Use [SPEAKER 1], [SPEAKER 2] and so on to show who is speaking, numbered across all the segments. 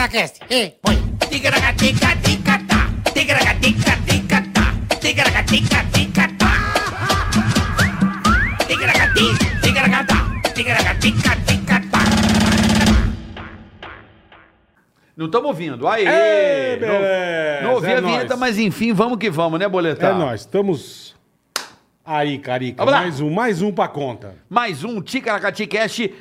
[SPEAKER 1] Tigracast. Ei, põe.
[SPEAKER 2] Tigragatica-tica-tá. Tigragatica-tica-tá. Tigragatica-tica-tá. Tigragati, tigragata. Tigragatica-tica-tá.
[SPEAKER 3] Não estamos ouvindo. Aê!
[SPEAKER 4] Ei,
[SPEAKER 3] não,
[SPEAKER 4] beleza,
[SPEAKER 3] não ouvi
[SPEAKER 4] é
[SPEAKER 3] a vinheta,
[SPEAKER 4] nóis.
[SPEAKER 3] mas enfim, vamos que vamos, né, Boletar?
[SPEAKER 4] É nóis, estamos. Aí, Carica.
[SPEAKER 3] Vamos lá.
[SPEAKER 4] Mais um, mais um pra conta.
[SPEAKER 3] Mais um Ticaracati Cast.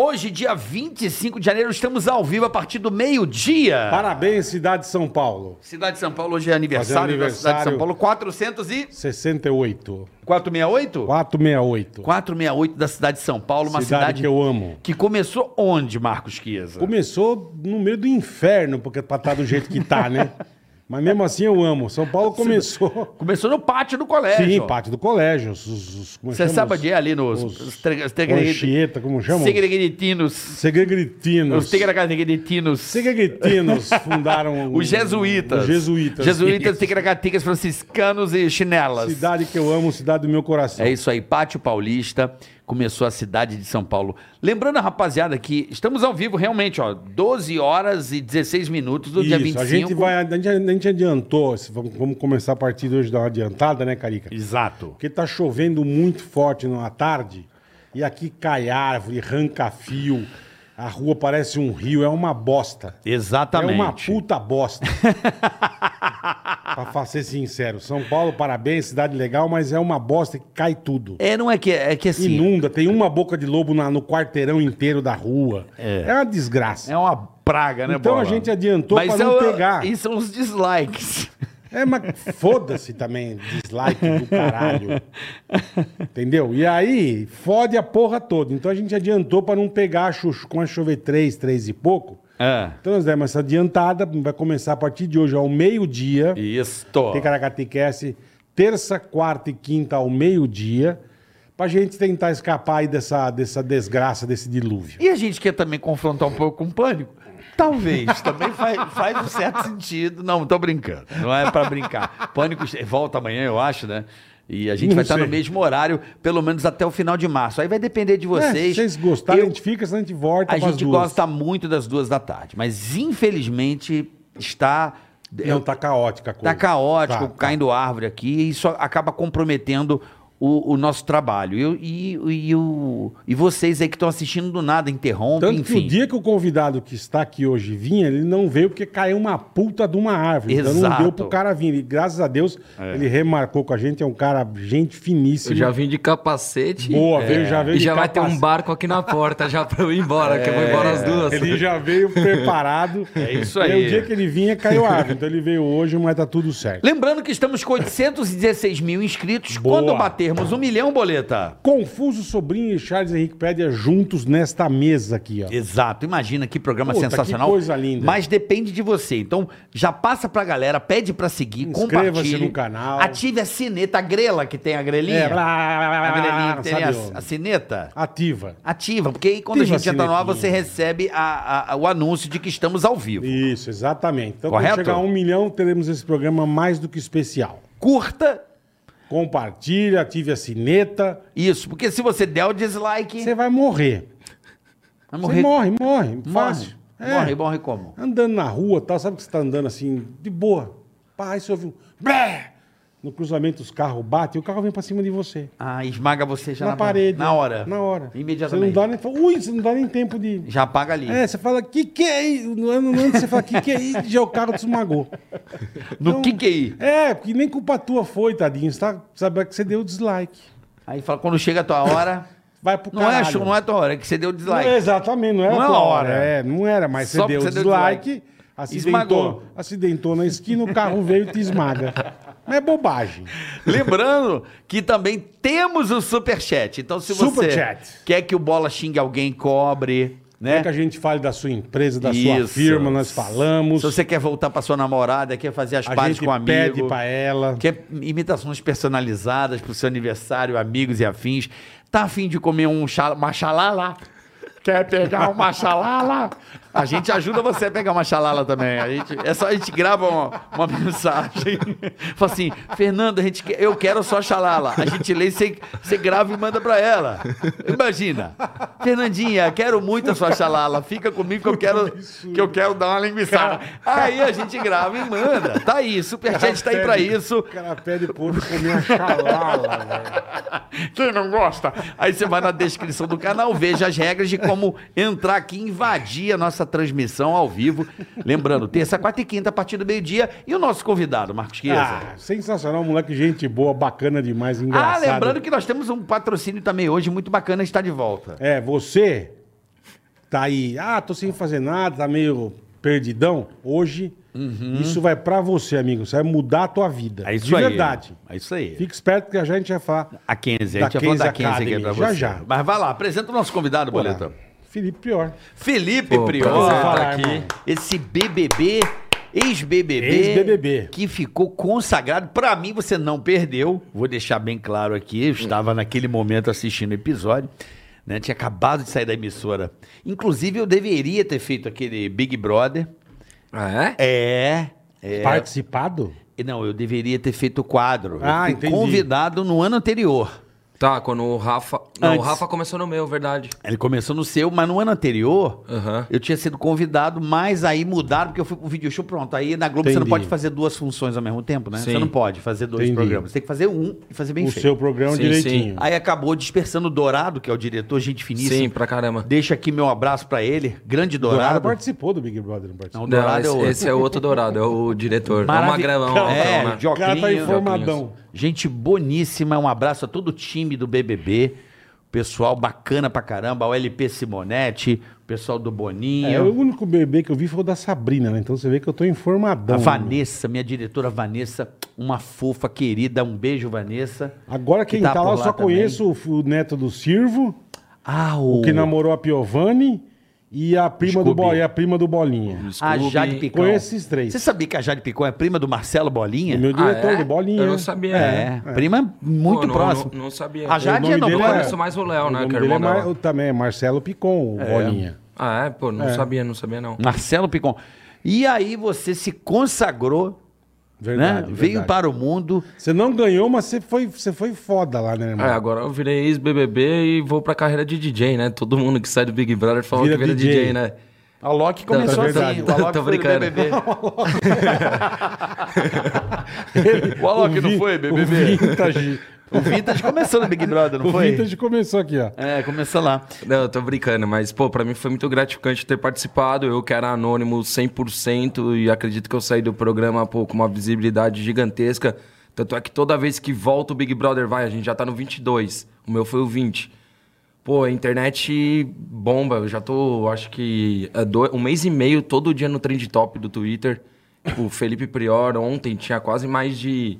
[SPEAKER 3] Hoje, dia 25 de janeiro, estamos ao vivo a partir do meio-dia.
[SPEAKER 4] Parabéns, cidade de São Paulo.
[SPEAKER 3] Cidade de São Paulo, hoje é aniversário,
[SPEAKER 4] Fazer
[SPEAKER 3] da Cidade de São
[SPEAKER 4] aniversário.
[SPEAKER 3] Paulo. 400 e...
[SPEAKER 4] 68.
[SPEAKER 3] 468?
[SPEAKER 4] 468.
[SPEAKER 3] 468 da Cidade de São Paulo, uma
[SPEAKER 4] Cidade
[SPEAKER 3] cidade,
[SPEAKER 4] que eu amo.
[SPEAKER 3] que começou onde, Marcos Chiesa?
[SPEAKER 4] Começou no meio do inferno, porque pra estar do jeito que tá, né? Mas mesmo assim eu amo. São Paulo começou.
[SPEAKER 3] Começou no pátio do colégio.
[SPEAKER 4] Sim, parte do colégio. Os, os- os- como
[SPEAKER 3] Você
[SPEAKER 4] chama?
[SPEAKER 3] sabe
[SPEAKER 4] Os-
[SPEAKER 3] onde é ali nos...
[SPEAKER 4] os-
[SPEAKER 3] os tre- os tegre-
[SPEAKER 4] Anchieta, como chamam?
[SPEAKER 3] Segregritinos. Os
[SPEAKER 4] Segregritinos.
[SPEAKER 3] Tegragategritinos.
[SPEAKER 4] Segregritinos fundaram...
[SPEAKER 3] Os jesuítas.
[SPEAKER 4] Os jesuítas.
[SPEAKER 3] Jesuítas, tegragatecas, franciscanos e chinelas.
[SPEAKER 4] Cidade que eu amo, cidade do meu coração.
[SPEAKER 3] É isso aí, Pátio Paulista, começou a cidade de São Paulo. Lembrando, a rapaziada, que estamos ao vivo realmente, ó, 12 horas e 16 minutos do dia 25.
[SPEAKER 4] A gente, vai, a, gente, a gente adiantou, se vamos, vamos começar a partir de hoje dar uma adiantada, né, Carica?
[SPEAKER 3] Exato.
[SPEAKER 4] Porque tá chovendo muito forte na tarde, e aqui cai árvore, arranca fio, a rua parece um rio, é uma bosta.
[SPEAKER 3] Exatamente.
[SPEAKER 4] É uma puta bosta. pra fa- ser sincero, São Paulo, parabéns, cidade legal, mas é uma bosta que cai tudo.
[SPEAKER 3] É, não é que, é que assim,
[SPEAKER 4] Inunda, tem uma boca de lobo na- no quarteirão inteiro da rua.
[SPEAKER 3] É.
[SPEAKER 4] uma desgraça.
[SPEAKER 3] é uma praga, né,
[SPEAKER 4] Então
[SPEAKER 3] Bola?
[SPEAKER 4] a gente adiantou
[SPEAKER 3] Mas
[SPEAKER 4] pra
[SPEAKER 3] é
[SPEAKER 4] não
[SPEAKER 3] o-
[SPEAKER 4] pegar.
[SPEAKER 3] E são os dislikes.
[SPEAKER 4] É, mas foda-se também, dislike do caralho. Entendeu? E aí, fode a porra toda. Então a gente adiantou pra não pegar a chuchu, com a chover três, três e pouco.
[SPEAKER 3] É.
[SPEAKER 4] Então nós demos essa adiantada, vai começar a partir de hoje ao meio-dia.
[SPEAKER 3] Isto.
[SPEAKER 4] Ticaracatecast, terça, quarta e quinta ao meio-dia, pra gente tentar escapar aí dessa, dessa desgraça, desse dilúvio.
[SPEAKER 3] E a gente quer também confrontar um pouco com o pânico? Talvez, também faz, faz um certo sentido. Não, tô brincando. Não é pra brincar. Pânico é, volta amanhã, eu acho, né? E a gente
[SPEAKER 4] Não
[SPEAKER 3] vai estar no
[SPEAKER 4] sei.
[SPEAKER 3] mesmo horário, pelo menos até o final de março. Aí vai depender de vocês.
[SPEAKER 4] É, se vocês gostarem,
[SPEAKER 3] Eu-
[SPEAKER 4] a gente fica, senão a gente volta
[SPEAKER 3] a
[SPEAKER 4] pras
[SPEAKER 3] gente
[SPEAKER 4] duas.
[SPEAKER 3] gosta muito das duas da tarde, mas infelizmente está. é,
[SPEAKER 4] Não, tá caótica a
[SPEAKER 3] Tá
[SPEAKER 4] coisa.
[SPEAKER 3] caótico,
[SPEAKER 4] Tá, tá.
[SPEAKER 3] caindo árvore aqui, e isso acaba comprometendo o, o nosso trabalho. E, eu- e, e, o- e vocês aí que estão assistindo do nada, interrompem,
[SPEAKER 4] Tanto que
[SPEAKER 3] enfim.
[SPEAKER 4] o dia que o convidado que está aqui hoje vinha, ele não veio porque caiu uma puta de uma árvore. Então não
[SPEAKER 3] Exato.
[SPEAKER 4] deu pro cara vir. E graças a Deus, ele remarcou com a gente, é um cara, gente finíssima.
[SPEAKER 5] Eu já vim de capacete. É.
[SPEAKER 4] Boa,
[SPEAKER 3] É.
[SPEAKER 4] veio- já veio
[SPEAKER 5] E
[SPEAKER 4] de
[SPEAKER 5] já vai ter
[SPEAKER 4] capacete. É,
[SPEAKER 5] um barco aqui na porta já pra eu ir embora, que eu vou embora às duas.
[SPEAKER 4] Ele já veio preparado. É
[SPEAKER 3] isso
[SPEAKER 4] E
[SPEAKER 3] aí.
[SPEAKER 4] o dia que ele vinha, caiu a árvore. Então ele veio hoje, mas tá tudo certo.
[SPEAKER 3] Lembrando que estamos com 816 mil inscritos.
[SPEAKER 4] Boa.
[SPEAKER 3] Quando batermos um milhão, boleta.
[SPEAKER 4] Confuso Sobrinho e Charles Henrique Pédia juntos nesta mesa aqui, ó.
[SPEAKER 3] Exato, imagina que programa
[SPEAKER 4] Puta,
[SPEAKER 3] sensacional.
[SPEAKER 4] que coisa linda.
[SPEAKER 3] Mas depende de você. Então, já passa pra galera, pede pra seguir,
[SPEAKER 4] Inscreva-se
[SPEAKER 3] compartilhe.
[SPEAKER 4] no canal.
[SPEAKER 3] Ative a sineta, a grela que tem a grelinha.
[SPEAKER 4] É, blá, blá,
[SPEAKER 3] a
[SPEAKER 4] blá,
[SPEAKER 3] grelinha
[SPEAKER 4] blá,
[SPEAKER 3] que tem
[SPEAKER 4] sabe,
[SPEAKER 3] a,
[SPEAKER 4] ó.
[SPEAKER 3] a sineta.
[SPEAKER 4] Ativa.
[SPEAKER 3] Ativa, porque aí quando
[SPEAKER 4] Ativa
[SPEAKER 3] a
[SPEAKER 4] a
[SPEAKER 3] gente entra no ar, você
[SPEAKER 4] sinetinha.
[SPEAKER 3] recebe a- a- o anúncio de que estamos ao vivo.
[SPEAKER 4] Isso, exatamente. Então,
[SPEAKER 3] Correto?
[SPEAKER 4] quando chegar a um milhão, teremos esse programa mais do que especial.
[SPEAKER 3] Curta
[SPEAKER 4] Compartilha, ative a sineta.
[SPEAKER 3] isso, porque se você der o dislike,
[SPEAKER 4] Você vai morrer.
[SPEAKER 3] vai
[SPEAKER 4] Você morre, morre.
[SPEAKER 3] Morre,
[SPEAKER 4] Fácil. É.
[SPEAKER 3] morre, morre como?
[SPEAKER 4] Andando na rua, tal, sabe que você tá andando assim, de boa. Pá, aí você ouve um. Blé! No cruzamento, os carros batem e o carro vem pra cima de você.
[SPEAKER 3] Ah, esmaga você já
[SPEAKER 4] na, parede. é.
[SPEAKER 3] Na hora.
[SPEAKER 4] Na hora.
[SPEAKER 3] Imediatamente.
[SPEAKER 4] Você não dá nem, fala, Ui, você não dá nem tempo de.
[SPEAKER 3] Já apaga ali.
[SPEAKER 4] É, você fala, que que é isso? No ano antes você fala, que que é isso? Já o carro desmagou.
[SPEAKER 3] no que que é aí?
[SPEAKER 4] É, porque nem culpa tua foi, tadinho. Você tá, sabe é que você deu dislike.
[SPEAKER 3] Aí fala, quando chega a tua hora.
[SPEAKER 4] Vai pro
[SPEAKER 3] não é a
[SPEAKER 4] caralho.
[SPEAKER 3] chu- não é a tua hora, é que você deu
[SPEAKER 4] Não
[SPEAKER 3] dislike.
[SPEAKER 4] é exatamente, não era
[SPEAKER 3] Não é
[SPEAKER 4] tua
[SPEAKER 3] a hora.
[SPEAKER 4] É, não era, mas você
[SPEAKER 3] Só
[SPEAKER 4] deu
[SPEAKER 3] porque você deu
[SPEAKER 4] dislike,
[SPEAKER 3] dislike. Esmagou.
[SPEAKER 4] acidentou, acidentou na esquina, o carro veio e te esmaga. Mas é bobagem.
[SPEAKER 3] Lembrando que também temos o superchat. Então, se você
[SPEAKER 4] Superchat.
[SPEAKER 3] quer que o bola xingue alguém, cobre,
[SPEAKER 4] É
[SPEAKER 3] né?
[SPEAKER 4] que a gente fale da sua empresa, da sua
[SPEAKER 3] Isso.
[SPEAKER 4] firma, nós falamos.
[SPEAKER 3] Se você quer voltar pra sua namorada, quer fazer as
[SPEAKER 4] a
[SPEAKER 3] pazes
[SPEAKER 4] gente
[SPEAKER 3] com um amigo.
[SPEAKER 4] pede pra ela.
[SPEAKER 3] Quer é imitações personalizadas pro seu aniversário, amigos e afins? Tá afim de comer um xa- uma xalala? Quer pegar uma xalala? A gente ajuda você a pegar uma xalala também. A gente, é só a gente grava uma, uma mensagem. Fala assim, Fernando, a gente, quer- eu quero só xalala. A gente lê, e você, você grava e manda pra ela. Imagina. Fernandinha, quero muito a sua xalala. Fica comigo que eu quero, que eu quero dar uma linguiçada. Aí a gente grava e manda. Tá aí, Superchat tá aí pra
[SPEAKER 4] Pede-
[SPEAKER 3] isso.
[SPEAKER 4] O cara pede pro outro comer uma xalala, velho.
[SPEAKER 3] Quem não gosta? Aí você vai na descrição do canal, veja as regras de como entrar aqui e invadir a nossa transmissão ao vivo. Lembrando, terça, quarta e quinta, a partir do meio-dia. E o nosso convidado, Marcos Chiesa.
[SPEAKER 4] Ah, sensacional, moleque, gente boa, bacana demais,
[SPEAKER 3] Ah,
[SPEAKER 4] engraçado.
[SPEAKER 3] lembrando que nós temos um patrocínio também hoje muito bacana, está de volta.
[SPEAKER 4] É, você tá aí, ah, tô sem fazer nada, tá meio perdidão. Hoje,
[SPEAKER 3] Uhum.
[SPEAKER 4] isso vai pra você, amigo. Isso vai mudar a tua vida. de verdade.
[SPEAKER 3] É isso aí.
[SPEAKER 4] Fica esperto que já a gente vai falar.
[SPEAKER 3] A 15, a
[SPEAKER 4] Da
[SPEAKER 3] gente já falou da 15
[SPEAKER 4] 15
[SPEAKER 3] aqui
[SPEAKER 4] Academy,
[SPEAKER 3] pra você.
[SPEAKER 4] já, já.
[SPEAKER 3] Mas vai lá, apresenta o nosso convidado, Boleto.
[SPEAKER 4] Felipe Prior.
[SPEAKER 3] Felipe
[SPEAKER 5] Pô,
[SPEAKER 3] Prior.
[SPEAKER 5] prazer
[SPEAKER 4] Fala,
[SPEAKER 5] tá
[SPEAKER 4] irmão.
[SPEAKER 5] aqui.
[SPEAKER 3] Esse BBB, ex-BBB,
[SPEAKER 4] Ex-BBB.
[SPEAKER 3] que ficou consagrado. Pra mim, você não perdeu. Vou deixar bem claro aqui. Eu estava naquele momento assistindo o episódio. Né? Tinha acabado de sair da emissora. Inclusive, eu deveria ter feito aquele Big Brother.
[SPEAKER 5] Ah, é?
[SPEAKER 3] É. é.
[SPEAKER 4] Participado?
[SPEAKER 3] Não, eu deveria ter feito o quadro.
[SPEAKER 4] Ah,
[SPEAKER 3] eu fui
[SPEAKER 4] entendi.
[SPEAKER 3] convidado no ano anterior.
[SPEAKER 5] Tá, quando o Rafa. Não,
[SPEAKER 3] Antes.
[SPEAKER 5] o Rafa começou no meu, verdade.
[SPEAKER 3] Ele começou no seu, mas no ano anterior
[SPEAKER 5] Aham.
[SPEAKER 3] eu tinha sido convidado, mas aí mudaram porque eu fui pro video show pronto. Aí na Globo você não
[SPEAKER 4] Entendi.
[SPEAKER 3] pode fazer duas funções ao mesmo tempo, né?
[SPEAKER 5] Sim.
[SPEAKER 3] Você não pode fazer dois
[SPEAKER 4] Entendi.
[SPEAKER 3] programas. Você tem que fazer um e fazer bem
[SPEAKER 4] o
[SPEAKER 3] feito.
[SPEAKER 4] seu programa
[SPEAKER 5] Sim,
[SPEAKER 4] direitinho.
[SPEAKER 3] Aí acabou dispersando o Dourado, que é o diretor, gente finíssima.
[SPEAKER 5] Sim, pra caramba.
[SPEAKER 3] Deixa aqui meu abraço pra ele, grande
[SPEAKER 4] Dourado. é
[SPEAKER 3] Dourado.
[SPEAKER 4] participou do Big Brother, não
[SPEAKER 3] Não,
[SPEAKER 4] participou?
[SPEAKER 3] o
[SPEAKER 5] Não,
[SPEAKER 3] Dourado
[SPEAKER 5] esse,
[SPEAKER 3] é outro.
[SPEAKER 5] esse é outro dourado, é o diretor. É o magrelão.
[SPEAKER 3] É,
[SPEAKER 5] altão, né?
[SPEAKER 3] Joclinho.
[SPEAKER 4] O cara tá informadão.
[SPEAKER 3] Gente boníssima, um abraço a todo o time do BBB. Pessoal bacana pra caramba, o LP Simonetti, o pessoal do Boninho.
[SPEAKER 4] É, o único bebê que eu vi foi o da Sabrina, né? Então você vê que eu tô informadão.
[SPEAKER 3] A
[SPEAKER 4] né?
[SPEAKER 3] Vanessa, minha diretora Vanessa, uma fofa querida, um beijo, Vanessa.
[SPEAKER 4] Agora quem
[SPEAKER 3] que
[SPEAKER 4] tá,
[SPEAKER 3] por
[SPEAKER 4] lá, eu só
[SPEAKER 3] também.
[SPEAKER 4] conheço o, f- o neto do Sirvo,
[SPEAKER 3] Ah, o,
[SPEAKER 4] o que namorou a Piovani e a prima, do,
[SPEAKER 3] Scooby.
[SPEAKER 4] Bo- e a prima do Bolinha.
[SPEAKER 3] a Jade
[SPEAKER 5] Scooby.
[SPEAKER 3] Picão.
[SPEAKER 4] Conheço esses três.
[SPEAKER 3] Você sabia que a Jade Picão é prima do Marcelo Bolinha?
[SPEAKER 4] O meu
[SPEAKER 5] Ah,
[SPEAKER 4] diretor
[SPEAKER 5] é?
[SPEAKER 4] do Bolinha.
[SPEAKER 5] Eu não sabia. né?
[SPEAKER 3] É, prima muito
[SPEAKER 5] Pô, não-
[SPEAKER 3] próxima.
[SPEAKER 5] não- não sabia.
[SPEAKER 3] A Jade
[SPEAKER 4] O
[SPEAKER 3] é
[SPEAKER 4] nome dele
[SPEAKER 5] Eu
[SPEAKER 3] novata.
[SPEAKER 5] conheço mais o Léo,
[SPEAKER 4] O
[SPEAKER 5] né?
[SPEAKER 4] nome
[SPEAKER 5] Que é
[SPEAKER 4] dele é
[SPEAKER 5] irmão
[SPEAKER 4] Mar...
[SPEAKER 5] dela.
[SPEAKER 4] o- também é Marcelo Picon, o
[SPEAKER 3] Né?
[SPEAKER 4] Bolinha.
[SPEAKER 5] Ah, é? Pô, não sabia, não sabia, não.
[SPEAKER 3] Marcelo Picon. E aí você se consagrou, né?
[SPEAKER 4] Verdade,
[SPEAKER 3] Veio
[SPEAKER 4] verdade.
[SPEAKER 3] para o mundo.
[SPEAKER 4] Você não ganhou, mas você foi, você foi foda lá, né, irmão?
[SPEAKER 5] É, agora eu virei ex-BBB e vou pra carreira de DJ, né? Todo mundo que sai do Big Brother fala
[SPEAKER 4] Vira
[SPEAKER 5] que vira
[SPEAKER 4] DJ.
[SPEAKER 5] DJ, né?
[SPEAKER 3] A Loki
[SPEAKER 5] Não,
[SPEAKER 3] começou
[SPEAKER 4] é
[SPEAKER 3] assim.
[SPEAKER 4] verdade.
[SPEAKER 3] O Alok
[SPEAKER 5] Tô
[SPEAKER 3] foi do
[SPEAKER 5] brincando.
[SPEAKER 3] BBB. o Alok não
[SPEAKER 4] vi-
[SPEAKER 3] foi,
[SPEAKER 4] O tá
[SPEAKER 3] BBB?
[SPEAKER 4] Vintage,
[SPEAKER 3] O Vintage começou no Big Brother, não
[SPEAKER 4] o
[SPEAKER 3] foi?
[SPEAKER 4] vintage começou aqui, ó.
[SPEAKER 3] É, começou lá.
[SPEAKER 5] Não, eu tô brincando, mas, pô, pra mim foi muito gratificante ter participado. Eu que era anônimo 100% e acredito que eu saí do programa, pô, com uma visibilidade gigantesca. Tanto é que toda vez que volta o Big Brother vai, a gente já tá no 22. O meu foi o 20. Pô, a internet bomba. Eu já tô, acho que, é, do- um mês e meio todo dia no trend top do Twitter. Tipo, O Felipe Prior ontem tinha quase mais de...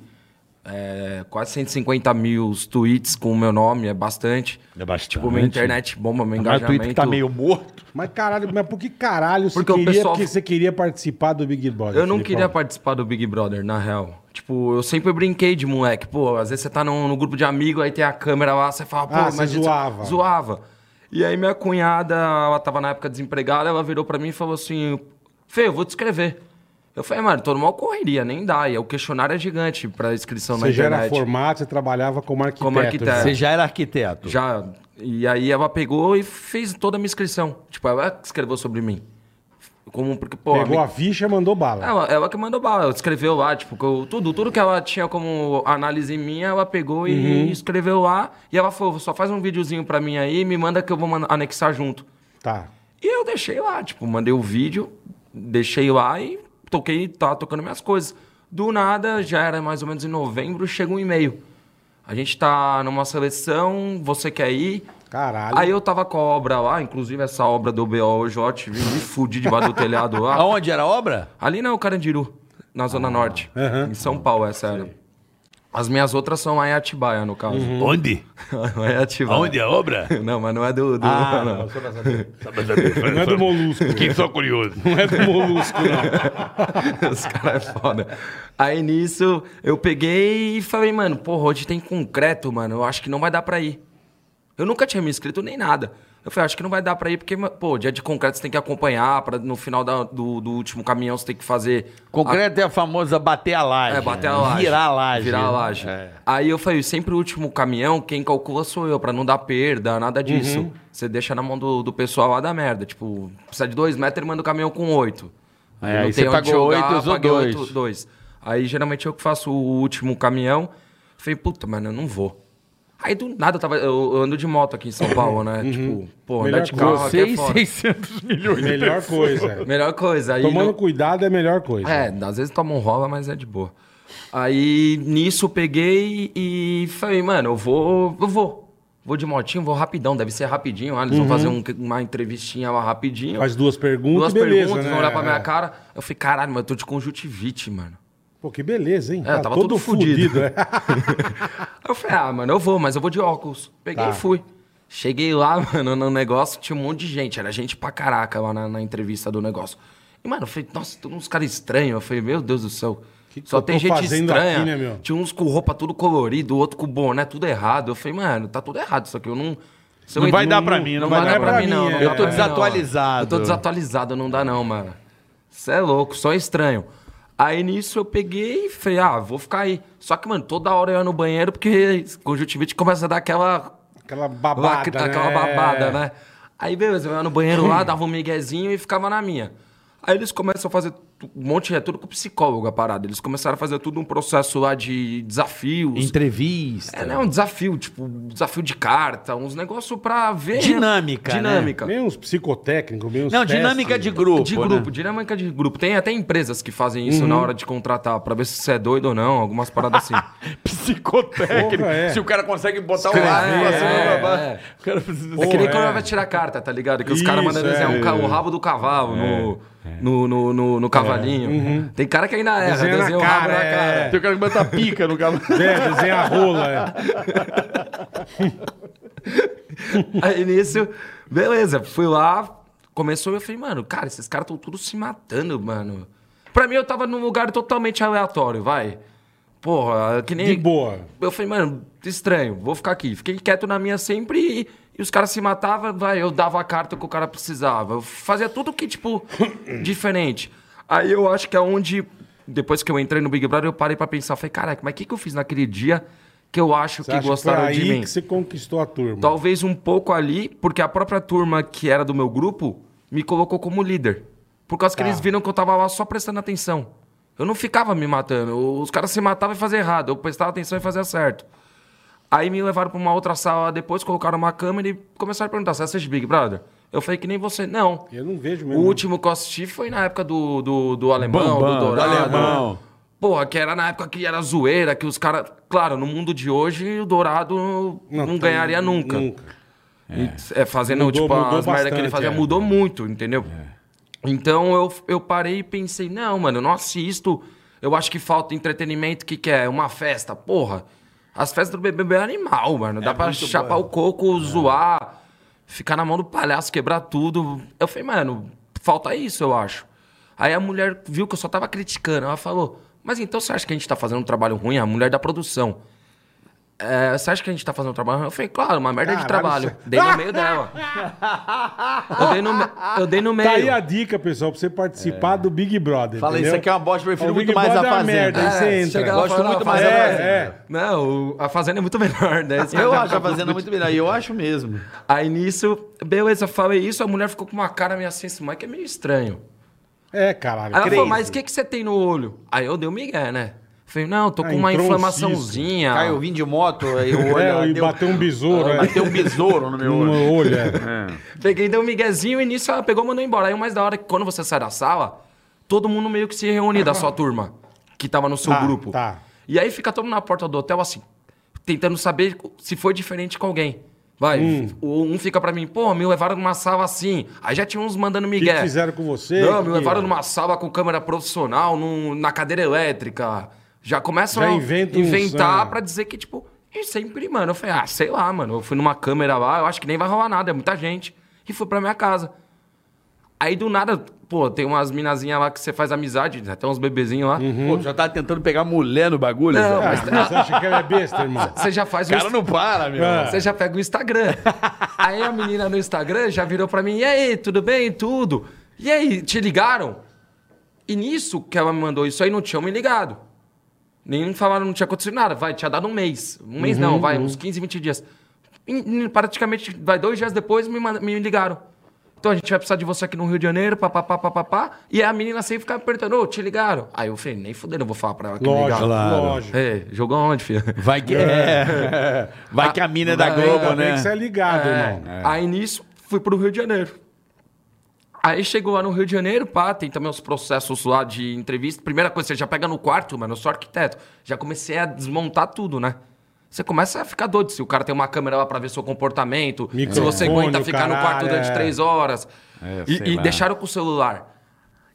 [SPEAKER 5] é, quase 150 mil tweets com o meu nome, é bastante.
[SPEAKER 3] É bastante.
[SPEAKER 5] Tipo, minha internet bomba,
[SPEAKER 3] Mas
[SPEAKER 5] meu
[SPEAKER 3] o
[SPEAKER 5] engajamento.
[SPEAKER 3] Twitter tá meio morto.
[SPEAKER 4] Mas caralho, mas por que caralho
[SPEAKER 5] Porque o
[SPEAKER 4] você, queria,
[SPEAKER 5] pessoal-
[SPEAKER 4] que você queria participar do Big Brother?
[SPEAKER 5] Eu não
[SPEAKER 4] Filipão?
[SPEAKER 5] queria participar do Big Brother, na real. Tipo, eu sempre brinquei de moleque. Pô, às vezes você tá num, num grupo de amigo, aí tem a câmera lá, você fala, pô,
[SPEAKER 4] Ah, você
[SPEAKER 5] mas isso-
[SPEAKER 4] zoava.
[SPEAKER 5] Zoava. E aí minha cunhada, ela tava na época desempregada, ela virou pra mim e falou assim: Fê, eu vou te escrever. Eu falei, mano, tô numa correria, nem dá. E o questionário é gigante pra inscrição na
[SPEAKER 4] Você já
[SPEAKER 5] internet.
[SPEAKER 4] era formado, você trabalhava como arquiteto. né?
[SPEAKER 5] Como arquiteto.
[SPEAKER 4] irmão.
[SPEAKER 3] Você já era arquiteto.
[SPEAKER 5] É. Já. E aí ela pegou e fez toda a minha inscrição. Tipo, ela escreveu sobre mim. Como, porque, pô, a
[SPEAKER 4] Pegou a ficha e mandou bala.
[SPEAKER 5] É, Ela, ela que mandou bala, ela escreveu lá, tipo, que eu- tudo, tudo que ela tinha como análise minha, ela pegou e escreveu lá. E ela falou, só faz um videozinho pra mim aí, me manda que eu vou man- anexar junto.
[SPEAKER 4] Tá.
[SPEAKER 5] E eu deixei lá, tipo, mandei o vídeo, deixei lá e toquei, tava tocando minhas coisas. Do nada, já era mais ou menos em novembro, chega um e-mail. A gente tá numa seleção, você quer ir?
[SPEAKER 4] Caralho.
[SPEAKER 5] Aí eu tava com a obra lá, inclusive essa obra do BOJ, me fudi debaixo do telhado lá.
[SPEAKER 3] Aonde era a obra?
[SPEAKER 5] Ali não, Carandiru, na Zona Norte. Em São Paulo, essa era. As minhas outras são lá em Atibaia, no caso.
[SPEAKER 3] Onde?
[SPEAKER 5] Não é Atibaia.
[SPEAKER 3] Uhum. Aonde é a obra?
[SPEAKER 5] Não, mas não é do. do
[SPEAKER 3] Ah,
[SPEAKER 5] não.
[SPEAKER 3] não. só pra saber.
[SPEAKER 4] Não é do Molusco.
[SPEAKER 3] Fiquei só curioso.
[SPEAKER 4] Não é do Molusco, não.
[SPEAKER 5] Os caras é foda. Aí nisso, eu peguei e falei, mano, porra, hoje tem concreto, mano. Eu acho que não vai dar pra ir. Eu nunca tinha me inscrito nem nada. Eu falei, acho que não vai dar pra ir, porque, pô, dia de concreto você tem que acompanhar, pra, no final da- do, do último caminhão você tem que fazer.
[SPEAKER 3] Concreto é a famosa bater a laje.
[SPEAKER 5] É, bater a laje.
[SPEAKER 3] né? Virar a laje.
[SPEAKER 5] Virar a laje.
[SPEAKER 3] É.
[SPEAKER 5] Aí eu falei, sempre o último caminhão, quem calcula sou eu, pra não dar perda,
[SPEAKER 3] Uhum.
[SPEAKER 5] nada disso. Você deixa na mão do, do pessoal lá da merda. Tipo, precisa de dois metros, ele manda o caminhão com oito.
[SPEAKER 3] É, aí você pagou oito, usou
[SPEAKER 5] paguei
[SPEAKER 3] dois.
[SPEAKER 5] oito, dois. Aí geralmente eu que faço o último caminhão. Falei, puta, mano, eu não vou. Aí do nada eu, tava, eu eu ando de moto aqui em São Paulo, né?
[SPEAKER 3] Uhum.
[SPEAKER 5] Tipo, pô, andar
[SPEAKER 4] Melhor
[SPEAKER 5] de carro aqui
[SPEAKER 3] Você
[SPEAKER 5] é
[SPEAKER 3] e
[SPEAKER 5] foda.
[SPEAKER 3] 600 milhões.
[SPEAKER 4] Melhor coisa.
[SPEAKER 5] Melhor coisa. Aí
[SPEAKER 4] Tomando
[SPEAKER 5] no-
[SPEAKER 4] cuidado é a melhor coisa.
[SPEAKER 5] é, às vezes toma um rola, mas é de boa. Aí nisso eu peguei e falei, mano, eu vou, eu vou. Vou de motinho, vou rapidão, deve ser rapidinho. Ah, eles vão fazer um- uma entrevistinha lá rapidinho.
[SPEAKER 4] Uhum. Faz duas perguntas,
[SPEAKER 5] Duas
[SPEAKER 4] beleza,
[SPEAKER 5] perguntas,
[SPEAKER 4] né?
[SPEAKER 5] vão olhar pra minha
[SPEAKER 4] É.
[SPEAKER 5] cara. Eu falei, caralho, mas eu tô de conjuntivite, mano.
[SPEAKER 4] Pô, que beleza, hein?
[SPEAKER 5] É, tava todo fudido.
[SPEAKER 4] né?
[SPEAKER 5] Aí eu falei, ah, mano, eu vou, mas eu vou de óculos. Peguei
[SPEAKER 4] Tá.
[SPEAKER 5] e fui. Cheguei lá, mano, no negócio, tinha um monte de gente. Era gente pra caraca lá na, na entrevista do negócio. E, mano, eu falei, nossa, tem uns caras estranhos. Eu falei, meu Deus do céu.
[SPEAKER 4] Que que
[SPEAKER 5] Só
[SPEAKER 4] eu
[SPEAKER 5] tem
[SPEAKER 4] tô
[SPEAKER 5] gente
[SPEAKER 4] fazendo
[SPEAKER 5] estranha.
[SPEAKER 4] aqui, né, meu?
[SPEAKER 5] Tinha uns com roupa tudo colorido, outro com boné, tudo errado. Eu falei, mano, tá tudo errado isso aqui. Eu não. se eu
[SPEAKER 3] Não vai
[SPEAKER 5] entro-
[SPEAKER 3] dar pra mim, não vai dar
[SPEAKER 4] pra mim,
[SPEAKER 5] não.
[SPEAKER 4] é.
[SPEAKER 5] não
[SPEAKER 4] Eu
[SPEAKER 5] dá
[SPEAKER 4] tô
[SPEAKER 5] pra mim, não.
[SPEAKER 3] desatualizado.
[SPEAKER 5] Eu tô desatualizado, não dá não, mano. Você é louco, só estranho. Aí nisso eu peguei e falei, ah, vou ficar aí. Só que, mano, toda hora eu ia no banheiro porque conjuntivite começa a dar aquela
[SPEAKER 4] Aquela
[SPEAKER 5] babada,
[SPEAKER 4] babada,
[SPEAKER 5] aquela
[SPEAKER 4] né?
[SPEAKER 5] babada, né? Aí, beleza, eu ia no banheiro lá, dava um miguezinho e ficava na minha. Aí eles começam a fazer tu- um monte, é tudo com psicólogo a parada. Eles começaram a fazer tudo um processo lá de desafios.
[SPEAKER 3] Entrevista.
[SPEAKER 5] É, né? Um desafio, tipo, um desafio de carta, uns negócios pra ver.
[SPEAKER 3] Dinâmica, né?
[SPEAKER 5] Dinâmica.
[SPEAKER 4] Meio uns psicotécnicos, meio uns
[SPEAKER 3] Não,
[SPEAKER 4] testes.
[SPEAKER 3] dinâmica de grupo.
[SPEAKER 5] De
[SPEAKER 3] né?
[SPEAKER 5] grupo, dinâmica de grupo. Tem até empresas que fazem isso
[SPEAKER 4] Uhum.
[SPEAKER 5] na hora de contratar, pra ver se você é doido ou não, algumas paradas assim.
[SPEAKER 3] Psicotécnico.
[SPEAKER 4] Porra, é.
[SPEAKER 3] Se o cara consegue botar o
[SPEAKER 5] Escreve,
[SPEAKER 3] ar pra cima
[SPEAKER 5] é,
[SPEAKER 3] pra baixo.
[SPEAKER 5] é.
[SPEAKER 3] O cara precisa.
[SPEAKER 5] É que nem
[SPEAKER 4] Porra,
[SPEAKER 5] quando
[SPEAKER 4] é.
[SPEAKER 5] vai tirar carta, tá ligado? Que os caras mandam
[SPEAKER 4] Isso,
[SPEAKER 5] desenhar
[SPEAKER 4] é.
[SPEAKER 5] um ca- o rabo do cavalo no, no, no, no-
[SPEAKER 3] É.
[SPEAKER 5] no cavalinho. Tem cara que ainda erra,
[SPEAKER 4] Uhum. Desenha
[SPEAKER 5] desenha,
[SPEAKER 4] na
[SPEAKER 5] o rabo
[SPEAKER 4] cara,
[SPEAKER 5] na
[SPEAKER 4] é.
[SPEAKER 5] cara.
[SPEAKER 3] Tem o cara que bota a pica no cavalo.
[SPEAKER 4] É, desenha a rola. é.
[SPEAKER 5] Aí nisso, beleza, fui lá, começou e eu falei, mano, cara, esses caras estão tudo se matando, mano. Pra mim, eu tava num lugar totalmente aleatório, vai. Porra, que nem.
[SPEAKER 4] De boa.
[SPEAKER 5] Eu falei, mano, estranho, vou ficar aqui. Fiquei quieto na minha sempre e, e os caras se matavam, vai, eu dava a carta que o cara precisava. Eu fazia tudo que, tipo, diferente. Aí eu acho que é onde, depois que eu entrei no Big Brother, eu parei pra pensar, falei, caraca, mas o que, que eu fiz naquele dia que eu acho
[SPEAKER 4] Você
[SPEAKER 5] que
[SPEAKER 4] acha que foi
[SPEAKER 5] gostaram
[SPEAKER 4] aí
[SPEAKER 5] de mim?
[SPEAKER 4] que você conquistou a turma.
[SPEAKER 5] Talvez um pouco ali, porque a própria turma que era do meu grupo me colocou como líder. Por causa que
[SPEAKER 4] Tá.
[SPEAKER 5] eles viram que eu tava lá só prestando atenção. Eu não ficava me matando. Os caras se matavam e faziam errado. Eu prestava atenção e fazia certo. Aí me levaram pra uma outra sala depois, colocaram uma câmera e começaram a perguntar: você assiste Big Brother? Eu falei que nem você. Não.
[SPEAKER 4] Eu não vejo
[SPEAKER 5] O
[SPEAKER 4] mesmo.
[SPEAKER 5] último que eu assisti foi na época do, do, do Alemão,
[SPEAKER 3] Bambam,
[SPEAKER 5] do
[SPEAKER 3] do
[SPEAKER 5] Dourado.
[SPEAKER 3] Alemão.
[SPEAKER 5] Porra, que era na época que era zoeira, que os caras. Claro, no mundo de hoje, o Dourado não,
[SPEAKER 4] tem-
[SPEAKER 5] ganharia nunca. Tá E, É, fazendo,
[SPEAKER 4] Mudou-
[SPEAKER 5] tipo,
[SPEAKER 4] mudou
[SPEAKER 5] as merdas que
[SPEAKER 4] bastante,
[SPEAKER 5] ele fazia
[SPEAKER 4] é.
[SPEAKER 5] mudou muito, entendeu? Então eu, eu parei e pensei, não, mano, eu não assisto. Eu acho que falta entretenimento, o que, que é? Uma festa, porra. As festas do BBB é animal, mano. Dá pra chapar o coco,
[SPEAKER 4] É.
[SPEAKER 5] zoar, ficar na mão do palhaço, quebrar tudo. Eu falei, mano, falta isso, eu acho. Aí a mulher viu que eu só tava criticando. Ela falou, mas então você acha que a gente tá fazendo um trabalho ruim? A mulher da produção. É, você acha que a gente tá fazendo um trabalho ruim? Eu falei, claro, uma merda de
[SPEAKER 4] Caralho,
[SPEAKER 5] trabalho.
[SPEAKER 4] você-
[SPEAKER 5] Dei no meio dela. Eu dei no, me- eu dei no meio.
[SPEAKER 4] Tá aí a dica, pessoal, pra você participar
[SPEAKER 5] É.
[SPEAKER 4] do Big Brother.
[SPEAKER 3] Fala, isso
[SPEAKER 4] entendeu?
[SPEAKER 3] aqui é uma bosta, eu prefiro
[SPEAKER 4] O
[SPEAKER 3] muito
[SPEAKER 4] Big
[SPEAKER 3] mais a
[SPEAKER 4] Brother é uma
[SPEAKER 3] Fazenda.
[SPEAKER 4] merda, aí
[SPEAKER 3] É,
[SPEAKER 4] você
[SPEAKER 5] chega
[SPEAKER 4] entra.
[SPEAKER 5] lá,
[SPEAKER 3] Gosto
[SPEAKER 5] fala,
[SPEAKER 3] muito
[SPEAKER 5] "Ah,
[SPEAKER 3] mais
[SPEAKER 5] a
[SPEAKER 3] da
[SPEAKER 4] é,
[SPEAKER 5] Fazenda".
[SPEAKER 4] é.
[SPEAKER 5] Não, o- a Fazenda é muito melhor, né? Esse
[SPEAKER 3] Eu
[SPEAKER 5] cara
[SPEAKER 3] acho a fazenda tá muito melhor. E eu acho mesmo.
[SPEAKER 5] Aí nisso, beleza, falei isso, a mulher ficou com uma cara meio assim, esse moleque é meio estranho.
[SPEAKER 4] É, caralho.
[SPEAKER 5] Aí ela falou,
[SPEAKER 4] crazy.
[SPEAKER 5] mas o que, que você tem no olho? Aí eu dei o migué, né? Falei, não, tô
[SPEAKER 4] Ah,
[SPEAKER 5] com uma
[SPEAKER 4] entrou um
[SPEAKER 5] inflamaçãozinha.
[SPEAKER 3] Cara, eu vim de moto, aí o olho.
[SPEAKER 4] É, e
[SPEAKER 3] deu-
[SPEAKER 4] bateu um besouro, é.
[SPEAKER 3] Bateu um besouro no meu
[SPEAKER 4] Um
[SPEAKER 3] olho.
[SPEAKER 4] olho, é.
[SPEAKER 5] Peguei, dei um miguezinho e nisso ela pegou e mandou embora. Aí o mais da hora é que quando você sai da sala, todo mundo meio que se reúne da sua turma, que tava no seu
[SPEAKER 4] Tá,
[SPEAKER 5] grupo.
[SPEAKER 4] tá.
[SPEAKER 5] E aí fica todo mundo na porta do hotel assim, tentando saber se foi diferente com alguém. Vai,
[SPEAKER 4] Hum.
[SPEAKER 5] o- um fica pra mim, pô, me levaram numa sala assim. Aí já tinha uns mandando
[SPEAKER 4] O que,
[SPEAKER 5] migué.
[SPEAKER 4] que fizeram com você?
[SPEAKER 5] Não,
[SPEAKER 4] Que
[SPEAKER 5] me
[SPEAKER 4] que-
[SPEAKER 5] levaram numa sala com câmera profissional, num- na cadeira elétrica. Já começam
[SPEAKER 4] Já
[SPEAKER 5] a
[SPEAKER 4] inventam uns,
[SPEAKER 5] inventar
[SPEAKER 4] é.
[SPEAKER 5] pra dizer que, tipo, e sempre, mano, eu falei, ah, sei lá, mano, eu fui numa câmera lá, eu acho que nem vai rolar nada, é muita gente. E fui pra minha casa. Aí do nada, pô, tem umas minazinhas lá que você faz amizade, né? tem uns bebezinhos lá.
[SPEAKER 4] Uhum.
[SPEAKER 3] Pô, tu já tá tentando pegar mulher no bagulho,
[SPEAKER 5] Não,
[SPEAKER 3] Zé?
[SPEAKER 5] mas-
[SPEAKER 4] Ah, Você acha que ela é besta, irmão?
[SPEAKER 5] Você já faz
[SPEAKER 3] O
[SPEAKER 5] um
[SPEAKER 3] cara não para, meu.
[SPEAKER 4] Ah.
[SPEAKER 5] Você já pega o Instagram. Aí a menina no Instagram já virou pra mim: e aí, tudo bem? Tudo. E aí, te ligaram? E nisso que ela me mandou isso aí, não tinham me ligado. Nem me falaram, não tinha acontecido nada. Vai, tinha dado um mês. Um mês
[SPEAKER 4] Uhum,
[SPEAKER 5] não, vai, uns 15, 20 dias. E, e praticamente, vai, dois dias depois me, manda- me ligaram. Então a gente vai precisar de você aqui no Rio de Janeiro, papapá, papapá. E a menina sempre ficava perguntando, ô, te ligaram? Aí eu falei, nem fudendo, eu vou falar pra ela que me
[SPEAKER 4] Lógico,
[SPEAKER 5] ligaram.
[SPEAKER 4] lógico.
[SPEAKER 5] É, jogou onde, filho?
[SPEAKER 3] Vai que é. Vai que a mina é da
[SPEAKER 5] Ah,
[SPEAKER 3] Globo,
[SPEAKER 4] Ainda bem
[SPEAKER 3] né?
[SPEAKER 4] que você é ligado, irmão.
[SPEAKER 5] É. Aí nisso, fui pro Rio de Janeiro. Aí chegou lá no Rio de Janeiro, pá, tem também os processos lá de entrevista. Primeira coisa, você já pega no quarto, mano, eu sou arquiteto. Já comecei a desmontar tudo, né? Você começa a ficar doido se o cara tem uma câmera lá pra ver seu comportamento, se
[SPEAKER 4] Microfone,
[SPEAKER 5] você aguenta
[SPEAKER 4] o
[SPEAKER 5] ficar no quarto
[SPEAKER 4] caralho,
[SPEAKER 5] durante
[SPEAKER 4] é.
[SPEAKER 5] três horas.
[SPEAKER 3] É, sei
[SPEAKER 5] e e
[SPEAKER 3] lá.
[SPEAKER 5] deixaram com o celular.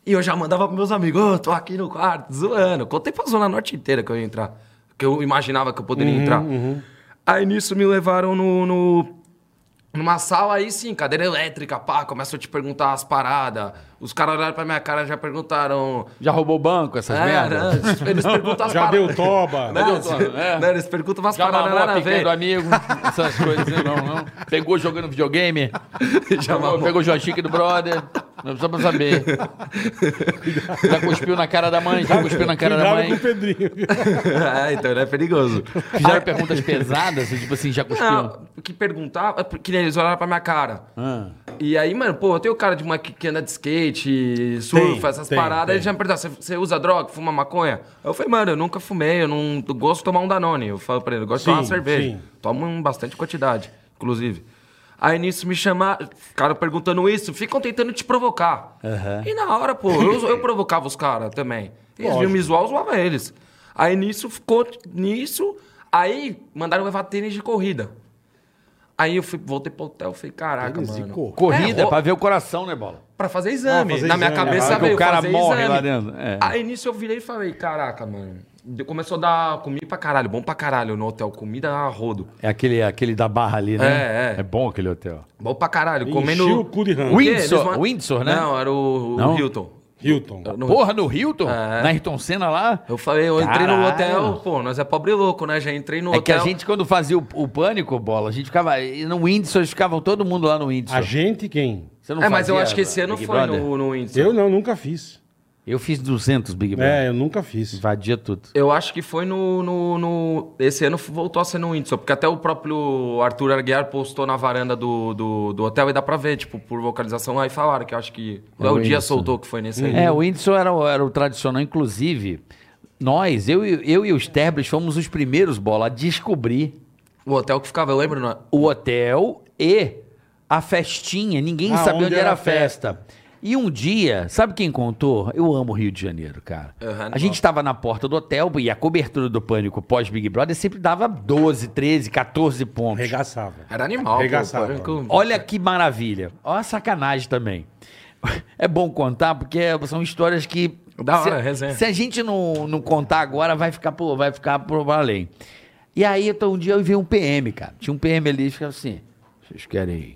[SPEAKER 5] E eu já mandava pros meus amigos, ô, tô aqui no quarto, zoando. Contei pra Zona Norte inteira que eu ia entrar. Que eu imaginava que eu poderia
[SPEAKER 3] Uhum,
[SPEAKER 5] entrar. Aí nisso me levaram no, no- numa sala aí sim, cadeira elétrica, pá, começam a te perguntar as paradas. Os caras olharam pra minha cara e já perguntaram.
[SPEAKER 3] Já roubou o banco, essas
[SPEAKER 5] É,
[SPEAKER 3] merdas?
[SPEAKER 5] né? Eles- Eles perguntam as
[SPEAKER 4] Já
[SPEAKER 5] paradas.
[SPEAKER 4] deu toba.
[SPEAKER 5] Não,
[SPEAKER 3] Não, só-
[SPEAKER 5] eles-
[SPEAKER 3] é.
[SPEAKER 5] não, eles perguntam umas
[SPEAKER 3] Já
[SPEAKER 5] paradas
[SPEAKER 3] mamou
[SPEAKER 5] nada
[SPEAKER 3] a
[SPEAKER 5] a
[SPEAKER 3] picanha
[SPEAKER 5] ver.
[SPEAKER 3] do amigo, essas coisas, hein? não, não. Pegou jogando videogame,
[SPEAKER 5] Já
[SPEAKER 3] pegou,
[SPEAKER 5] mamou.
[SPEAKER 3] pegou o joystick do brother, não só pra saber. Já cuspiu na cara da mãe, já cuspiu na cara da
[SPEAKER 4] Cuidado com o
[SPEAKER 3] mãe.
[SPEAKER 4] Pedrinho.
[SPEAKER 5] é, então ele é perigoso.
[SPEAKER 3] Fizeram perguntas pesadas, tipo assim, já cuspiu.
[SPEAKER 5] Não, o que perguntar, é porque nem eles olharam pra minha cara.
[SPEAKER 4] Ah.
[SPEAKER 5] E aí, mano, pô, eu tenho cara de uma que que anda de skate, surfa,
[SPEAKER 4] Tem,
[SPEAKER 5] essas
[SPEAKER 4] tem,
[SPEAKER 5] paradas.
[SPEAKER 4] tem.
[SPEAKER 5] Eles já me perguntaram, "Você- você usa droga, fuma maconha? Eu falei, mano, eu nunca fumei, eu não eu gosto de tomar um Danone. Eu falo pra ele, eu gosto de tomar uma
[SPEAKER 4] Sim,
[SPEAKER 5] cerveja.
[SPEAKER 4] sim.
[SPEAKER 5] Tomo em um bastante quantidade, inclusive. Aí nisso me chamaram, ficaram perguntando isso, ficam tentando te provocar. E na hora, pô, eu, eu provocava os caras também. Eles vinham me zoar, eu zoava eles. Aí nisso ficou, nisso, aí mandaram levar tênis de corrida. Aí eu fui, voltei pro hotel, falei, caraca,
[SPEAKER 4] Tênis de
[SPEAKER 5] mano.
[SPEAKER 4] corrida?
[SPEAKER 3] Corrida,
[SPEAKER 5] É, ro-
[SPEAKER 3] pra ver o coração, né, Bola?
[SPEAKER 5] Pra fazer exame.
[SPEAKER 4] Ah, fazer
[SPEAKER 5] Na minha
[SPEAKER 4] exame.
[SPEAKER 5] cabeça
[SPEAKER 4] Porque
[SPEAKER 3] o
[SPEAKER 5] veio
[SPEAKER 3] cara
[SPEAKER 5] fazer
[SPEAKER 3] morre
[SPEAKER 5] exame.
[SPEAKER 3] lá dentro, é.
[SPEAKER 5] Aí nisso eu virei e falei, caraca, mano. de- Começou a dar comida pra caralho, bom pra caralho no hotel. Comida a rodo.
[SPEAKER 3] É aquele, aquele da barra ali,
[SPEAKER 5] né? É, é. É
[SPEAKER 3] bom aquele hotel.
[SPEAKER 5] Bom pra caralho. comendo...
[SPEAKER 4] Encheu o cu de rã.
[SPEAKER 5] Porque eles
[SPEAKER 3] Windsor-
[SPEAKER 5] ma-
[SPEAKER 3] Windsor, né?
[SPEAKER 5] Não, era o, o
[SPEAKER 3] Não?
[SPEAKER 5] Hilton.
[SPEAKER 4] Hilton.
[SPEAKER 5] No-
[SPEAKER 3] Porra, no Hilton?
[SPEAKER 5] É.
[SPEAKER 3] Na Ayrton Senna lá?
[SPEAKER 5] Eu falei, eu entrei no
[SPEAKER 3] Caralho.
[SPEAKER 5] hotel, pô, nós é pobre louco, né? Já entrei no
[SPEAKER 3] É que
[SPEAKER 5] hotel.
[SPEAKER 3] a gente, quando fazia o, o pânico, bola, a gente ficava. e No Windsor, eles ficavam todo mundo lá no Windsor.
[SPEAKER 4] A gente quem?
[SPEAKER 3] Você
[SPEAKER 5] É, mas eu
[SPEAKER 3] fazia
[SPEAKER 5] acho que esse ano
[SPEAKER 3] Big
[SPEAKER 5] foi
[SPEAKER 3] Brother?
[SPEAKER 5] no, no Windsor.
[SPEAKER 4] Eu não, nunca fiz.
[SPEAKER 3] Eu fiz 200 Big Brother.
[SPEAKER 4] É, eu nunca fiz.
[SPEAKER 3] Invadia tudo.
[SPEAKER 5] Eu acho que foi no, no, no- Esse ano voltou a ser no Windsor, porque até o próprio Arthur Aguiar postou na varanda do, do, do hotel e dá pra ver, tipo, por vocalização lá e falaram que eu acho que.
[SPEAKER 3] É
[SPEAKER 5] É o
[SPEAKER 3] o
[SPEAKER 5] dia
[SPEAKER 3] Windsor.
[SPEAKER 5] soltou que foi nesse aí.
[SPEAKER 3] É, o Windsor era, o- era o tradicional. Inclusive, nós, eu, e- eu e os Terbres, fomos os primeiros, bola, a descobrir
[SPEAKER 5] O hotel que ficava, eu lembro, não é?
[SPEAKER 3] o hotel e a festinha. Ninguém
[SPEAKER 4] Ah,
[SPEAKER 3] sabia
[SPEAKER 4] onde
[SPEAKER 3] onde era
[SPEAKER 4] era
[SPEAKER 3] a festa. E um dia, sabe quem contou? Eu amo o Rio de Janeiro, cara.
[SPEAKER 5] Aham,
[SPEAKER 3] a gente estava na porta do hotel e a cobertura do pânico pós-Big Brother sempre dava 12, 13, 14 pontos.
[SPEAKER 4] Arregaçava.
[SPEAKER 5] Era animal.
[SPEAKER 4] Arregaçava.
[SPEAKER 5] pô, pô.
[SPEAKER 3] Olha que maravilha. Olha a sacanagem também. É bom contar, porque são histórias que.
[SPEAKER 5] Da
[SPEAKER 3] se,
[SPEAKER 5] hora, resenha.
[SPEAKER 3] se a gente não, não contar agora, vai ficar, pô, vai ficar pro além. E aí, então, um dia eu vi um PM, cara. Tinha um PM ali e ficava assim: vocês querem.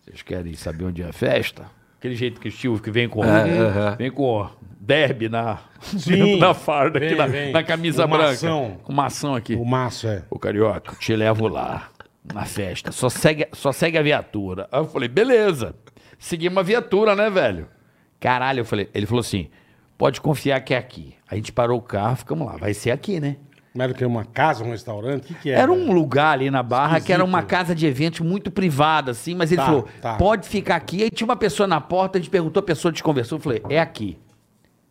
[SPEAKER 3] Vocês querem saber onde é a festa? Aquele jeito que o Steve que vem com.
[SPEAKER 5] É,
[SPEAKER 3] Vem com derby na,
[SPEAKER 4] Sim.
[SPEAKER 3] dentro da farda, aqui
[SPEAKER 4] Vem,
[SPEAKER 3] na,
[SPEAKER 4] vem.
[SPEAKER 3] na camisa
[SPEAKER 4] Uma
[SPEAKER 3] branca.
[SPEAKER 4] ação.
[SPEAKER 3] Com maçã aqui.
[SPEAKER 4] O maço, é.
[SPEAKER 3] Ô, carioca, eu te levo lá, na festa. Só segue, só segue a viatura. Aí eu falei, beleza. Seguimos a viatura, né, velho? Caralho, eu falei. Ele falou assim: pode confiar que é aqui. A gente parou o carro, ficamos lá. Vai ser aqui, né?
[SPEAKER 4] Mas era o que? Uma casa, um restaurante? O que, que era?
[SPEAKER 3] Era um lugar ali na Barra que era
[SPEAKER 4] Esquisito.
[SPEAKER 3] uma casa de eventos muito privada, assim, mas ele
[SPEAKER 4] Tá,
[SPEAKER 3] falou:
[SPEAKER 4] tá.
[SPEAKER 3] pode ficar aqui. Aí tinha uma pessoa na porta, a gente perguntou, a pessoa desconversou, eu falei, é aqui.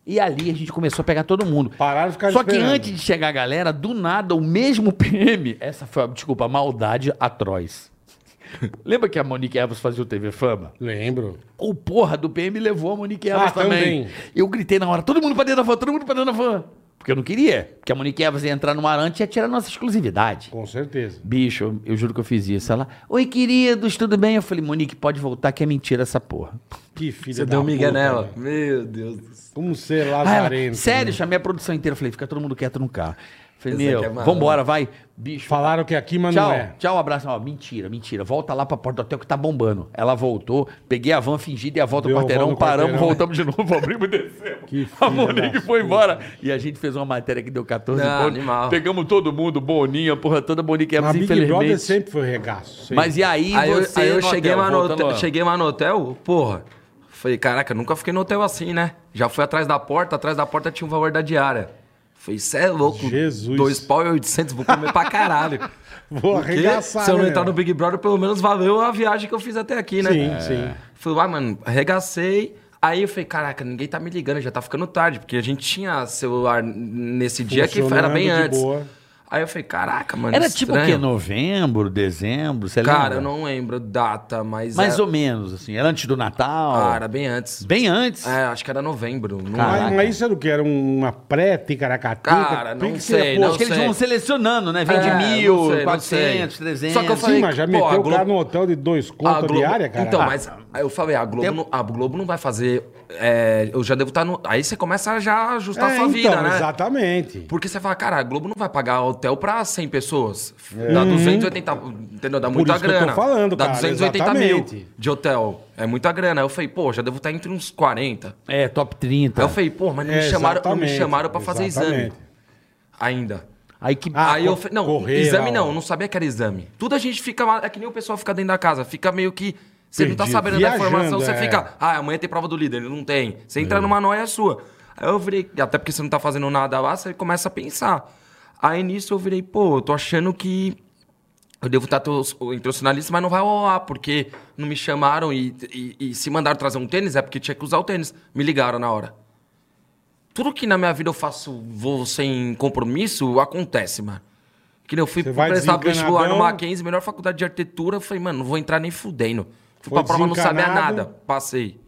[SPEAKER 3] E ali a gente começou a pegar todo mundo.
[SPEAKER 4] Pararam e ficaram
[SPEAKER 3] Só que
[SPEAKER 4] esperando.
[SPEAKER 3] antes de chegar a galera, do nada, o mesmo PM, essa foi, a- desculpa, a maldade atroz. Lembra que a Monique Evans fazia o TV Fama?
[SPEAKER 4] Lembro.
[SPEAKER 3] O porra do PM levou a Monique Evans
[SPEAKER 4] Ah,
[SPEAKER 3] também.
[SPEAKER 4] também.
[SPEAKER 3] Eu gritei na hora, todo mundo pra dentro da van, todo mundo pra dentro da van. Porque eu não queria. Porque a Monique Evans ia entrar no Arante e ia tirar a nossa exclusividade.
[SPEAKER 4] Com certeza.
[SPEAKER 3] Bicho, eu, eu juro que eu fiz isso. Ela, oi queridos, tudo bem? Eu falei, Monique, pode voltar que é mentira essa porra.
[SPEAKER 4] Que filha
[SPEAKER 5] Você
[SPEAKER 4] da
[SPEAKER 5] deu miga
[SPEAKER 4] puta,
[SPEAKER 3] né?
[SPEAKER 5] nela.
[SPEAKER 4] velho.
[SPEAKER 5] Meu Deus do céu.
[SPEAKER 4] Como ser
[SPEAKER 3] Ah, ela,
[SPEAKER 4] lazarento.
[SPEAKER 3] sério,
[SPEAKER 4] né?
[SPEAKER 3] chamei a produção inteira. Falei, fica todo mundo quieto no carro. Falei,
[SPEAKER 5] Esse
[SPEAKER 3] meu,
[SPEAKER 5] aqui é maluco.
[SPEAKER 3] vambora, vai. Bicho,
[SPEAKER 4] Falaram que é aqui, mas
[SPEAKER 3] Tchau,
[SPEAKER 4] não é.
[SPEAKER 3] tchau, abraço. Ó, mentira, mentira. Volta lá pra porta do hotel que tá bombando. Ela voltou, peguei a van fingida e a volta
[SPEAKER 4] Deu
[SPEAKER 3] do
[SPEAKER 4] a
[SPEAKER 3] quarteirão,
[SPEAKER 4] volta no
[SPEAKER 3] paramos,
[SPEAKER 4] quarteirão.
[SPEAKER 3] voltamos de novo, abrimos e descemos.
[SPEAKER 4] Que
[SPEAKER 3] a
[SPEAKER 4] filha
[SPEAKER 3] Monique
[SPEAKER 4] da
[SPEAKER 3] foi embora. E a gente fez uma matéria que deu 14
[SPEAKER 5] Não,
[SPEAKER 3] pontos.
[SPEAKER 5] animal.
[SPEAKER 3] Pegamos todo mundo, Boninha, a porra toda, Monique
[SPEAKER 4] Na
[SPEAKER 3] Evans,
[SPEAKER 4] Big Brother
[SPEAKER 3] infelizmente.
[SPEAKER 4] sempre foi regaço. sempre.
[SPEAKER 3] Mas e aí,
[SPEAKER 5] Aí eu,
[SPEAKER 3] você
[SPEAKER 5] aí eu
[SPEAKER 3] no
[SPEAKER 5] cheguei,
[SPEAKER 3] hotel,
[SPEAKER 5] lá no
[SPEAKER 3] voltando
[SPEAKER 5] hotel,
[SPEAKER 3] lá.
[SPEAKER 5] cheguei lá no hotel, porra. Falei, caraca, nunca fiquei no hotel assim, né? Já fui atrás da porta, atrás da porta tinha um valor da diária. Falei, cê é louco.
[SPEAKER 4] Jesus.
[SPEAKER 5] Dois pau e 800, vou comer pra caralho.
[SPEAKER 4] Vou
[SPEAKER 5] Porque
[SPEAKER 4] arregaçar,
[SPEAKER 5] Se eu não
[SPEAKER 4] né,
[SPEAKER 5] entrar
[SPEAKER 4] meu?
[SPEAKER 5] no Big Brother, pelo menos valeu a viagem que eu fiz até aqui, né?
[SPEAKER 4] Sim, sim.
[SPEAKER 5] Falei, ah, mano, arregacei. Aí eu falei, caraca, ninguém tá me ligando, já tá ficando tarde, porque a gente tinha celular nesse dia que era bem
[SPEAKER 4] Funcionando de
[SPEAKER 5] antes.
[SPEAKER 4] boa.
[SPEAKER 5] Aí eu falei, caraca, mano. é
[SPEAKER 3] Era tipo o
[SPEAKER 5] estranho.
[SPEAKER 3] quê? Novembro, dezembro? Você
[SPEAKER 5] Cara,
[SPEAKER 3] lembra?
[SPEAKER 5] eu não lembro data, mas. é-
[SPEAKER 3] Mais
[SPEAKER 5] era-
[SPEAKER 3] ou menos, assim. Era antes do Natal.
[SPEAKER 5] Ah, era bem antes.
[SPEAKER 3] Bem antes.
[SPEAKER 5] É, acho que era novembro. Não- é?
[SPEAKER 3] Caraca.
[SPEAKER 4] Mas, mas isso era o que? Era uma pré-ticaracatica?
[SPEAKER 5] Cara,
[SPEAKER 4] Por que
[SPEAKER 5] não
[SPEAKER 4] que você ia
[SPEAKER 5] sei,
[SPEAKER 4] pôr- assim
[SPEAKER 5] não
[SPEAKER 3] Acho que eles
[SPEAKER 5] sei.
[SPEAKER 3] vão selecionando, né? Vem
[SPEAKER 5] É,
[SPEAKER 3] de
[SPEAKER 5] não
[SPEAKER 3] mil,
[SPEAKER 5] sei, não
[SPEAKER 3] 400,
[SPEAKER 5] sei.
[SPEAKER 3] 300.
[SPEAKER 5] Só que eu
[SPEAKER 4] Sim,
[SPEAKER 5] falei,
[SPEAKER 4] mas já
[SPEAKER 5] pô,
[SPEAKER 4] meteu
[SPEAKER 5] a
[SPEAKER 4] o cara
[SPEAKER 5] Globo-
[SPEAKER 4] no hotel de dois contos
[SPEAKER 5] A Globo-
[SPEAKER 4] diária, cara.
[SPEAKER 5] Então, mas aí eu falei, a Globo,
[SPEAKER 3] Tem-
[SPEAKER 5] não, a Globo não vai fazer. é, eu já devo estar no. Aí você começa a já ajustar a
[SPEAKER 4] É,
[SPEAKER 5] sua vida, né?
[SPEAKER 4] Exatamente.
[SPEAKER 5] Porque você fala, cara, a Globo não vai pagar hotel pra 100 pessoas. Dá 280, entendeu? Dá muita
[SPEAKER 4] É. Uhum. isso que eu tô
[SPEAKER 5] grana.
[SPEAKER 4] falando,
[SPEAKER 5] Dá
[SPEAKER 4] cara,
[SPEAKER 5] 280
[SPEAKER 4] exatamente.
[SPEAKER 5] mil de hotel. É muita grana. Aí eu falei, pô, já devo estar entre uns 40.
[SPEAKER 3] É, top
[SPEAKER 5] Aí
[SPEAKER 3] 30.
[SPEAKER 5] eu falei, pô, mas não me
[SPEAKER 4] É,
[SPEAKER 5] chamaram, não me
[SPEAKER 4] exatamente,
[SPEAKER 5] chamaram pra fazer exame
[SPEAKER 4] exatamente.
[SPEAKER 5] ainda.
[SPEAKER 3] Aí que.
[SPEAKER 4] Ah,
[SPEAKER 5] aí eu
[SPEAKER 4] co-
[SPEAKER 5] falei, não,
[SPEAKER 4] correr,
[SPEAKER 5] exame
[SPEAKER 4] lá, ó.
[SPEAKER 5] não, não sabia que era exame. Tudo a gente fica, lá- é que nem o pessoal fica dentro da casa, fica meio que, você não tá
[SPEAKER 4] Perdido,
[SPEAKER 5] sabendo da
[SPEAKER 4] viajando,
[SPEAKER 5] informação, você
[SPEAKER 4] é.
[SPEAKER 5] fica, ah, amanhã tem prova do líder, ele não tem. Você entra numa noia sua. Aí eu virei, até porque você não tá fazendo nada lá, você começa a pensar. Aí nisso eu virei, pô, eu tô achando que eu devo tá estar tos- entre os finalistas, mas não vai rolar, porque não me chamaram e, e- e se mandaram trazer um tênis é porque tinha que usar o tênis. Me ligaram na hora. Tudo que na minha vida eu faço, vou sem compromisso, acontece, mano. Que nem eu fui
[SPEAKER 4] Você vai
[SPEAKER 5] prestar vestibular no
[SPEAKER 4] desencanadão.
[SPEAKER 5] Mackenzie, melhor faculdade de arquitetura, eu falei, mano, não vou entrar nem fudendo. Fui
[SPEAKER 4] Foi
[SPEAKER 5] pra prova, não sabia
[SPEAKER 4] desencanado.
[SPEAKER 5] nada, passei.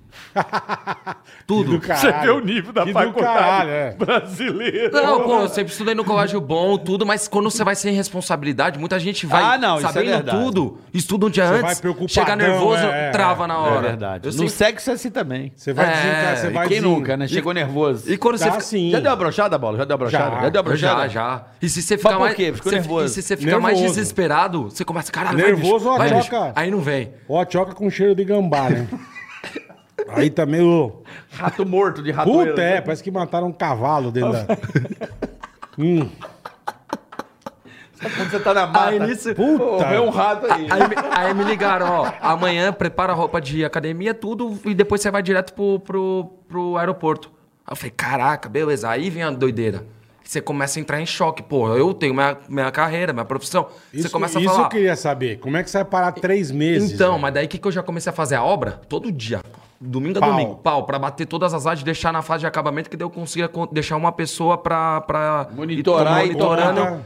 [SPEAKER 5] Tudo.
[SPEAKER 3] Você vê o nível da
[SPEAKER 4] que do
[SPEAKER 3] faculdade
[SPEAKER 4] caralho, é.
[SPEAKER 3] brasileira. É
[SPEAKER 5] Não, pô, eu sempre estudei no colégio bom, tudo, mas quando você vai sem responsabilidade, muita gente vai
[SPEAKER 3] Ah, não, isso é
[SPEAKER 5] sabendo
[SPEAKER 3] verdade.
[SPEAKER 5] tudo, estuda um dia
[SPEAKER 4] Você vai
[SPEAKER 5] antes,
[SPEAKER 4] preocupadão,
[SPEAKER 5] chega nervoso,
[SPEAKER 4] é, é,
[SPEAKER 5] trava na hora.
[SPEAKER 3] É verdade.
[SPEAKER 5] Eu
[SPEAKER 3] No
[SPEAKER 5] sempre-
[SPEAKER 3] sexo é assim também.
[SPEAKER 4] Você vai
[SPEAKER 5] É,
[SPEAKER 4] desencar, você
[SPEAKER 5] e
[SPEAKER 4] vai
[SPEAKER 3] Quem
[SPEAKER 4] desen-
[SPEAKER 3] nunca, né? Chegou nervoso.
[SPEAKER 5] E quando você
[SPEAKER 4] Dá
[SPEAKER 5] fica...
[SPEAKER 4] sim.
[SPEAKER 3] Já deu a brochada, bola? Já deu a brochada?
[SPEAKER 4] Já.
[SPEAKER 3] Já, deu a
[SPEAKER 5] Eu Já,
[SPEAKER 3] Tá brochada?
[SPEAKER 5] já. E se você ficar
[SPEAKER 3] por
[SPEAKER 5] mais.
[SPEAKER 3] quê? Ficou
[SPEAKER 5] você-
[SPEAKER 3] nervoso.
[SPEAKER 5] E se você ficar mais
[SPEAKER 4] Nervoso.
[SPEAKER 5] desesperado, você começa, caralho,
[SPEAKER 4] Nervoso ou a
[SPEAKER 5] vai, bicho, vai, bicho.
[SPEAKER 4] choca?
[SPEAKER 5] Aí não vem.
[SPEAKER 4] Ó, a tioca com cheiro de gambá, né? Aí também o.
[SPEAKER 3] Rato morto de rato.
[SPEAKER 4] Puta, é, parece que mataram um cavalo dentro da. Hum,
[SPEAKER 3] Quando você tá
[SPEAKER 4] Ah,
[SPEAKER 3] na mata.
[SPEAKER 5] Aí nisso-
[SPEAKER 3] Puta. Pô, vem um rato aí.
[SPEAKER 5] Aí, me- aí me ligaram, ó. Amanhã prepara a roupa de academia, tudo, e depois você vai direto pro, pro, pro aeroporto. Aí eu falei, caraca, beleza. Aí vem a doideira. Você começa a entrar em choque. Pô, eu tenho minha, minha carreira, minha profissão.
[SPEAKER 4] isso
[SPEAKER 5] você começa a
[SPEAKER 4] isso
[SPEAKER 5] falar.
[SPEAKER 4] eu queria saber. Como é que você vai parar três meses?
[SPEAKER 5] Então,
[SPEAKER 4] né?
[SPEAKER 5] mas daí o que, que eu já comecei a fazer? A obra? Todo dia. Domingo a
[SPEAKER 4] Pau.
[SPEAKER 5] domingo. Pau. Pra bater todas as áreas, deixar na fase de acabamento, que daí eu consiga co- deixar uma pessoa pra... pra
[SPEAKER 3] Monitorar
[SPEAKER 5] ir
[SPEAKER 3] e
[SPEAKER 5] monitorando.
[SPEAKER 4] tomar.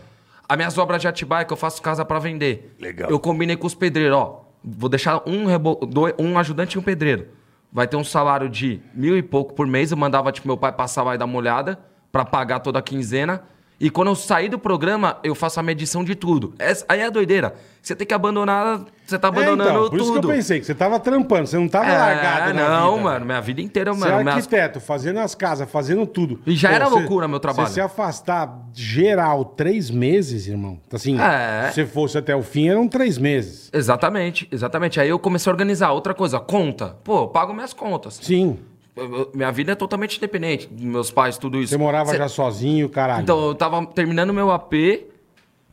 [SPEAKER 5] As minhas obras de Atibaia, que eu faço casa pra vender. Legal. Eu combinei com os pedreiros, ó. Vou deixar um, rebo- dois- um ajudante e um pedreiro. Vai ter um salário de mil e pouco por mês. Eu mandava, tipo, meu pai passar lá e dar uma olhada pra pagar toda a quinzena. E quando eu sair do programa, eu faço a medição de tudo. Essa- aí é a doideira. Você tem que abandonar... Você tá
[SPEAKER 4] É, então,
[SPEAKER 5] abandonando
[SPEAKER 4] por isso
[SPEAKER 5] tudo.
[SPEAKER 4] que eu pensei que você tava trampando, você não tava
[SPEAKER 5] É,
[SPEAKER 4] largado. na
[SPEAKER 5] não,
[SPEAKER 4] vida,
[SPEAKER 5] mano, minha vida inteira,
[SPEAKER 4] Você é
[SPEAKER 5] mano. minhas-
[SPEAKER 4] arquiteto, fazendo as casas, fazendo tudo.
[SPEAKER 5] E já era loucura meu trabalho.
[SPEAKER 4] Você se afastar geral três meses, irmão. Assim,
[SPEAKER 5] É.
[SPEAKER 4] se fosse até o fim, eram três meses.
[SPEAKER 5] Exatamente, exatamente. Aí eu comecei a organizar. Outra coisa, conta. Pô, eu pago minhas contas.
[SPEAKER 4] Sim.
[SPEAKER 5] Eu- eu- minha vida é totalmente independente. Meus pais, tudo isso.
[SPEAKER 4] Você morava
[SPEAKER 5] Cê-
[SPEAKER 4] já sozinho, caralho. Ah,
[SPEAKER 5] Então, eu tava terminando meu AP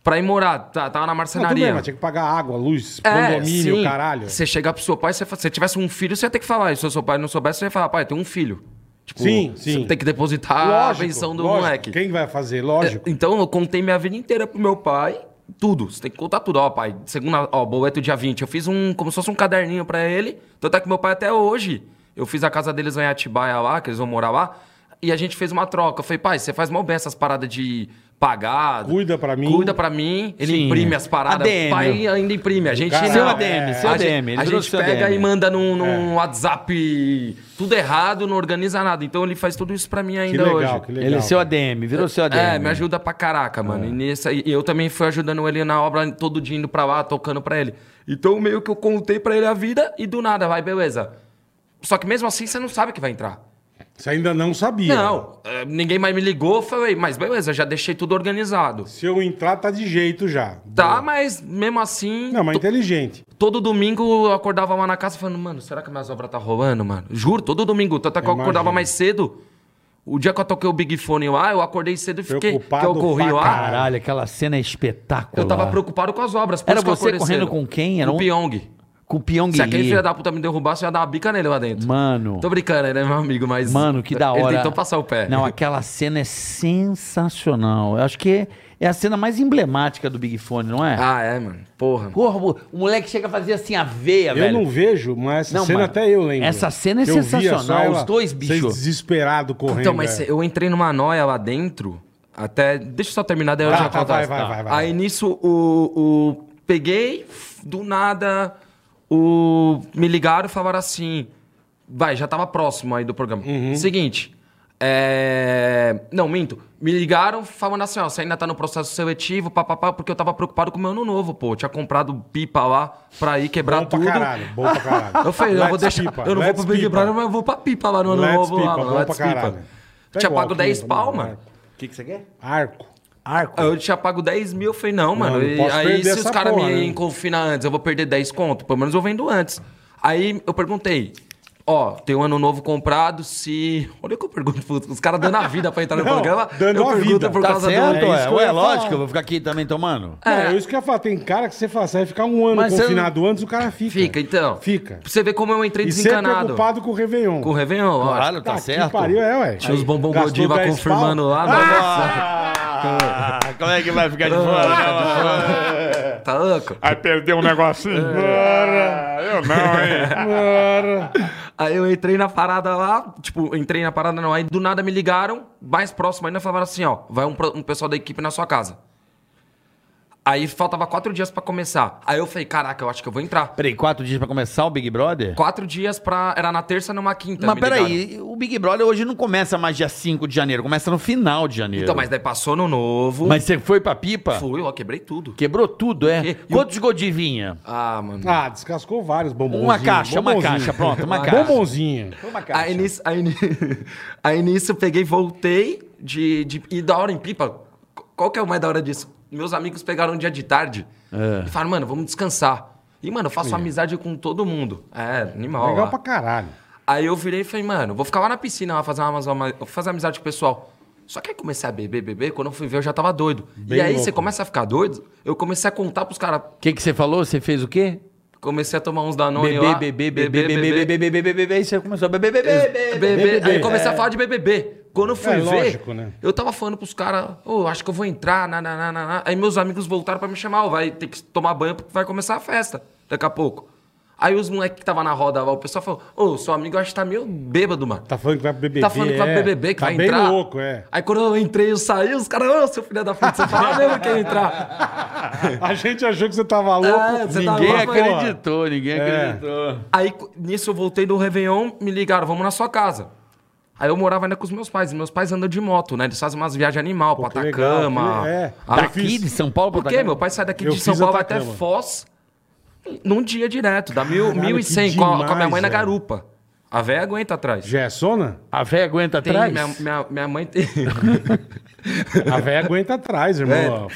[SPEAKER 5] pra ir morar. Tá- Tava
[SPEAKER 4] não,
[SPEAKER 5] na
[SPEAKER 4] tudo
[SPEAKER 5] marcenaria.
[SPEAKER 4] bem, mas tinha que pagar água, luz, condomínio,
[SPEAKER 5] É, sim.
[SPEAKER 4] caralho.
[SPEAKER 5] Você chegar pro seu pai, você fa- se você tivesse um filho, você ia ter que falar. E se o seu pai não soubesse, você ia falar, pai, tem um filho. Tipo,
[SPEAKER 4] Sim,
[SPEAKER 5] Você
[SPEAKER 4] sim.
[SPEAKER 5] tem que depositar a pensão do
[SPEAKER 4] lógico.
[SPEAKER 5] moleque.
[SPEAKER 4] Quem vai fazer? Lógico.
[SPEAKER 5] É, Então eu contei minha vida inteira pro meu pai, tudo. Você tem que contar tudo, ó, pai. Segunda, ó, boleto dia 20. Eu fiz um, como se fosse um caderninho pra ele. Tanto é que meu pai até hoje, eu fiz a casa deles lá em Atibaia lá, que eles vão morar lá. E a gente fez uma troca. Eu falei, pai, você faz mal bem essas paradas de pagar.
[SPEAKER 4] Cuida pra mim.
[SPEAKER 5] Cuida pra mim. Ele
[SPEAKER 3] Sim.
[SPEAKER 5] imprime as paradas.
[SPEAKER 3] ADM.
[SPEAKER 5] Pai ainda imprime. A gente
[SPEAKER 4] Caralho,
[SPEAKER 3] Seu
[SPEAKER 5] não.
[SPEAKER 4] é,
[SPEAKER 3] ADM, seu
[SPEAKER 5] a gente-
[SPEAKER 3] ADM, ele
[SPEAKER 5] A
[SPEAKER 3] virou
[SPEAKER 5] gente
[SPEAKER 3] seu
[SPEAKER 5] pega
[SPEAKER 3] ADM.
[SPEAKER 5] e manda num, num WhatsApp tudo errado, não organiza nada. Então ele faz tudo isso pra mim
[SPEAKER 4] Que
[SPEAKER 5] ainda
[SPEAKER 4] legal,
[SPEAKER 5] hoje.
[SPEAKER 4] que legal.
[SPEAKER 3] Ele é seu ADM, virou seu ADM.
[SPEAKER 5] É, me ajuda pra caraca,
[SPEAKER 4] É.
[SPEAKER 5] mano. E, nessa- e eu também fui ajudando ele na obra, todo dia indo pra lá, tocando pra ele. Então, meio que eu contei pra ele a vida e do nada, vai, beleza. Só que mesmo assim, você não sabe que vai entrar.
[SPEAKER 4] Você ainda não sabia.
[SPEAKER 5] Não, eh, ninguém mais me ligou, falei, mas beleza, já deixei tudo organizado.
[SPEAKER 4] Se eu entrar, tá de jeito já.
[SPEAKER 5] Tá, mas mesmo assim,
[SPEAKER 4] Não, mas
[SPEAKER 5] to-
[SPEAKER 4] inteligente.
[SPEAKER 5] todo domingo eu acordava lá na casa falando, mano, será que minhas obras tá rolando, mano? Juro, todo domingo, tanto é que eu
[SPEAKER 4] Imagino.
[SPEAKER 5] acordava mais cedo. O dia que eu toquei o Big Fone lá, eu acordei cedo e fiquei.
[SPEAKER 4] Preocupado
[SPEAKER 5] que eu corri
[SPEAKER 4] pra
[SPEAKER 5] lá.
[SPEAKER 4] caralho.
[SPEAKER 3] Caralho, aquela cena é espetacular.
[SPEAKER 5] Eu tava preocupado com as obras. por
[SPEAKER 3] Era
[SPEAKER 5] isso que eu
[SPEAKER 3] você
[SPEAKER 5] acordei
[SPEAKER 3] correndo
[SPEAKER 5] cedo.
[SPEAKER 3] com quem? Era
[SPEAKER 5] Com
[SPEAKER 3] um-
[SPEAKER 5] o Pyong.
[SPEAKER 3] Com o Pyong
[SPEAKER 5] Se aquele
[SPEAKER 3] Lee.
[SPEAKER 5] filho da puta me derrubasse, eu ia dar uma bica nele lá dentro.
[SPEAKER 3] Mano,
[SPEAKER 5] Tô brincando, ele é meu amigo, mas.
[SPEAKER 3] mano, que da hora.
[SPEAKER 5] Ele tentou passar o pé.
[SPEAKER 3] Não, aquela cena é sensacional. Eu acho que é- é a cena mais emblemática do Big Fone, não é?
[SPEAKER 5] Ah, é, mano. Porra.
[SPEAKER 3] Porra, o o moleque chega a fazer assim a veia,
[SPEAKER 5] É
[SPEAKER 4] Eu
[SPEAKER 3] velho.
[SPEAKER 4] não vejo, mas essa
[SPEAKER 3] Não,
[SPEAKER 4] cena
[SPEAKER 3] mano,
[SPEAKER 4] até eu lembro.
[SPEAKER 3] essa cena é
[SPEAKER 4] Que eu via só
[SPEAKER 3] sensacional,
[SPEAKER 4] ela-
[SPEAKER 3] os dois,
[SPEAKER 4] vocês
[SPEAKER 3] bicho.
[SPEAKER 4] desesperado correndo.
[SPEAKER 5] Então, mas
[SPEAKER 4] é.
[SPEAKER 5] eu entrei numa noia lá dentro. Até. Deixa eu só terminar, daí eu
[SPEAKER 4] Tá,
[SPEAKER 5] já
[SPEAKER 4] tá,
[SPEAKER 5] conto
[SPEAKER 4] vai,
[SPEAKER 5] essa.
[SPEAKER 4] vai, vai, vai.
[SPEAKER 5] Aí nisso, o. o- Peguei, f- do nada, o. Me ligaram e falaram assim. Vai, já tava próximo aí do programa.
[SPEAKER 4] Uhum.
[SPEAKER 5] Seguinte. É. Não, minto. Me ligaram falando assim, ó, você ainda tá no processo seletivo, papapá, porque eu tava preocupado com o meu ano novo, pô. Eu tinha comprado pipa lá pra ir quebrar
[SPEAKER 4] Bom pra
[SPEAKER 5] tudo.
[SPEAKER 4] caralho, bom pra caralho.
[SPEAKER 5] Eu falei, eu vou
[SPEAKER 4] Let's
[SPEAKER 5] deixar.
[SPEAKER 4] pipa,
[SPEAKER 5] eu não vou
[SPEAKER 4] let's
[SPEAKER 5] pro Big
[SPEAKER 4] pipa.
[SPEAKER 5] Brother, mas eu vou pra pipa lá no ano
[SPEAKER 4] Let's
[SPEAKER 5] novo.
[SPEAKER 4] pipa,
[SPEAKER 5] lá, mano,
[SPEAKER 4] bom
[SPEAKER 5] Let's
[SPEAKER 4] pra
[SPEAKER 5] pipa.
[SPEAKER 4] caralho. Pega
[SPEAKER 5] Tinha
[SPEAKER 4] o
[SPEAKER 5] pago
[SPEAKER 4] Alckmin,
[SPEAKER 5] 10 pau,
[SPEAKER 4] vamos lá.
[SPEAKER 5] mano.
[SPEAKER 3] O que, que você quer?
[SPEAKER 4] Arco.
[SPEAKER 3] Arco.
[SPEAKER 5] Aí Eu tinha pago 10 mil, eu falei, não, mano.
[SPEAKER 4] não
[SPEAKER 5] e
[SPEAKER 4] posso
[SPEAKER 5] aí
[SPEAKER 4] perder
[SPEAKER 5] se os
[SPEAKER 4] essa
[SPEAKER 5] caras me
[SPEAKER 4] porra, né?
[SPEAKER 5] confinam antes, eu vou perder 10 conto. Pelo menos eu vendo antes. Aí eu perguntei, ó, tem um ano novo comprado, se. Olha o que eu pergunto, putz, os caras dando a vida pra entrar no
[SPEAKER 4] Não,
[SPEAKER 5] programa.
[SPEAKER 4] dando
[SPEAKER 5] eu
[SPEAKER 4] a
[SPEAKER 5] pergunto
[SPEAKER 4] vida.
[SPEAKER 5] por
[SPEAKER 3] Tá
[SPEAKER 5] causa
[SPEAKER 3] certo,
[SPEAKER 5] do.
[SPEAKER 4] É
[SPEAKER 3] é,
[SPEAKER 4] isso que eu
[SPEAKER 3] Ué,
[SPEAKER 4] ia
[SPEAKER 3] lógico,
[SPEAKER 4] falar.
[SPEAKER 3] eu vou ficar aqui também tomando.
[SPEAKER 4] É. isso que eu ia falar. Tem cara que você fala, você vai ficar um ano
[SPEAKER 3] Mas você
[SPEAKER 4] confinado antes, o cara fica.
[SPEAKER 5] Fica, então.
[SPEAKER 4] Fica.
[SPEAKER 5] Pra você ver como eu entrei
[SPEAKER 4] E sempre
[SPEAKER 5] desencanado.
[SPEAKER 4] preocupado com o Réveillon.
[SPEAKER 5] Com o Réveillon, ó.
[SPEAKER 3] Claro, tá
[SPEAKER 4] Ah, que
[SPEAKER 3] certo.
[SPEAKER 4] pariu, é, ué.
[SPEAKER 5] Tinha os bombom
[SPEAKER 4] Gastou
[SPEAKER 5] Godiva
[SPEAKER 4] 10
[SPEAKER 5] confirmando
[SPEAKER 4] pau.
[SPEAKER 5] lá.
[SPEAKER 3] Ah, como é que vai ficar de fora? né, mano?
[SPEAKER 5] Nossa, tá louco.
[SPEAKER 2] Aí perdeu um negocinho.
[SPEAKER 4] É.
[SPEAKER 2] Ah, eu não, hein?
[SPEAKER 4] Cara.
[SPEAKER 5] Aí eu entrei na parada lá, tipo, entrei na parada não, aí do nada me ligaram, mais próximo ainda falaram assim, ó, vai um, pro- um pessoal da equipe na sua casa. Aí faltava quatro dias pra começar. Aí eu falei, caraca, eu acho que eu vou entrar.
[SPEAKER 3] Peraí, quatro dias pra começar o Big Brother?
[SPEAKER 5] Quatro dias pra. Era na terça numa quinta.
[SPEAKER 3] Mas
[SPEAKER 5] me ligaram.
[SPEAKER 3] peraí, o Big Brother hoje não começa mais dia 5 de janeiro, começa no final de janeiro.
[SPEAKER 5] Então, mas daí passou no novo.
[SPEAKER 3] Mas você foi pra pipa?
[SPEAKER 5] Fui, ó, quebrei tudo.
[SPEAKER 3] Quebrou tudo, é?
[SPEAKER 5] Que-
[SPEAKER 3] Quantos godivinha?
[SPEAKER 5] Ah, mano.
[SPEAKER 4] Ah, descascou vários bombons.
[SPEAKER 3] Uma caixa, uma caixa, pronto, uma caixa.
[SPEAKER 4] Bombonzinho.
[SPEAKER 3] Uma
[SPEAKER 5] Aí nisso, aí, ni- aí nisso eu peguei, voltei de, de. E da hora em pipa, qual que é o mais da hora disso? Meus amigos pegaram um dia de tarde
[SPEAKER 4] É.
[SPEAKER 5] e falaram, mano, vamos descansar. E, mano, eu faço amizade com todo mundo. É, animal.
[SPEAKER 4] Legal
[SPEAKER 5] lá.
[SPEAKER 4] pra caralho.
[SPEAKER 5] Aí eu virei e falei, mano, vou ficar lá na piscina, lá, fazer, umas, uma, fazer amizade com o pessoal. Só que aí comecei a beber, beber, quando eu fui ver eu já tava doido.
[SPEAKER 4] Bem
[SPEAKER 5] e aí
[SPEAKER 4] louco.
[SPEAKER 5] você começa a ficar doido, eu comecei a contar pros caras,
[SPEAKER 3] O que que você falou? Você fez o quê?
[SPEAKER 5] comecei a tomar uns Danone
[SPEAKER 3] Bebê,
[SPEAKER 5] lá.
[SPEAKER 3] bebê, bebê, bebê, bebê, bebê, bebê, bebê, aí você começou a beber, beber, beber.
[SPEAKER 5] BBB.
[SPEAKER 4] BBB.
[SPEAKER 5] Aí eu comecei a falar de BBB. Quando eu fui
[SPEAKER 4] É,
[SPEAKER 5] ver,
[SPEAKER 4] lógico, né?
[SPEAKER 5] eu tava falando pros caras, ô, acho que eu vou entrar, nananana. Aí meus amigos voltaram pra me chamar, ó, vai ter que tomar banho porque vai começar a festa daqui a pouco. Aí os moleques que tava na roda lá, o pessoal falou, ô, seu amigo eu acho que tá meio bêbado, mano.
[SPEAKER 4] Tá falando que vai pro BBB.
[SPEAKER 5] Tá falando que vai pro
[SPEAKER 4] é.
[SPEAKER 5] BBB, que
[SPEAKER 4] tá
[SPEAKER 5] vai
[SPEAKER 4] bem
[SPEAKER 5] entrar.
[SPEAKER 4] louco, é.
[SPEAKER 5] Aí quando eu entrei, eu saí, os caras, ô, seu filho da puta, você falou mesmo que ia entrar.
[SPEAKER 4] A gente achou que você tava louco.
[SPEAKER 5] Ah. É, você tá
[SPEAKER 3] Ninguém
[SPEAKER 5] louco,
[SPEAKER 4] porra.
[SPEAKER 3] acreditou, ninguém acreditou.
[SPEAKER 5] Aí co- nisso eu voltei do Réveillon, me ligaram, vamos na sua casa. Aí eu morava ainda com os meus pais. e Meus pais andam de moto, né? Eles fazem umas viagens animal,
[SPEAKER 4] Pô,
[SPEAKER 5] pra
[SPEAKER 4] que legal,
[SPEAKER 5] Atacama.
[SPEAKER 4] que- é.
[SPEAKER 5] Ah,
[SPEAKER 4] Eu
[SPEAKER 3] Daqui
[SPEAKER 4] fiz-
[SPEAKER 3] de São Paulo pra
[SPEAKER 5] Por quê?
[SPEAKER 3] cá?
[SPEAKER 5] Meu pai sai daqui
[SPEAKER 4] Eu
[SPEAKER 5] de São
[SPEAKER 4] fiz
[SPEAKER 5] Paulo
[SPEAKER 4] Atacama.
[SPEAKER 5] até Foz num dia direto. Dá mil,
[SPEAKER 4] Caralho,
[SPEAKER 5] 1.100
[SPEAKER 4] que
[SPEAKER 5] com, a- com a minha
[SPEAKER 4] demais,
[SPEAKER 5] mãe na
[SPEAKER 4] velho.
[SPEAKER 5] garupa. A véia aguenta atrás.
[SPEAKER 4] Já é sona?
[SPEAKER 3] A véia aguenta
[SPEAKER 5] Tem-
[SPEAKER 3] atrás?
[SPEAKER 5] minha, minha, minha mãe tem.
[SPEAKER 4] A véia aguenta atrás, irmão. É.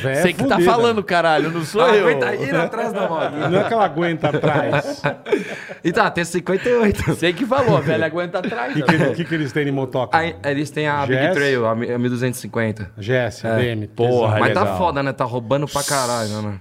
[SPEAKER 4] Fudida.
[SPEAKER 3] Sei que tá falando, caralho, não sou eu.
[SPEAKER 5] aguenta ir atrás da moto.
[SPEAKER 4] Não é que ela aguenta atrás.
[SPEAKER 5] E tá, tem 58.
[SPEAKER 3] Sei que falou, a velha aguenta atrás.
[SPEAKER 4] E que- O que, que, eles têm de motoca?
[SPEAKER 5] Aí eles têm a Big
[SPEAKER 4] Jess?
[SPEAKER 5] Trail, a mi- a 1250.
[SPEAKER 4] Jesse, BM.
[SPEAKER 3] Porra,
[SPEAKER 5] É. Mas
[SPEAKER 3] legal.
[SPEAKER 5] tá foda, né? Tá roubando pra caralho, né? mano?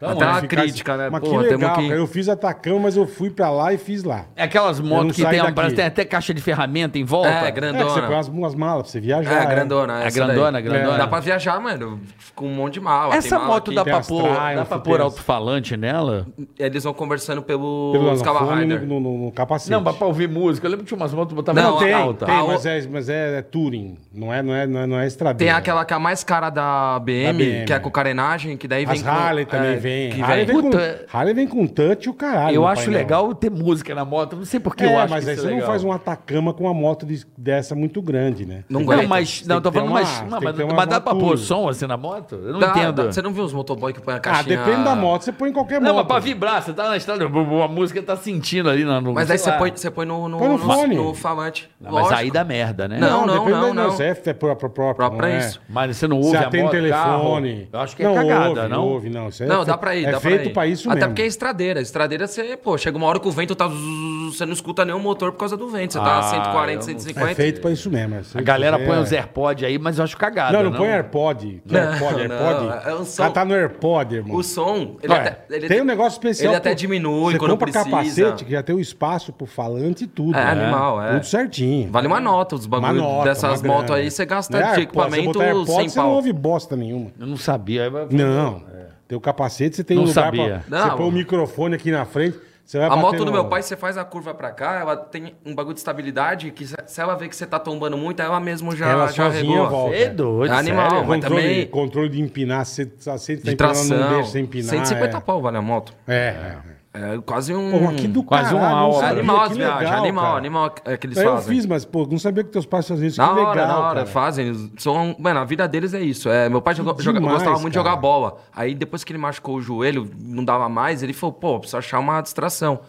[SPEAKER 3] Tá
[SPEAKER 5] Até
[SPEAKER 4] Vai
[SPEAKER 5] uma
[SPEAKER 4] ficar-
[SPEAKER 5] crítica, né?
[SPEAKER 4] assim, Mas
[SPEAKER 5] Pô,
[SPEAKER 4] que
[SPEAKER 5] temos
[SPEAKER 4] legal,
[SPEAKER 5] que.
[SPEAKER 4] cara. Eu fiz atacão, mas eu fui pra lá e fiz lá.
[SPEAKER 3] É aquelas motos que
[SPEAKER 4] sai
[SPEAKER 3] tem, uma-
[SPEAKER 4] daqui.
[SPEAKER 3] parece que tem até caixa de ferramenta em volta.
[SPEAKER 4] É,
[SPEAKER 5] É,
[SPEAKER 4] que você põe
[SPEAKER 5] grandona.
[SPEAKER 4] umas, umas malas pra você
[SPEAKER 5] É,
[SPEAKER 4] viajar. né?
[SPEAKER 5] grandona.
[SPEAKER 3] É
[SPEAKER 5] essa daí.
[SPEAKER 3] grandona, grandona.
[SPEAKER 5] Dá pra viajar, mano, com um monte de mala.
[SPEAKER 3] Essa
[SPEAKER 5] Tem mala
[SPEAKER 3] moto
[SPEAKER 5] aqui.
[SPEAKER 3] dá
[SPEAKER 4] tem
[SPEAKER 3] pra
[SPEAKER 4] as
[SPEAKER 3] pôr, dá
[SPEAKER 4] Triumph,
[SPEAKER 3] pra
[SPEAKER 4] tem
[SPEAKER 3] pôr
[SPEAKER 4] as-
[SPEAKER 3] alto-falante nela?
[SPEAKER 5] Eles vão conversando pelo,
[SPEAKER 4] Pelo
[SPEAKER 5] Scava
[SPEAKER 4] fone
[SPEAKER 5] Rider.
[SPEAKER 4] no, no, no capacete.
[SPEAKER 3] Não, mas pra ouvir música. Eu lembro que tinha umas motos que botavam
[SPEAKER 5] Não,
[SPEAKER 3] na
[SPEAKER 5] tem,
[SPEAKER 3] alta.
[SPEAKER 4] Tem,
[SPEAKER 5] Ah,
[SPEAKER 4] mas
[SPEAKER 5] o-
[SPEAKER 4] é, mas é, é touring. Não é, não é, não é, não é estradeira.
[SPEAKER 5] Tem aquela que é a mais cara da BM,
[SPEAKER 4] Da BM.
[SPEAKER 5] que é com carenagem, que daí vem
[SPEAKER 4] As
[SPEAKER 5] com...
[SPEAKER 4] Harley também
[SPEAKER 5] é,
[SPEAKER 4] vem.
[SPEAKER 5] que
[SPEAKER 4] Harley
[SPEAKER 5] vem.
[SPEAKER 4] vem,
[SPEAKER 3] Puta,
[SPEAKER 4] com, Harley vem com touch e o caralho.
[SPEAKER 3] Eu
[SPEAKER 4] no
[SPEAKER 3] acho
[SPEAKER 4] painel.
[SPEAKER 3] legal ter música na moto. Não sei por que
[SPEAKER 4] É,
[SPEAKER 3] eu acho
[SPEAKER 4] mas
[SPEAKER 3] que
[SPEAKER 4] aí
[SPEAKER 3] isso
[SPEAKER 4] você
[SPEAKER 3] é
[SPEAKER 4] não
[SPEAKER 3] legal.
[SPEAKER 4] faz um Atacama com uma moto de- dessa muito grande, né?
[SPEAKER 5] Não
[SPEAKER 3] Não,
[SPEAKER 5] aguenta.
[SPEAKER 3] mas. Não,
[SPEAKER 4] Tem
[SPEAKER 3] eu tô
[SPEAKER 4] que ter
[SPEAKER 3] falando,
[SPEAKER 4] uma-
[SPEAKER 3] mas.
[SPEAKER 4] tem
[SPEAKER 3] Não,
[SPEAKER 4] que
[SPEAKER 3] mas,
[SPEAKER 4] ter uma
[SPEAKER 3] mas dá pra pôr
[SPEAKER 4] altura.
[SPEAKER 3] som assim na moto? Eu não
[SPEAKER 5] Dá,
[SPEAKER 3] entendo.
[SPEAKER 5] dá. Você não vê os motoboy que põe a
[SPEAKER 4] Ah,
[SPEAKER 5] caixinha...
[SPEAKER 4] depende da moto. Você põe em qualquer
[SPEAKER 3] Não,
[SPEAKER 4] moto.
[SPEAKER 3] mas pra vibrar, você tá na estrada, bu- bu- a música tá sentindo ali na no,
[SPEAKER 5] Mas
[SPEAKER 3] sei
[SPEAKER 5] aí você
[SPEAKER 3] lá.
[SPEAKER 5] põe, você põe no, no,
[SPEAKER 4] Põe no fone.
[SPEAKER 5] no falante.
[SPEAKER 3] Não, mas aí
[SPEAKER 5] Lógico.
[SPEAKER 3] dá merda, né?
[SPEAKER 5] Não, não,
[SPEAKER 4] depende
[SPEAKER 5] não,
[SPEAKER 4] da-
[SPEAKER 5] não.
[SPEAKER 4] Você é pra, pra, própria,
[SPEAKER 5] Pra- pra
[SPEAKER 4] não é?
[SPEAKER 5] isso.
[SPEAKER 3] Mas você não ouve
[SPEAKER 4] Você
[SPEAKER 3] a
[SPEAKER 4] atende
[SPEAKER 3] moto,
[SPEAKER 4] telefone.
[SPEAKER 3] carro? Eu acho que é cagada,
[SPEAKER 4] ouve,
[SPEAKER 3] não?
[SPEAKER 4] ouve, não. Isso é
[SPEAKER 5] Não,
[SPEAKER 4] fe-
[SPEAKER 5] dá pra ir,
[SPEAKER 4] É
[SPEAKER 5] dá pra
[SPEAKER 4] feito
[SPEAKER 5] ir.
[SPEAKER 4] pra isso
[SPEAKER 5] Até
[SPEAKER 4] mesmo.
[SPEAKER 5] porque é estradeira. Estradeira, você, pô, chega uma hora que o vento tá... zzzz, Você não escuta nem o motor por causa do vento. Você tá
[SPEAKER 3] Ah,
[SPEAKER 5] a
[SPEAKER 3] eu não-
[SPEAKER 5] 140,
[SPEAKER 4] É
[SPEAKER 5] 150.
[SPEAKER 4] feito pra isso mesmo. é
[SPEAKER 3] A
[SPEAKER 4] feito-
[SPEAKER 3] galera põe
[SPEAKER 4] é.
[SPEAKER 3] os AirPod aí, mas eu acho cagada.
[SPEAKER 4] Não, não põe AirPod. Que é
[SPEAKER 5] Não,
[SPEAKER 4] AirPod,
[SPEAKER 5] não,
[SPEAKER 4] AirPod.
[SPEAKER 5] é um som.
[SPEAKER 4] Ah, tá no AirPod, irmão.
[SPEAKER 5] O som... Ele
[SPEAKER 4] Ué,
[SPEAKER 5] até, ele
[SPEAKER 4] tem um negócio especial.
[SPEAKER 5] ele até
[SPEAKER 4] pro-
[SPEAKER 5] diminui
[SPEAKER 4] você
[SPEAKER 5] quando
[SPEAKER 4] compra
[SPEAKER 5] precisa.
[SPEAKER 4] capacete que já tem o espaço pro falante e tudo.
[SPEAKER 5] É, animal, é.
[SPEAKER 4] Tudo certinho.
[SPEAKER 5] Vale uma nota os
[SPEAKER 4] Uma
[SPEAKER 5] bagulhos
[SPEAKER 4] nota,
[SPEAKER 5] dessas
[SPEAKER 4] uma grana.
[SPEAKER 5] motos aí. Você gasta
[SPEAKER 4] Não é
[SPEAKER 5] de
[SPEAKER 4] AirPod,
[SPEAKER 5] equipamento
[SPEAKER 4] você botar AirPod,
[SPEAKER 5] sem
[SPEAKER 4] Você não
[SPEAKER 5] pau.
[SPEAKER 4] ouve bosta nenhuma.
[SPEAKER 3] Eu não sabia. aí vai-
[SPEAKER 4] Não. Tem o capacete, você tem
[SPEAKER 3] Não
[SPEAKER 4] um lugar
[SPEAKER 3] sabia.
[SPEAKER 4] pra... Você
[SPEAKER 5] Não.
[SPEAKER 4] põe o microfone aqui na frente, você vai
[SPEAKER 5] A
[SPEAKER 4] bater
[SPEAKER 5] moto do
[SPEAKER 4] no-
[SPEAKER 5] meu pai, você faz a curva pra cá, ela tem um bagulho de estabilidade que se se ela vê que você tá tombando muito, ela mesmo já,
[SPEAKER 4] Ela
[SPEAKER 5] já
[SPEAKER 4] sozinha
[SPEAKER 5] regula.
[SPEAKER 4] volta.
[SPEAKER 3] É doido,
[SPEAKER 5] É animal,
[SPEAKER 3] sério?
[SPEAKER 5] mas
[SPEAKER 4] Controle,
[SPEAKER 5] também-
[SPEAKER 4] controle de empinar, você você sente
[SPEAKER 5] De
[SPEAKER 4] tá empinando,
[SPEAKER 5] tração.
[SPEAKER 4] não deixa você empinar.
[SPEAKER 5] 150
[SPEAKER 4] é.
[SPEAKER 5] pau vale a moto.
[SPEAKER 4] É. é.
[SPEAKER 5] É quase um...
[SPEAKER 4] Pô, mas que do
[SPEAKER 3] Quase uma
[SPEAKER 4] caralho, não
[SPEAKER 3] aula.
[SPEAKER 5] É
[SPEAKER 4] sabia,
[SPEAKER 5] animal
[SPEAKER 4] que
[SPEAKER 5] as viagens,
[SPEAKER 4] legal,
[SPEAKER 5] animal,
[SPEAKER 4] cara.
[SPEAKER 5] animal é que eles
[SPEAKER 4] Eu
[SPEAKER 5] fazem.
[SPEAKER 4] fiz, mas, pô, não sabia que teus pais faziam isso.
[SPEAKER 5] Na
[SPEAKER 4] que
[SPEAKER 5] hora,
[SPEAKER 4] legal,
[SPEAKER 5] na hora,
[SPEAKER 4] cara.
[SPEAKER 5] fazem. eles São, mano, a vida deles é isso. É, meu pai jogou-
[SPEAKER 4] Que
[SPEAKER 5] joga-
[SPEAKER 4] demais,
[SPEAKER 5] gostava muito de
[SPEAKER 4] cara.
[SPEAKER 5] jogar bola. Aí depois que ele machucou o joelho, não dava mais, ele falou, pô, preciso achar uma distração.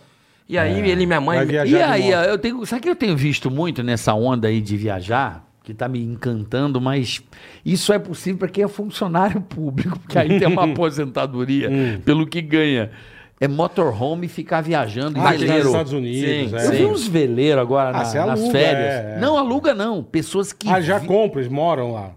[SPEAKER 5] E aí ele e minha
[SPEAKER 4] É,
[SPEAKER 5] mãe.
[SPEAKER 4] Vai viajar
[SPEAKER 3] E
[SPEAKER 4] de
[SPEAKER 3] aí,
[SPEAKER 4] moto.
[SPEAKER 3] eu tenho, sabe que eu tenho visto muito nessa onda aí de viajar? Que tá me encantando, mas isso só é possível para quem é funcionário público, porque aí tem uma aposentadoria
[SPEAKER 4] Hum.
[SPEAKER 3] pelo que ganha. É motorhome e ficar viajando em
[SPEAKER 4] Ah, que tá nos
[SPEAKER 3] veleiro.
[SPEAKER 4] Estados Unidos,
[SPEAKER 5] Sim,
[SPEAKER 4] é.
[SPEAKER 3] Eu vi uns veleiros agora
[SPEAKER 4] Ah,
[SPEAKER 3] na-
[SPEAKER 4] você aluga,
[SPEAKER 3] nas férias.
[SPEAKER 4] é, é.
[SPEAKER 3] Não aluga, não. Pessoas que.
[SPEAKER 4] Ah, já
[SPEAKER 3] vi-
[SPEAKER 4] compra, eles moram lá.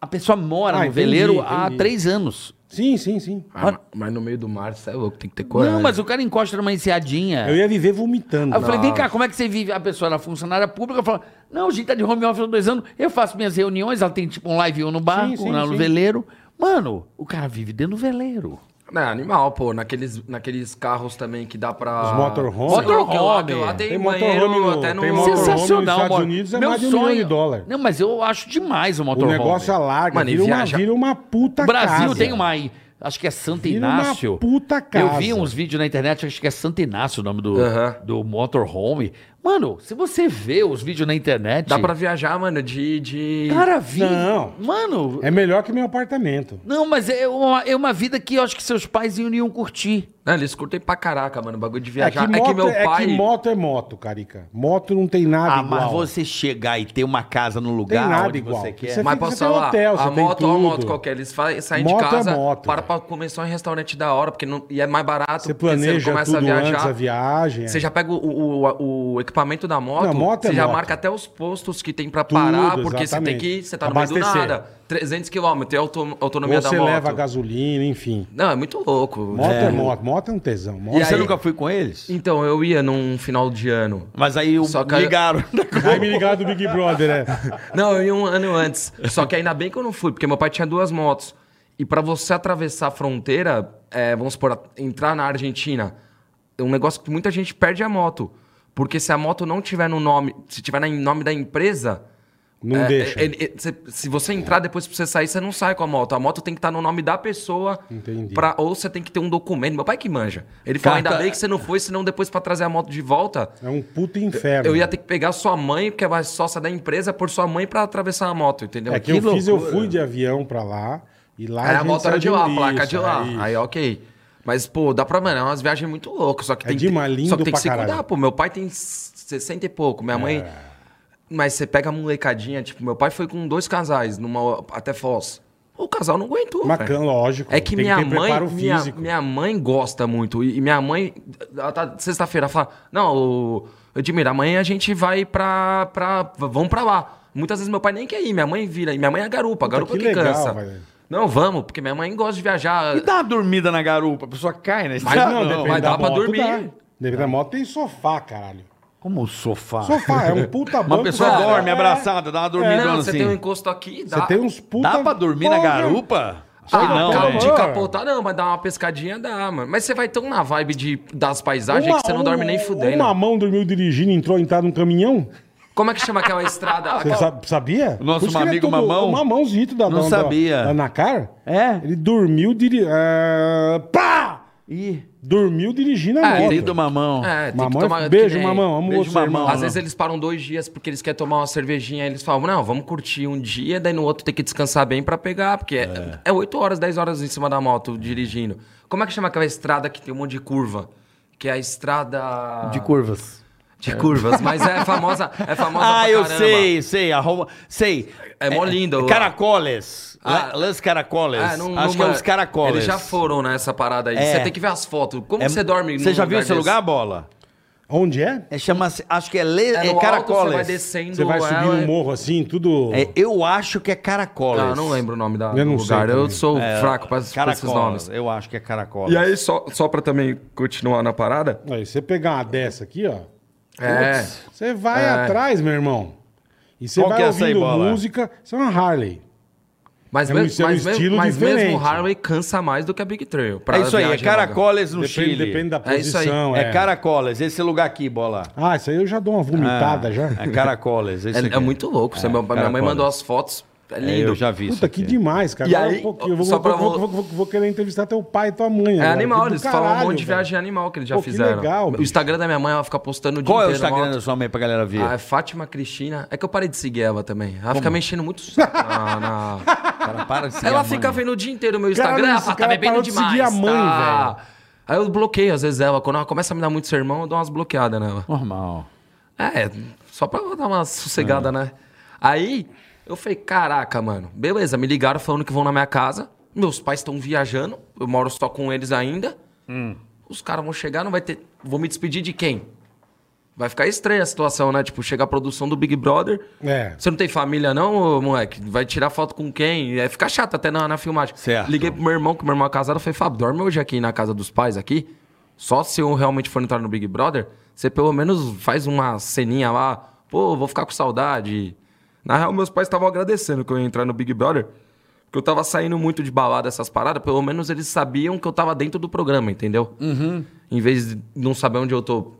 [SPEAKER 3] A pessoa mora
[SPEAKER 4] Ah,
[SPEAKER 3] no
[SPEAKER 4] entendi,
[SPEAKER 3] veleiro há
[SPEAKER 4] entendi.
[SPEAKER 3] três anos.
[SPEAKER 4] Sim, sim, sim.
[SPEAKER 5] Ah, mas- mas no meio do mar, você é louco, tem que ter coragem.
[SPEAKER 3] Não, mas o cara encosta numa enseadinha.
[SPEAKER 4] Eu ia viver vomitando.
[SPEAKER 3] Aí eu falei, vem cá, como é que você vive? A pessoa era funcionária pública, fala, não, a gente tá de home office há dois anos, eu faço minhas reuniões, ela tem tipo um live no barco,
[SPEAKER 4] sim,
[SPEAKER 3] na- no
[SPEAKER 4] sim.
[SPEAKER 3] veleiro. Mano, o cara vive dentro do veleiro.
[SPEAKER 5] Não, é animal, pô. Naqueles, naqueles carros também que dá pra.
[SPEAKER 4] Os motorhome.
[SPEAKER 5] Sei lá, que lá- que Lá,
[SPEAKER 3] Motorhome.
[SPEAKER 5] tem,
[SPEAKER 4] Tem
[SPEAKER 5] banheiro
[SPEAKER 4] motorhome no-
[SPEAKER 5] até no.
[SPEAKER 4] tem motorhome. nos
[SPEAKER 3] Sensacional,
[SPEAKER 4] Estados
[SPEAKER 3] mano.
[SPEAKER 4] Unidos é mais de um milhão de dólar.
[SPEAKER 3] Não, mas eu acho demais o
[SPEAKER 4] O
[SPEAKER 3] motorhome.
[SPEAKER 4] negócio alarga,
[SPEAKER 5] Mano, e
[SPEAKER 4] vira, uma,
[SPEAKER 5] viaja-
[SPEAKER 4] vira uma puta
[SPEAKER 3] O Brasil
[SPEAKER 4] casa.
[SPEAKER 3] tem uma aí, acho que é Santo
[SPEAKER 4] Vira uma
[SPEAKER 3] Inácio.
[SPEAKER 4] puta casa.
[SPEAKER 3] Eu vi uns vídeos na internet, acho que é Santo Inácio o nome do,
[SPEAKER 5] Aham.
[SPEAKER 3] do motorhome. Mano, se você vê os vídeos na internet...
[SPEAKER 5] Dá pra viajar, mano, de. de...
[SPEAKER 3] Cara, vi...
[SPEAKER 4] Não.
[SPEAKER 3] Mano,
[SPEAKER 4] É melhor que meu apartamento.
[SPEAKER 3] Não, mas é uma, é uma vida que eu acho que seus pais iriam curtir.
[SPEAKER 5] Não, eles curtem pra caraca, mano. O bagulho de
[SPEAKER 4] É que,
[SPEAKER 5] viajar.
[SPEAKER 4] moto,
[SPEAKER 5] meu pai.
[SPEAKER 4] é que moto é moto, Carica. Moto não tem nada
[SPEAKER 3] Ah,
[SPEAKER 4] igual.
[SPEAKER 3] mas você chegar e ter uma casa no
[SPEAKER 4] Tem
[SPEAKER 3] lugar
[SPEAKER 4] nada
[SPEAKER 3] onde
[SPEAKER 4] igual.
[SPEAKER 3] você quer.
[SPEAKER 4] Você
[SPEAKER 5] Mas
[SPEAKER 4] fica-
[SPEAKER 5] posso
[SPEAKER 4] você tem
[SPEAKER 5] falar,
[SPEAKER 4] hotel, você
[SPEAKER 5] a
[SPEAKER 4] tem
[SPEAKER 5] moto ou a
[SPEAKER 4] tudo.
[SPEAKER 5] moto qualquer, eles fa- saem
[SPEAKER 4] Moto é
[SPEAKER 5] de casa,
[SPEAKER 4] moto,
[SPEAKER 5] para
[SPEAKER 4] velho.
[SPEAKER 5] pra comer só em restaurante da hora, porque não, e é mais barato,
[SPEAKER 4] Você
[SPEAKER 5] porque
[SPEAKER 4] planeja tudo antes da viagem. é.
[SPEAKER 5] Você já pega o, o- o equipamento da moto,
[SPEAKER 4] Não, moto é
[SPEAKER 5] você já
[SPEAKER 4] moto.
[SPEAKER 5] marca até os postos que tem pra
[SPEAKER 4] Tudo,
[SPEAKER 5] parar, porque você tem
[SPEAKER 4] exatamente.
[SPEAKER 5] que. Você tá no meio do
[SPEAKER 4] Abastecer.
[SPEAKER 5] nada. 300 quilômetros, é auto, autonomia
[SPEAKER 4] Ou você
[SPEAKER 5] da moto.
[SPEAKER 4] leva gasolina, enfim.
[SPEAKER 5] Não, é muito louco.
[SPEAKER 4] Moto é,
[SPEAKER 5] É.
[SPEAKER 4] moto, moto é um tesão. Moto
[SPEAKER 5] E
[SPEAKER 4] é-
[SPEAKER 5] aí-
[SPEAKER 3] foi com eles?
[SPEAKER 5] Então, eu ia num final de ano.
[SPEAKER 3] Mas aí eu-
[SPEAKER 5] Só que-
[SPEAKER 3] ligaram.
[SPEAKER 4] Vai me ligar do Big Brother, é.
[SPEAKER 5] Não, eu ia um ano antes. Só que ainda bem que eu não fui, porque meu pai tinha duas motos. E pra você atravessar a fronteira, é, vamos supor, a- entrar na Argentina, é um negócio que muita gente perde a moto. Porque se a moto não tiver no nome, se tiver na- em nome da empresa.
[SPEAKER 4] Não
[SPEAKER 5] é,
[SPEAKER 4] deixa.
[SPEAKER 5] é, ele- é, cê- se você entrar depois pra você sair, você não sai com a moto. A moto tem que estar no nome da pessoa.
[SPEAKER 4] Entendi.
[SPEAKER 5] pra- ou você tem que ter um documento. Meu pai que manja. Ele fala:
[SPEAKER 3] Carta-
[SPEAKER 5] ainda bem que você não foi, senão depois pra trazer a moto de volta,
[SPEAKER 4] É um puto inferno.
[SPEAKER 5] eu ia ter que pegar sua mãe, porque ela é sócia da empresa, por sua mãe pra atravessar a moto, entendeu?
[SPEAKER 4] É que,
[SPEAKER 3] Que
[SPEAKER 4] eu fiz, eu
[SPEAKER 3] loucura.
[SPEAKER 4] fui de avião pra lá. E lá
[SPEAKER 5] Aí a
[SPEAKER 4] gente
[SPEAKER 5] moto era
[SPEAKER 4] saiu é.
[SPEAKER 5] de lá, a
[SPEAKER 4] Ulisses,
[SPEAKER 5] placa de lá.
[SPEAKER 4] aí-
[SPEAKER 5] Aí, ok. Mas, pô, dá pra, mano, é umas viagens muito loucas. Só que
[SPEAKER 4] É
[SPEAKER 5] tem,
[SPEAKER 4] demais,
[SPEAKER 5] que-
[SPEAKER 4] lindo
[SPEAKER 5] só que tem
[SPEAKER 4] pra
[SPEAKER 5] que se
[SPEAKER 4] caralho. É.
[SPEAKER 5] cuidar, pô. Meu pai tem 60 e pouco, minha mãe. Mas você pega a molecadinha, tipo, meu pai foi com dois casais, numa, até Foz. O casal não aguentou.
[SPEAKER 4] Uma
[SPEAKER 5] velho.
[SPEAKER 4] can- lógico.
[SPEAKER 5] É que
[SPEAKER 4] tem
[SPEAKER 5] minha
[SPEAKER 4] ter
[SPEAKER 5] mãe.
[SPEAKER 4] preparo
[SPEAKER 5] minha,
[SPEAKER 4] físico.
[SPEAKER 5] minha mãe gosta muito. E e minha mãe. Ela tá sexta-feira, ela fala: Não, ô, Edmir, amanhã a gente vai pra. pra vamos pra lá. Muitas vezes meu pai nem quer ir, minha mãe vira. E minha mãe é garupa, a garupa
[SPEAKER 4] que
[SPEAKER 5] que,
[SPEAKER 4] legal,
[SPEAKER 5] cansa.
[SPEAKER 4] velho.
[SPEAKER 5] Não, vamos, porque minha mãe gosta de viajar.
[SPEAKER 3] E dá uma dormida na garupa, a pessoa cai, né?
[SPEAKER 5] Mas
[SPEAKER 3] Sabe?
[SPEAKER 5] não, depende.
[SPEAKER 4] Mas
[SPEAKER 5] dá pra
[SPEAKER 4] moto,
[SPEAKER 5] dormir.
[SPEAKER 4] dá. Depende da moto, tem sofá, caralho.
[SPEAKER 3] Como o sofá.
[SPEAKER 4] Sofá, é um puta banco.
[SPEAKER 3] Uma pessoa
[SPEAKER 4] cara.
[SPEAKER 3] dorme
[SPEAKER 4] É.
[SPEAKER 3] abraçada, dá uma dormidona
[SPEAKER 5] não, você
[SPEAKER 3] assim.
[SPEAKER 5] tem um encosto aqui, dá.
[SPEAKER 4] Você tem uns puta...
[SPEAKER 3] Dá pra dormir na
[SPEAKER 4] Porra.
[SPEAKER 3] garupa?
[SPEAKER 5] Ah,
[SPEAKER 3] Sei não,
[SPEAKER 5] calma,
[SPEAKER 3] né?
[SPEAKER 5] de
[SPEAKER 4] mano.
[SPEAKER 5] capotar não, mas dá uma pescadinha dá, mano. Mas você vai tão na vibe de, das paisagens que você não dorme nem
[SPEAKER 4] um-
[SPEAKER 5] fudendo.
[SPEAKER 4] Uma mão dormiu dirigindo, entrou entrado num caminhão.
[SPEAKER 5] Como é que chama aquela estrada?
[SPEAKER 4] Você
[SPEAKER 5] Aquela-
[SPEAKER 4] sa- sabia?
[SPEAKER 3] O nosso
[SPEAKER 4] Por isso que ele é
[SPEAKER 3] amigo
[SPEAKER 4] todo-
[SPEAKER 3] Mamão-
[SPEAKER 4] O mamãozito da
[SPEAKER 3] Não
[SPEAKER 4] da-
[SPEAKER 3] sabia.
[SPEAKER 4] Da, da Anacar.
[SPEAKER 3] É.
[SPEAKER 4] Ele dormiu dirigindo. é, pá!
[SPEAKER 3] Ih,
[SPEAKER 4] Dormiu dirigindo a moto.
[SPEAKER 3] querido mamão.
[SPEAKER 5] É, tem
[SPEAKER 4] Mamão
[SPEAKER 5] que
[SPEAKER 4] é-
[SPEAKER 5] tomar. que
[SPEAKER 4] Beijo,
[SPEAKER 5] nem-
[SPEAKER 4] mamão. Amo
[SPEAKER 3] Beijo,
[SPEAKER 4] você,
[SPEAKER 3] mamão.
[SPEAKER 4] irmão.
[SPEAKER 5] Às vezes eles param dois dias porque eles querem tomar uma cervejinha. Aí eles falam, não, vamos curtir um dia, daí no outro tem que descansar bem pra pegar, porque é, é 8 horas, 10 horas em cima da moto dirigindo. Como é que chama aquela estrada que tem um monte de curva? Que é a estrada.
[SPEAKER 3] De curvas.
[SPEAKER 5] De curvas, mas é famosa. É famosa
[SPEAKER 3] ah,
[SPEAKER 5] pra
[SPEAKER 3] eu
[SPEAKER 5] caramba.
[SPEAKER 3] sei, sei. Arroba, sei.
[SPEAKER 5] É mó lindo.
[SPEAKER 3] Caracoles.
[SPEAKER 5] Ah.
[SPEAKER 3] Ah, Lance Caracoles.
[SPEAKER 5] Ah, não-
[SPEAKER 3] Acho
[SPEAKER 5] numa-
[SPEAKER 3] que é os Caracoles.
[SPEAKER 5] Eles já foram nessa parada aí.
[SPEAKER 3] É.
[SPEAKER 5] Você tem que ver as fotos. Como
[SPEAKER 3] É-
[SPEAKER 5] você dorme
[SPEAKER 3] Você
[SPEAKER 5] num
[SPEAKER 3] já viu esse
[SPEAKER 5] desse?
[SPEAKER 3] lugar, Bola?
[SPEAKER 4] Onde é?
[SPEAKER 3] É, chama acho que é, le,
[SPEAKER 5] É,
[SPEAKER 3] é,
[SPEAKER 5] no alto,
[SPEAKER 3] Caracoles.
[SPEAKER 5] você vai descendo.
[SPEAKER 4] Você vai subir
[SPEAKER 5] ela- é-
[SPEAKER 4] um morro assim, tudo.
[SPEAKER 3] É, eu acho que é Caracoles.
[SPEAKER 5] Ah, não lembro o nome da,
[SPEAKER 4] Eu não
[SPEAKER 5] do
[SPEAKER 4] sei
[SPEAKER 5] lugar. eu
[SPEAKER 4] também.
[SPEAKER 5] sou
[SPEAKER 3] É,
[SPEAKER 5] fraco pra, pra esses nomes.
[SPEAKER 3] Caracoles. Eu acho que é Caracoles.
[SPEAKER 5] E aí, só, só pra também continuar na parada.
[SPEAKER 4] Aí, você pegar uma dessa aqui, ó.
[SPEAKER 5] É.
[SPEAKER 4] Você vai atrás, meu irmão. E você
[SPEAKER 3] Qual
[SPEAKER 4] vai
[SPEAKER 3] que é essa aí,
[SPEAKER 4] ouvindo
[SPEAKER 3] Bola?
[SPEAKER 4] música. Isso é uma Harley.
[SPEAKER 5] Mas,
[SPEAKER 4] É um-
[SPEAKER 5] mesmo,
[SPEAKER 4] é um
[SPEAKER 5] mas, mesmo-
[SPEAKER 4] estilo
[SPEAKER 5] mas mesmo o
[SPEAKER 4] diferente.
[SPEAKER 5] Harley cansa mais do que a Big Trail. pra
[SPEAKER 3] É isso aí, é
[SPEAKER 5] viagem
[SPEAKER 3] Caracoles no
[SPEAKER 4] Depende,
[SPEAKER 3] Chile.
[SPEAKER 4] depende da
[SPEAKER 5] É isso aí.
[SPEAKER 4] posição.
[SPEAKER 3] É Caracoles, esse lugar aqui, Bola.
[SPEAKER 4] Ah, isso aí eu já dou uma vomitada
[SPEAKER 3] Ah,
[SPEAKER 4] já.
[SPEAKER 3] É Caracoles, esse
[SPEAKER 5] longa.
[SPEAKER 3] aqui.
[SPEAKER 5] É, é muito louco. Você- minha mãe
[SPEAKER 3] Caracoles.
[SPEAKER 5] mandou as fotos. É
[SPEAKER 3] É,
[SPEAKER 5] lindo.
[SPEAKER 3] eu já vi isso.
[SPEAKER 4] Puta, que
[SPEAKER 3] aqui.
[SPEAKER 4] demais, cara.
[SPEAKER 5] E
[SPEAKER 4] Agora
[SPEAKER 5] aí,
[SPEAKER 4] um pouquinho, eu vou,
[SPEAKER 5] só
[SPEAKER 4] vou,
[SPEAKER 5] pra
[SPEAKER 4] vou,
[SPEAKER 5] vo-
[SPEAKER 4] vou- vou- vou querer entrevistar teu pai e tua mãe.
[SPEAKER 5] É
[SPEAKER 4] agora,
[SPEAKER 5] animal,
[SPEAKER 4] que do
[SPEAKER 5] eles falam um monte
[SPEAKER 4] caralho,
[SPEAKER 5] de viagem animal que eles já
[SPEAKER 4] Pô, que
[SPEAKER 5] fizeram.
[SPEAKER 4] legal, bicho.
[SPEAKER 5] o Instagram da minha mãe, ela fica postando o dia
[SPEAKER 3] Qual é o
[SPEAKER 5] inteiro.
[SPEAKER 3] Instagram
[SPEAKER 5] moto.
[SPEAKER 3] da sua mãe pra galera ver?
[SPEAKER 5] Ah, é Fátima Cristina. É que eu parei de seguir ela também. Ela fica me enchendo muito o saco na- na-
[SPEAKER 3] Cara, para de seguir
[SPEAKER 5] Ela
[SPEAKER 3] a mãe.
[SPEAKER 5] fica vendo o dia inteiro o meu
[SPEAKER 4] Caralho,
[SPEAKER 5] Instagram. ela
[SPEAKER 4] esse
[SPEAKER 5] fala, tá
[SPEAKER 4] cara
[SPEAKER 5] bebendo
[SPEAKER 4] parou de
[SPEAKER 5] demais.
[SPEAKER 4] seguir a mãe,
[SPEAKER 5] tá? Aí eu bloqueio às vezes ela. Quando ela começa a me dar muito sermão, eu dou umas bloqueadas nela.
[SPEAKER 3] Normal.
[SPEAKER 5] É, só pra dar uma sossegada, né? Aí eu falei, caraca, mano, beleza, me ligaram falando que vão na minha casa. Meus pais estão viajando, eu moro só com eles ainda. Os caras vão chegar, não vai ter. Vou me despedir de quem? Vai ficar estranha a situação, né? Tipo, chega a produção do Big Brother.
[SPEAKER 4] É.
[SPEAKER 5] Você não tem família, não, ô, moleque? Vai tirar foto com quem? É, fica chato até na, na filmagem.
[SPEAKER 3] Certo.
[SPEAKER 5] Liguei pro meu irmão, que meu irmão é casado, eu falei, Fábio, dorme hoje aqui na casa dos pais aqui. Só se eu realmente for entrar no Big Brother, você pelo menos faz uma ceninha lá. Pô, vou ficar com saudade. Na real, meus pais estavam agradecendo que eu ia entrar no Big Brother. Porque eu tava saindo muito de balada essas paradas, pelo menos eles sabiam que eu tava dentro do programa, entendeu? Uhum. Em vez de não saber onde eu tô.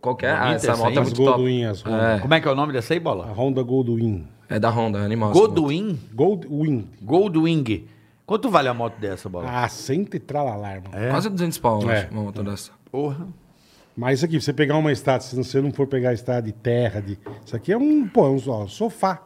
[SPEAKER 5] Qualquer. Ah,
[SPEAKER 3] Bonita
[SPEAKER 5] essa
[SPEAKER 3] essa,
[SPEAKER 5] moto
[SPEAKER 3] hein?
[SPEAKER 5] é
[SPEAKER 4] As
[SPEAKER 5] muito top.
[SPEAKER 4] Goldwyn, as Honda.
[SPEAKER 5] É,
[SPEAKER 3] Como é que é o nome dessa aí,
[SPEAKER 4] A
[SPEAKER 3] Bola?
[SPEAKER 4] Honda Goldwyn.
[SPEAKER 5] é da Honda, é animal. essa moto.
[SPEAKER 3] Goldwing?
[SPEAKER 4] Goldwyn.
[SPEAKER 3] Goldwing. Quanto vale a moto dessa, Bola?
[SPEAKER 4] Ah, senta e tralalá, irmão.
[SPEAKER 5] Quase 200 pau, eu
[SPEAKER 4] É.
[SPEAKER 5] acho, uma moto dessa.
[SPEAKER 3] Porra.
[SPEAKER 4] Mas isso aqui, você pegar uma estrada, se você não for pegar estrada de terra, de... isso aqui é um, pô, é um ó, sofá.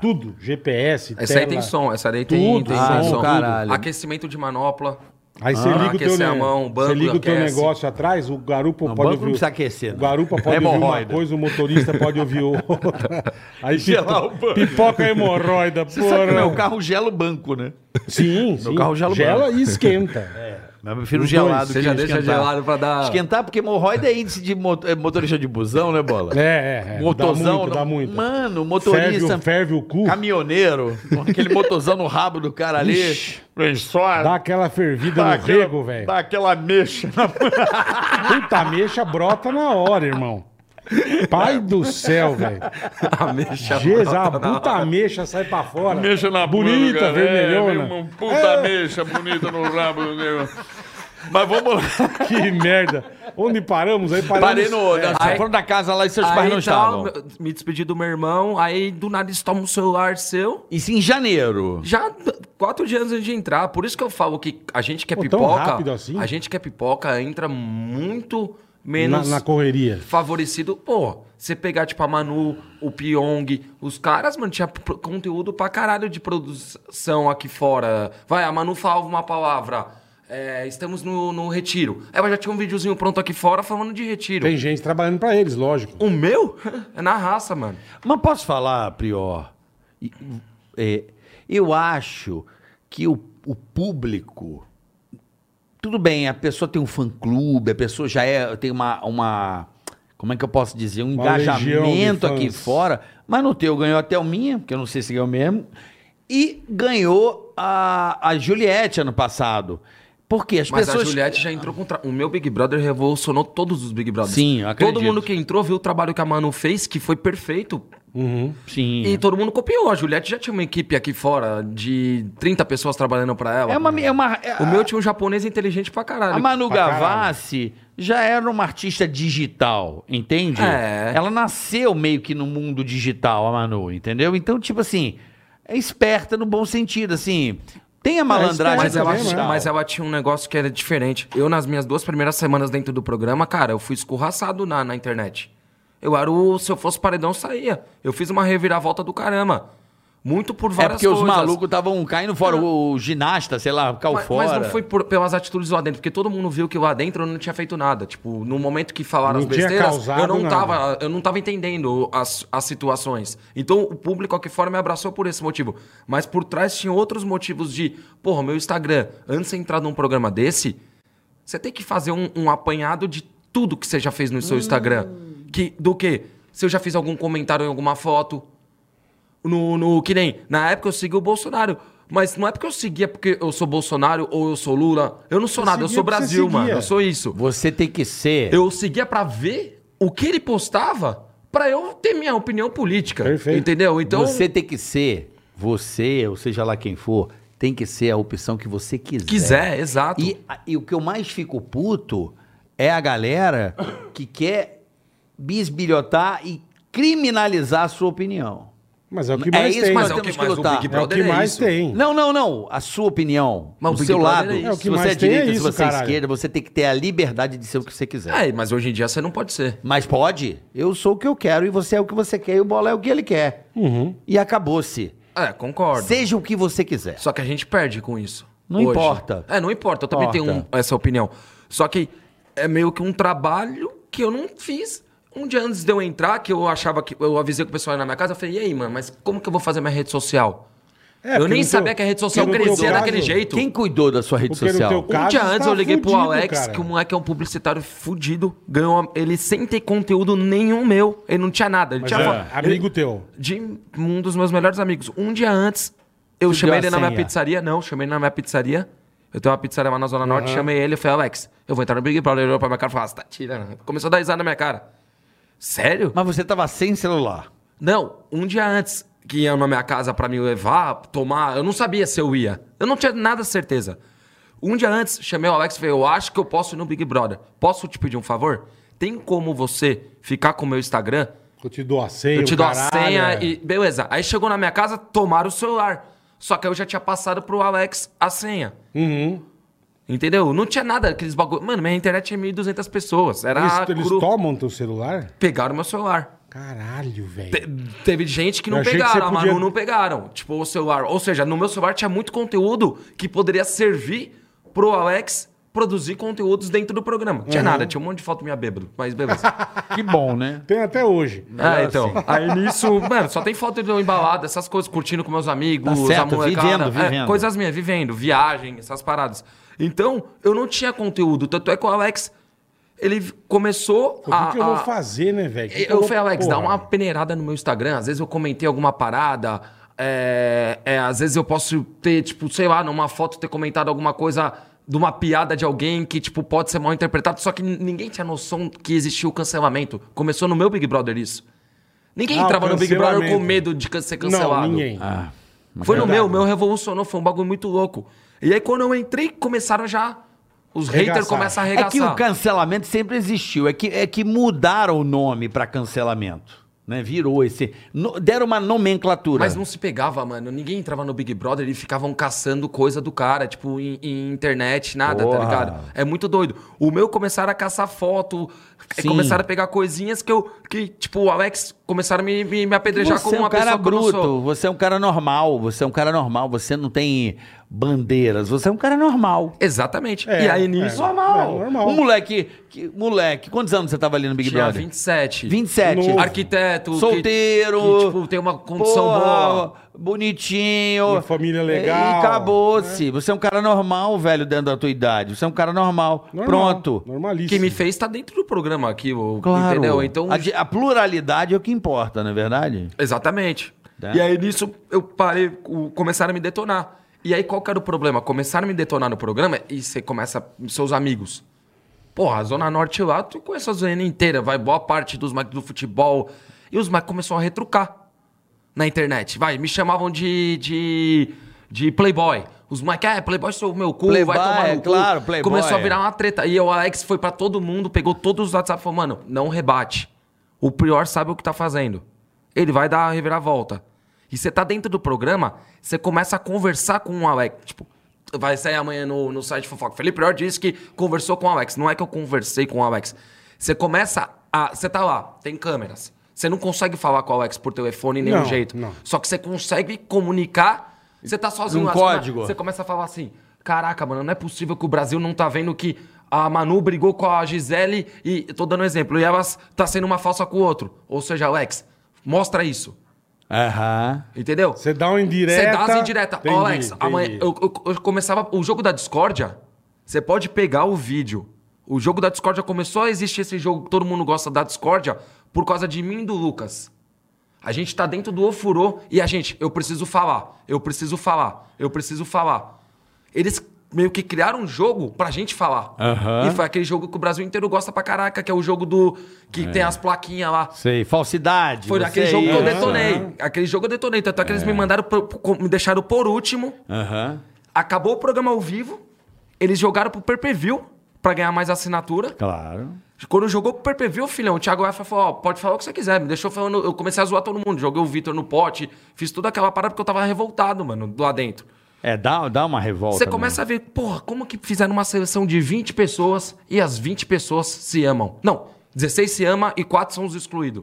[SPEAKER 4] Tudo. GPS,
[SPEAKER 5] Essa aí
[SPEAKER 4] tela.
[SPEAKER 5] tem som, essa daí tem,
[SPEAKER 4] Tudo,
[SPEAKER 5] tem
[SPEAKER 4] som,
[SPEAKER 5] som.
[SPEAKER 3] caralho.
[SPEAKER 5] Aquecimento de manopla.
[SPEAKER 4] Aí você
[SPEAKER 5] Ah,
[SPEAKER 4] liga o teu,
[SPEAKER 5] aquecer
[SPEAKER 4] ne-
[SPEAKER 5] a mão, o banco
[SPEAKER 4] você liga o teu
[SPEAKER 5] aquece.
[SPEAKER 4] negócio atrás, o garupa
[SPEAKER 3] o
[SPEAKER 4] pode
[SPEAKER 3] banco
[SPEAKER 4] ouvir.
[SPEAKER 3] não
[SPEAKER 4] o-
[SPEAKER 3] precisa aquecer,
[SPEAKER 4] O
[SPEAKER 3] não. É
[SPEAKER 4] garupa pode ouvir uma
[SPEAKER 3] Hemorroida.
[SPEAKER 4] coisa, o motorista pode ouvir outra. Aí
[SPEAKER 3] Gelar o
[SPEAKER 4] pipoca,
[SPEAKER 3] banco.
[SPEAKER 4] pipoca hemorroida,
[SPEAKER 3] Você sabe É que
[SPEAKER 4] porra.
[SPEAKER 3] meu carro gela o banco, né?
[SPEAKER 4] Sim, sim.
[SPEAKER 3] carro gela o
[SPEAKER 4] gela
[SPEAKER 3] banco. É.
[SPEAKER 4] e esquenta.
[SPEAKER 3] Mas eu prefiro
[SPEAKER 4] Os dois.
[SPEAKER 3] gelado
[SPEAKER 5] Você já deixa
[SPEAKER 3] esquentar.
[SPEAKER 5] gelado pra dar...
[SPEAKER 3] Esquentar porque hemorroida é índice de mo- é motorista de busão, né, Bola?
[SPEAKER 4] É, é, é.
[SPEAKER 3] Motorzão.
[SPEAKER 4] dá
[SPEAKER 3] não-
[SPEAKER 4] muito, dá muito.
[SPEAKER 3] Mano,
[SPEAKER 4] Ferve
[SPEAKER 3] motorista,
[SPEAKER 4] o- ferve um. o cu.
[SPEAKER 3] caminhoneiro, com aquele motorzão no rabo do cara ali.
[SPEAKER 4] Ixi,
[SPEAKER 2] Vem só,
[SPEAKER 4] dá aquela fervida
[SPEAKER 2] dá
[SPEAKER 4] no rego, velho.
[SPEAKER 2] dá aquela mexa na
[SPEAKER 4] Puta, a mexa brota na hora, irmão. Pai do céu, velho.
[SPEAKER 5] Ameixa
[SPEAKER 4] Jesus, ah, a
[SPEAKER 5] brota na
[SPEAKER 4] puta ameixa sai pra fora.
[SPEAKER 2] mexa na
[SPEAKER 4] Bonita,
[SPEAKER 2] bunda,
[SPEAKER 4] vermelhona.
[SPEAKER 2] Uma
[SPEAKER 1] É.
[SPEAKER 2] puta mexa bonita no rabo do nego.
[SPEAKER 3] Mas vamos.
[SPEAKER 4] Que merda. Onde paramos? Aí paramos.
[SPEAKER 3] Parei no. assim, Na,
[SPEAKER 5] Aí-
[SPEAKER 3] foram da casa lá e seus pais
[SPEAKER 5] Aí
[SPEAKER 3] não
[SPEAKER 5] tal,
[SPEAKER 3] estavam.
[SPEAKER 5] meu- me despedi do meu irmão, aí do nada eles tomam o celular seu.
[SPEAKER 3] Isso em janeiro.
[SPEAKER 5] Já d- quatro dias antes de entrar. Por isso que eu falo que a gente que é
[SPEAKER 4] Pô, tão rápido
[SPEAKER 5] pipoca...
[SPEAKER 4] assim?
[SPEAKER 5] A gente que é pipoca entra muito
[SPEAKER 4] Na,
[SPEAKER 5] menos...
[SPEAKER 4] É, na correria.
[SPEAKER 5] favorecido. Pô, você pegar, tipo, a Manu, o Pyong, os caras, mano, tinha pro- conteúdo pra caralho de produção aqui fora. Vai, a Manu falava uma palavra. é, estamos no, no retiro. Ela já tinha um videozinho pronto aqui fora falando de retiro.
[SPEAKER 4] Tem gente trabalhando pra eles, lógico.
[SPEAKER 5] O meu? É na raça, mano.
[SPEAKER 3] Mas posso falar, Prior? E- é, eu acho que o, o público. Tudo bem, a pessoa tem um fã-clube, a pessoa já é, tem uma, uma. Como é que eu posso dizer? Um
[SPEAKER 4] Uma legião de
[SPEAKER 3] engajamento
[SPEAKER 4] fãs.
[SPEAKER 3] aqui fora. Mas no teu ganhou até o minha, porque eu não sei se ganhou mesmo. E ganhou a, a Juliette ano passado. Porque as
[SPEAKER 5] Mas
[SPEAKER 3] pessoas.
[SPEAKER 5] a Juliette já entrou contra. O meu Big Brother revolucionou todos os Big Brothers.
[SPEAKER 3] Sim, eu acredito.
[SPEAKER 5] Todo mundo que entrou viu o trabalho que a Manu fez, que foi perfeito.
[SPEAKER 4] Uhum.
[SPEAKER 3] Sim.
[SPEAKER 5] E todo mundo copiou. A Juliette já tinha uma equipe aqui fora de 30 pessoas trabalhando pra ela.
[SPEAKER 3] É uma. É uma é-
[SPEAKER 5] O meu tinha um japonês inteligente pra caralho.
[SPEAKER 3] A Manu
[SPEAKER 4] pra caralho.
[SPEAKER 3] Gavassi já era uma artista digital, entende?
[SPEAKER 5] É.
[SPEAKER 3] Ela nasceu meio que no mundo digital, a Manu, entendeu? Então, tipo assim, é né? esperta no bom sentido, assim. Tem a malandragem
[SPEAKER 4] É,
[SPEAKER 5] Mas ela,
[SPEAKER 4] mesmo,
[SPEAKER 3] digital.
[SPEAKER 4] é.
[SPEAKER 5] mas ela tinha um negócio que era diferente. Eu, nas minhas duas primeiras semanas dentro do programa, cara, eu fui escorraçado na, na internet. Eu era o. Se eu fosse paredão, eu saía. Eu fiz uma reviravolta do caramba. Muito por
[SPEAKER 3] É
[SPEAKER 5] várias
[SPEAKER 3] porque os
[SPEAKER 5] coisas.
[SPEAKER 3] malucos estavam caindo fora. O, o ginasta, sei lá, caiu
[SPEAKER 5] Mas,
[SPEAKER 3] fora.
[SPEAKER 5] mas não foi por- pelas atitudes lá dentro, porque todo mundo viu que lá dentro eu não tinha feito nada. Tipo, no momento que falaram
[SPEAKER 4] Não
[SPEAKER 5] as
[SPEAKER 4] tinha
[SPEAKER 5] besteiras,
[SPEAKER 4] causado
[SPEAKER 5] eu não,
[SPEAKER 4] nada.
[SPEAKER 5] tava, eu não tava entendendo as, as situações. Então o público aqui fora me abraçou por esse motivo. Mas por trás tinha outros motivos de, porra, meu Instagram, antes de entrar num programa desse, você tem que fazer um, um apanhado de tudo que você já fez no seu Instagram.
[SPEAKER 4] Hum.
[SPEAKER 5] Que, do que? Se eu já fiz algum comentário em alguma foto, no, no- que nem, na época eu segui o Bolsonaro. Mas não é porque eu seguia porque eu sou Bolsonaro ou eu sou Lula. Eu não sou
[SPEAKER 4] Você
[SPEAKER 5] nada, eu
[SPEAKER 4] seguia
[SPEAKER 5] sou
[SPEAKER 4] porque você
[SPEAKER 5] Brasil,
[SPEAKER 4] seguia.
[SPEAKER 5] mano. Eu sou isso.
[SPEAKER 3] Você tem que ser.
[SPEAKER 5] Eu seguia pra ver o que ele postava pra eu ter minha opinião política.
[SPEAKER 4] Perfeito.
[SPEAKER 5] Entendeu? Então,
[SPEAKER 3] Você tem que ser. Você, ou seja lá quem for, tem que ser a opção que você quiser.
[SPEAKER 5] quiser, exato.
[SPEAKER 3] E, e o que eu mais fico puto é a galera que quer bisbilhotar e criminalizar a sua opinião.
[SPEAKER 4] Mas é o que
[SPEAKER 3] É
[SPEAKER 4] mais
[SPEAKER 3] isso,
[SPEAKER 4] tem.
[SPEAKER 5] mas
[SPEAKER 3] nós
[SPEAKER 5] é o
[SPEAKER 3] temos
[SPEAKER 5] que
[SPEAKER 3] que
[SPEAKER 5] mais o
[SPEAKER 3] lutar.
[SPEAKER 5] Big
[SPEAKER 4] É o
[SPEAKER 5] Brother
[SPEAKER 4] que mais
[SPEAKER 5] isso.
[SPEAKER 4] tem.
[SPEAKER 3] Não, não, não. A sua opinião,
[SPEAKER 5] Mas o
[SPEAKER 3] o
[SPEAKER 5] Big
[SPEAKER 3] seu
[SPEAKER 5] Brother
[SPEAKER 3] lado.
[SPEAKER 5] é isso. É, o
[SPEAKER 3] se
[SPEAKER 4] que
[SPEAKER 3] você é
[SPEAKER 4] mais tem é
[SPEAKER 3] direita,
[SPEAKER 4] isso,
[SPEAKER 3] se você é
[SPEAKER 4] caralho.
[SPEAKER 3] esquerda, você tem que ter a liberdade de ser o que você quiser.
[SPEAKER 5] É, mas hoje em dia você não pode ser.
[SPEAKER 3] Mas pode. Eu sou o que eu quero e você é o que você quer e o bola é o que ele quer.
[SPEAKER 4] Uhum.
[SPEAKER 3] E acabou-se.
[SPEAKER 5] É, concordo.
[SPEAKER 3] Seja o que você quiser.
[SPEAKER 5] Só que a gente perde com isso.
[SPEAKER 3] Não importa.
[SPEAKER 5] É, não importa. Eu também
[SPEAKER 3] Importa.
[SPEAKER 5] tenho um- essa opinião. Só que é meio que um trabalho que eu não fiz. Um dia antes de eu entrar, que eu achava que. Eu avisei que o pessoal ia na minha casa, eu falei, e aí, mano, mas como que eu vou fazer minha rede social?
[SPEAKER 4] É,
[SPEAKER 5] eu
[SPEAKER 4] porque
[SPEAKER 5] nem
[SPEAKER 4] no teu-
[SPEAKER 5] sabia que a rede social
[SPEAKER 4] porque no teu
[SPEAKER 5] crescia
[SPEAKER 4] caso-
[SPEAKER 5] é daquele jeito.
[SPEAKER 3] Quem cuidou da sua rede
[SPEAKER 4] Porque no
[SPEAKER 3] social?
[SPEAKER 4] teu
[SPEAKER 5] Um dia
[SPEAKER 4] caso,
[SPEAKER 5] antes
[SPEAKER 4] tá
[SPEAKER 5] eu liguei pro
[SPEAKER 4] fudido,
[SPEAKER 5] Alex,
[SPEAKER 4] cara.
[SPEAKER 5] que o moleque é um publicitário fudido, ganhou. uma- Ele sem ter conteúdo nenhum meu. Ele não tinha nada. Ele
[SPEAKER 4] Mas
[SPEAKER 5] tinha
[SPEAKER 4] é,
[SPEAKER 5] foto- ele-
[SPEAKER 4] amigo teu.
[SPEAKER 5] de um dos meus melhores amigos. Um dia antes, eu
[SPEAKER 4] Te
[SPEAKER 5] chamei
[SPEAKER 4] deu a
[SPEAKER 5] ele na minha
[SPEAKER 4] senha.
[SPEAKER 5] pizzaria. Não, chamei ele na minha pizzaria. Eu tenho uma pizzaria lá na Zona Norte, chamei ele e falei, Alex, eu vou entrar no Big Brother. Ele olhou pra minha cara e falou, ah, você tá tirando. Começou a dar risada na minha cara. Sério?
[SPEAKER 3] Mas você tava sem celular.
[SPEAKER 5] Não, um dia antes que iam na minha casa pra me levar, tomar, eu não sabia se eu ia. Eu não tinha nada de certeza. Um dia antes, chamei o Alex e falei, eu acho que eu posso ir no Big Brother. Posso te pedir um favor? Tem como você ficar com o meu Instagram
[SPEAKER 4] Eu te dou a senha,
[SPEAKER 5] eu te
[SPEAKER 4] o
[SPEAKER 5] dou a
[SPEAKER 4] caralho,
[SPEAKER 5] senha
[SPEAKER 4] é.
[SPEAKER 5] e. Beleza. Aí chegou na minha casa, tomaram o celular. Só que eu já tinha passado pro Alex a senha.
[SPEAKER 4] Uhum.
[SPEAKER 5] Entendeu? Não tinha nada, aqueles bagulho. Mano, minha internet é tinha 1.200 pessoas. Era.
[SPEAKER 4] Eles, eles
[SPEAKER 5] Ah, cru.
[SPEAKER 4] tomam teu celular?
[SPEAKER 5] Pegaram meu celular.
[SPEAKER 4] Caralho, velho.
[SPEAKER 5] Te- teve gente que
[SPEAKER 4] Eu
[SPEAKER 5] não
[SPEAKER 4] achei que você
[SPEAKER 5] pegaram, a Manu
[SPEAKER 4] podia-
[SPEAKER 5] não pegaram. Tipo, o celular. Ou seja, no meu celular tinha muito conteúdo que poderia servir pro Alex produzir conteúdos dentro do programa.
[SPEAKER 4] Uhum.
[SPEAKER 5] Tinha nada, tinha um monte de foto minha bêbado, mas beleza.
[SPEAKER 3] Que bom, né?
[SPEAKER 4] Tem até hoje.
[SPEAKER 5] Ah, então.
[SPEAKER 3] assim.
[SPEAKER 5] Aí nisso, mano, só tem foto de eu embalado, essas coisas, curtindo com meus amigos,
[SPEAKER 3] Tá certo,
[SPEAKER 5] a molecada.
[SPEAKER 3] vivendo,
[SPEAKER 5] é,
[SPEAKER 3] vivendo.
[SPEAKER 5] coisas minhas, vivendo, viagem, essas paradas. Então, eu não tinha conteúdo. Tanto é que o Alex, ele começou
[SPEAKER 4] O que,
[SPEAKER 5] a.
[SPEAKER 4] que eu vou
[SPEAKER 5] a-
[SPEAKER 4] fazer, né, velho? O que que
[SPEAKER 5] Ah, eu
[SPEAKER 4] vou-
[SPEAKER 5] falei, Alex, dá
[SPEAKER 4] Porra.
[SPEAKER 5] uma peneirada no meu Instagram. Às vezes eu comentei alguma parada. é, é, às vezes eu posso ter, tipo, sei lá, numa foto ter comentado alguma coisa de uma piada de alguém que, tipo, pode ser mal interpretado. Só que ninguém tinha noção que existia o cancelamento. Começou no meu Big Brother isso. Ninguém
[SPEAKER 4] Ah, o
[SPEAKER 5] entrava no Big Brother com
[SPEAKER 4] cancelamento.
[SPEAKER 5] medo de can- ser
[SPEAKER 4] Não,
[SPEAKER 5] cancelado.
[SPEAKER 4] ninguém.
[SPEAKER 3] Ah,
[SPEAKER 5] Foi no meu, o meu revolucionou, foi um bagulho muito louco. E aí quando eu entrei, começaram já. Os haters
[SPEAKER 4] Regaçar.
[SPEAKER 5] começam a
[SPEAKER 3] É
[SPEAKER 5] arregaçar.
[SPEAKER 3] que o cancelamento sempre existiu. É que, é que mudaram o nome pra cancelamento. Né? Virou esse. no- deram uma nomenclatura.
[SPEAKER 5] Mas não se pegava, mano. Ninguém entrava no Big Brother e ficavam caçando coisa do cara, tipo, em, em internet, nada,
[SPEAKER 3] Porra.
[SPEAKER 5] tá ligado? É muito doido. O meu começaram a caçar foto, eh,
[SPEAKER 3] Sim.
[SPEAKER 5] começaram a pegar coisinhas que eu. que, tipo, o Alex começaram a me, me, me apedrejar
[SPEAKER 3] Você
[SPEAKER 5] como
[SPEAKER 3] é
[SPEAKER 5] uma
[SPEAKER 3] um cara
[SPEAKER 5] pessoa que eu não
[SPEAKER 3] bruto,
[SPEAKER 5] sou.
[SPEAKER 3] você é um cara normal, você é um cara normal, você não tem bandeiras, você é um cara normal.
[SPEAKER 5] Exatamente.
[SPEAKER 4] É,
[SPEAKER 5] e aí
[SPEAKER 4] é.
[SPEAKER 5] nisso.
[SPEAKER 4] Normal. É, normal.
[SPEAKER 3] Um moleque, que- moleque, quantos anos você tava ali no Big
[SPEAKER 5] Tinha
[SPEAKER 3] Brother?
[SPEAKER 5] 27.
[SPEAKER 3] 27.
[SPEAKER 4] Novo.
[SPEAKER 5] Arquiteto. que-
[SPEAKER 3] Solteiro.
[SPEAKER 5] que, tipo, tem uma condição
[SPEAKER 3] Porra,
[SPEAKER 5] boa.
[SPEAKER 3] Bonitinho.
[SPEAKER 4] Uma família legal, né?
[SPEAKER 3] E acabou-se. Você é um cara normal, velho, dentro da tua idade. Você é um cara normal. Pronto.
[SPEAKER 4] Normalíssimo.
[SPEAKER 5] Que me fez estar dentro do programa aqui, ô,
[SPEAKER 3] Claro.
[SPEAKER 5] entendeu? Então,
[SPEAKER 3] a, di- a pluralidade é o que importa, não é verdade?
[SPEAKER 5] Exatamente.
[SPEAKER 3] Tá.
[SPEAKER 5] E aí nisso eu parei, o- começaram a me detonar. E aí qual que era o problema? Começaram a me detonar no programa e você começa, seus amigos. Porra, a Zona Norte lá, tu conhece a zona inteira, vai boa parte dos moleques do futebol. E os moleques começaram a retrucar na internet. Vai, me chamavam de, de, de playboy. Os moleques, ah, playboy sou o meu cu,
[SPEAKER 3] Playboy,
[SPEAKER 5] vai tomar no
[SPEAKER 3] é
[SPEAKER 5] cu.
[SPEAKER 3] claro, playboy.
[SPEAKER 5] Começou a virar uma treta. E o Alex foi pra todo mundo, pegou todos os WhatsApp e falou, mano, não rebate. O pior sabe o que tá fazendo. Ele vai dar a reviravolta. E você tá dentro do programa, você começa a conversar com o Alex. Tipo, vai sair amanhã no, no site Fofoca. Felipe Prior disse que conversou com o Alex. Não é que eu conversei com o Alex. Você começa a. Você tá lá, tem câmeras. Você não consegue falar com o Alex por telefone de nenhum
[SPEAKER 4] Não,
[SPEAKER 5] jeito.
[SPEAKER 4] não.
[SPEAKER 5] Só que você consegue comunicar. Você tá sozinho
[SPEAKER 3] Um
[SPEAKER 5] lá, você come-
[SPEAKER 3] código.
[SPEAKER 5] Você começa a falar assim: caraca, mano, não é possível que o Brasil não tá vendo que a Manu brigou com a Gisele e. eu Tô dando um exemplo. E elas tá sendo uma falsa com o outro. Ou seja, Alex, mostra isso.
[SPEAKER 3] Aham.
[SPEAKER 5] Entendeu?
[SPEAKER 4] Você dá uma indireta.
[SPEAKER 5] Você dá as indiretas. Ó,
[SPEAKER 4] Entendi,
[SPEAKER 5] Alex,
[SPEAKER 4] entendi.
[SPEAKER 5] amanhã eu, eu- eu começava o jogo da discórdia. Você pode pegar o vídeo. O jogo da discórdia começou a existir esse jogo, que todo mundo gosta da discórdia por causa de mim e do Lucas. A gente tá dentro do ofurô e a gente, eu preciso falar, eu preciso falar, eu preciso falar. Eles meio que criaram um jogo pra gente falar.
[SPEAKER 3] Aham.
[SPEAKER 5] E foi aquele jogo que o Brasil inteiro gosta pra caraca, que é o jogo do que
[SPEAKER 4] É.
[SPEAKER 5] tem as plaquinhas lá.
[SPEAKER 3] Sei. Falsidade.
[SPEAKER 5] Foi
[SPEAKER 3] você é
[SPEAKER 5] aquele jogo que eu
[SPEAKER 3] isso.
[SPEAKER 5] detonei. Aquele jogo eu detonei. Tanto é que eles me mandaram, pro- pro- me deixaram por último.
[SPEAKER 3] Aham.
[SPEAKER 5] Acabou o programa ao vivo. Eles jogaram pro pay-per-view pra ganhar mais assinatura.
[SPEAKER 3] Claro.
[SPEAKER 5] Quando jogou pro pay-per-view, filhão, o Thiago Efra falou: ó, pode falar o que você quiser. Me deixou falando. Eu comecei a zoar todo mundo. Joguei o Vitor no pote. Fiz toda aquela parada porque eu tava revoltado, mano, lá dentro.
[SPEAKER 3] É, dá, dá uma revolta.
[SPEAKER 5] Você começa a ver, porra, como que fizeram uma seleção de 20 pessoas e as 20 pessoas se amam? Não, 16 se ama e 4 são os excluídos.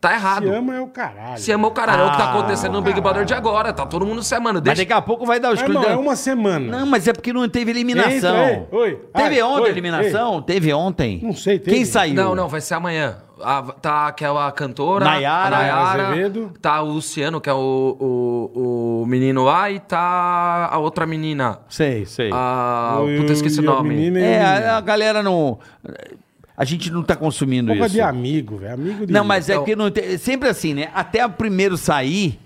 [SPEAKER 5] Tá errado.
[SPEAKER 4] Se ama é o caralho.
[SPEAKER 5] Se ama o caralho, é o que tá
[SPEAKER 3] Ah,
[SPEAKER 5] acontecendo no Big Brother de agora. Tá todo mundo se amando.
[SPEAKER 3] Mas
[SPEAKER 5] Deixa...
[SPEAKER 3] daqui a pouco vai dar os
[SPEAKER 4] É, não, é uma semana.
[SPEAKER 3] Não, mas é porque não teve eliminação.
[SPEAKER 4] Entra, ei, oi.
[SPEAKER 3] Teve
[SPEAKER 4] Ai,
[SPEAKER 3] ontem
[SPEAKER 4] oi,
[SPEAKER 3] eliminação? Teve ontem?
[SPEAKER 4] Não sei, teve.
[SPEAKER 3] Quem saiu?
[SPEAKER 5] Não, não, vai ser amanhã. A- tá aquela cantora,
[SPEAKER 3] Nayara,
[SPEAKER 5] a Nayara
[SPEAKER 4] Azevedo.
[SPEAKER 5] tá o Luciano, que é o, o, o menino lá, e tá a outra menina.
[SPEAKER 3] Sei, sei.
[SPEAKER 5] Ah, A...
[SPEAKER 4] E
[SPEAKER 5] Puta, esqueci o
[SPEAKER 4] e a
[SPEAKER 5] nome.
[SPEAKER 4] menina e
[SPEAKER 3] É,
[SPEAKER 4] o
[SPEAKER 3] a, a
[SPEAKER 4] menino.
[SPEAKER 3] galera não. A gente não tá consumindo
[SPEAKER 4] Porra
[SPEAKER 3] isso.
[SPEAKER 4] de amigo, velho. Amigo de.
[SPEAKER 3] Não, mas é
[SPEAKER 5] Então-
[SPEAKER 3] que não tem, sempre assim, né? Até o primeiro sair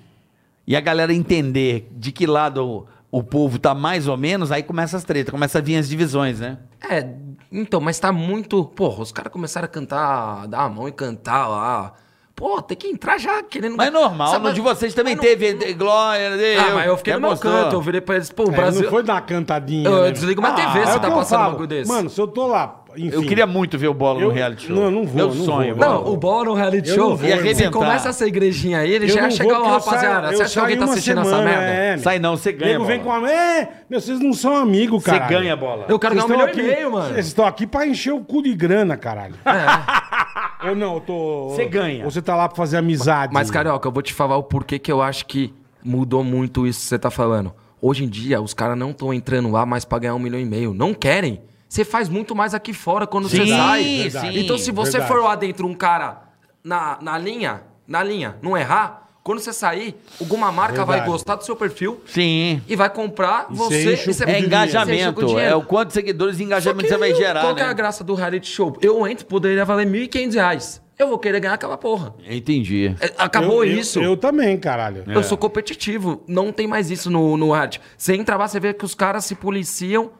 [SPEAKER 3] e a galera entender de que lado o, o povo tá mais ou menos, aí começa as tretas, começa a vir as divisões, né?
[SPEAKER 5] É, então, mas tá muito. Porra, os caras começaram a cantar, dar a mão e cantar lá. Pô, tem que entrar já querendo.
[SPEAKER 3] Mas é normal,
[SPEAKER 5] Sabe,
[SPEAKER 3] no de vocês também
[SPEAKER 5] mas não-
[SPEAKER 3] teve é eh, glória.
[SPEAKER 5] Ah, mas eu fiquei no meu
[SPEAKER 3] demonstrou.
[SPEAKER 5] canto, eu virei pra eles, pô, o
[SPEAKER 4] É,
[SPEAKER 5] Brasil.
[SPEAKER 4] Não foi dar uma cantadinha.
[SPEAKER 5] Eu
[SPEAKER 4] né?
[SPEAKER 5] desligo uma
[SPEAKER 4] Ah,
[SPEAKER 5] TV,
[SPEAKER 4] é
[SPEAKER 5] você
[SPEAKER 4] o
[SPEAKER 5] tá
[SPEAKER 4] que eu
[SPEAKER 5] passando um
[SPEAKER 4] falo.
[SPEAKER 5] bagulho desse.
[SPEAKER 4] Mano, se eu tô lá. Enfim,
[SPEAKER 3] Eu queria muito ver o Bola
[SPEAKER 4] Eu-
[SPEAKER 3] no reality show.
[SPEAKER 4] Não, eu não vou,
[SPEAKER 3] Meu
[SPEAKER 4] não vou,
[SPEAKER 3] sonho.
[SPEAKER 4] eu
[SPEAKER 3] Bola.
[SPEAKER 5] Não, o Bola no reality
[SPEAKER 4] Eu não
[SPEAKER 5] show.
[SPEAKER 4] vou,
[SPEAKER 3] E
[SPEAKER 5] se
[SPEAKER 3] arrebentar.
[SPEAKER 5] começa essa igrejinha aí, ele
[SPEAKER 4] Eu
[SPEAKER 5] já
[SPEAKER 4] não
[SPEAKER 5] chegou
[SPEAKER 4] vou,
[SPEAKER 5] lá,
[SPEAKER 4] porque eu saio-
[SPEAKER 5] rapaziada.
[SPEAKER 4] eu
[SPEAKER 5] Você acha que alguém
[SPEAKER 4] saio
[SPEAKER 5] tá
[SPEAKER 4] uma
[SPEAKER 5] assistindo essa
[SPEAKER 4] semana,
[SPEAKER 5] merda?
[SPEAKER 4] é, meu.
[SPEAKER 3] Sai não, você ganha,
[SPEAKER 4] Nego vem com
[SPEAKER 3] Bola.
[SPEAKER 4] a. É, meu, vocês não são amigos,
[SPEAKER 3] Você
[SPEAKER 4] cara.
[SPEAKER 3] ganha a bola.
[SPEAKER 5] Eu quero ganhar um milhão e meio, mano.
[SPEAKER 4] Vocês estão aqui pra encher o cu de grana, caralho.
[SPEAKER 5] É.
[SPEAKER 4] Ou não, eu tô.
[SPEAKER 3] Você ganha.
[SPEAKER 4] Ou você tá lá pra fazer amizade.
[SPEAKER 5] Mas, Carioca, eu vou te falar o porquê que eu acho que mudou muito isso que você tá falando. Hoje em dia, os caras não estão entrando lá mais pra ganhar um milhão e meio. Não querem. Você faz muito mais aqui fora quando você
[SPEAKER 3] Sim,
[SPEAKER 5] sai.
[SPEAKER 3] verdade.
[SPEAKER 5] então, se você
[SPEAKER 4] verdade.
[SPEAKER 5] for lá dentro um cara na, na linha, na linha, não errar, quando você sair, alguma marca vai
[SPEAKER 4] Verdade.
[SPEAKER 5] gostar do seu perfil
[SPEAKER 3] Sim.
[SPEAKER 5] e vai comprar
[SPEAKER 4] E você
[SPEAKER 5] você.
[SPEAKER 4] enche o cu
[SPEAKER 5] você
[SPEAKER 4] de
[SPEAKER 3] É
[SPEAKER 4] dinheiro.
[SPEAKER 5] Você
[SPEAKER 3] engajamento,
[SPEAKER 5] chega com
[SPEAKER 3] é
[SPEAKER 5] dinheiro.
[SPEAKER 3] o quanto de seguidores e
[SPEAKER 5] Só
[SPEAKER 3] engajamento
[SPEAKER 5] que
[SPEAKER 3] você vai gerar,
[SPEAKER 5] Qual que é
[SPEAKER 3] né?
[SPEAKER 5] a graça do reality show? Eu entro, poderia valer 1.500 reais. Eu vou querer ganhar aquela porra.
[SPEAKER 3] Entendi.
[SPEAKER 5] É, Acabou
[SPEAKER 4] Eu- eu-
[SPEAKER 5] isso.
[SPEAKER 4] Eu, É. também, caralho.
[SPEAKER 3] É.
[SPEAKER 5] Eu sou competitivo. Não tem mais isso no, no arte. Você entra lá, você vê que os caras se policiam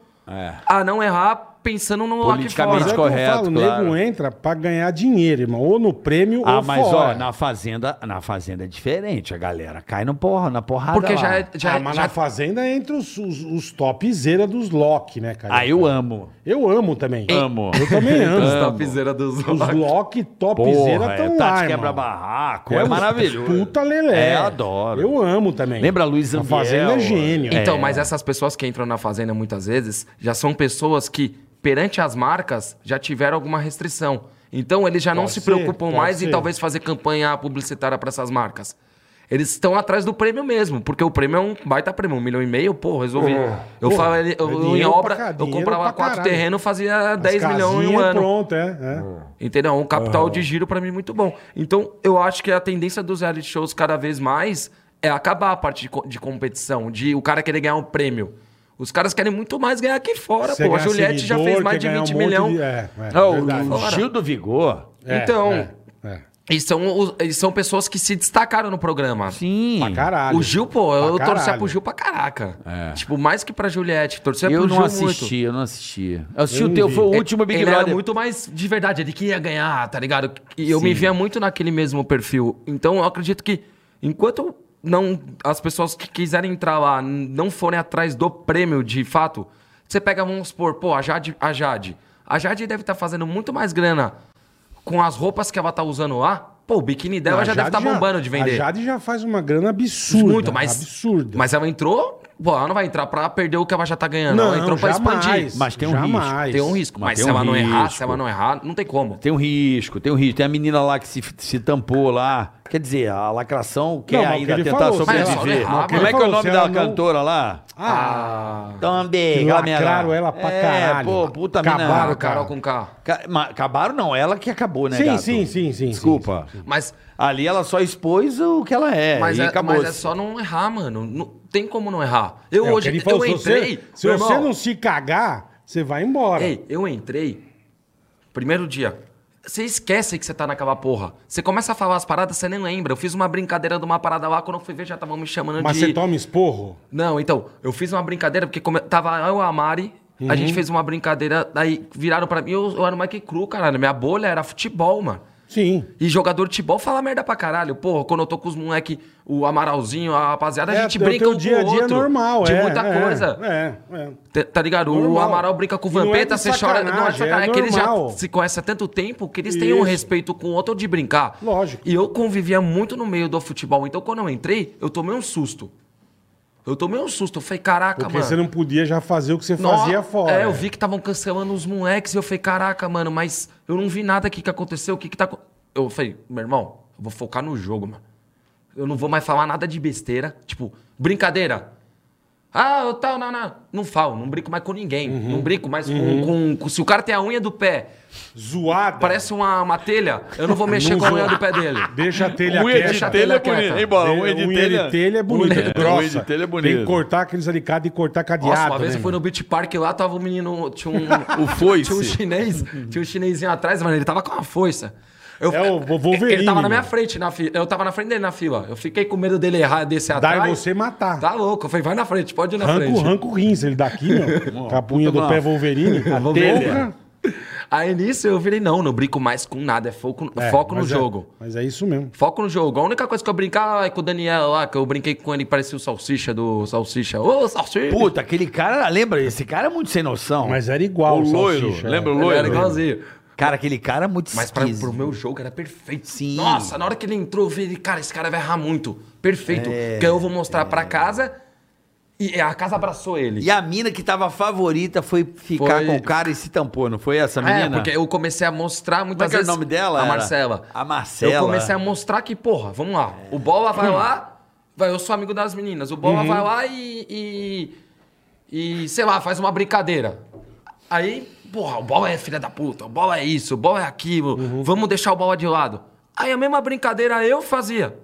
[SPEAKER 5] a não errar pensando no aqui
[SPEAKER 3] Politicamente
[SPEAKER 4] É. Mas é
[SPEAKER 5] fora.
[SPEAKER 4] o que
[SPEAKER 3] correto,
[SPEAKER 4] eu falo,
[SPEAKER 3] claro.
[SPEAKER 4] o nego entra pra ganhar dinheiro, irmão. Ou no prêmio
[SPEAKER 3] Ah,
[SPEAKER 4] ou
[SPEAKER 3] mas
[SPEAKER 4] fora.
[SPEAKER 3] ó, na fazenda, na fazenda é diferente, a galera cai no porra, na porrada
[SPEAKER 5] Porque
[SPEAKER 3] lá.
[SPEAKER 5] já é. Já,
[SPEAKER 4] ah, mas
[SPEAKER 5] já-
[SPEAKER 4] na Fazenda entra os, os, os topzera dos Loki, né, cara?
[SPEAKER 3] Ah, eu amo.
[SPEAKER 4] Eu amo também.
[SPEAKER 3] Amo.
[SPEAKER 4] Eu também
[SPEAKER 5] os
[SPEAKER 4] amo.
[SPEAKER 5] topzera dos
[SPEAKER 4] Os Loki topzera
[SPEAKER 3] Porra, é,
[SPEAKER 4] estão lá,
[SPEAKER 3] Tati
[SPEAKER 4] irmão.
[SPEAKER 3] quebra barraco, é,
[SPEAKER 4] uns
[SPEAKER 3] maravilhoso.
[SPEAKER 4] um Puta lelé.
[SPEAKER 3] É, adoro.
[SPEAKER 4] Eu amo também.
[SPEAKER 3] Lembra a Luiz
[SPEAKER 4] A
[SPEAKER 3] Ambiel?
[SPEAKER 4] Fazenda é gênio.
[SPEAKER 5] Então,
[SPEAKER 3] É.
[SPEAKER 5] mas essas pessoas que entram na fazenda muitas vezes já são pessoas que, perante as marcas, já tiveram alguma restrição. Então, eles já não
[SPEAKER 4] Pode
[SPEAKER 5] se
[SPEAKER 4] ser,
[SPEAKER 5] preocupam
[SPEAKER 4] pode
[SPEAKER 5] mais em
[SPEAKER 4] ser.
[SPEAKER 5] talvez fazer campanha publicitária para essas marcas. Eles estão atrás do prêmio mesmo, porque o prêmio é um baita prêmio, um milhão e meio, pô, resolvi. eu
[SPEAKER 4] porra,
[SPEAKER 5] falo, ele-
[SPEAKER 4] é
[SPEAKER 5] eu,
[SPEAKER 4] dinheiro
[SPEAKER 5] em
[SPEAKER 4] pra
[SPEAKER 5] obra,
[SPEAKER 4] cá,
[SPEAKER 5] eu
[SPEAKER 4] dinheiro
[SPEAKER 5] comprava
[SPEAKER 4] pra
[SPEAKER 5] quatro
[SPEAKER 4] caralho.
[SPEAKER 5] terrenos, fazia
[SPEAKER 4] As
[SPEAKER 5] 10 milhões em um
[SPEAKER 4] casinhas,
[SPEAKER 5] ano.
[SPEAKER 4] pronto, é. é.
[SPEAKER 3] Hum.
[SPEAKER 5] Entendeu? Um capital de giro pra mim muito bom. Então, eu acho que a tendência dos reality shows cada vez mais é acabar a parte de, co- de competição, de o cara querer ganhar um prêmio. Os caras querem muito mais ganhar aqui fora,
[SPEAKER 4] Você
[SPEAKER 5] pô. A
[SPEAKER 4] ganha
[SPEAKER 5] Juliette já
[SPEAKER 4] seguidor,
[SPEAKER 5] fez mais
[SPEAKER 4] quer
[SPEAKER 5] de
[SPEAKER 4] ganhar
[SPEAKER 5] 20
[SPEAKER 4] um monte
[SPEAKER 5] milhões.
[SPEAKER 4] de- É, é,
[SPEAKER 3] Ah, o-
[SPEAKER 4] verdade.
[SPEAKER 3] o Gil do Vigor.
[SPEAKER 4] É,
[SPEAKER 5] Então,
[SPEAKER 4] é, é.
[SPEAKER 5] E, são, os- e são pessoas que se destacaram no programa.
[SPEAKER 3] Sim.
[SPEAKER 4] Pra caralho.
[SPEAKER 5] O Gil, pô, eu
[SPEAKER 4] Pra
[SPEAKER 5] torcia
[SPEAKER 4] caralho. É.
[SPEAKER 5] pro Gil pra caraca. Tipo, mais que pra Juliette. Torcia
[SPEAKER 3] eu
[SPEAKER 5] pro
[SPEAKER 3] não
[SPEAKER 5] Gil
[SPEAKER 3] assisti,
[SPEAKER 5] muito. é,
[SPEAKER 3] eu não assisti. Eu assisti
[SPEAKER 4] Eu
[SPEAKER 3] o
[SPEAKER 4] não
[SPEAKER 3] teu,
[SPEAKER 4] vi.
[SPEAKER 3] foi o último Big
[SPEAKER 5] ele
[SPEAKER 3] Brother.
[SPEAKER 5] era muito mais de verdade, ele queria ganhar, tá ligado? E eu me
[SPEAKER 3] Sim.
[SPEAKER 5] via muito naquele mesmo perfil. Então eu acredito que enquanto não as pessoas que quiserem entrar lá n- não forem atrás do prêmio de fato, você pega, vamos supor, pô, a Jade, a Jade. A Jade deve estar fazendo muito mais grana com as roupas que ela tá usando lá. Pô, o biquíni dela
[SPEAKER 4] A
[SPEAKER 5] já deve
[SPEAKER 4] Jade
[SPEAKER 5] estar bombando de
[SPEAKER 4] A
[SPEAKER 5] vender.
[SPEAKER 4] Jade já faz uma grana absurda.
[SPEAKER 5] muito, mas
[SPEAKER 4] Absurda.
[SPEAKER 5] Mas ela entrou Pô, ela não vai entrar pra perder o que ela já tá ganhando.
[SPEAKER 4] Não,
[SPEAKER 5] ela entrou pra
[SPEAKER 4] jamais.
[SPEAKER 5] expandir.
[SPEAKER 3] Mas tem um
[SPEAKER 4] Jamais.
[SPEAKER 5] Tem um risco.
[SPEAKER 3] Mas
[SPEAKER 5] Mas,
[SPEAKER 3] tem
[SPEAKER 5] se
[SPEAKER 3] um
[SPEAKER 5] ela não errar,
[SPEAKER 3] risco.
[SPEAKER 5] se ela não errar, não tem como.
[SPEAKER 3] Tem um risco, tem um risco. Tem a menina lá que se, se tampou lá. Quer dizer, a lacração quer
[SPEAKER 4] mas o que
[SPEAKER 3] ainda
[SPEAKER 4] ele
[SPEAKER 3] tentar
[SPEAKER 4] falou, se
[SPEAKER 5] ela- Mas
[SPEAKER 3] sobreviver.
[SPEAKER 5] é só errar,
[SPEAKER 3] Como é que
[SPEAKER 5] mano.
[SPEAKER 3] é o
[SPEAKER 4] Ele falou,
[SPEAKER 3] nome
[SPEAKER 4] se
[SPEAKER 3] da
[SPEAKER 4] ela não-
[SPEAKER 3] cantora lá?
[SPEAKER 5] Ah,
[SPEAKER 3] Também,
[SPEAKER 4] Que lacraram ela pra caralho.
[SPEAKER 3] É, Pô, puta
[SPEAKER 4] Acabaram,
[SPEAKER 3] mina.
[SPEAKER 5] a Carol com K.
[SPEAKER 3] Ca- mas Acabaram não, ela que acabou, né,
[SPEAKER 4] Sim,
[SPEAKER 3] gato?
[SPEAKER 4] sim, sim, sim,
[SPEAKER 3] Desculpa.
[SPEAKER 5] Mas,
[SPEAKER 3] Ali ela só expôs o que ela é
[SPEAKER 5] mas,
[SPEAKER 3] e
[SPEAKER 5] é,
[SPEAKER 3] acabou.
[SPEAKER 5] mas é só não errar, mano. Não tem como não errar.
[SPEAKER 4] É,
[SPEAKER 5] Eu
[SPEAKER 4] o que
[SPEAKER 5] hoje,
[SPEAKER 4] ele falou,
[SPEAKER 5] eu
[SPEAKER 4] se você-
[SPEAKER 5] entrei...
[SPEAKER 4] Se
[SPEAKER 5] meu
[SPEAKER 4] você
[SPEAKER 5] irmão,
[SPEAKER 4] não se cagar, você vai embora.
[SPEAKER 5] Ei, eu entrei. Primeiro dia. Você esquece que você tá naquela porra. Você começa a falar as paradas, você nem lembra. Eu fiz uma brincadeira de uma parada lá, quando eu fui ver, já estavam me chamando
[SPEAKER 4] Mas
[SPEAKER 5] de.
[SPEAKER 4] você toma esporro?
[SPEAKER 5] Não, então, eu fiz uma brincadeira, porque come... tava eu e a Mari, a
[SPEAKER 4] Uhum.
[SPEAKER 5] gente fez uma brincadeira, daí viraram pra mim, eu, eu era o Mike Cru, caralho. Minha bolha era futebol, mano.
[SPEAKER 4] Sim.
[SPEAKER 5] E jogador de futebol fala merda pra caralho. Porra, quando eu tô com os moleque, o Amaralzinho, a rapaziada,
[SPEAKER 4] É,
[SPEAKER 5] a gente
[SPEAKER 4] teu-
[SPEAKER 5] brinca
[SPEAKER 4] teu
[SPEAKER 5] um
[SPEAKER 4] dia
[SPEAKER 5] com o
[SPEAKER 4] a dia é
[SPEAKER 5] outro.
[SPEAKER 4] normal,
[SPEAKER 5] de
[SPEAKER 4] é,
[SPEAKER 5] muita
[SPEAKER 4] é,
[SPEAKER 5] coisa.
[SPEAKER 4] É, é.
[SPEAKER 5] Tá- Tá ligado? O
[SPEAKER 4] Normal.
[SPEAKER 5] Amaral brinca com o
[SPEAKER 4] E não é
[SPEAKER 5] Vampeta,
[SPEAKER 4] de
[SPEAKER 5] você chora. Não é
[SPEAKER 4] sacanagem,
[SPEAKER 5] sacanagem,
[SPEAKER 4] é
[SPEAKER 5] é que eles já
[SPEAKER 4] normal.
[SPEAKER 5] se conhecem há tanto tempo que eles têm um
[SPEAKER 4] Isso.
[SPEAKER 5] respeito com o outro de brincar.
[SPEAKER 4] Lógico.
[SPEAKER 5] E eu convivia muito no meio do futebol. Então, quando eu entrei, eu tomei um susto. Eu tomei um susto. Eu falei, caraca,
[SPEAKER 4] Porque
[SPEAKER 5] mano.
[SPEAKER 4] você não podia já fazer o que você fazia
[SPEAKER 5] Nossa,
[SPEAKER 4] fora.
[SPEAKER 5] É, eu vi que estavam cancelando os moleques e eu falei, caraca, mano, mas eu não vi nada aqui que aconteceu, o que que tá... acon-" Eu falei, meu irmão, eu vou focar no jogo, mano. Eu não vou mais falar nada de besteira, tipo, brincadeira. Ah, eu tal, não, não. Não falo, não brinco mais com ninguém. Não brinco mais com- com, com... Se o cara tem a unha do pé,
[SPEAKER 4] Zoada.
[SPEAKER 5] parece uma, uma telha, eu não vou mexer
[SPEAKER 4] Não
[SPEAKER 5] com a unha
[SPEAKER 4] zoa.
[SPEAKER 5] do pé dele.
[SPEAKER 4] Deixa a telha
[SPEAKER 3] Unha de
[SPEAKER 4] quieta.
[SPEAKER 5] a
[SPEAKER 3] telha é
[SPEAKER 5] telha quieta.
[SPEAKER 3] bonito, hein, bola? Unha de telha.
[SPEAKER 4] é bonita,
[SPEAKER 3] Unha de-
[SPEAKER 4] grossa.
[SPEAKER 3] unha de telha é
[SPEAKER 4] Tem
[SPEAKER 3] bonito.
[SPEAKER 4] que cortar aqueles alicados e cortar cadeado.
[SPEAKER 5] Nossa, uma vez
[SPEAKER 4] né,
[SPEAKER 5] eu fui no Beach Park lá, tava um menino. Tinha um.
[SPEAKER 3] O foice.
[SPEAKER 5] Tinha um chinês. Tinha um chinesinho atrás, mano. Ele tava com uma força. Eu,
[SPEAKER 4] É o Wolverine,
[SPEAKER 5] Ele tava na minha
[SPEAKER 4] meu.
[SPEAKER 5] frente, na fila. Eu tava na frente dele na fila. Eu fiquei com medo dele errar, descer
[SPEAKER 4] Dá
[SPEAKER 5] atrás.
[SPEAKER 4] em você matar.
[SPEAKER 5] Tá louco. Eu falei, vai na frente, pode ir na
[SPEAKER 4] Ranco,
[SPEAKER 5] frente.
[SPEAKER 4] ranco rins ele daqui, meu. Capunha do
[SPEAKER 3] puta
[SPEAKER 4] pé
[SPEAKER 3] uma-
[SPEAKER 4] Wolverine. Porra.
[SPEAKER 3] telha.
[SPEAKER 5] Aí nisso eu virei, não, não brinco mais com nada. É foco,
[SPEAKER 4] É,
[SPEAKER 5] foco no
[SPEAKER 4] mas é-
[SPEAKER 5] jogo.
[SPEAKER 4] mas é isso mesmo.
[SPEAKER 5] Foco no jogo. A única coisa que eu brincava é com o Daniel lá, que eu brinquei com ele, parecia o Salsicha do Salsicha. Ô, Salsicha!
[SPEAKER 3] Puta, aquele cara, lembra? Esse cara é muito sem noção.
[SPEAKER 4] Mas era igual
[SPEAKER 3] o loiro,
[SPEAKER 4] salsicha, é.
[SPEAKER 3] lembra o
[SPEAKER 5] Ele
[SPEAKER 3] loiro?
[SPEAKER 5] era igualzinho.
[SPEAKER 3] Cara, aquele cara é muito
[SPEAKER 5] Mas pra,
[SPEAKER 3] esquisito.
[SPEAKER 5] pro meu jogo era perfeito.
[SPEAKER 3] Sim.
[SPEAKER 5] Nossa, na hora que ele entrou, eu vi, cara, esse cara vai errar muito. Perfeito.
[SPEAKER 3] É.
[SPEAKER 5] Porque aí eu vou mostrar pra casa e é, a casa abraçou ele.
[SPEAKER 3] E a mina que tava favorita foi ficar
[SPEAKER 5] Foi-
[SPEAKER 3] com o cara e se tampou, não foi essa
[SPEAKER 5] É,
[SPEAKER 3] menina?
[SPEAKER 5] porque eu comecei a mostrar
[SPEAKER 3] Como
[SPEAKER 5] muitas
[SPEAKER 3] é que é o
[SPEAKER 5] vezes.
[SPEAKER 3] nome dela
[SPEAKER 5] A
[SPEAKER 3] era?
[SPEAKER 5] Marcela.
[SPEAKER 3] A Marcela.
[SPEAKER 5] Eu comecei a mostrar que, porra, vamos lá. O Bola vai lá, vai, eu sou amigo das meninas. O
[SPEAKER 3] Uhum.
[SPEAKER 5] Bola vai lá e, e. e, sei lá, faz uma brincadeira. Aí, porra, o Bola é filha da puta, o Bola é isso, o Bola é aquilo,
[SPEAKER 3] Uhum.
[SPEAKER 5] vamos deixar o Bola de lado. Aí a mesma brincadeira eu fazia.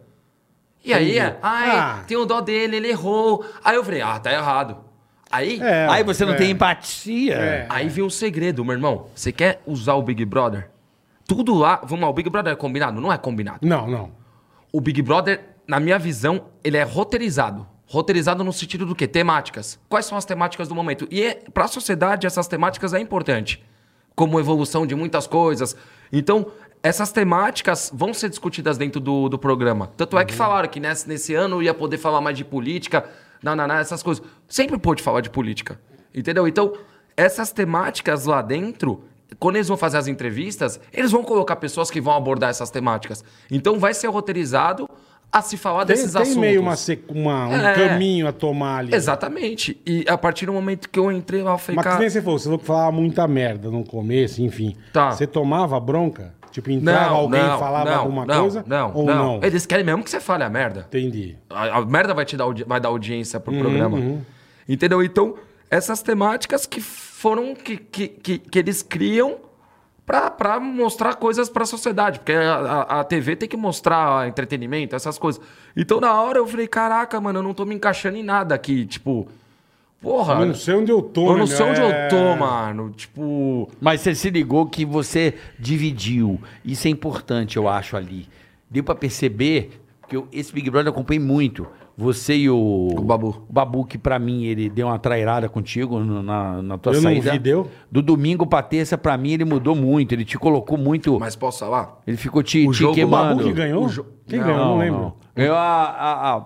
[SPEAKER 5] E aí, é, ai,
[SPEAKER 4] Ah.
[SPEAKER 5] tem o dó dele, ele errou. Aí eu falei, ah, tá errado. Aí,
[SPEAKER 4] É,
[SPEAKER 3] Aí você não
[SPEAKER 4] é.
[SPEAKER 3] tem empatia.
[SPEAKER 4] É.
[SPEAKER 5] Aí vem um segredo, meu irmão. Você quer usar o Big Brother? Tudo lá. Vamos lá, o Big Brother é combinado? Não é combinado.
[SPEAKER 4] Não, não.
[SPEAKER 5] O Big Brother, na minha visão, ele é roteirizado. Roteirizado no sentido do quê? Temáticas. Quais são as temáticas do momento? E é, pra sociedade, essas temáticas é importante. Como evolução de muitas coisas. Então, essas temáticas vão ser discutidas dentro do, do programa. Tanto é que falaram que nesse, nesse ano ia poder falar mais de política, nananá, essas coisas. Sempre pôde falar de política. Entendeu? Então, essas temáticas lá dentro quando eles vão fazer as entrevistas, eles vão colocar pessoas que vão abordar essas temáticas. Então vai ser roteirizado a se falar
[SPEAKER 4] Tem,
[SPEAKER 5] desses
[SPEAKER 4] tem
[SPEAKER 5] assuntos.
[SPEAKER 4] meio uma, sequ- uma- um
[SPEAKER 5] É.
[SPEAKER 4] caminho a tomar ali.
[SPEAKER 5] Exatamente. E a partir do momento que eu entrei lá, eu falei,
[SPEAKER 4] Mas que
[SPEAKER 5] cara...
[SPEAKER 4] nem você falou, você falou que falava muita merda no começo, enfim.
[SPEAKER 5] Tá.
[SPEAKER 4] Você tomava bronca? Tipo, entrava
[SPEAKER 5] Não,
[SPEAKER 4] alguém
[SPEAKER 5] não,
[SPEAKER 4] falava
[SPEAKER 5] não,
[SPEAKER 4] alguma
[SPEAKER 5] não,
[SPEAKER 4] coisa?
[SPEAKER 5] Não,
[SPEAKER 4] ou
[SPEAKER 5] não.
[SPEAKER 4] não?
[SPEAKER 5] Eles querem mesmo que você fale a merda.
[SPEAKER 4] Entendi.
[SPEAKER 5] A, a merda vai te dar, audi- vai dar audiência pro programa. Entendeu? Então, essas temáticas que foram. que, que, que, que eles criam pra, pra mostrar coisas pra sociedade. Porque a, a, a TV tem que mostrar entretenimento, essas coisas. Então, na hora eu falei: caraca, mano, eu não tô me encaixando em nada aqui. Tipo, porra.
[SPEAKER 4] Não sei onde eu tô,
[SPEAKER 5] eu
[SPEAKER 4] tá né,
[SPEAKER 5] não
[SPEAKER 4] meu?
[SPEAKER 5] sei onde
[SPEAKER 4] É.
[SPEAKER 5] eu tô, mano. Tipo.
[SPEAKER 3] Mas você se ligou que você dividiu. Isso é importante, eu acho, ali. Deu pra perceber que eu- esse Big Brother eu acompanhei muito. Você e o...
[SPEAKER 5] O Babu.
[SPEAKER 3] O Babu, que pra mim, ele deu uma trairada contigo no- na, na tua
[SPEAKER 4] Eu não
[SPEAKER 3] saída.
[SPEAKER 4] vi, deu?
[SPEAKER 3] Do domingo pra terça, pra mim, ele mudou muito. Ele te colocou muito...
[SPEAKER 5] Mas posso falar?
[SPEAKER 3] Ele ficou te,
[SPEAKER 5] O
[SPEAKER 3] te
[SPEAKER 5] jogo-
[SPEAKER 3] queimando.
[SPEAKER 4] O que ganhou?
[SPEAKER 5] O jo-
[SPEAKER 4] Quem
[SPEAKER 5] Não,
[SPEAKER 4] ganhou? Eu Não,
[SPEAKER 3] Não,
[SPEAKER 4] lembro.
[SPEAKER 3] não. Ganhou a... a, a-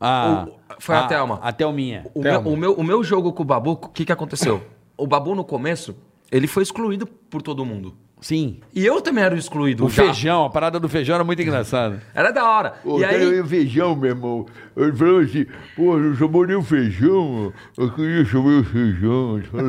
[SPEAKER 3] a-
[SPEAKER 5] O- foi a Thelma.
[SPEAKER 3] A Thelminha.
[SPEAKER 5] O meu,
[SPEAKER 4] Thelma.
[SPEAKER 5] o, meu, o meu jogo com o Babu, o que, que aconteceu? O Babu, no começo, ele foi excluído por todo mundo.
[SPEAKER 3] Sim.
[SPEAKER 5] E eu também era o excluído.
[SPEAKER 3] O
[SPEAKER 5] já.
[SPEAKER 3] feijão, a parada do feijão era muito engraçada.
[SPEAKER 5] Era da hora.
[SPEAKER 1] Pô,
[SPEAKER 5] e
[SPEAKER 1] cara, eu
[SPEAKER 5] aí.
[SPEAKER 1] ia feijão, meu irmão. Ele falou assim, pô, não chamou nem o um feijão, eu queria chamar o feijão. Ele falou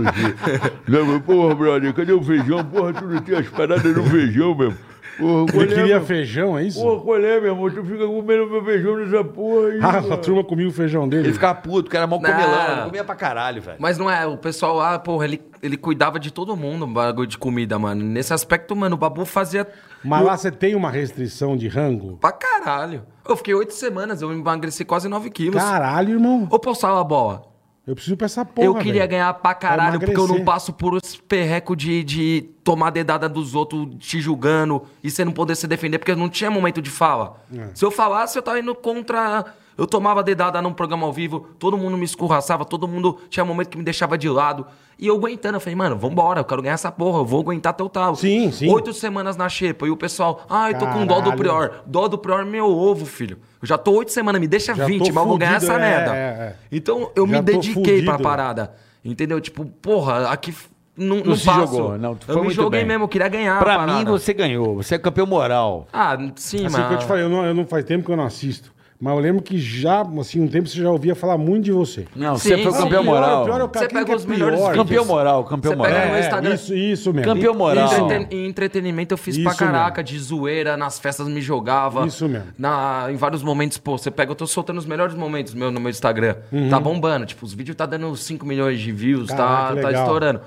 [SPEAKER 1] assim, não, mas, porra, brother, cadê o feijão? Porra, tu não tem as paradas no feijão, meu irmão. Porra,
[SPEAKER 4] Ele
[SPEAKER 1] qual é, meu
[SPEAKER 4] queria
[SPEAKER 1] irmão?
[SPEAKER 4] feijão, é isso?
[SPEAKER 1] Porra, qual é, meu irmão? Tu fica comendo meu feijão nessa porra aí,
[SPEAKER 4] Ah,
[SPEAKER 1] mano.
[SPEAKER 4] a turma comia o feijão dele.
[SPEAKER 3] Ele ficava puto, porque era mó comelão,
[SPEAKER 5] Não.
[SPEAKER 3] ele comia pra caralho, velho.
[SPEAKER 5] Mas não é, o pessoal, ah, porra, ele, ele cuidava de todo mundo, um bagulho de comida, mano. Nesse aspecto, mano, o Babu fazia
[SPEAKER 4] Mas lá você tem uma restrição de rango?
[SPEAKER 5] pra caralho. Eu fiquei oito semanas, eu emagreci quase nove quilos.
[SPEAKER 4] Caralho, irmão.
[SPEAKER 5] Ô, postava a bola.
[SPEAKER 4] Eu preciso pra essa porra,
[SPEAKER 5] eu queria
[SPEAKER 4] velho.
[SPEAKER 5] ganhar pra caralho,
[SPEAKER 4] Pra
[SPEAKER 5] porque eu não
[SPEAKER 4] emagrecer.
[SPEAKER 5] passo por esse perreco de, de tomar dedada dos outros te julgando e você não poder se defender, porque não tinha momento de fala.
[SPEAKER 4] É.
[SPEAKER 5] Se eu falasse, eu tava indo contra. Eu tomava dedada num programa ao vivo, todo mundo me escorraçava, todo mundo tinha momento que me deixava de lado. E eu aguentando, eu falei, mano, vambora, eu quero ganhar essa porra, eu vou aguentar até o tal.
[SPEAKER 4] Sim, sim.
[SPEAKER 5] Oito semanas na xepa, e o pessoal, ai, tô com dó do
[SPEAKER 4] Caralho.
[SPEAKER 5] prior. Dó do prior é meu ovo, filho. Eu já tô oito semanas, me deixa
[SPEAKER 4] Já tô
[SPEAKER 5] 20, mas eu vou ganhar
[SPEAKER 4] fudido,
[SPEAKER 5] essa
[SPEAKER 4] é,
[SPEAKER 5] merda.
[SPEAKER 4] é, é.
[SPEAKER 5] Então eu
[SPEAKER 4] Já
[SPEAKER 5] me
[SPEAKER 4] tô
[SPEAKER 5] dediquei pra
[SPEAKER 4] fudido.
[SPEAKER 5] parada parada. Entendeu? Tipo, porra, aqui f- não, não
[SPEAKER 3] se
[SPEAKER 5] passo.
[SPEAKER 3] jogou, não, tu foi
[SPEAKER 5] eu me
[SPEAKER 3] muito
[SPEAKER 5] joguei
[SPEAKER 3] bem.
[SPEAKER 5] mesmo, eu queria ganhar. a
[SPEAKER 3] Pra
[SPEAKER 5] parada.
[SPEAKER 3] mim, você ganhou. Você é campeão moral.
[SPEAKER 5] Ah, sim,
[SPEAKER 4] Assim
[SPEAKER 5] mas.
[SPEAKER 4] que eu te falei, eu não, eu não faz tempo que eu não assisto. Mas eu lembro que já, assim, um tempo você já ouvia falar muito de você.
[SPEAKER 3] Não,
[SPEAKER 5] Sim,
[SPEAKER 3] você foi o
[SPEAKER 5] sim.
[SPEAKER 3] campeão
[SPEAKER 5] Pior,
[SPEAKER 3] moral.
[SPEAKER 4] pior é o
[SPEAKER 5] Você
[SPEAKER 4] cara quem
[SPEAKER 5] pega
[SPEAKER 4] que é
[SPEAKER 5] os melhores
[SPEAKER 4] pior,
[SPEAKER 3] Campeão
[SPEAKER 4] gente?
[SPEAKER 3] moral, campeão
[SPEAKER 5] Você pega
[SPEAKER 3] moral.
[SPEAKER 5] no
[SPEAKER 4] É,
[SPEAKER 5] Instagram.
[SPEAKER 4] Isso, isso mesmo.
[SPEAKER 3] Campeão moral.
[SPEAKER 5] Entreten- Em entretenimento eu fiz pra
[SPEAKER 4] Isso
[SPEAKER 5] caraca, de zoeira, nas festas me jogava.
[SPEAKER 4] Isso mesmo.
[SPEAKER 5] Na, em vários momentos, pô, você pega, eu tô soltando os melhores momentos meu, no meu Instagram.
[SPEAKER 4] Uhum.
[SPEAKER 5] Tá bombando, tipo, os vídeos tá dando 5 milhões de views,
[SPEAKER 4] Caraca,
[SPEAKER 5] tá, tá
[SPEAKER 4] legal.
[SPEAKER 5] estourando.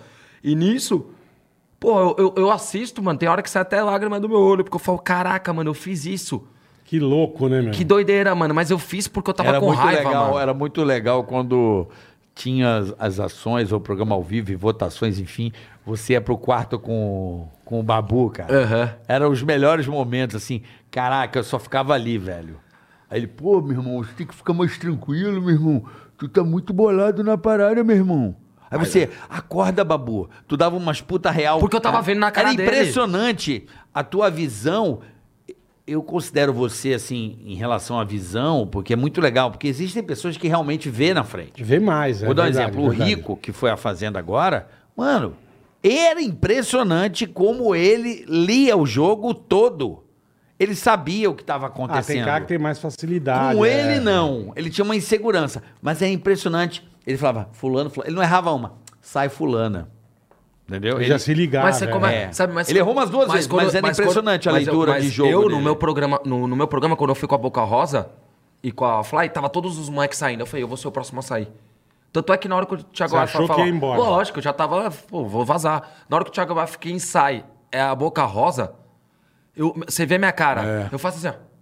[SPEAKER 5] E nisso, pô, eu, eu, eu assisto, mano, tem hora que sai até lágrima do meu olho, porque eu falo, caraca, mano, eu fiz isso.
[SPEAKER 4] Que louco, né, meu?
[SPEAKER 5] Que doideira, mano. Mas eu fiz porque eu tava
[SPEAKER 3] Era
[SPEAKER 5] com
[SPEAKER 3] muito
[SPEAKER 5] raiva,
[SPEAKER 3] legal,
[SPEAKER 5] mano.
[SPEAKER 3] era muito legal quando tinha as, as ações, ou programa ao vivo, e votações, enfim. Você ia pro quarto com, com o Babu, cara.
[SPEAKER 5] Aham.
[SPEAKER 3] Eram os melhores momentos, assim. Caraca, eu só ficava ali, velho.
[SPEAKER 1] Aí ele, pô, meu irmão, você tem que ficar mais tranquilo, meu irmão. Tu tá muito bolado na parada, meu irmão.
[SPEAKER 3] Aí você, acorda, Babu. Tu dava umas puta real.
[SPEAKER 5] Porque eu tava
[SPEAKER 3] Cara,
[SPEAKER 5] vendo na cara
[SPEAKER 3] Era
[SPEAKER 5] dele.
[SPEAKER 3] impressionante a tua visão. Eu considero você, assim, em relação à visão, porque é muito legal. Porque existem pessoas que realmente vê na frente.
[SPEAKER 4] Vê mais, é
[SPEAKER 3] Vou dar um
[SPEAKER 4] verdade,
[SPEAKER 3] exemplo.
[SPEAKER 4] verdade. Ah,
[SPEAKER 3] O Rico, que foi à Fazenda agora, mano, era impressionante como ele lia o jogo todo. Ele sabia o que estava
[SPEAKER 4] Ah, tem
[SPEAKER 3] acontecendo.
[SPEAKER 4] cara que tem mais facilidade.
[SPEAKER 3] Com
[SPEAKER 4] é.
[SPEAKER 3] ele, não. Ele tinha uma insegurança. Mas é impressionante. Ele falava, fulano, fulano. Ele não errava uma. Sai fulana. Entendeu?
[SPEAKER 4] Ele já se ligava.
[SPEAKER 5] Mas você come...
[SPEAKER 3] É.
[SPEAKER 5] sabe, mas
[SPEAKER 3] Ele errou umas duas vezes, mas era impressionante a
[SPEAKER 5] mas
[SPEAKER 3] leitura
[SPEAKER 5] mas
[SPEAKER 3] de jogo
[SPEAKER 5] Eu, no
[SPEAKER 3] dele.
[SPEAKER 5] meu, programa, no, no meu programa, quando eu fui com a Boca Rosa e com a Fly, tava todos os moleques saindo. Eu falei, eu vou ser o próximo a sair. Tanto é que na hora que o Thiago
[SPEAKER 4] Você
[SPEAKER 5] Baffa
[SPEAKER 4] achou que ia embora.
[SPEAKER 5] Pô, lógico, eu já tava, pô, vou vazar. Na hora que o Thiago Baffa quem sai é a Boca Rosa, eu, você vê minha cara. Eu faço assim, ó.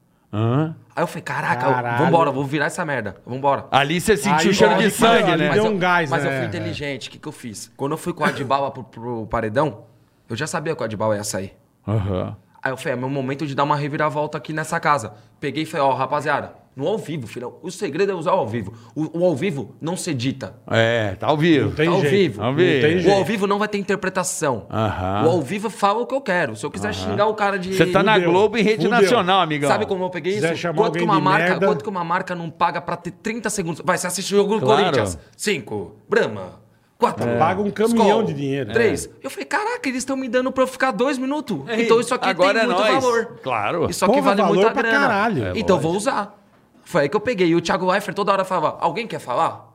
[SPEAKER 5] Aí eu falei, caraca,
[SPEAKER 4] É. Caralho.
[SPEAKER 5] vambora, vou virar essa merda, vambora.
[SPEAKER 3] Ali você sentiu
[SPEAKER 4] Aí
[SPEAKER 3] o cheiro
[SPEAKER 4] pode
[SPEAKER 3] de
[SPEAKER 4] que-
[SPEAKER 3] sangue,
[SPEAKER 4] ali
[SPEAKER 3] né?
[SPEAKER 4] deu
[SPEAKER 5] Mas
[SPEAKER 4] um
[SPEAKER 5] eu-
[SPEAKER 4] gás,
[SPEAKER 5] Mas
[SPEAKER 4] né?
[SPEAKER 5] eu
[SPEAKER 4] É.
[SPEAKER 5] fui inteligente, o que, que eu fiz? Quando eu fui com a Adibala pro, pro paredão, eu já sabia que o Adibala ia sair.
[SPEAKER 3] Aham.
[SPEAKER 5] Aí eu falei, é meu momento de dar uma reviravolta aqui nessa casa. Peguei e falei, ó, rapaziada, no ao vivo, filhão. O segredo é usar o ao vivo. O, o ao vivo não se edita.
[SPEAKER 3] É, tá ao vivo.
[SPEAKER 4] Tem
[SPEAKER 5] Tá ao
[SPEAKER 4] jeito,
[SPEAKER 5] vivo.
[SPEAKER 4] Não tem
[SPEAKER 5] O ao
[SPEAKER 4] jeito.
[SPEAKER 5] vivo não vai ter interpretação.
[SPEAKER 3] Aham.
[SPEAKER 5] O ao vivo fala o que eu quero. Se eu quiser xingar o cara de.
[SPEAKER 3] Você tá na
[SPEAKER 4] Fudeu.
[SPEAKER 3] Globo em rede
[SPEAKER 4] Fudeu.
[SPEAKER 3] nacional, amigão.
[SPEAKER 5] Sabe como eu peguei
[SPEAKER 4] Quiser
[SPEAKER 5] isso?
[SPEAKER 4] chamar
[SPEAKER 5] Quanto que,
[SPEAKER 4] alguém
[SPEAKER 5] uma
[SPEAKER 4] de
[SPEAKER 5] marca,
[SPEAKER 4] merda.
[SPEAKER 5] quanto que uma marca não paga pra ter 30 segundos? Vai, você assiste o jogo do
[SPEAKER 3] Claro.
[SPEAKER 5] Corinthians. Cinco. Brahma. Quatro.
[SPEAKER 4] Paga um caminhão
[SPEAKER 5] Skol.
[SPEAKER 4] de dinheiro. É.
[SPEAKER 5] Três. Eu falei, caraca, eles estão me dando pra eu ficar dois minutos.
[SPEAKER 3] É,
[SPEAKER 5] então isso aqui
[SPEAKER 3] agora
[SPEAKER 5] tem
[SPEAKER 3] é
[SPEAKER 5] muito
[SPEAKER 3] nóis.
[SPEAKER 5] valor.
[SPEAKER 3] Claro.
[SPEAKER 5] Isso aqui
[SPEAKER 4] Porra,
[SPEAKER 5] vale
[SPEAKER 4] valor
[SPEAKER 5] muito a
[SPEAKER 4] pra
[SPEAKER 5] grana.
[SPEAKER 4] caralho. É,
[SPEAKER 5] então eu vou usar. Foi aí que eu peguei. E o Thiago Leifert toda hora falava, alguém quer falar?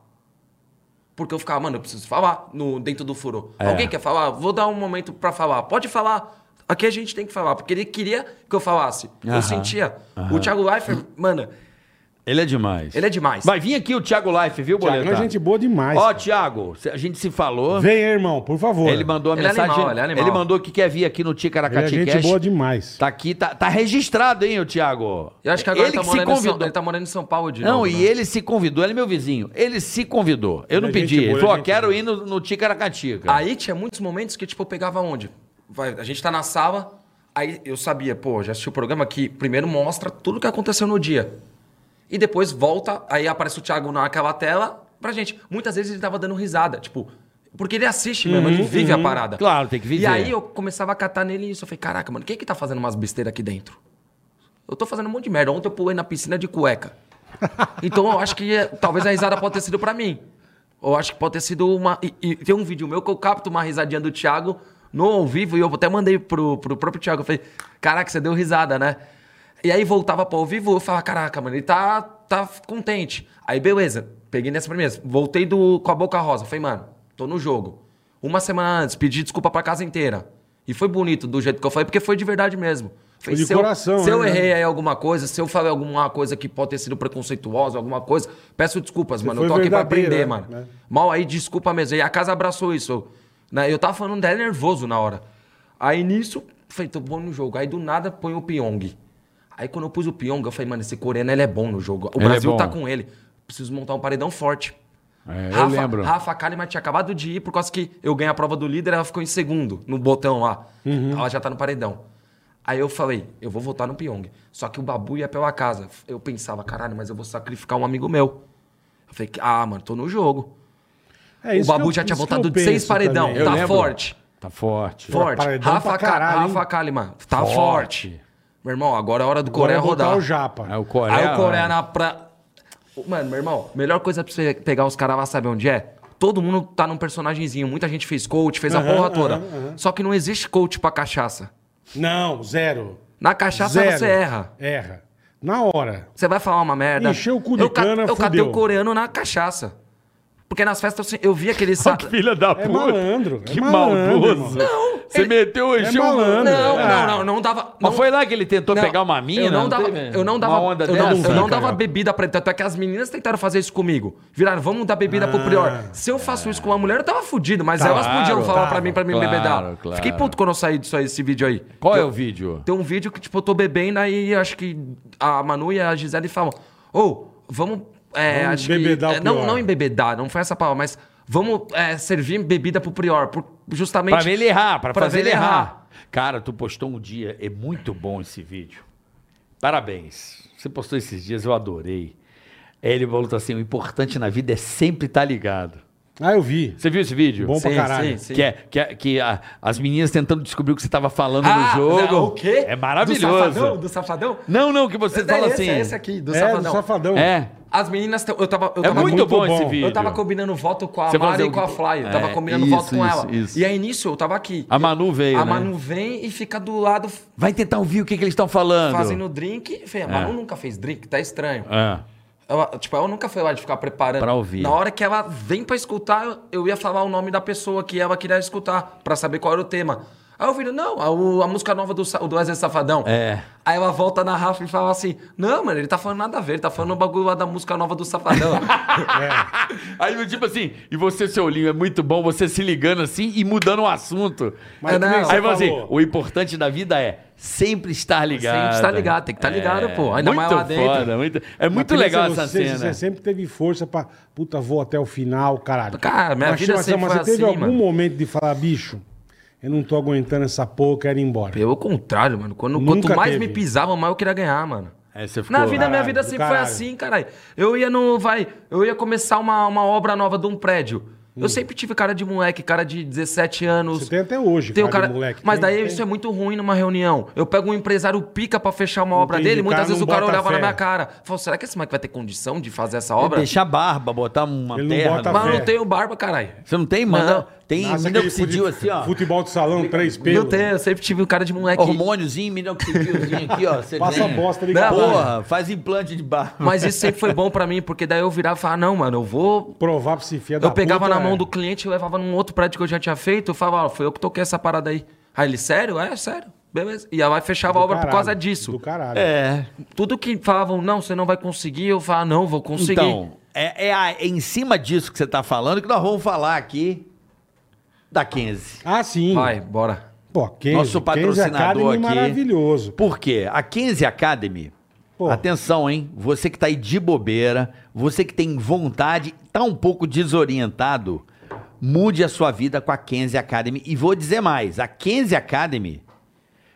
[SPEAKER 5] Porque eu ficava, mano, eu preciso falar no, dentro do furo.
[SPEAKER 3] É.
[SPEAKER 5] Alguém quer falar? Vou dar um momento pra falar. Pode falar. Aqui a gente tem que falar. Porque ele queria que eu falasse. Eu sentia. O Thiago Leifert, mano,
[SPEAKER 3] Ele é demais.
[SPEAKER 5] ele é demais.
[SPEAKER 3] Vai vir aqui o Thiago Life, viu,
[SPEAKER 4] Thiago é
[SPEAKER 3] Boletar?
[SPEAKER 4] gente boa demais,
[SPEAKER 3] Ó,
[SPEAKER 4] cara.
[SPEAKER 3] Thiago, cê- a gente se falou.
[SPEAKER 4] Vem, irmão, por favor.
[SPEAKER 3] Ele mandou a
[SPEAKER 5] Ele é
[SPEAKER 3] mensagem.
[SPEAKER 5] animal, ele é animal.
[SPEAKER 3] mandou que quer vir aqui no
[SPEAKER 4] Ele é
[SPEAKER 3] Ticaracati
[SPEAKER 4] gente
[SPEAKER 3] Cash.
[SPEAKER 4] boa demais.
[SPEAKER 3] Tá aqui, tá, tá registrado, hein, o Thiago?
[SPEAKER 5] Eu acho que agora
[SPEAKER 3] ele
[SPEAKER 5] ele tá,
[SPEAKER 3] que se
[SPEAKER 5] morando em São,
[SPEAKER 3] convidou.
[SPEAKER 5] ele tá morando em São Paulo de
[SPEAKER 3] Não,
[SPEAKER 5] novo,
[SPEAKER 3] e
[SPEAKER 5] né?
[SPEAKER 3] ele se convidou, ele é meu vizinho. Ele se convidou. Eu não
[SPEAKER 4] Ele é
[SPEAKER 3] pedi.
[SPEAKER 4] gente boa,
[SPEAKER 3] ele falou,
[SPEAKER 4] é
[SPEAKER 3] ó,
[SPEAKER 4] gente
[SPEAKER 3] quero
[SPEAKER 4] boa.
[SPEAKER 3] ir no, no Ticaracati. cara.
[SPEAKER 5] Aí tinha muitos momentos que, tipo, eu pegava onde? Vai, a gente tá na sala, aí eu sabia, pô, já assisti o programa que primeiro mostra tudo o que aconteceu no dia. E depois volta, aí aparece o Thiago naquela tela pra gente. Muitas vezes ele tava dando risada, tipo, porque ele assiste mesmo, ele vive a parada.
[SPEAKER 3] Uhum, Claro, tem que viver.
[SPEAKER 5] E aí eu começava a catar nele isso. Eu falei, caraca, mano, quem é que tá fazendo umas besteiras aqui dentro? Eu tô fazendo um monte de merda. Ontem eu pulei na piscina de cueca. Então eu acho que é, talvez a risada pode ter sido pra mim. Eu acho que pode ter sido uma. E, e tem um vídeo meu que eu capto uma risadinha do Thiago no ao vivo, e eu até mandei pro, pro próprio Thiago, eu falei, caraca, você deu risada, né? E aí voltava pro ao vivo, eu falava, caraca, mano, ele tá, tá contente. Aí, beleza, peguei nessa primeira, voltei do, com a boca rosa, falei, mano, tô no jogo. Uma semana antes, pedi desculpa pra casa inteira. E foi bonito do jeito que eu falei, porque foi de verdade mesmo. Falei,
[SPEAKER 4] Foi de
[SPEAKER 5] se eu-
[SPEAKER 4] coração,
[SPEAKER 5] se eu
[SPEAKER 4] né?
[SPEAKER 5] errei errei aí alguma coisa, se eu falei alguma coisa que pode ter sido preconceituosa, alguma coisa, peço desculpas, mano. Eu
[SPEAKER 4] foi
[SPEAKER 5] tô aqui pra
[SPEAKER 4] verdadeiro,
[SPEAKER 5] aprender,
[SPEAKER 4] né?
[SPEAKER 5] mano.
[SPEAKER 4] Né?
[SPEAKER 5] Mal aí, desculpa mesmo. E a casa abraçou isso. Eu, né, eu tava falando até nervoso na hora. Aí nisso, falei, tô bom no jogo. Aí do nada põe o Pyong. Aí quando eu pus o Pyong, eu falei, mano, esse coreano ele é bom no jogo. O
[SPEAKER 3] Ele é
[SPEAKER 5] Brasil
[SPEAKER 3] bom.
[SPEAKER 5] tá com ele. Preciso montar um paredão forte.
[SPEAKER 3] É, eu
[SPEAKER 5] Rafa,
[SPEAKER 3] lembro.
[SPEAKER 5] Rafa Kalimann tinha acabado de ir por causa que eu ganhei a prova do líder, ela ficou em segundo no botão lá.
[SPEAKER 3] Uhum.
[SPEAKER 5] Ela já tá no paredão. Aí eu falei, eu vou votar no Pyong. Só que o Babu ia pela casa. Eu pensava, caralho, mas eu vou sacrificar um amigo meu. Eu falei, ah, mano, tô no jogo.
[SPEAKER 4] É
[SPEAKER 5] o
[SPEAKER 4] isso que
[SPEAKER 5] Babu
[SPEAKER 4] eu-
[SPEAKER 5] já
[SPEAKER 4] isso
[SPEAKER 5] tinha
[SPEAKER 4] que
[SPEAKER 5] voltado
[SPEAKER 4] eu
[SPEAKER 5] de seis
[SPEAKER 4] penso
[SPEAKER 5] paredão.
[SPEAKER 4] também.
[SPEAKER 3] Eu
[SPEAKER 5] Tá
[SPEAKER 3] lembro.
[SPEAKER 5] forte.
[SPEAKER 3] Tá forte.
[SPEAKER 5] Forte.
[SPEAKER 4] paredão
[SPEAKER 5] Rafa,
[SPEAKER 4] pra
[SPEAKER 5] Ka-
[SPEAKER 4] caralho, hein?
[SPEAKER 5] Rafa Kalimann, tá forte. Meu irmão, agora é hora do
[SPEAKER 4] Agora
[SPEAKER 5] Coreia
[SPEAKER 4] é botar
[SPEAKER 5] rodar.
[SPEAKER 4] o japa.
[SPEAKER 3] É o Coreia.
[SPEAKER 5] Aí o Coreia na pra... Mano, meu irmão, melhor coisa pra você pegar os caras lá, sabe onde é? Todo mundo tá num personagemzinho. Muita gente fez coach, fez a
[SPEAKER 4] Aham,
[SPEAKER 5] porra toda.
[SPEAKER 4] aham, aham.
[SPEAKER 5] Só que não existe coach pra cachaça.
[SPEAKER 4] Não, zero.
[SPEAKER 5] Na cachaça
[SPEAKER 4] zero.
[SPEAKER 5] você erra.
[SPEAKER 4] Erra. Na hora.
[SPEAKER 5] Você vai falar uma merda.
[SPEAKER 4] Encheu o cu de
[SPEAKER 5] eu ca-
[SPEAKER 4] cana,
[SPEAKER 5] Eu catei
[SPEAKER 4] fudeu.
[SPEAKER 5] o coreano na cachaça. Porque nas festas eu, eu vi aquele... sa-
[SPEAKER 3] Filha da
[SPEAKER 4] É
[SPEAKER 3] puta.
[SPEAKER 4] malandro, é
[SPEAKER 3] Que
[SPEAKER 4] malandro, É
[SPEAKER 3] maldoso. Você
[SPEAKER 5] ele-
[SPEAKER 3] meteu o encheu.
[SPEAKER 5] Não,
[SPEAKER 4] malandro.
[SPEAKER 5] não,
[SPEAKER 4] Ah.
[SPEAKER 5] não, não dava...
[SPEAKER 3] Mas
[SPEAKER 5] não-
[SPEAKER 3] foi lá que ele tentou
[SPEAKER 5] Não,
[SPEAKER 3] pegar uma mina?
[SPEAKER 5] Eu não dava,
[SPEAKER 3] teve
[SPEAKER 5] eu não dava,
[SPEAKER 3] Uma onda
[SPEAKER 5] eu não,
[SPEAKER 3] dessa?
[SPEAKER 5] eu não
[SPEAKER 4] Cara,
[SPEAKER 5] dava
[SPEAKER 4] eu-
[SPEAKER 5] bebida pra ele. Tanto é que as meninas tentaram fazer isso comigo. Viraram, vamos dar bebida pro Prior. Se eu faço isso com uma mulher, eu tava fudido. Mas
[SPEAKER 3] Ah. Claro,
[SPEAKER 5] elas podiam falar
[SPEAKER 4] tava,
[SPEAKER 5] pra mim, pra me
[SPEAKER 3] claro,
[SPEAKER 5] bebedar.
[SPEAKER 3] claro.
[SPEAKER 5] Fiquei puto quando eu saí disso aí, esse vídeo aí.
[SPEAKER 3] Qual é
[SPEAKER 5] Eu-
[SPEAKER 3] o vídeo?
[SPEAKER 5] Tem um vídeo que, tipo, eu tô bebendo aí acho que a Manu e a Gisele falam, ô, vamos... É,
[SPEAKER 4] Vamos
[SPEAKER 5] acho
[SPEAKER 4] embebedar
[SPEAKER 5] que,
[SPEAKER 4] o
[SPEAKER 5] é, não,
[SPEAKER 4] Prior.
[SPEAKER 5] não embebedar, não foi essa palavra, mas vamos é, servir bebida pro Prior, por, justamente...
[SPEAKER 3] Pra ver ele é errar, pra,
[SPEAKER 5] pra
[SPEAKER 3] fazer
[SPEAKER 5] ver
[SPEAKER 3] ele errar. Cara, tu postou um dia, é muito bom esse vídeo. Parabéns. Você postou esses dias, eu adorei. Ele falou assim: o importante na vida é sempre estar ligado.
[SPEAKER 4] Ah, eu vi.
[SPEAKER 3] Você viu esse vídeo?
[SPEAKER 4] Bom pra
[SPEAKER 5] Sim,
[SPEAKER 4] caralho.
[SPEAKER 5] sim, sim.
[SPEAKER 3] Que, é, que, é- que a- as meninas tentando descobrir o que você estava falando
[SPEAKER 5] Ah,
[SPEAKER 3] no jogo.
[SPEAKER 5] não, o quê?
[SPEAKER 3] É
[SPEAKER 5] Do safadão?
[SPEAKER 3] maravilhoso.
[SPEAKER 5] Do safadão?
[SPEAKER 3] Não, não, que você fala
[SPEAKER 5] é
[SPEAKER 3] assim.
[SPEAKER 5] Esse, é esse aqui, do
[SPEAKER 4] é,
[SPEAKER 5] safadão.
[SPEAKER 4] do safadão.
[SPEAKER 3] É.
[SPEAKER 5] As meninas, tão- eu tava, eu
[SPEAKER 3] É
[SPEAKER 5] tava
[SPEAKER 3] muito,
[SPEAKER 4] muito
[SPEAKER 3] bom,
[SPEAKER 4] bom.
[SPEAKER 3] esse
[SPEAKER 4] Eu
[SPEAKER 3] vídeo.
[SPEAKER 5] Eu tava combinando voto com a
[SPEAKER 3] Você
[SPEAKER 5] Mari
[SPEAKER 3] fazia
[SPEAKER 5] e com
[SPEAKER 3] o-
[SPEAKER 5] a Fly. Eu
[SPEAKER 3] É,
[SPEAKER 5] tava combinando
[SPEAKER 3] isso,
[SPEAKER 5] voto com
[SPEAKER 3] isso,
[SPEAKER 5] ela.
[SPEAKER 3] isso.
[SPEAKER 5] E aí nisso eu tava aqui.
[SPEAKER 3] A Manu veio,
[SPEAKER 5] A
[SPEAKER 3] né?
[SPEAKER 5] Manu vem e fica do lado f-
[SPEAKER 3] Vai tentar ouvir o que, que eles estão falando.
[SPEAKER 5] fazendo drink. Eu Falei, a Manu nunca fez drink, tá estranho.
[SPEAKER 3] É.
[SPEAKER 5] Ela, tipo, ela nunca foi lá de ficar preparando.
[SPEAKER 3] Pra ouvir.
[SPEAKER 5] Na hora que ela vem pra escutar, eu, eu ia falar o nome da pessoa que ela queria escutar, pra saber qual era o tema. Aí eu vi, não, a, o- a música nova do, Sa- do Wesley Safadão.
[SPEAKER 3] É.
[SPEAKER 5] Aí ela volta na Rafa e fala assim: Não, mano, ele tá falando nada a ver, ele tá falando o bagulho lá da música nova do Safadão.
[SPEAKER 4] É.
[SPEAKER 3] Aí, tipo assim, e você, seu olhinho, é muito bom você se ligando assim e mudando o assunto.
[SPEAKER 4] Mas
[SPEAKER 5] É,
[SPEAKER 4] que nem
[SPEAKER 5] não.
[SPEAKER 4] você
[SPEAKER 3] Aí, você,
[SPEAKER 4] falou.
[SPEAKER 3] o importante da vida é sempre estar ligado.
[SPEAKER 5] Sempre estar ligado, tem que estar ligado, pô. Ainda
[SPEAKER 3] muito
[SPEAKER 5] mais lá dentro.
[SPEAKER 3] Foda, muito, é muito
[SPEAKER 4] Mas
[SPEAKER 3] legal
[SPEAKER 4] você-
[SPEAKER 3] essa
[SPEAKER 4] você-
[SPEAKER 3] cena.
[SPEAKER 4] Você sempre teve força pra. Puta, vou até o final, caralho.
[SPEAKER 5] Cara, minha
[SPEAKER 4] Mas,
[SPEAKER 5] vida
[SPEAKER 4] mas,
[SPEAKER 5] sempre
[SPEAKER 4] mas
[SPEAKER 5] foi
[SPEAKER 4] você teve
[SPEAKER 5] assim,
[SPEAKER 4] algum
[SPEAKER 5] mano.
[SPEAKER 4] momento de falar, bicho, eu não tô aguentando essa porra, quero ir embora.
[SPEAKER 5] Pelo contrário, mano. Quando,
[SPEAKER 4] Nunca
[SPEAKER 5] quanto mais
[SPEAKER 4] teve. É,
[SPEAKER 5] me pisavam, mais eu queria ganhar, mano.
[SPEAKER 3] Aí você
[SPEAKER 5] Na vida, minha
[SPEAKER 4] caralho,
[SPEAKER 5] vida
[SPEAKER 4] do
[SPEAKER 5] sempre
[SPEAKER 4] caralho.
[SPEAKER 5] foi assim, caralho. Eu ia no. Vai, eu ia começar uma, uma obra nova de um prédio. Eu sempre tive cara de moleque, cara de 17 anos.
[SPEAKER 4] Hum. Você tem até hoje,
[SPEAKER 5] Tem o
[SPEAKER 4] cara de
[SPEAKER 5] cara,
[SPEAKER 4] moleque.
[SPEAKER 5] mas
[SPEAKER 4] Tem-
[SPEAKER 5] daí
[SPEAKER 4] tem.
[SPEAKER 5] isso é muito ruim numa reunião. Eu pego um empresário pica pra fechar uma obra
[SPEAKER 4] Entendi,
[SPEAKER 5] dele, muitas
[SPEAKER 4] cara,
[SPEAKER 5] vezes
[SPEAKER 4] não
[SPEAKER 5] o cara
[SPEAKER 4] bota
[SPEAKER 5] olhava na
[SPEAKER 4] fé.
[SPEAKER 5] minha cara. Falou, será que esse moleque vai ter condição de fazer essa obra?
[SPEAKER 3] Deixar barba, botar uma
[SPEAKER 4] Ele não
[SPEAKER 3] terra.
[SPEAKER 4] bota
[SPEAKER 3] no-
[SPEAKER 5] Mas eu
[SPEAKER 4] fé.
[SPEAKER 5] não tenho barba, caralho.
[SPEAKER 3] Você não tem, mano?
[SPEAKER 5] Não.
[SPEAKER 3] Tem
[SPEAKER 4] Nossa, aquele
[SPEAKER 3] minoxidil
[SPEAKER 4] fute-
[SPEAKER 3] assim, ó.
[SPEAKER 4] Futebol de salão, três pelos.
[SPEAKER 5] Eu tenho, eu sempre tive um cara de moleque.
[SPEAKER 3] Hormôniozinho, minoxidilzinho aqui, ó. Você
[SPEAKER 4] Passa a
[SPEAKER 3] tem.
[SPEAKER 4] bosta ali.
[SPEAKER 5] Não,
[SPEAKER 4] cara.
[SPEAKER 3] Porra, faz implante de barba.
[SPEAKER 5] Mas isso sempre foi bom pra mim, porque daí eu virava e falava, não, mano, eu vou.
[SPEAKER 4] Provar pra se fiar
[SPEAKER 5] Eu pegava
[SPEAKER 4] é
[SPEAKER 5] na mão do cliente, eu levava num outro prédio que eu já tinha feito, eu falava, ó, foi eu que toquei essa parada aí. Aí ele, sério? É, sério. Beleza. E ela fechava a obra por causa disso.
[SPEAKER 4] Do caralho.
[SPEAKER 3] É.
[SPEAKER 5] Tudo que falavam, não, você não vai conseguir, eu falava, não, vou conseguir.
[SPEAKER 3] Então, é, é a- é em cima disso que você tá falando que nós vamos falar aqui da 15.
[SPEAKER 4] Ah, sim.
[SPEAKER 5] Vai, bora.
[SPEAKER 4] Pô, Kenzie,
[SPEAKER 3] Nosso patrocinador
[SPEAKER 4] Kenzie Academy
[SPEAKER 3] aqui.
[SPEAKER 4] maravilhoso.
[SPEAKER 3] Por quê? A 15 Academy.
[SPEAKER 4] Pô.
[SPEAKER 3] Atenção, hein? Você que tá aí de bobeira, você que tem vontade, tá um pouco desorientado, mude a sua vida com a 15 Academy. E vou dizer mais: a 15 Academy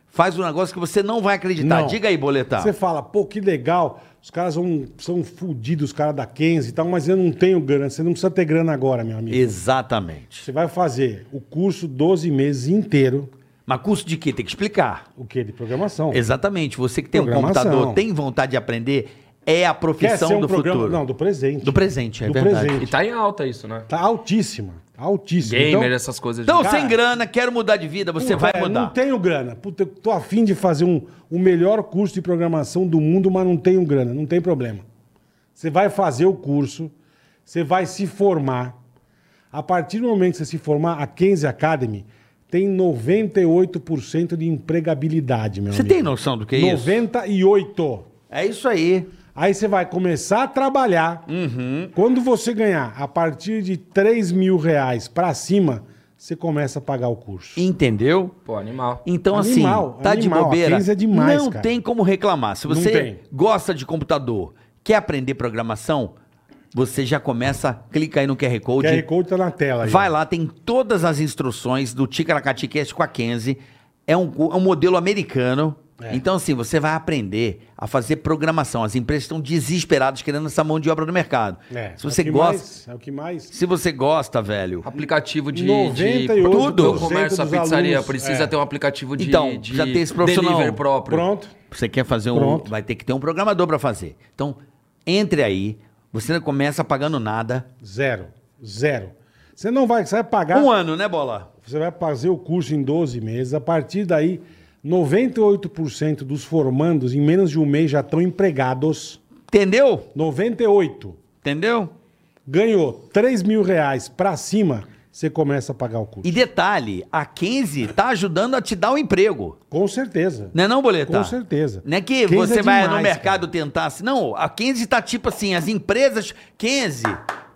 [SPEAKER 3] faz um negócio que você não vai acreditar.
[SPEAKER 4] Não.
[SPEAKER 3] Diga aí,
[SPEAKER 5] Tá.
[SPEAKER 3] boletar.
[SPEAKER 4] Você fala, pô, que legal, os caras são, são fodidos, os caras da Kenzie e tal, mas eu não tenho grana. Você não precisa ter grana agora, meu amigo.
[SPEAKER 3] Exatamente.
[SPEAKER 4] Você vai fazer o curso 12 meses inteiro,
[SPEAKER 3] Mas curso de quê? Tem que explicar.
[SPEAKER 4] o que? De programação.
[SPEAKER 3] Exatamente. Você que tem um
[SPEAKER 4] Programação.
[SPEAKER 3] computador, tem vontade de aprender, é a
[SPEAKER 4] Quer ser
[SPEAKER 3] profissão
[SPEAKER 4] um
[SPEAKER 3] do
[SPEAKER 4] programa...
[SPEAKER 3] futuro.
[SPEAKER 4] Não, do presente.
[SPEAKER 3] Do presente, é
[SPEAKER 4] Do
[SPEAKER 3] verdade.
[SPEAKER 4] presente.
[SPEAKER 5] E tá em alta isso, né?
[SPEAKER 4] Tá altíssima. Altíssima.
[SPEAKER 5] Gamer,
[SPEAKER 4] Então,
[SPEAKER 5] essas coisas. de-
[SPEAKER 3] Então,
[SPEAKER 4] Cara,
[SPEAKER 3] sem grana, quero mudar de vida, você
[SPEAKER 4] puta,
[SPEAKER 3] vai
[SPEAKER 4] velho, Não
[SPEAKER 3] mudar.
[SPEAKER 4] tenho grana. Puta, eu tô afim de fazer um, o melhor curso de programação do mundo, mas não tenho grana. Não tem problema. Você vai fazer o curso, você vai se formar. A partir do momento que você se formar, a Kenzie Academy tem 98% de empregabilidade, meu
[SPEAKER 3] Você
[SPEAKER 4] amigo.
[SPEAKER 3] tem noção do que é isso?
[SPEAKER 4] 98%.
[SPEAKER 3] É isso aí.
[SPEAKER 4] Aí você vai começar a trabalhar.
[SPEAKER 3] Uhum.
[SPEAKER 4] Quando você ganhar a partir de 3 mil reais pra cima, você começa a pagar o curso.
[SPEAKER 3] Entendeu?
[SPEAKER 5] Pô, animal.
[SPEAKER 3] Então,
[SPEAKER 4] Animal,
[SPEAKER 3] assim, tá de
[SPEAKER 4] animal. A
[SPEAKER 3] bobeira.
[SPEAKER 4] Kenzie é demais,
[SPEAKER 3] não
[SPEAKER 4] cara.
[SPEAKER 3] tem como reclamar. Se
[SPEAKER 4] Não
[SPEAKER 3] você
[SPEAKER 4] tem.
[SPEAKER 3] gosta de computador, quer aprender programação, você já começa, clica aí no QR
[SPEAKER 4] O
[SPEAKER 3] Code.
[SPEAKER 4] QR Code tá na tela aí.
[SPEAKER 3] Vai lá, tem todas as instruções do Ticaracati Cast com a Kenzie. É um, cu- é um modelo americano.
[SPEAKER 4] É.
[SPEAKER 3] Então, assim, você vai aprender a fazer programação. As empresas estão desesperadas querendo essa mão de obra no mercado.
[SPEAKER 4] É,
[SPEAKER 3] se você
[SPEAKER 4] é o que
[SPEAKER 3] gosta,
[SPEAKER 4] mais- é o que mais.
[SPEAKER 3] se você gosta, velho.
[SPEAKER 5] Aplicativo de.
[SPEAKER 4] 98%
[SPEAKER 5] de... Eu
[SPEAKER 4] dos
[SPEAKER 5] começo a pizzaria,
[SPEAKER 4] alunos,
[SPEAKER 5] precisa
[SPEAKER 4] é.
[SPEAKER 5] ter um aplicativo de,
[SPEAKER 3] Então,
[SPEAKER 5] de
[SPEAKER 3] já tem esse profissional.
[SPEAKER 5] delivery próprio.
[SPEAKER 4] Pronto.
[SPEAKER 3] Você quer fazer um.
[SPEAKER 4] Pronto.
[SPEAKER 3] Vai ter que ter um programador pra fazer. Então, entre aí. Você não começa pagando nada.
[SPEAKER 4] Zero. Zero. Você não vai, você vai pagar.
[SPEAKER 3] Um ano, né, Bola?
[SPEAKER 4] Você vai fazer o curso em 12 meses. A partir daí, 98% dos formandos em menos de um mês já estão empregados.
[SPEAKER 3] Entendeu?
[SPEAKER 4] 98.
[SPEAKER 3] Entendeu?
[SPEAKER 4] Ganhou 3 mil reais pra cima, você começa a pagar o curso.
[SPEAKER 3] E detalhe, a 15 tá ajudando a te dar um emprego.
[SPEAKER 4] Com certeza.
[SPEAKER 3] Não é não, Boleta?
[SPEAKER 4] Com certeza.
[SPEAKER 3] Não é que
[SPEAKER 4] 15
[SPEAKER 3] você
[SPEAKER 4] é
[SPEAKER 3] vai
[SPEAKER 4] demais,
[SPEAKER 3] no mercado tentar assim. Não, a 15 tá tipo assim, as empresas... 15,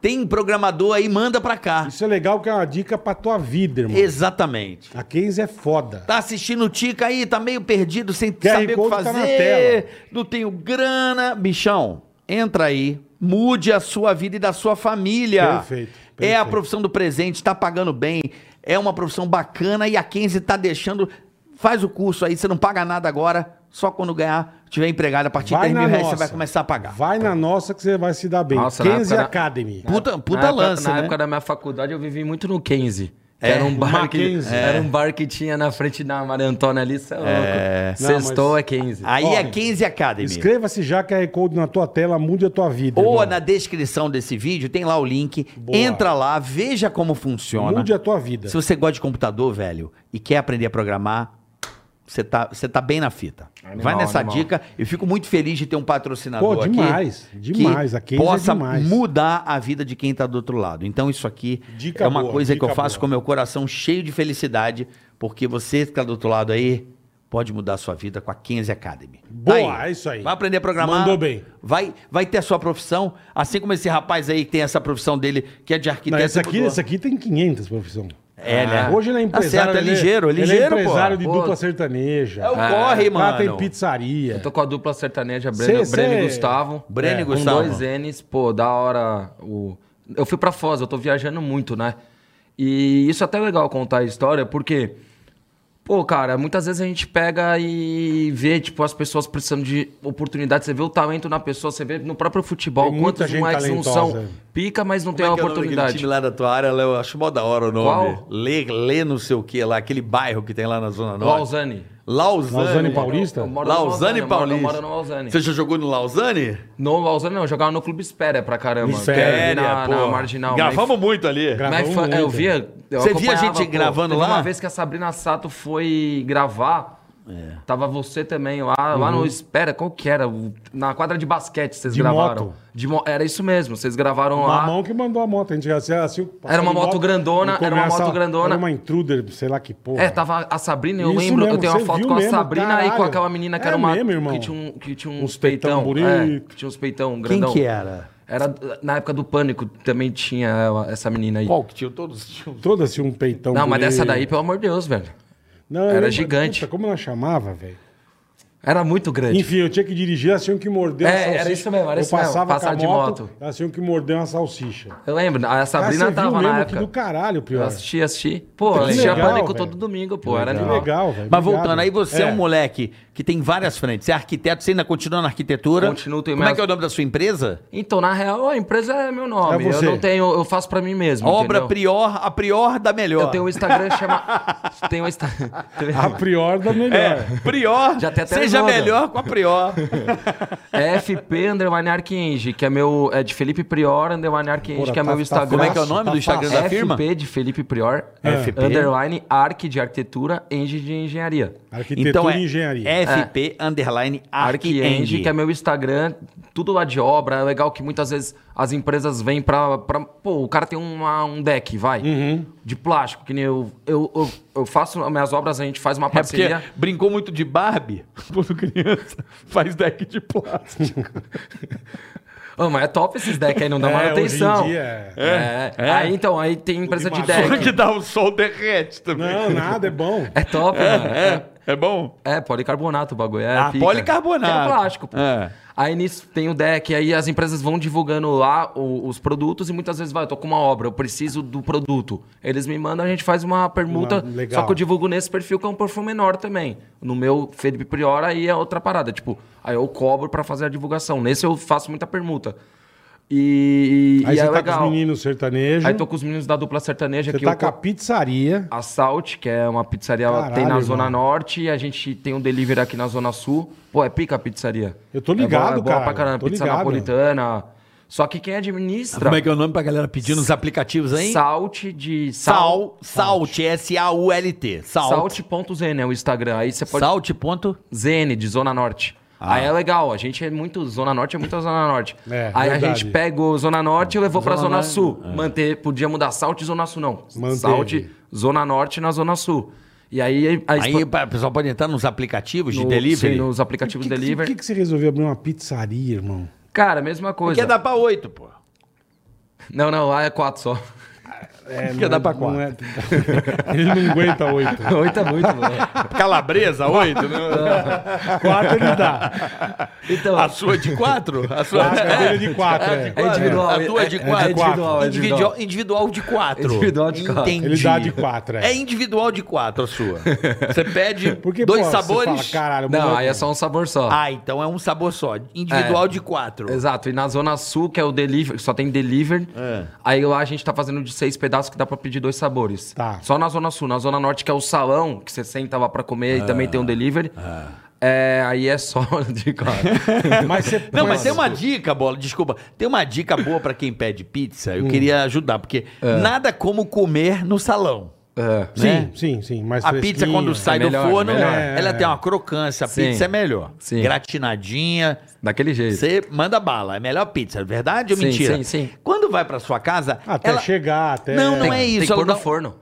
[SPEAKER 3] tem programador aí, manda pra cá.
[SPEAKER 4] Isso é legal que é uma dica pra tua vida, irmão.
[SPEAKER 3] Exatamente.
[SPEAKER 4] A Kenzie é foda.
[SPEAKER 3] Tá assistindo o Tica aí, tá meio perdido, sem
[SPEAKER 4] QR
[SPEAKER 3] saber o que
[SPEAKER 4] Code tá na
[SPEAKER 3] fazer.
[SPEAKER 4] tela.
[SPEAKER 3] não tenho grana. Bichão, entra aí. Mude a sua vida e da sua família.
[SPEAKER 4] Perfeito,
[SPEAKER 3] É a
[SPEAKER 4] perfeito.
[SPEAKER 3] profissão do presente, tá pagando bem. É uma profissão bacana e a Kenzie tá deixando. Faz o curso aí, você não paga nada agora. Só quando ganhar, tiver empregado a partir de 10 mil reais, você vai começar a pagar.
[SPEAKER 4] Vai na nossa que você vai se dar bem.
[SPEAKER 5] Nossa, na
[SPEAKER 4] Kenzie
[SPEAKER 5] época da-
[SPEAKER 4] Academy.
[SPEAKER 3] Puta,
[SPEAKER 5] na
[SPEAKER 3] puta
[SPEAKER 5] época,
[SPEAKER 3] lança,
[SPEAKER 5] Na
[SPEAKER 3] né?
[SPEAKER 5] época da minha faculdade, eu vivi muito no Kenzie. que
[SPEAKER 3] É,
[SPEAKER 5] era, um bar que,
[SPEAKER 4] Mackenzie.
[SPEAKER 5] era um bar que tinha na frente da Maria Antônia ali, cê é louco.
[SPEAKER 4] Não, mas-
[SPEAKER 5] Sextou é Kenzie.
[SPEAKER 3] Aí é
[SPEAKER 4] Ó,
[SPEAKER 3] 15 Academy.
[SPEAKER 4] Inscreva-se já que a Code na tua tela mude a tua vida.
[SPEAKER 3] Ou
[SPEAKER 4] irmão.
[SPEAKER 3] na descrição desse vídeo tem lá o link.
[SPEAKER 4] Boa.
[SPEAKER 3] Entra lá, veja como funciona.
[SPEAKER 4] Mude a tua vida.
[SPEAKER 3] Se você gosta de computador, velho, e quer aprender a programar, você tá, você tá bem na fita.
[SPEAKER 5] Animal,
[SPEAKER 3] Vai nessa
[SPEAKER 5] animal.
[SPEAKER 3] dica. Eu fico muito feliz de ter um patrocinador
[SPEAKER 4] Pô,
[SPEAKER 3] aqui.
[SPEAKER 4] demais, demais. A
[SPEAKER 3] Que
[SPEAKER 4] Kenzie é
[SPEAKER 3] possa
[SPEAKER 4] demais.
[SPEAKER 3] mudar a vida de quem tá do outro lado. Então isso aqui
[SPEAKER 4] Dica
[SPEAKER 3] é uma
[SPEAKER 4] boa,
[SPEAKER 3] coisa que eu
[SPEAKER 4] dica
[SPEAKER 3] faço
[SPEAKER 4] boa.
[SPEAKER 3] com meu coração cheio de felicidade, porque você que tá do outro lado aí pode mudar a sua vida com a Kenzie Academy. Tá
[SPEAKER 4] Boa,
[SPEAKER 3] aí.
[SPEAKER 4] é isso aí.
[SPEAKER 3] Vai aprender a programar.
[SPEAKER 4] Mandou bem.
[SPEAKER 3] Vai, vai ter a sua profissão, assim como esse rapaz aí que tem essa profissão dele, que é de arquiteto.
[SPEAKER 4] Não, esse,
[SPEAKER 3] e
[SPEAKER 4] aqui,
[SPEAKER 3] mudou.
[SPEAKER 4] esse aqui tem 500 profissão.
[SPEAKER 3] É, né?
[SPEAKER 5] Ah,
[SPEAKER 4] Hoje ele é
[SPEAKER 3] Tá
[SPEAKER 4] empresário.
[SPEAKER 3] certo, é
[SPEAKER 4] ele
[SPEAKER 3] ligeiro, é
[SPEAKER 4] ele
[SPEAKER 3] ligeiro,
[SPEAKER 4] é empresário
[SPEAKER 3] pô.
[SPEAKER 4] de
[SPEAKER 5] Pô.
[SPEAKER 4] dupla sertaneja.
[SPEAKER 3] É o
[SPEAKER 4] Ah,
[SPEAKER 3] corre, mano.
[SPEAKER 4] Lá tem pizzaria.
[SPEAKER 5] Eu É. tô com a dupla sertaneja,
[SPEAKER 4] Cê-
[SPEAKER 5] Breno, Breno
[SPEAKER 4] cê-
[SPEAKER 5] e Gustavo. É.
[SPEAKER 3] Breno e
[SPEAKER 5] com
[SPEAKER 3] Gustavo.
[SPEAKER 5] dois N's, pô, da hora. O... Eu fui pra Foz, eu tô viajando muito, né? E isso é até legal contar a história, porque, pô, cara, muitas vezes a gente pega e vê, tipo, as pessoas precisando de oportunidade. Você vê o talento na pessoa, você vê no próprio futebol,
[SPEAKER 4] Tem muita
[SPEAKER 5] quantos
[SPEAKER 4] gente
[SPEAKER 5] moleques não são
[SPEAKER 4] talentosa.
[SPEAKER 5] pica, mas não
[SPEAKER 3] Como
[SPEAKER 5] tem uma
[SPEAKER 3] é que é o nome daquele
[SPEAKER 5] oportunidade.
[SPEAKER 3] time lá da tua área, Léo? eu acho mó da hora o nome.
[SPEAKER 5] Qual?
[SPEAKER 3] Lê, lê não sei o que lá, aquele bairro que tem lá na Zona Norte.
[SPEAKER 5] Lausanne.
[SPEAKER 3] Lausanne.
[SPEAKER 4] Lausanne Paulista?
[SPEAKER 5] Eu moro no
[SPEAKER 3] Lausanne
[SPEAKER 5] eu moro-
[SPEAKER 3] Paulista.
[SPEAKER 5] Eu moro no Lausanne.
[SPEAKER 3] Você já jogou no Lausanne?
[SPEAKER 5] No Lausanne não, eu jogava no Clube Espéria pra caramba.
[SPEAKER 4] Espéria,
[SPEAKER 5] Ali É, na, na
[SPEAKER 3] pô.
[SPEAKER 5] Marginal. mas-
[SPEAKER 3] Gravamos muito ali.
[SPEAKER 4] Gra-
[SPEAKER 5] Mas
[SPEAKER 4] Gravamos
[SPEAKER 5] fa-
[SPEAKER 4] muito.
[SPEAKER 5] eu via. Eu
[SPEAKER 3] Você via
[SPEAKER 5] acompanhava,
[SPEAKER 3] gente gravando
[SPEAKER 5] teve
[SPEAKER 3] lá?
[SPEAKER 5] Uma vez que a Sabrina Sato foi gravar.
[SPEAKER 4] É.
[SPEAKER 5] Tava você também lá, lá no. Espera, qual que era? O- Na quadra de basquete vocês
[SPEAKER 4] Uhum. De
[SPEAKER 5] gravaram.
[SPEAKER 4] moto.
[SPEAKER 5] De mo- Era isso mesmo, vocês gravaram
[SPEAKER 4] Uma
[SPEAKER 5] lá.
[SPEAKER 4] mão que mandou a moto. A gente assim, assim,
[SPEAKER 5] Era uma moto grandona,
[SPEAKER 4] no
[SPEAKER 5] era uma
[SPEAKER 4] começo,
[SPEAKER 5] moto grandona.
[SPEAKER 4] Era uma intruder, sei lá que porra.
[SPEAKER 3] tá
[SPEAKER 5] É, tava a Sabrina, eu
[SPEAKER 4] Isso
[SPEAKER 5] lembro.
[SPEAKER 4] mesmo,
[SPEAKER 5] eu tenho uma
[SPEAKER 4] você
[SPEAKER 5] foto
[SPEAKER 4] viu
[SPEAKER 5] com a
[SPEAKER 4] mesmo,
[SPEAKER 5] Sabrina e com
[SPEAKER 4] caralho.
[SPEAKER 5] aquela menina que
[SPEAKER 4] É
[SPEAKER 5] era uma.
[SPEAKER 4] mesmo, irmão.
[SPEAKER 5] Que tinha, um, que tinha uns,
[SPEAKER 4] Uns
[SPEAKER 5] peitão.
[SPEAKER 4] peitão
[SPEAKER 5] é,
[SPEAKER 4] bonito. é?
[SPEAKER 5] que tinha uns peitão
[SPEAKER 3] Quem
[SPEAKER 5] grandão.
[SPEAKER 3] que era?
[SPEAKER 5] Era na época do pânico, também tinha ela- essa menina aí.
[SPEAKER 3] Qual que tinha todos? tinham-
[SPEAKER 4] Toda assim, um peitão
[SPEAKER 5] Não, mas
[SPEAKER 4] bonito.
[SPEAKER 5] dessa daí, pelo amor de Deus, velho.
[SPEAKER 4] Não, eu
[SPEAKER 5] era
[SPEAKER 4] lembro-
[SPEAKER 5] gigante.
[SPEAKER 4] Puta, como ela chamava, velho?
[SPEAKER 5] Era muito grande.
[SPEAKER 4] Enfim, eu tinha que dirigir, elas tinham que morder
[SPEAKER 5] É,
[SPEAKER 4] uma salsicha.
[SPEAKER 5] era isso mesmo, era
[SPEAKER 4] eu
[SPEAKER 5] isso mesmo,
[SPEAKER 4] passava com a
[SPEAKER 5] passar de
[SPEAKER 4] moto,
[SPEAKER 5] moto.
[SPEAKER 4] elas tinham que morder uma salsicha.
[SPEAKER 5] Eu lembro, a
[SPEAKER 4] Cara,
[SPEAKER 5] Sabrina
[SPEAKER 4] Ah, você viu
[SPEAKER 5] tava na
[SPEAKER 4] mesmo que
[SPEAKER 5] época.
[SPEAKER 4] do caralho,
[SPEAKER 5] Eu
[SPEAKER 4] Prior.
[SPEAKER 5] assisti, assisti. Pô, eu
[SPEAKER 4] É. Que
[SPEAKER 5] assistia
[SPEAKER 4] legal,
[SPEAKER 5] Pânico
[SPEAKER 4] velho.
[SPEAKER 5] todo domingo, pô. Era
[SPEAKER 4] Que
[SPEAKER 5] animal.
[SPEAKER 4] legal, velho.
[SPEAKER 3] Mas
[SPEAKER 4] obrigado.
[SPEAKER 3] voltando, aí você é. um moleque que tem várias frentes. Você é arquiteto, você ainda continua na arquitetura.
[SPEAKER 5] Continuo, tenho
[SPEAKER 3] Como é
[SPEAKER 5] mais-
[SPEAKER 3] que é o nome da sua empresa?
[SPEAKER 5] Então, na real, a empresa é meu nome.
[SPEAKER 4] É
[SPEAKER 5] eu
[SPEAKER 4] você.
[SPEAKER 5] não tenho, eu faço pra mim mesmo.
[SPEAKER 3] Obra
[SPEAKER 5] entendeu?
[SPEAKER 3] Prior, a Prior da melhor.
[SPEAKER 5] Eu tenho um Instagram chama. Tenho um Insta...
[SPEAKER 4] A prior da melhor.
[SPEAKER 3] Prior.
[SPEAKER 5] Já tem até
[SPEAKER 3] Você
[SPEAKER 5] né?
[SPEAKER 3] Seja
[SPEAKER 4] nada.
[SPEAKER 3] melhor com a Prior.
[SPEAKER 5] É FP Underline Arquinge, que é meu. É de Felipe Prior Underline Arquinge,
[SPEAKER 4] Porra,
[SPEAKER 5] que é
[SPEAKER 4] tá-
[SPEAKER 5] meu
[SPEAKER 4] tá
[SPEAKER 5] Instagram.
[SPEAKER 4] fácil,
[SPEAKER 3] Como é que é o nome
[SPEAKER 4] tá
[SPEAKER 3] do Instagram da firma?
[SPEAKER 5] FP de Felipe Prior,
[SPEAKER 4] É.
[SPEAKER 3] FP.
[SPEAKER 5] underline Arq de arquitetura, Eng de engenharia.
[SPEAKER 4] Arquitetura
[SPEAKER 3] Então
[SPEAKER 4] e engenharia.
[SPEAKER 3] FP é Underline
[SPEAKER 5] Arquenge,
[SPEAKER 3] Arquend.
[SPEAKER 5] que é meu Instagram, tudo lá de obra. É legal que muitas vezes as empresas vêm pra. pra- pô, o cara tem uma- um deck, vai. De plástico, que nem eu. Eu, eu, eu faço as minhas obras, a gente faz uma
[SPEAKER 3] É porque
[SPEAKER 5] parceria.
[SPEAKER 3] brincou muito de Barbie quando criança. Faz deck de plástico.
[SPEAKER 5] Ah, mas é top esses decks aí, não dá
[SPEAKER 4] É,
[SPEAKER 5] manutenção.
[SPEAKER 4] hoje em dia é.
[SPEAKER 5] É, Aí então, aí tem empresa de
[SPEAKER 4] Demais.
[SPEAKER 3] Só É que
[SPEAKER 5] deck.
[SPEAKER 3] dá o sol derrete também.
[SPEAKER 4] Não, nada, é bom.
[SPEAKER 5] É top, mano.
[SPEAKER 3] É, é bom?
[SPEAKER 5] É, policarbonato o bagulho. É,
[SPEAKER 3] Ah,
[SPEAKER 5] fica.
[SPEAKER 3] policarbonato.
[SPEAKER 5] Que é plástico, pô.
[SPEAKER 3] É.
[SPEAKER 5] Aí nisso tem o deck, aí as empresas vão divulgando lá o- os produtos e muitas vezes vai, eu tô com uma obra, eu preciso do produto. Eles me mandam, a gente faz uma permuta.
[SPEAKER 4] Uma- Ah, legal.
[SPEAKER 5] Só que eu divulgo nesse perfil que é um perfil menor também. No meu Felipe Priora aí é outra parada. Tipo, aí eu cobro pra fazer a divulgação. Nesse eu faço muita permuta. E, e-
[SPEAKER 4] Aí
[SPEAKER 5] e
[SPEAKER 4] você
[SPEAKER 5] é
[SPEAKER 4] tá
[SPEAKER 5] legal.
[SPEAKER 4] com os meninos sertanejo.
[SPEAKER 5] Aí tô com os meninos da dupla sertaneja
[SPEAKER 4] você
[SPEAKER 5] que
[SPEAKER 4] tá
[SPEAKER 5] eu
[SPEAKER 4] com a pizzaria.
[SPEAKER 5] a Salt, que é uma pizzaria
[SPEAKER 4] Caralho,
[SPEAKER 5] tem na
[SPEAKER 4] irmão.
[SPEAKER 5] Zona Norte, e a gente tem um delivery aqui na Zona Sul. Pô, é pica a pizzaria.
[SPEAKER 4] Eu tô ligado,
[SPEAKER 5] é boa, é boa
[SPEAKER 4] cara,
[SPEAKER 5] Pra caramba,
[SPEAKER 4] tô
[SPEAKER 5] pizza
[SPEAKER 4] ligado.
[SPEAKER 5] napolitana. Só que quem administra
[SPEAKER 3] Como é que é o nome pra galera pedindo nos aplicativos aí?
[SPEAKER 5] Salt de Sal,
[SPEAKER 3] Sal, Salt, S-A-U-L-T. Salt.
[SPEAKER 5] Salt.zn é o Instagram. Aí você pode
[SPEAKER 3] Salt. ponto-
[SPEAKER 5] ZN, de Zona Norte.
[SPEAKER 3] Ah.
[SPEAKER 5] Aí é legal, a gente é muito. Zona Norte é muito a Zona Norte.
[SPEAKER 4] É,
[SPEAKER 5] Aí a
[SPEAKER 4] verdade.
[SPEAKER 5] gente pegou Zona Norte e levou pra Zona Sul.
[SPEAKER 3] é.
[SPEAKER 5] Manter, podia mudar Salt e Zona Sul, não.
[SPEAKER 4] Manteve.
[SPEAKER 5] Salt, Zona Norte na Zona Sul. E aí. a
[SPEAKER 3] Aí
[SPEAKER 5] expo-
[SPEAKER 3] o pessoal pode entrar nos aplicativos de
[SPEAKER 5] No-
[SPEAKER 3] delivery.
[SPEAKER 5] sim, nos aplicativos
[SPEAKER 4] Por que,
[SPEAKER 5] tipo delivery.
[SPEAKER 4] por que, que você resolveu abrir uma pizzaria, irmão?
[SPEAKER 5] Cara, mesma coisa.
[SPEAKER 3] Quer dar pra oito, é pô.
[SPEAKER 5] Não, não, lá é quatro só.
[SPEAKER 4] É,
[SPEAKER 3] Porque dá pra quatro.
[SPEAKER 4] é- Ele não aguenta oito.
[SPEAKER 5] Oito é muito, mano.
[SPEAKER 3] Calabresa, oito, né?
[SPEAKER 4] Quatro ele dá.
[SPEAKER 5] Então,
[SPEAKER 3] A sua é de quatro? A sua
[SPEAKER 4] A cadeira de quatro. é.
[SPEAKER 5] é individual.
[SPEAKER 3] A tua é de quatro?
[SPEAKER 5] É individual,
[SPEAKER 3] Individual,
[SPEAKER 5] é individual.
[SPEAKER 3] individual de quatro.
[SPEAKER 5] Individual de quatro.
[SPEAKER 3] Entendi.
[SPEAKER 4] Ele dá de quatro, é.
[SPEAKER 3] É individual de quatro a sua. Você
[SPEAKER 5] É,
[SPEAKER 3] pede
[SPEAKER 4] Porque,
[SPEAKER 3] dois
[SPEAKER 4] pô, você
[SPEAKER 3] sabores.
[SPEAKER 4] fala, caralho,
[SPEAKER 5] Não,
[SPEAKER 4] moleque,
[SPEAKER 5] aí é só um sabor só.
[SPEAKER 3] Ah, então é um sabor só.
[SPEAKER 4] É.
[SPEAKER 3] Individual de quatro.
[SPEAKER 5] Exato. E na Zona Sul, que é o delivery, só tem delivery. Aí lá a gente tá fazendo de seis pedaços que dá pra pedir dois sabores.
[SPEAKER 4] Tá.
[SPEAKER 5] Só na Zona Sul. Na Zona Norte, que é o salão, que você senta lá pra comer e também tem um delivery. É, aí é só de quatro.
[SPEAKER 4] Mas você né?"
[SPEAKER 3] Não, mas tem uma dica, Bola, desculpa. Tem uma dica boa pra quem pede pizza.
[SPEAKER 4] Hum.
[SPEAKER 3] Eu queria ajudar, porque
[SPEAKER 4] É.
[SPEAKER 3] nada como comer no salão.
[SPEAKER 5] É.
[SPEAKER 4] Sim,
[SPEAKER 3] né?
[SPEAKER 4] sim, sim. Mas
[SPEAKER 3] A pizza, quando sai
[SPEAKER 5] melhor, é
[SPEAKER 3] do forno,
[SPEAKER 5] melhor.
[SPEAKER 3] ela tem uma crocância. A
[SPEAKER 5] Sim.
[SPEAKER 3] pizza é melhor.
[SPEAKER 5] Sim.
[SPEAKER 3] Gratinadinha.
[SPEAKER 5] Daquele jeito.
[SPEAKER 3] Você manda bala. É melhor pizza. Verdade ou
[SPEAKER 5] Sim,
[SPEAKER 3] mentira?
[SPEAKER 5] sim, sim.
[SPEAKER 3] Quando vai pra sua casa...
[SPEAKER 4] Até
[SPEAKER 3] ela-
[SPEAKER 4] chegar, até...
[SPEAKER 3] Não, não é
[SPEAKER 5] Tem
[SPEAKER 3] isso.
[SPEAKER 5] que pôr
[SPEAKER 3] Ela
[SPEAKER 5] no
[SPEAKER 3] dá...
[SPEAKER 5] forno.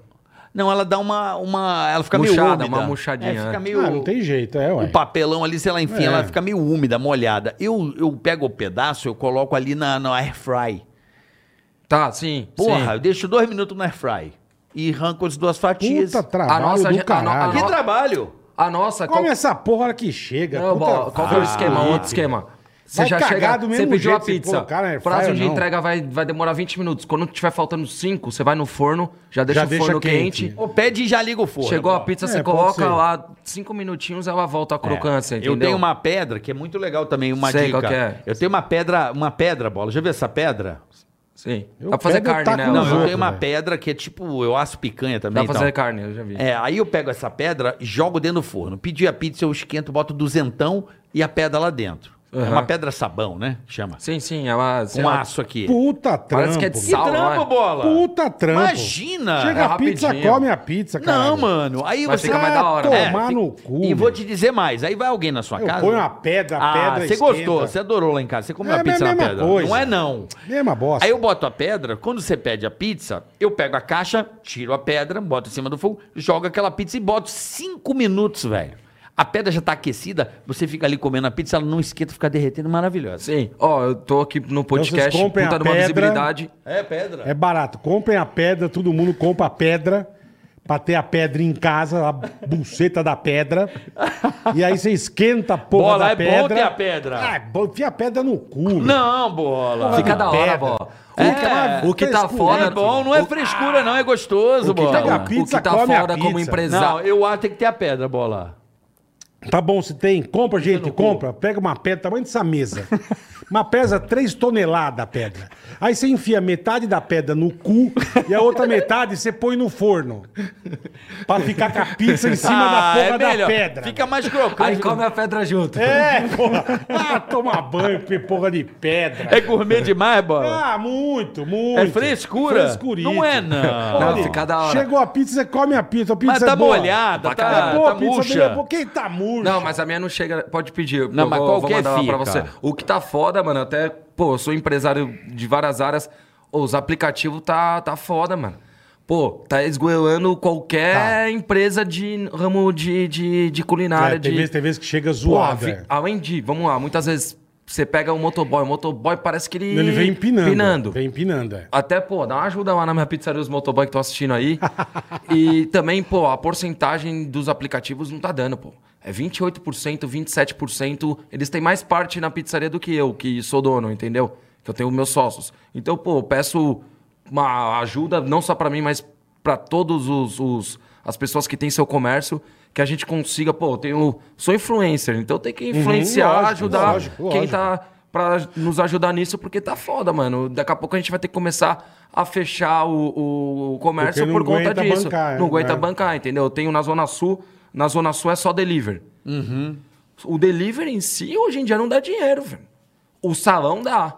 [SPEAKER 3] Não, ela dá uma... uma... Ela fica meio
[SPEAKER 5] Murchada,
[SPEAKER 3] úmida.
[SPEAKER 5] uma murchadinha,
[SPEAKER 3] É, fica
[SPEAKER 5] é.
[SPEAKER 3] meio...
[SPEAKER 4] Ah, não tem jeito, é,
[SPEAKER 5] um
[SPEAKER 4] ué.
[SPEAKER 3] O papelão ali, sei lá, enfim,
[SPEAKER 4] É.
[SPEAKER 3] ela fica meio úmida, molhada. Eu, eu pego o pedaço, eu coloco ali na, na air fry.
[SPEAKER 5] Tá, sim.
[SPEAKER 3] Porra,
[SPEAKER 5] sim.
[SPEAKER 3] eu deixo dois minutos na air fry. E arranco as duas fatias.
[SPEAKER 4] Puta trabalho
[SPEAKER 5] A nossa- a
[SPEAKER 4] do
[SPEAKER 5] no- a
[SPEAKER 4] caralho.
[SPEAKER 5] no-
[SPEAKER 3] que trabalho!
[SPEAKER 5] A nossa...
[SPEAKER 4] Come
[SPEAKER 5] qual-
[SPEAKER 4] essa porra a hora que chega.
[SPEAKER 5] Não,
[SPEAKER 4] puta
[SPEAKER 5] bola, qual que é o
[SPEAKER 4] frio.
[SPEAKER 5] esquema? Outro esquema. Você
[SPEAKER 4] Vai
[SPEAKER 5] já
[SPEAKER 4] cagar
[SPEAKER 5] chega,
[SPEAKER 4] do
[SPEAKER 5] você
[SPEAKER 4] mesmo
[SPEAKER 5] pediu a
[SPEAKER 4] jeito se
[SPEAKER 5] pizza.
[SPEAKER 4] colocar na air
[SPEAKER 5] O prazo
[SPEAKER 4] fryer,
[SPEAKER 5] de
[SPEAKER 4] é não.
[SPEAKER 5] entrega vai, vai demorar 20 minutos. Quando tiver faltando 5, você vai no forno, já deixa
[SPEAKER 4] Já
[SPEAKER 5] o
[SPEAKER 4] deixa
[SPEAKER 5] forno
[SPEAKER 4] quente.
[SPEAKER 5] quente.
[SPEAKER 3] Ou pede e já liga o forno.
[SPEAKER 5] Chegou a pizza,
[SPEAKER 4] É,
[SPEAKER 5] você
[SPEAKER 4] pode
[SPEAKER 5] coloca
[SPEAKER 4] ser. É.
[SPEAKER 5] lá 5 minutinhos, ela volta a crocância, entendeu?
[SPEAKER 3] É. Eu tenho uma pedra que é muito legal também, uma
[SPEAKER 5] Sei
[SPEAKER 3] dica.
[SPEAKER 5] qual que é.
[SPEAKER 3] Eu tenho uma pedra, uma pedra, bola. Já viu essa pedra?
[SPEAKER 5] Sim.
[SPEAKER 4] Eu
[SPEAKER 5] Dá pra fazer
[SPEAKER 4] pego o
[SPEAKER 5] carne,
[SPEAKER 4] taco
[SPEAKER 5] né?
[SPEAKER 4] no
[SPEAKER 3] Não,
[SPEAKER 5] Ela-
[SPEAKER 3] eu
[SPEAKER 4] outro,
[SPEAKER 3] tenho uma
[SPEAKER 4] velho.
[SPEAKER 3] pedra que é tipo, eu asso picanha também.
[SPEAKER 5] Dá pra
[SPEAKER 3] então.
[SPEAKER 5] fazer carne, eu já vi.
[SPEAKER 3] É, aí eu pego essa pedra, jogo dentro do forno. Pedi a pizza, eu esquento, boto duzentão e a pedra lá dentro. É
[SPEAKER 5] Uhum.
[SPEAKER 3] uma pedra sabão, né? Chama.
[SPEAKER 5] Sim, sim, ela... sei
[SPEAKER 3] Com
[SPEAKER 5] lá,
[SPEAKER 3] aço aqui.
[SPEAKER 4] Puta trampo.
[SPEAKER 5] Parece que é de
[SPEAKER 4] mano.
[SPEAKER 5] sal. não é?
[SPEAKER 3] bola!
[SPEAKER 4] Puta trampo.
[SPEAKER 3] Imagina!
[SPEAKER 4] Chega
[SPEAKER 5] É
[SPEAKER 4] a pizza,
[SPEAKER 5] rapidinho.
[SPEAKER 4] come a pizza, cara.
[SPEAKER 3] Não, mano. Aí
[SPEAKER 5] Mas
[SPEAKER 3] você
[SPEAKER 5] fica mais da hora,
[SPEAKER 4] Tomar
[SPEAKER 5] né?
[SPEAKER 3] fica-
[SPEAKER 4] no cu.
[SPEAKER 3] E vou
[SPEAKER 4] meu.
[SPEAKER 3] te dizer mais. Aí vai alguém na sua
[SPEAKER 4] Eu
[SPEAKER 3] casa.
[SPEAKER 4] ponho uma pedra, a
[SPEAKER 3] Ah,
[SPEAKER 4] pedra
[SPEAKER 3] você
[SPEAKER 4] esquenta.
[SPEAKER 3] gostou, você adorou lá em casa. Você comeu
[SPEAKER 4] É,
[SPEAKER 3] a
[SPEAKER 4] mas é
[SPEAKER 3] pizza
[SPEAKER 4] a
[SPEAKER 3] na
[SPEAKER 4] mesma
[SPEAKER 3] pedra.
[SPEAKER 4] coisa.
[SPEAKER 3] Não é não.
[SPEAKER 4] Mesma bosta.
[SPEAKER 3] Aí eu boto a pedra, quando você pede a pizza, eu pego a caixa, tiro a pedra, boto em cima do fogo, jogo aquela pizza e boto cinco minutos, velho. A pedra já tá aquecida, você fica ali comendo a pizza, ela não esquenta, fica derretendo, maravilhosa.
[SPEAKER 5] Sim. Ó, eu tô aqui no podcast,
[SPEAKER 4] Então vocês comprem
[SPEAKER 5] puta
[SPEAKER 4] a
[SPEAKER 5] de uma
[SPEAKER 4] pedra.
[SPEAKER 5] visibilidade.
[SPEAKER 3] É, pedra.
[SPEAKER 4] É barato. Comprem a pedra, todo mundo compra a pedra. Pra ter a pedra em casa, a buceta da pedra. E aí você esquenta a porra
[SPEAKER 3] Bola,
[SPEAKER 4] da
[SPEAKER 3] é bom
[SPEAKER 4] pedra.
[SPEAKER 3] ter a pedra.
[SPEAKER 4] Ah, é bom, enfia a pedra no cu.
[SPEAKER 3] Não, bola.
[SPEAKER 5] Fica
[SPEAKER 4] Ah,
[SPEAKER 5] da hora,
[SPEAKER 4] pedra.
[SPEAKER 5] bola.
[SPEAKER 3] É,
[SPEAKER 5] O que- o que tá
[SPEAKER 4] frescura.
[SPEAKER 5] foda...
[SPEAKER 3] É bom, não é frescura, não, é gostoso,
[SPEAKER 5] O que
[SPEAKER 3] bola.
[SPEAKER 5] tá,
[SPEAKER 4] Pega a
[SPEAKER 5] o que
[SPEAKER 4] pizza,
[SPEAKER 5] tá
[SPEAKER 4] come a
[SPEAKER 5] foda como
[SPEAKER 4] pizza.
[SPEAKER 5] empresário.
[SPEAKER 3] Não, eu acho que tem que ter a pedra, bola.
[SPEAKER 4] Tá bom, se tem. Compra, gente, compra. Pega uma pedra, tamanho dessa mesa. Uma pesa 3 toneladas a pedra. Aí você enfia metade da pedra no cu e a outra metade você põe no forno. Pra ficar com a pizza em cima
[SPEAKER 3] Ah,
[SPEAKER 4] da porra
[SPEAKER 3] é melhor.
[SPEAKER 4] da pedra.
[SPEAKER 3] Fica mais crocante.
[SPEAKER 5] Aí come a pedra junto.
[SPEAKER 4] É, porra. Ah, toma banho, porque porra de pedra.
[SPEAKER 3] É gourmet demais, bola?
[SPEAKER 4] Ah, muito, muito.
[SPEAKER 3] É frescura?
[SPEAKER 4] Frescurito.
[SPEAKER 3] Não é, não.
[SPEAKER 5] Não,
[SPEAKER 4] Olha,
[SPEAKER 5] fica da hora.
[SPEAKER 4] Chegou a pizza, você come a pizza. A pizza
[SPEAKER 3] Mas
[SPEAKER 4] é
[SPEAKER 3] tá
[SPEAKER 4] boa.
[SPEAKER 3] molhada, tá,
[SPEAKER 4] É boa,
[SPEAKER 3] tá
[SPEAKER 4] a pizza dele é
[SPEAKER 3] murcha.
[SPEAKER 4] boa. Quem tá murcha?
[SPEAKER 5] Não, mas a minha não chega. Pode pedir.
[SPEAKER 3] Não,
[SPEAKER 5] eu
[SPEAKER 3] mas
[SPEAKER 5] vou,
[SPEAKER 4] é,
[SPEAKER 3] qualquer
[SPEAKER 5] vou mandar lá pra
[SPEAKER 3] fica.
[SPEAKER 5] você. O que tá foda, mano, até. Pô, eu sou empresário de várias áreas. Ô, Os aplicativos tá, tá foda, mano. Pô, tá esgoelando qualquer empresa de ramo de, de, de culinária.
[SPEAKER 4] Tá. É, tem,
[SPEAKER 5] de...
[SPEAKER 4] vezes, tem vezes que chega
[SPEAKER 5] Pô,
[SPEAKER 4] zoada.
[SPEAKER 5] vi-
[SPEAKER 4] é.
[SPEAKER 5] além de, vamos lá, muitas vezes você pega o motoboy, o motoboy parece que ele.
[SPEAKER 4] Ele vem empinando.
[SPEAKER 5] Empinando.
[SPEAKER 4] Vem empinando, é.
[SPEAKER 5] Até, pô, dá uma ajuda lá na minha pizzaria, os motoboy que estão assistindo aí. e também, pô, a porcentagem dos aplicativos não tá dando, pô. É 28%, 27%. Eles têm mais parte na pizzaria do que eu, que sou dono, entendeu? Que eu tenho meus sócios. Então, pô, eu peço uma ajuda, não só pra mim, mas pra todos os, os- as pessoas que têm seu comércio, que a gente consiga, pô, eu tenho, sou influencer, então eu tenho que influenciar,
[SPEAKER 4] Uhum, lógico,
[SPEAKER 5] ajudar
[SPEAKER 4] lógico,
[SPEAKER 5] quem
[SPEAKER 4] lógico.
[SPEAKER 5] tá para nos ajudar nisso, porque tá foda, mano. Daqui a pouco a gente vai ter que começar a fechar o, o- o comércio
[SPEAKER 4] Porque não
[SPEAKER 5] por conta
[SPEAKER 4] aguenta
[SPEAKER 5] disso.
[SPEAKER 4] bancar,
[SPEAKER 5] não
[SPEAKER 4] né?
[SPEAKER 5] aguenta
[SPEAKER 4] É.
[SPEAKER 5] bancar, entendeu? Eu tenho na Zona Sul, na Zona Sul é só delivery. O delivery em si, hoje em dia, não dá dinheiro, velho. O salão dá.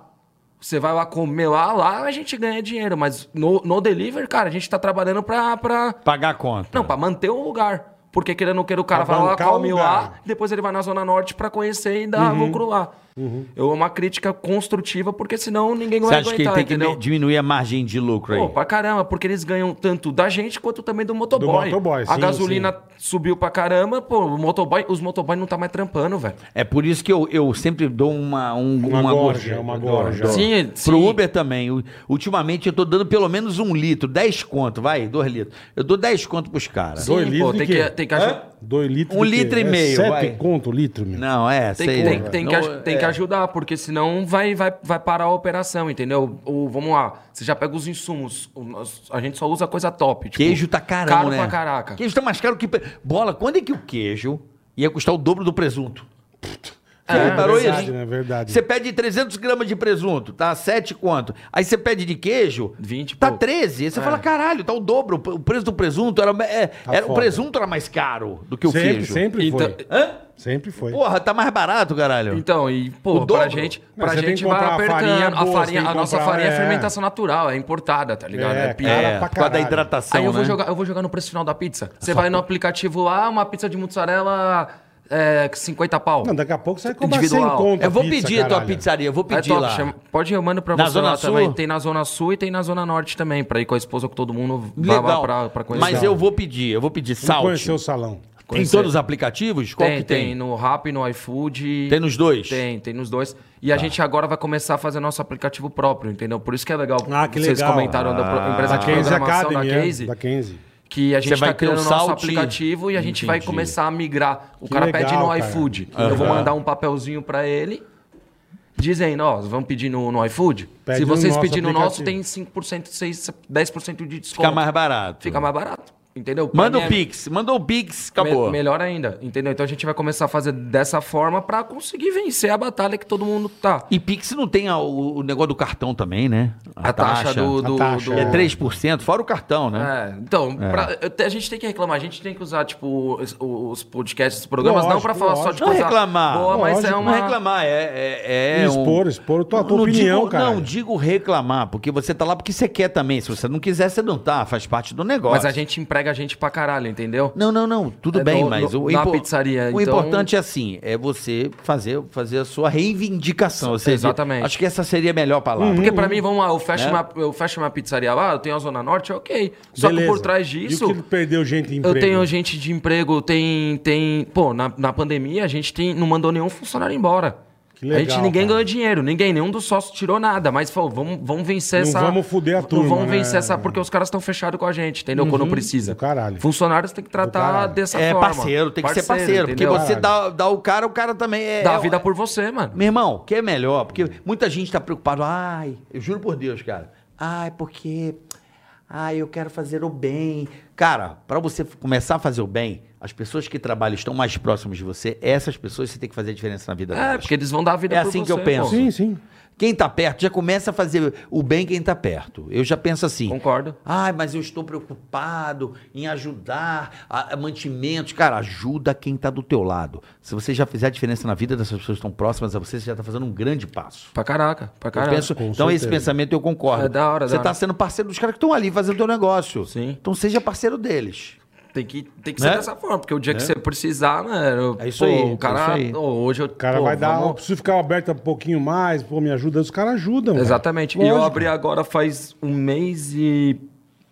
[SPEAKER 5] Você vai lá comer lá, lá a gente ganha dinheiro, mas no, no delivery, cara, a gente tá trabalhando pra, pra,
[SPEAKER 3] Pagar a conta.
[SPEAKER 5] não, pra manter o lugar. Porque querendo ou queira, o cara
[SPEAKER 4] Pra
[SPEAKER 5] vai lá,
[SPEAKER 4] bancar o
[SPEAKER 5] come lá,
[SPEAKER 4] lugar. Uhum.
[SPEAKER 5] depois ele vai na Zona Norte pra conhecer e dar lucro lá. Eu é uma crítica construtiva, porque senão ninguém
[SPEAKER 3] Você
[SPEAKER 5] vai
[SPEAKER 3] acha que ele
[SPEAKER 5] é aguentar,
[SPEAKER 3] tem que
[SPEAKER 5] entendeu?
[SPEAKER 3] me- diminuir a margem de lucro aí?
[SPEAKER 5] Pô, pra caramba, porque eles ganham tanto da gente quanto também do motoboy.
[SPEAKER 4] motoboy,
[SPEAKER 5] a
[SPEAKER 4] sim,
[SPEAKER 5] gasolina subiu pra caramba, pô, o motoboy, os motoboy não tá mais trampando, velho.
[SPEAKER 3] É por isso que eu, eu sempre dou uma, um,
[SPEAKER 4] Uma
[SPEAKER 3] uma,
[SPEAKER 4] gorja,
[SPEAKER 3] gorja.
[SPEAKER 4] uma gorja.
[SPEAKER 5] Sim, sim.
[SPEAKER 3] Pro Uber também. U- Ultimamente eu tô dando pelo menos um litro, 10 conto, vai, 2 litros. Eu dou 10 conto pros caras.
[SPEAKER 4] Dois
[SPEAKER 5] pô,
[SPEAKER 4] litros de
[SPEAKER 5] tem
[SPEAKER 4] quê?
[SPEAKER 5] que- tem que ajudar.
[SPEAKER 4] Hã? Dois litros
[SPEAKER 3] Um
[SPEAKER 4] de quê?
[SPEAKER 3] litro e
[SPEAKER 4] É
[SPEAKER 3] meio,
[SPEAKER 4] Sete
[SPEAKER 3] vai.
[SPEAKER 4] conto o litro, meu.
[SPEAKER 3] Não, é,
[SPEAKER 5] Tem,
[SPEAKER 3] sei.
[SPEAKER 5] que, tem,
[SPEAKER 3] né?
[SPEAKER 5] tem
[SPEAKER 3] Não,
[SPEAKER 5] que, aj- tem
[SPEAKER 3] é.
[SPEAKER 5] que ajudar, porque senão vai, vai, vai parar a operação, entendeu? Ou, vamos lá, você já pega os insumos, o nosso- a gente só usa coisa top. tipo,
[SPEAKER 3] Queijo tá carão,
[SPEAKER 5] caro
[SPEAKER 3] né?
[SPEAKER 5] pra caraca.
[SPEAKER 3] Queijo tá mais caro que... pre- Bola, quando é que o queijo ia custar o dobro do presunto?
[SPEAKER 4] É,
[SPEAKER 5] Ah,
[SPEAKER 3] Você reparou
[SPEAKER 4] verdade,
[SPEAKER 3] isso?
[SPEAKER 4] né? Verdade.
[SPEAKER 3] Você pede 300 gramas de presunto, tá? 7 quanto? Aí você pede de queijo,
[SPEAKER 5] 20 e
[SPEAKER 3] tá
[SPEAKER 5] pouco.
[SPEAKER 3] 13. Aí você fala, caralho, tá o dobro. O preço do presunto era... é,
[SPEAKER 4] É. Tá
[SPEAKER 3] era o
[SPEAKER 4] foda.
[SPEAKER 3] presunto era mais caro do que o
[SPEAKER 4] sempre,
[SPEAKER 3] queijo.
[SPEAKER 4] sempre foi.
[SPEAKER 5] Então-
[SPEAKER 3] Hã?
[SPEAKER 4] Sempre foi.
[SPEAKER 3] Porra, tá mais barato, caralho.
[SPEAKER 5] Então, e, pô,
[SPEAKER 3] O dobro?
[SPEAKER 5] pra gente,
[SPEAKER 4] Mas
[SPEAKER 5] pra
[SPEAKER 4] você tem
[SPEAKER 5] gente
[SPEAKER 4] que
[SPEAKER 5] vai
[SPEAKER 4] comprar a
[SPEAKER 5] apertando.
[SPEAKER 4] farinha
[SPEAKER 5] A,
[SPEAKER 4] boa, você
[SPEAKER 5] farinha,
[SPEAKER 4] tem que
[SPEAKER 5] a nossa
[SPEAKER 4] comprar,
[SPEAKER 5] farinha é
[SPEAKER 4] é.
[SPEAKER 5] fermentação natural, é importada, tá ligado?
[SPEAKER 4] É,
[SPEAKER 5] É, pi-
[SPEAKER 4] cara
[SPEAKER 5] é.
[SPEAKER 4] pra
[SPEAKER 3] por causa da
[SPEAKER 4] caralho.
[SPEAKER 3] hidratação,
[SPEAKER 5] Aí eu vou,
[SPEAKER 3] né?
[SPEAKER 5] jogar, eu vou jogar no preço final da pizza. Você vai no aplicativo lá, uma pizza de mozzarela, é, 50 pau.
[SPEAKER 4] Não, daqui a pouco você vai comprar
[SPEAKER 5] Individual.
[SPEAKER 4] 100 conto.
[SPEAKER 3] Eu vou
[SPEAKER 4] a pizza,
[SPEAKER 3] pedir a tua
[SPEAKER 4] caralho.
[SPEAKER 3] pizzaria, eu vou
[SPEAKER 5] É
[SPEAKER 3] pedir
[SPEAKER 5] top,
[SPEAKER 3] lá.
[SPEAKER 5] chama- pode ir, eu mando pra
[SPEAKER 3] Na
[SPEAKER 5] você
[SPEAKER 3] Zona
[SPEAKER 5] lá
[SPEAKER 3] Sul?
[SPEAKER 5] também. Tem na Zona Sul e tem na Zona Norte também, pra ir com a esposa, com todo mundo, vá lá
[SPEAKER 3] Legal.
[SPEAKER 5] pra, pra conhecer.
[SPEAKER 3] Mas eu vou pedir, eu vou pedir
[SPEAKER 4] Vamos
[SPEAKER 3] salt.
[SPEAKER 4] conhecer o salão.
[SPEAKER 3] Em todos os aplicativos? Qual
[SPEAKER 5] tem,
[SPEAKER 3] que
[SPEAKER 5] tem,
[SPEAKER 3] tem? Tem,
[SPEAKER 5] no Rap, no iFood.
[SPEAKER 3] nos dois?
[SPEAKER 5] Tem, tem nos dois. E
[SPEAKER 3] Tá.
[SPEAKER 5] a gente agora vai começar a fazer nosso aplicativo próprio, entendeu? Por isso que é legal.
[SPEAKER 4] Ah, que
[SPEAKER 5] Vocês
[SPEAKER 4] legal.
[SPEAKER 5] comentaram da pro- empresa
[SPEAKER 4] Da
[SPEAKER 5] de
[SPEAKER 4] Case
[SPEAKER 5] programação
[SPEAKER 4] Academy,
[SPEAKER 5] da Case,
[SPEAKER 4] é, da Case.
[SPEAKER 5] que a gente
[SPEAKER 3] Ah. Você vai
[SPEAKER 5] tá
[SPEAKER 3] ter o
[SPEAKER 5] criando o nosso
[SPEAKER 3] Salt?
[SPEAKER 5] aplicativo e a gente vai
[SPEAKER 3] Entendi.
[SPEAKER 5] começar a migrar. O
[SPEAKER 4] Que
[SPEAKER 5] cara
[SPEAKER 4] legal,
[SPEAKER 5] pede no
[SPEAKER 4] cara.
[SPEAKER 5] iFood. Eu vou mandar um papelzinho pra ele dizendo, ó, vamos pedir no, no iFood?
[SPEAKER 4] Pede
[SPEAKER 5] Se
[SPEAKER 4] no
[SPEAKER 5] vocês
[SPEAKER 4] nosso
[SPEAKER 5] pedirem no nosso, tem
[SPEAKER 4] aplicativo.
[SPEAKER 5] 5%, 6, 10% de desconto.
[SPEAKER 3] Fica mais barato.
[SPEAKER 5] Fica mais barato, entendeu? Pra
[SPEAKER 3] Manda
[SPEAKER 5] mim
[SPEAKER 3] o
[SPEAKER 5] é-
[SPEAKER 3] Pix, manda o Pix, acabou.
[SPEAKER 5] Me- melhor ainda, entendeu? Então a gente vai começar a fazer dessa forma pra conseguir vencer a batalha que todo mundo tá.
[SPEAKER 3] E Pix não tem a- o, o negócio do cartão também, né?
[SPEAKER 5] A, taxa, do, do,
[SPEAKER 4] a taxa,
[SPEAKER 5] do-
[SPEAKER 3] É 3%, fora o cartão, né?
[SPEAKER 5] É, então, pra- eu te- a gente tem que reclamar, a gente tem que usar, tipo, os, os podcasts, os programas, não
[SPEAKER 4] Lógico,
[SPEAKER 5] pra falar só
[SPEAKER 4] lógico.
[SPEAKER 5] de
[SPEAKER 3] Não
[SPEAKER 5] coisa
[SPEAKER 3] reclamar.
[SPEAKER 5] É, tipo, boa, mas é
[SPEAKER 4] Lógico,
[SPEAKER 5] uma...
[SPEAKER 3] Não reclamar, é... é, é
[SPEAKER 4] E expor, expor a tua- a tua opinião,
[SPEAKER 3] digo,
[SPEAKER 4] cara.
[SPEAKER 3] Não, digo reclamar, porque você tá lá porque você quer também. Se você não quiser, você não tá, faz parte do negócio.
[SPEAKER 5] Mas a gente emprega a gente pra caralho, entendeu?
[SPEAKER 3] Não, não, não. Tudo
[SPEAKER 5] É
[SPEAKER 3] bem,
[SPEAKER 5] no-
[SPEAKER 3] mas
[SPEAKER 5] no-
[SPEAKER 3] o,
[SPEAKER 5] na
[SPEAKER 3] impo-
[SPEAKER 5] pizzaria,
[SPEAKER 3] o
[SPEAKER 5] então-
[SPEAKER 3] importante é assim, é você fazer, fazer a sua reivindicação. ou seja,
[SPEAKER 5] Exatamente.
[SPEAKER 3] Acho que essa seria a melhor palavra.
[SPEAKER 4] Uhum.
[SPEAKER 5] Porque pra mim, vamos lá, eu fecho, uma, eu fecho uma pizzaria lá, eu tenho a Zona Norte, ok. Só
[SPEAKER 4] Beleza.
[SPEAKER 5] que por trás
[SPEAKER 4] E
[SPEAKER 5] disso,
[SPEAKER 4] o que perdeu gente em
[SPEAKER 5] eu
[SPEAKER 4] emprego?
[SPEAKER 5] tenho gente de emprego, tem. tem pô, na, na pandemia a gente tem, não mandou nenhum funcionário embora.
[SPEAKER 4] Que legal,
[SPEAKER 5] a gente ninguém
[SPEAKER 4] cara.
[SPEAKER 5] ganhou dinheiro, ninguém, nenhum dos sócios tirou nada, mas falou, vamos, vamos vencer
[SPEAKER 4] Não
[SPEAKER 5] essa.
[SPEAKER 4] vamos fuder a
[SPEAKER 5] não
[SPEAKER 4] turma,
[SPEAKER 5] Vamos
[SPEAKER 4] né? Uhum.
[SPEAKER 5] vencer essa, porque os caras estão fechados com a gente, entendeu? Quando precisa.
[SPEAKER 4] do caralho.
[SPEAKER 5] Funcionários tem que tratar
[SPEAKER 4] caralho.
[SPEAKER 5] dessa
[SPEAKER 3] É
[SPEAKER 5] forma.
[SPEAKER 3] parceiro, tem que ser parceiro.
[SPEAKER 5] entendeu?
[SPEAKER 3] Porque você
[SPEAKER 4] Caralho.
[SPEAKER 3] dá, dá o cara, o cara também é.
[SPEAKER 5] Dá a
[SPEAKER 3] é-
[SPEAKER 5] vida por você, mano.
[SPEAKER 3] Meu irmão, o que é melhor? Porque muita gente tá preocupado. Ai, eu juro por Deus, cara. Ai, porque. Ah, eu quero fazer o bem. Cara, para você f- começar a fazer o bem, as pessoas que trabalham e estão mais próximas de você, essas pessoas você tem que fazer a diferença na vida
[SPEAKER 5] É,
[SPEAKER 3] delas.
[SPEAKER 5] porque eles vão dar a vida
[SPEAKER 3] É
[SPEAKER 5] por
[SPEAKER 3] assim que
[SPEAKER 5] você,
[SPEAKER 3] eu penso.
[SPEAKER 5] pô.
[SPEAKER 4] Sim, sim.
[SPEAKER 3] Quem tá perto já começa a fazer o bem quem tá perto. Eu já penso assim.
[SPEAKER 5] Concordo.
[SPEAKER 3] Ai, mas eu estou preocupado em ajudar a, a mantimentos. Cara, ajuda quem tá do teu lado. Se você já fizer a diferença na vida dessas pessoas que estão próximas a você, você já tá fazendo um grande passo.
[SPEAKER 5] Pra caraca, pra
[SPEAKER 3] Eu
[SPEAKER 5] caraca.
[SPEAKER 3] penso-
[SPEAKER 4] com
[SPEAKER 3] então, esse
[SPEAKER 4] certeza.
[SPEAKER 3] pensamento eu concordo.
[SPEAKER 5] É da hora,
[SPEAKER 3] Você
[SPEAKER 5] da
[SPEAKER 3] tá
[SPEAKER 5] hora.
[SPEAKER 3] sendo parceiro dos caras que estão ali fazendo o teu negcio.
[SPEAKER 5] Sim.
[SPEAKER 3] Então seja parceiro deles.
[SPEAKER 5] Tem que, tem que
[SPEAKER 3] Né?
[SPEAKER 5] ser dessa forma, porque o dia que você precisar, mano.
[SPEAKER 3] É isso
[SPEAKER 5] pô,
[SPEAKER 3] aí, é
[SPEAKER 5] O cara.
[SPEAKER 3] isso aí.
[SPEAKER 5] Ô, hoje eu.
[SPEAKER 4] O cara vai dar.
[SPEAKER 5] vamos-
[SPEAKER 4] Eu preciso ficar aberto um pouquinho mais, pô, me ajuda. Os caras ajudam. cara.
[SPEAKER 5] Exatamente. E eu
[SPEAKER 4] Lógico.
[SPEAKER 5] abri agora faz um mês e.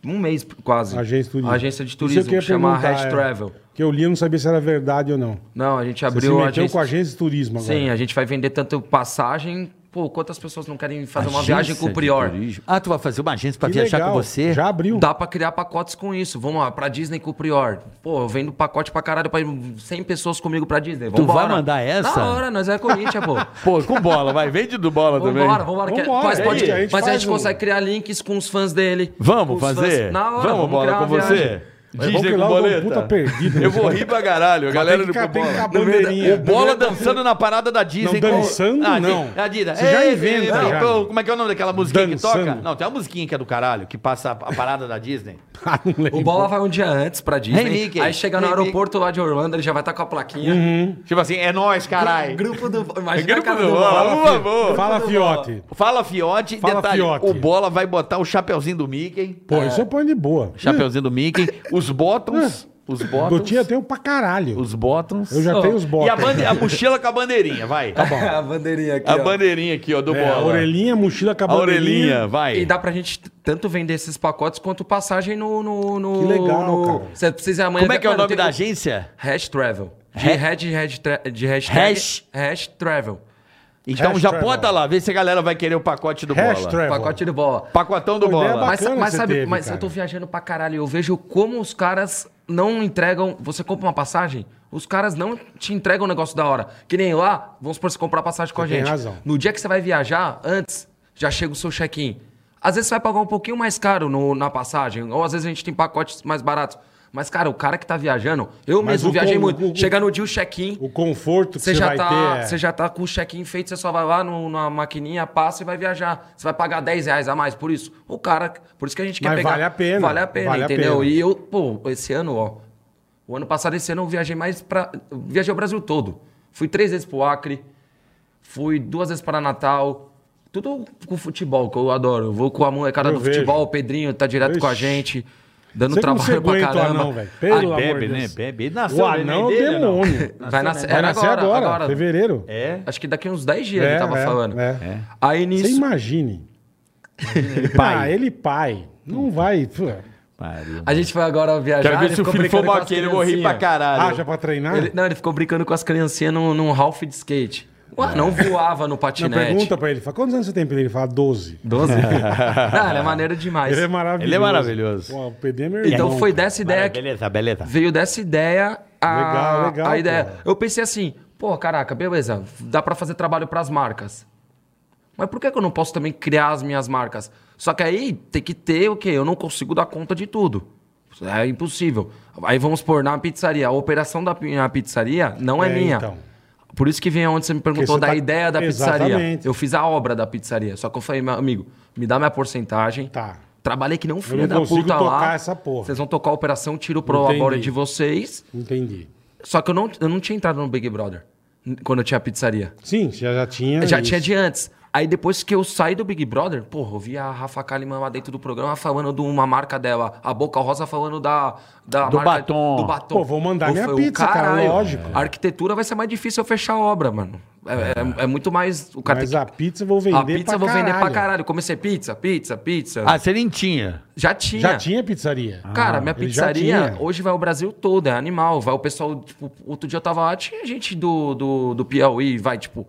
[SPEAKER 5] Um mês quase.
[SPEAKER 4] Agência de turismo.
[SPEAKER 5] Agência de
[SPEAKER 4] Isso eu
[SPEAKER 5] turismo,
[SPEAKER 4] queria
[SPEAKER 5] que chama
[SPEAKER 4] perguntar,
[SPEAKER 5] Hash
[SPEAKER 4] é.
[SPEAKER 5] Travel.
[SPEAKER 4] Que eu li, eu não sabia se era verdade ou não.
[SPEAKER 5] Não, a gente
[SPEAKER 4] Você
[SPEAKER 5] abriu
[SPEAKER 4] se
[SPEAKER 5] a
[SPEAKER 4] meteu
[SPEAKER 5] agência.
[SPEAKER 4] com a agência de turismo agora.
[SPEAKER 5] Sim, a gente vai vender tanto passagem. Pô, quantas pessoas não querem fazer uma
[SPEAKER 3] Agência
[SPEAKER 5] viagem com o
[SPEAKER 3] de
[SPEAKER 5] Prior?
[SPEAKER 3] turismo. Ah, tu vai fazer uma agência pra
[SPEAKER 4] Que
[SPEAKER 3] viajar
[SPEAKER 4] legal.
[SPEAKER 3] com você?
[SPEAKER 4] Já abriu.
[SPEAKER 5] Dá pra criar pacotes com isso. Vamos lá, pra Disney com o Prior. Pô, eu vendo pacote pra caralho pra ir 100 pessoas comigo pra Disney.
[SPEAKER 3] Tu
[SPEAKER 5] Vambora.
[SPEAKER 3] vai mandar essa?
[SPEAKER 5] Na hora, nós é Corinthians, pô.
[SPEAKER 3] Pô, com bola, vai. Vende do bola também.
[SPEAKER 5] Vambora, vambora. que-
[SPEAKER 4] Vambora,
[SPEAKER 5] mas
[SPEAKER 4] é
[SPEAKER 5] pode-
[SPEAKER 4] isso, a gente
[SPEAKER 5] mas a
[SPEAKER 4] faz
[SPEAKER 5] gente
[SPEAKER 4] um-
[SPEAKER 5] consegue criar links com os fãs dele.
[SPEAKER 3] Vamos
[SPEAKER 5] Com os
[SPEAKER 3] fazer? assim,
[SPEAKER 5] fãs- Na hora,
[SPEAKER 3] vamos, bola,
[SPEAKER 5] criar
[SPEAKER 3] com
[SPEAKER 5] uma viagem.
[SPEAKER 3] você?
[SPEAKER 4] vamos
[SPEAKER 3] Disney
[SPEAKER 4] que
[SPEAKER 3] com
[SPEAKER 4] lá eu vou
[SPEAKER 3] boleta.
[SPEAKER 4] puta perdido,
[SPEAKER 3] eu vou rir pra caralho. A galera
[SPEAKER 4] tem
[SPEAKER 3] do
[SPEAKER 4] que caber
[SPEAKER 3] bola.
[SPEAKER 4] com a bandeirinha.
[SPEAKER 3] O bola dançando na parada da Disney.
[SPEAKER 4] Não,
[SPEAKER 3] com-
[SPEAKER 4] dançando,
[SPEAKER 3] Ah,
[SPEAKER 4] não.
[SPEAKER 3] Di- A Dida.
[SPEAKER 4] Você já
[SPEAKER 3] Ei,
[SPEAKER 4] inventa,
[SPEAKER 3] Dida,
[SPEAKER 4] já.
[SPEAKER 3] pô, Como é que é o nome daquela musiquinha que
[SPEAKER 4] Dançando.
[SPEAKER 3] toca? Não, tem uma musiquinha que é do caralho, que passa a- a parada da Disney.
[SPEAKER 4] Ah, não lembro.
[SPEAKER 5] O Bola vai um dia antes pra Disney.
[SPEAKER 3] Hey, Mickey.
[SPEAKER 5] aí chega no
[SPEAKER 3] Hey, Mickey.
[SPEAKER 5] aeroporto lá de Orlando, ele já vai estar com a plaquinha.
[SPEAKER 3] Tipo assim, é nós, caralho.
[SPEAKER 5] Grupo do.
[SPEAKER 3] É
[SPEAKER 5] Imagina a
[SPEAKER 3] grupo
[SPEAKER 5] cara
[SPEAKER 3] do
[SPEAKER 5] do
[SPEAKER 3] bola,
[SPEAKER 5] Bola.
[SPEAKER 3] por favor.
[SPEAKER 4] Fala, fiote.
[SPEAKER 3] Fala fiote,
[SPEAKER 4] Fala,
[SPEAKER 3] detalhe,
[SPEAKER 4] fiote.
[SPEAKER 3] o Bola vai botar o chapeuzinho do Mickey, É,
[SPEAKER 4] Pô, isso eu ponho de boa.
[SPEAKER 3] chapeuzinho do Mickey, os bottoms, os bottoms,
[SPEAKER 4] Botinha Ah, eu tenho pra caralho.
[SPEAKER 3] os bottoms.
[SPEAKER 4] Eu já
[SPEAKER 5] Ó,
[SPEAKER 4] tenho os
[SPEAKER 3] E a,
[SPEAKER 4] botas.
[SPEAKER 3] bande- a mochila com a bandeirinha, vai.
[SPEAKER 5] a bandeirinha Tá aqui.
[SPEAKER 3] A
[SPEAKER 5] ó.
[SPEAKER 3] bandeirinha aqui, ó, do
[SPEAKER 4] É, a
[SPEAKER 3] Bola.
[SPEAKER 4] orelhinha, mochila,
[SPEAKER 3] A
[SPEAKER 4] cabelo.
[SPEAKER 3] orelhinha, vai.
[SPEAKER 5] E dá pra gente t- tanto vender esses pacotes quanto passagem no. no, no-
[SPEAKER 4] Que legal,
[SPEAKER 5] no-
[SPEAKER 4] cara.
[SPEAKER 5] Você precisa amanhã.
[SPEAKER 3] Como é que é o
[SPEAKER 5] Mano,
[SPEAKER 3] nome
[SPEAKER 5] tem um
[SPEAKER 3] da agência?
[SPEAKER 5] Hash Travel. De
[SPEAKER 3] Re-
[SPEAKER 5] head, head tra- de hashtag.
[SPEAKER 3] Hash?
[SPEAKER 5] Hash Travel.
[SPEAKER 3] Então
[SPEAKER 4] Hash
[SPEAKER 3] já
[SPEAKER 4] travel.
[SPEAKER 3] bota lá, vê se a galera vai querer o pacote do
[SPEAKER 4] Hash
[SPEAKER 3] Bola.
[SPEAKER 4] travel.
[SPEAKER 5] Pacote de bola.
[SPEAKER 3] Pacotão do
[SPEAKER 4] Pô, ideia
[SPEAKER 3] Bola.
[SPEAKER 4] bacana.
[SPEAKER 5] Mas, mas
[SPEAKER 4] você
[SPEAKER 5] sabe,
[SPEAKER 4] teve,
[SPEAKER 5] mas
[SPEAKER 4] cara.
[SPEAKER 5] eu tô viajando pra caralho. Eu vejo como os caras não entregam. Você compra uma passagem, os caras não te entregam um negócio da hora. Que nem lá, vamos supor, você comprar passagem com a
[SPEAKER 4] Você tem
[SPEAKER 5] gente.
[SPEAKER 4] razão.
[SPEAKER 5] No dia que você vai viajar, antes, já chega o seu check-in. Às vezes você vai pagar um pouquinho mais caro no- na passagem, ou às vezes a gente tem pacotes mais baratos. Mas, cara, o cara que tá viajando, eu
[SPEAKER 4] Mas
[SPEAKER 5] mesmo
[SPEAKER 4] o
[SPEAKER 5] viajei
[SPEAKER 4] com-
[SPEAKER 5] muito.
[SPEAKER 4] o- o-
[SPEAKER 5] Chega no dia o check-in,
[SPEAKER 4] O conforto que
[SPEAKER 5] você
[SPEAKER 4] você,
[SPEAKER 5] já,
[SPEAKER 4] vai
[SPEAKER 5] tá,
[SPEAKER 4] ter. é-
[SPEAKER 5] você já tá com o check-in feito, você só vai lá no, na maquininha, passa e vai viajar. Você vai pagar 10 reais a mais por isso. O cara, por isso que a gente quer
[SPEAKER 4] Mas
[SPEAKER 5] pegar.
[SPEAKER 4] vale a pena,
[SPEAKER 5] Vale a pena,
[SPEAKER 4] vale a
[SPEAKER 5] entendeu?
[SPEAKER 4] pena.
[SPEAKER 5] E eu, pô, esse ano, ó. O ano passado, esse ano, eu viajei mais pra. eu Viajei o Brasil todo. Fui três vezes pro Acre, fui duas vezes para Natal. Tudo com futebol, que eu adoro. Eu vou com a molecada
[SPEAKER 4] Eu
[SPEAKER 5] do
[SPEAKER 4] vejo.
[SPEAKER 5] futebol, o Pedrinho tá direto com a
[SPEAKER 4] Ixi.
[SPEAKER 5] gente, dando
[SPEAKER 4] Você não se
[SPEAKER 5] trabalho pra
[SPEAKER 4] aguenta o
[SPEAKER 5] caramba.
[SPEAKER 4] anão, velho. Pelo
[SPEAKER 5] Ah,
[SPEAKER 4] amor
[SPEAKER 3] Bebe,
[SPEAKER 4] de
[SPEAKER 3] né?
[SPEAKER 4] Deus.
[SPEAKER 3] Bebe. Ele
[SPEAKER 4] O
[SPEAKER 3] Nasceu
[SPEAKER 4] anão
[SPEAKER 3] neném
[SPEAKER 4] é
[SPEAKER 3] dele, não?
[SPEAKER 4] demônio.
[SPEAKER 5] Vai nascer,
[SPEAKER 4] Vai
[SPEAKER 5] era
[SPEAKER 4] nascer agora,
[SPEAKER 5] agora, agora.
[SPEAKER 4] fevereiro.
[SPEAKER 3] É.
[SPEAKER 5] Acho que daqui uns 10 dias ele tava
[SPEAKER 4] é,
[SPEAKER 5] falando.
[SPEAKER 4] é.
[SPEAKER 5] Aí
[SPEAKER 4] Você
[SPEAKER 5] nisso.
[SPEAKER 4] imagine.
[SPEAKER 3] pai.
[SPEAKER 4] Ah, ele pai. Não vai. pô.
[SPEAKER 3] Pariu.
[SPEAKER 5] A gente foi agora viajar.
[SPEAKER 3] Quero ver
[SPEAKER 5] ele é
[SPEAKER 3] se o
[SPEAKER 5] ficou
[SPEAKER 3] filho for
[SPEAKER 5] brincando com
[SPEAKER 3] mal
[SPEAKER 5] as
[SPEAKER 3] aqui, ele morri pra
[SPEAKER 5] criancinhas.
[SPEAKER 3] caralho.
[SPEAKER 4] Ah, já pra treinar?
[SPEAKER 5] Ele- não, ele ficou brincando com as criancinhas num, num half de skate. Ué,
[SPEAKER 3] É.
[SPEAKER 5] não voava no
[SPEAKER 4] Não,
[SPEAKER 5] patinete.
[SPEAKER 4] pergunta pra ele. Fala, quantos anos você tem, Pedro? Ele fala, 12.
[SPEAKER 5] 12. não, ele é maneiro demais.
[SPEAKER 4] Ele é maravilhoso.
[SPEAKER 3] Ele é maravilhoso.
[SPEAKER 4] Pô, o PD é meu irmão.
[SPEAKER 5] Então foi dessa ideia. que-
[SPEAKER 3] Beleza, beleza.
[SPEAKER 5] Veio dessa ideia a,
[SPEAKER 4] Tá. Legal, legal,
[SPEAKER 5] a ideia.
[SPEAKER 4] cara.
[SPEAKER 5] Eu pensei assim, pô, caraca, beleza, dá pra fazer trabalho pras marcas. Mas por que, que eu não posso também criar as minhas marcas? Só que aí tem que ter o quê? Eu não consigo dar conta de tudo. É impossível. Aí vamos pôr na pizzaria. A operação da pi- na pizzaria não é,
[SPEAKER 4] É,
[SPEAKER 5] minha.
[SPEAKER 4] então.
[SPEAKER 5] Por isso que vem onde você me perguntou
[SPEAKER 4] você
[SPEAKER 5] da
[SPEAKER 4] tá-
[SPEAKER 5] ideia da pizzaria.
[SPEAKER 4] Exatamente.
[SPEAKER 5] Eu fiz a obra da pizzaria. Só que eu falei, meu amigo, me dá minha porcentagem.
[SPEAKER 4] Tá.
[SPEAKER 5] Trabalhei que nem um filho
[SPEAKER 4] não
[SPEAKER 5] da
[SPEAKER 4] consigo
[SPEAKER 5] puta lá.
[SPEAKER 4] tocar essa porra.
[SPEAKER 5] Vocês vão Então, tocar a operação, tiro pro labore
[SPEAKER 4] Entendi.
[SPEAKER 5] de vocês.
[SPEAKER 4] Entendi.
[SPEAKER 5] Só que eu não, eu não tinha entrado no Big Brother n- quando eu tinha a pizzaria.
[SPEAKER 4] Sim, já, já tinha.
[SPEAKER 5] Eu já
[SPEAKER 4] É isso.
[SPEAKER 5] tinha de antes. Aí depois que eu saí do Big Brother, porra, eu vi a Rafa Kalimann lá dentro do programa falando de uma marca dela, a Boca Rosa falando da, da
[SPEAKER 3] Do
[SPEAKER 5] marca-
[SPEAKER 3] batom.
[SPEAKER 5] Do batom.
[SPEAKER 4] Pô, vou mandar minha
[SPEAKER 5] falei,
[SPEAKER 4] pizza, cara,
[SPEAKER 5] caralho,
[SPEAKER 4] lógico.
[SPEAKER 5] A arquitetura vai ser mais difícil eu fechar a obra, mano. É, é- é muito mais. O cara
[SPEAKER 4] Mas
[SPEAKER 5] tem
[SPEAKER 4] a pizza eu vou
[SPEAKER 5] que-
[SPEAKER 4] vender
[SPEAKER 5] a pizza eu vou vender pra
[SPEAKER 4] caralho.
[SPEAKER 5] caralho. Comecei pizza, pizza, pizza.
[SPEAKER 3] Ah, você nem tinha.
[SPEAKER 5] já tinha.
[SPEAKER 4] Já tinha pizzaria.
[SPEAKER 5] Ah, Cara, minha
[SPEAKER 4] Ah, ele já
[SPEAKER 5] pizzaria
[SPEAKER 4] tinha.
[SPEAKER 5] hoje vai o Brasil todo, é animal. Vai o pessoal, tipo, outro dia eu tava lá, tinha gente do, do, do Piauí, vai, tipo,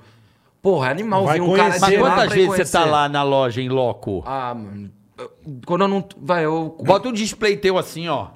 [SPEAKER 5] porra, é animal
[SPEAKER 4] Vai
[SPEAKER 5] vir um cara
[SPEAKER 4] conhecer,
[SPEAKER 5] de
[SPEAKER 3] Mas
[SPEAKER 5] lá
[SPEAKER 3] quantas
[SPEAKER 5] pra
[SPEAKER 3] vezes
[SPEAKER 5] conhecer.
[SPEAKER 3] você tá lá na loja em loco?
[SPEAKER 5] Ah, mano, eu- quando eu não. Vai, eu.
[SPEAKER 3] Bota um display teu assim, ó.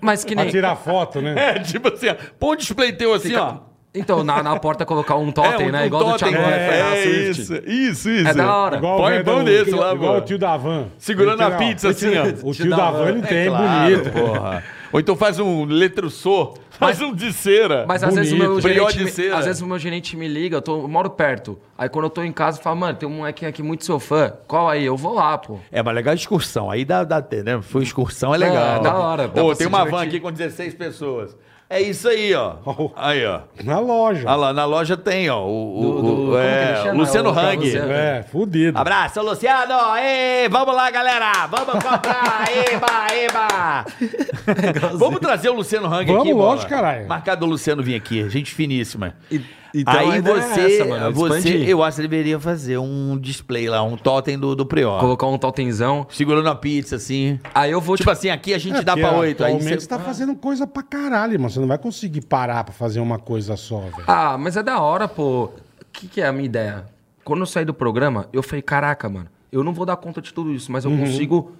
[SPEAKER 5] Mas que
[SPEAKER 4] Pra
[SPEAKER 5] nem.
[SPEAKER 4] tirar foto, né?
[SPEAKER 3] É, tipo assim, ó. Põe um display teu assim, ó.
[SPEAKER 5] Então, na, na porta colocar um totem, né? Igual do Thiago
[SPEAKER 6] é,
[SPEAKER 5] Leifert na
[SPEAKER 6] é
[SPEAKER 5] Swift.
[SPEAKER 6] isso, isso, isso.
[SPEAKER 5] É da hora.
[SPEAKER 4] Igual o
[SPEAKER 6] Põe
[SPEAKER 4] velho
[SPEAKER 6] pão
[SPEAKER 4] do-
[SPEAKER 6] desse lá,
[SPEAKER 4] Igual
[SPEAKER 6] pô.
[SPEAKER 4] o tio da van.
[SPEAKER 6] Segurando
[SPEAKER 4] Ele
[SPEAKER 6] a
[SPEAKER 4] tem, ó,
[SPEAKER 6] pizza assim, ó.
[SPEAKER 4] O tio da van
[SPEAKER 6] É
[SPEAKER 4] ele
[SPEAKER 3] É,
[SPEAKER 4] tem, é bonito.
[SPEAKER 6] porra. Ou então faz um letrosô, faz um de cera.
[SPEAKER 5] Mas às vezes, o meu
[SPEAKER 6] Bonito. Brioche
[SPEAKER 5] gerente,
[SPEAKER 6] de
[SPEAKER 5] me,
[SPEAKER 6] cera.
[SPEAKER 5] às vezes o meu gerente me liga, eu, tô, eu moro perto. Aí quando eu tô em casa, fala, mano, tem um molequinho aqui muito seu fã. Qual aí? Eu vou lá, pô.
[SPEAKER 3] É, mas legal a excursão. Aí dá, dá né? Foi excursão, é legal.
[SPEAKER 5] É, da hora. dá
[SPEAKER 6] Ô,
[SPEAKER 5] pra
[SPEAKER 6] tem
[SPEAKER 5] se
[SPEAKER 6] uma van
[SPEAKER 5] divertir.
[SPEAKER 6] aqui com 16 pessoas. É isso aí, ó. Aí, ó.
[SPEAKER 4] Na loja.
[SPEAKER 6] Ah lá, na loja tem, ó. O, o-
[SPEAKER 5] Do- do-
[SPEAKER 6] o-
[SPEAKER 5] como que ele
[SPEAKER 6] é,
[SPEAKER 5] chama?
[SPEAKER 6] Luciano
[SPEAKER 5] O- tá,
[SPEAKER 6] Hang.
[SPEAKER 5] Luciano.
[SPEAKER 4] É, fudido.
[SPEAKER 3] Abraço, Luciano! Ei, vamos lá, galera! Vamos comprar! eba, eba! vamos trazer o Luciano Hang
[SPEAKER 4] Vamos,
[SPEAKER 3] aqui, Bola?
[SPEAKER 4] lógico, caralho.
[SPEAKER 3] Marcado o Luciano vir aqui, gente finíssima.
[SPEAKER 5] E- então a
[SPEAKER 3] Aí
[SPEAKER 5] ideia é
[SPEAKER 3] você,
[SPEAKER 5] essa, mano,
[SPEAKER 3] você,
[SPEAKER 5] expandir.
[SPEAKER 3] eu acho que deveria fazer um display lá, um totem do, do Prior.
[SPEAKER 5] Colocar um totemzão.
[SPEAKER 3] Segurando a pizza, assim.
[SPEAKER 5] Aí eu vou,
[SPEAKER 3] Tipo
[SPEAKER 5] tipo,
[SPEAKER 3] assim, aqui a gente dá pra oito. Aí
[SPEAKER 4] É, Atualmente
[SPEAKER 3] você... Ah.
[SPEAKER 4] você tá fazendo coisa pra caralho, mano. Você não vai conseguir parar pra fazer uma coisa só, velho.
[SPEAKER 5] ah, mas é da hora, pô. O que, que é a minha ideia? Quando eu saí do programa, eu falei, caraca, mano, eu não vou dar conta de tudo isso, mas
[SPEAKER 4] Uhum.
[SPEAKER 5] eu consigo.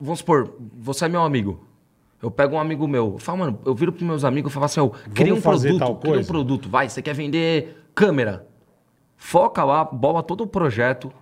[SPEAKER 5] Vamos supor, você é meu amigo. Eu pego um amigo meu, eu falo, mano, eu viro pros meus amigos e falo assim, eu cria um
[SPEAKER 4] fazer
[SPEAKER 5] produto,
[SPEAKER 4] tal
[SPEAKER 5] cria um
[SPEAKER 4] coisa?
[SPEAKER 5] produto, vai, você quer vender câmera. Foca lá, bola todo o projeto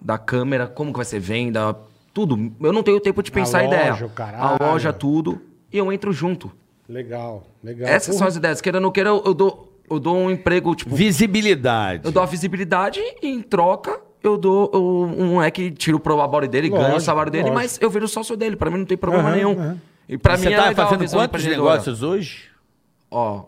[SPEAKER 5] da câmera, como que vai ser venda, tudo. Eu não tenho tempo de pensar a,
[SPEAKER 4] loja,
[SPEAKER 5] ideia.
[SPEAKER 4] o caralho.
[SPEAKER 5] A loja, tudo, e eu entro junto.
[SPEAKER 4] Legal, legal.
[SPEAKER 5] Essas
[SPEAKER 4] Porra,
[SPEAKER 5] são as ideias. Queira ou não queira, eu, eu dou, eu dou um emprego, tipo,
[SPEAKER 3] Visibilidade.
[SPEAKER 5] eu dou a visibilidade e em troca eu dou eu, um moleque, tiro o prolabore dele,
[SPEAKER 4] Lógico,
[SPEAKER 5] ganho o salário dele,
[SPEAKER 4] lógico.
[SPEAKER 5] mas eu viro sócio dele. Pra mim não tem problema
[SPEAKER 4] Aham,
[SPEAKER 5] nenhum.
[SPEAKER 4] aham.
[SPEAKER 5] E pra
[SPEAKER 3] Você
[SPEAKER 5] mim
[SPEAKER 3] tá
[SPEAKER 5] é legal a
[SPEAKER 3] fazendo
[SPEAKER 5] visão
[SPEAKER 3] quantos
[SPEAKER 5] empreendedora.
[SPEAKER 3] negócios hoje?
[SPEAKER 5] Ó,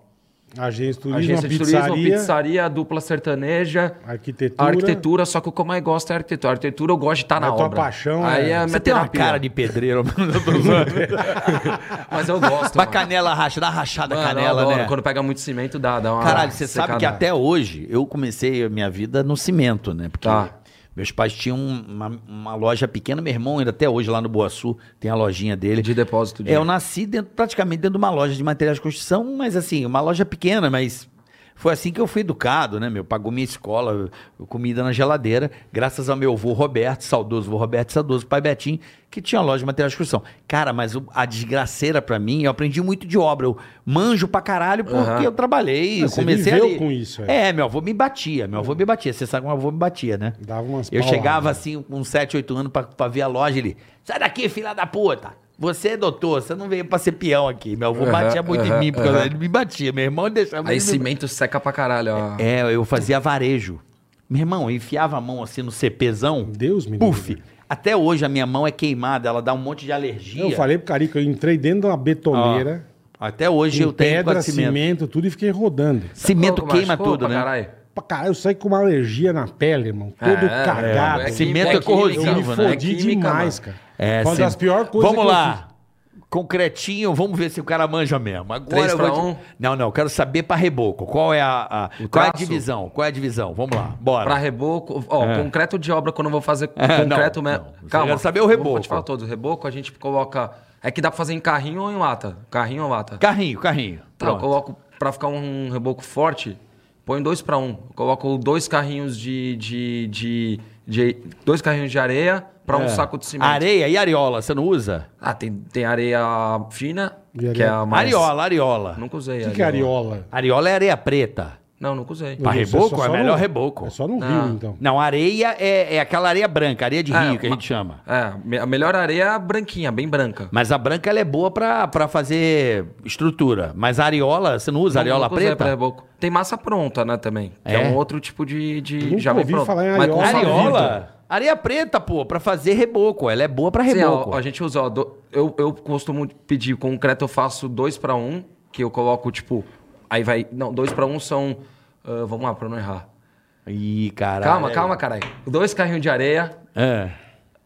[SPEAKER 4] Agência de turismo,
[SPEAKER 5] agência de
[SPEAKER 4] pizzaria,
[SPEAKER 5] turismo, pizzaria, dupla sertaneja.
[SPEAKER 4] arquitetura.
[SPEAKER 5] Arquitetura, só que o que eu mais gosto é arquitetura. Arquitetura eu gosto de estar na
[SPEAKER 4] tua
[SPEAKER 5] obra.
[SPEAKER 4] paixão,
[SPEAKER 5] Aí
[SPEAKER 4] é.
[SPEAKER 5] é a minha
[SPEAKER 3] Você tem uma
[SPEAKER 5] terapia.
[SPEAKER 3] cara de pedreiro.
[SPEAKER 5] Mas eu gosto.
[SPEAKER 3] Uma
[SPEAKER 5] mano.
[SPEAKER 3] canela racha, dá rachada a
[SPEAKER 5] Mano, eu
[SPEAKER 3] canela,
[SPEAKER 5] adoro.
[SPEAKER 3] né?
[SPEAKER 5] Quando pega muito cimento, dá, dá uma
[SPEAKER 3] Caralho, você sabe
[SPEAKER 5] secada.
[SPEAKER 3] que até hoje eu comecei a minha vida no cimento, né? Porque
[SPEAKER 5] Tá.
[SPEAKER 3] meus pais tinham uma, uma loja pequena, meu irmão ainda até hoje lá no Boaçu tem a lojinha dele.
[SPEAKER 5] De depósito
[SPEAKER 4] né?
[SPEAKER 5] de...
[SPEAKER 3] É, eu nasci dentro- praticamente dentro de uma loja de materiais de construção, mas assim, uma loja pequena, mas foi assim que eu fui educado, né, meu? Pagou minha escola, eu- comida na geladeira, graças ao meu avô Roberto, saudoso vô Roberto, saudoso pai Betinho, que tinha loja de materiais de construção. Cara, mas o- a desgraceira pra mim, eu aprendi muito de obra, eu manjo pra caralho porque
[SPEAKER 5] Aham.
[SPEAKER 3] eu trabalhei, eu
[SPEAKER 4] Ah, Você
[SPEAKER 3] comecei
[SPEAKER 4] viveu
[SPEAKER 3] ali.
[SPEAKER 4] com isso,
[SPEAKER 3] é. meu avô me batia, meu avô me batia, você sabe que meu avô me batia, né?
[SPEAKER 4] Hum. Dava umas
[SPEAKER 3] Eu
[SPEAKER 4] pauladas.
[SPEAKER 3] chegava assim, com 7, 8 anos, pra, pra ver a loja, ele. Sai daqui, filha da puta! Você é doutor, você não veio pra ser peão aqui. Meu avô
[SPEAKER 5] Aham,
[SPEAKER 3] batia muito em
[SPEAKER 5] aham,
[SPEAKER 3] mim, porque
[SPEAKER 5] aham.
[SPEAKER 3] ele me batia. Meu irmão deixava.
[SPEAKER 5] Aí
[SPEAKER 3] ele me-
[SPEAKER 5] cimento seca pra caralho. Ó.
[SPEAKER 3] É, eu fazia varejo. Meu irmão, eu enfiava a mão assim no CPzão.
[SPEAKER 4] Deus me
[SPEAKER 3] Puf!
[SPEAKER 4] livre.
[SPEAKER 3] Até hoje a minha mão é queimada, ela dá um monte de alergia.
[SPEAKER 4] Eu falei pro Carica, eu entrei dentro de uma betoneira,
[SPEAKER 3] Ah. Até hoje eu
[SPEAKER 4] com
[SPEAKER 3] tenho
[SPEAKER 4] pedra,
[SPEAKER 3] com
[SPEAKER 4] cimento.
[SPEAKER 3] cimento.
[SPEAKER 4] tudo, e fiquei rodando.
[SPEAKER 3] Cimento
[SPEAKER 5] Louco,
[SPEAKER 3] queima
[SPEAKER 5] machucou
[SPEAKER 3] tudo,
[SPEAKER 5] pra
[SPEAKER 3] né?
[SPEAKER 5] caralho.
[SPEAKER 4] Pra caralho, eu saí com uma alergia na pele, irmão. Todo
[SPEAKER 5] É,
[SPEAKER 4] cagado.
[SPEAKER 5] é, é
[SPEAKER 3] Cimento é
[SPEAKER 5] química,
[SPEAKER 3] corrosivo,
[SPEAKER 4] eu me
[SPEAKER 3] né?
[SPEAKER 5] mano. É
[SPEAKER 4] fodi
[SPEAKER 5] química,
[SPEAKER 4] demais,
[SPEAKER 5] mano.
[SPEAKER 4] cara.
[SPEAKER 3] É,
[SPEAKER 4] Foi uma
[SPEAKER 3] sim.
[SPEAKER 4] das piores coisas
[SPEAKER 3] Vamos
[SPEAKER 4] que eu
[SPEAKER 3] lá. Concretinho, vamos ver se o cara manja mesmo. Agora
[SPEAKER 5] Três
[SPEAKER 3] eu
[SPEAKER 5] pra
[SPEAKER 3] vou
[SPEAKER 5] um?
[SPEAKER 3] Não, não, eu quero saber pra reboco. Qual é a, a- qual é a
[SPEAKER 5] traço?
[SPEAKER 3] divisão? Qual é a divisão? Vamos lá. Bora.
[SPEAKER 5] Pra reboco, ó, concreto de obra, quando eu vou fazer
[SPEAKER 3] É,
[SPEAKER 5] concreto
[SPEAKER 3] não,
[SPEAKER 5] mesmo.
[SPEAKER 3] não. Você
[SPEAKER 5] Calma.
[SPEAKER 3] quer saber o reboco.
[SPEAKER 5] Vou te falar todos. Reboco a gente coloca. É que dá pra fazer em carrinho ou em lata? Carrinho ou lata?
[SPEAKER 3] Carrinho, carrinho.
[SPEAKER 5] Tá, eu
[SPEAKER 3] Pronto.
[SPEAKER 5] coloco. Pra ficar um reboco forte, põe dois pra um. Eu coloco dois carrinhos de. de, de, de- dois carrinhos de areia pra um saco de cimento.
[SPEAKER 3] É. Areia e areola, você não usa?
[SPEAKER 5] Ah, tem, tem areia fina,
[SPEAKER 4] E areia-
[SPEAKER 5] que é a mais.
[SPEAKER 3] Areola, areola.
[SPEAKER 5] Nunca usei.
[SPEAKER 4] fiz. Que cariola.
[SPEAKER 3] Areola é areia preta.
[SPEAKER 5] Não, nunca usei.
[SPEAKER 3] Pra
[SPEAKER 4] Deus,
[SPEAKER 3] reboco,
[SPEAKER 4] só-
[SPEAKER 3] é
[SPEAKER 4] só
[SPEAKER 3] melhor
[SPEAKER 4] no-
[SPEAKER 3] reboco.
[SPEAKER 4] É só no
[SPEAKER 5] Ah.
[SPEAKER 4] rio, então.
[SPEAKER 3] Não, areia é, é aquela areia branca, areia de rio que a
[SPEAKER 5] ma-
[SPEAKER 3] gente chama.
[SPEAKER 5] É, me- a melhor areia é a branquinha, bem branca.
[SPEAKER 3] Mas a branca ela é boa pra, pra fazer estrutura. Mas a areola, você não usa areola
[SPEAKER 5] Nunca usei
[SPEAKER 3] preta?
[SPEAKER 5] pra reboco. Tem massa pronta, né, também. que É,
[SPEAKER 3] É?
[SPEAKER 5] um outro tipo de... de
[SPEAKER 4] Nunca
[SPEAKER 5] já vem
[SPEAKER 4] ouvi
[SPEAKER 5] pronto.
[SPEAKER 4] falar em
[SPEAKER 5] Mas com
[SPEAKER 4] areola.
[SPEAKER 5] salito.
[SPEAKER 3] Areola? Areia preta, pô, pra fazer reboco. Ela é boa pra
[SPEAKER 5] Sim,
[SPEAKER 3] reboco.
[SPEAKER 5] ó, a gente usa... ó, do- eu, eu costumo pedir concreto, eu faço dois pra um, que eu coloco, tipo... Aí vai... Não, dois pra um são... ah, vamos lá, pra eu não errar.
[SPEAKER 3] Ih, caralho.
[SPEAKER 5] Calma, calma, caralho. Dois carrinhos de areia,
[SPEAKER 3] É,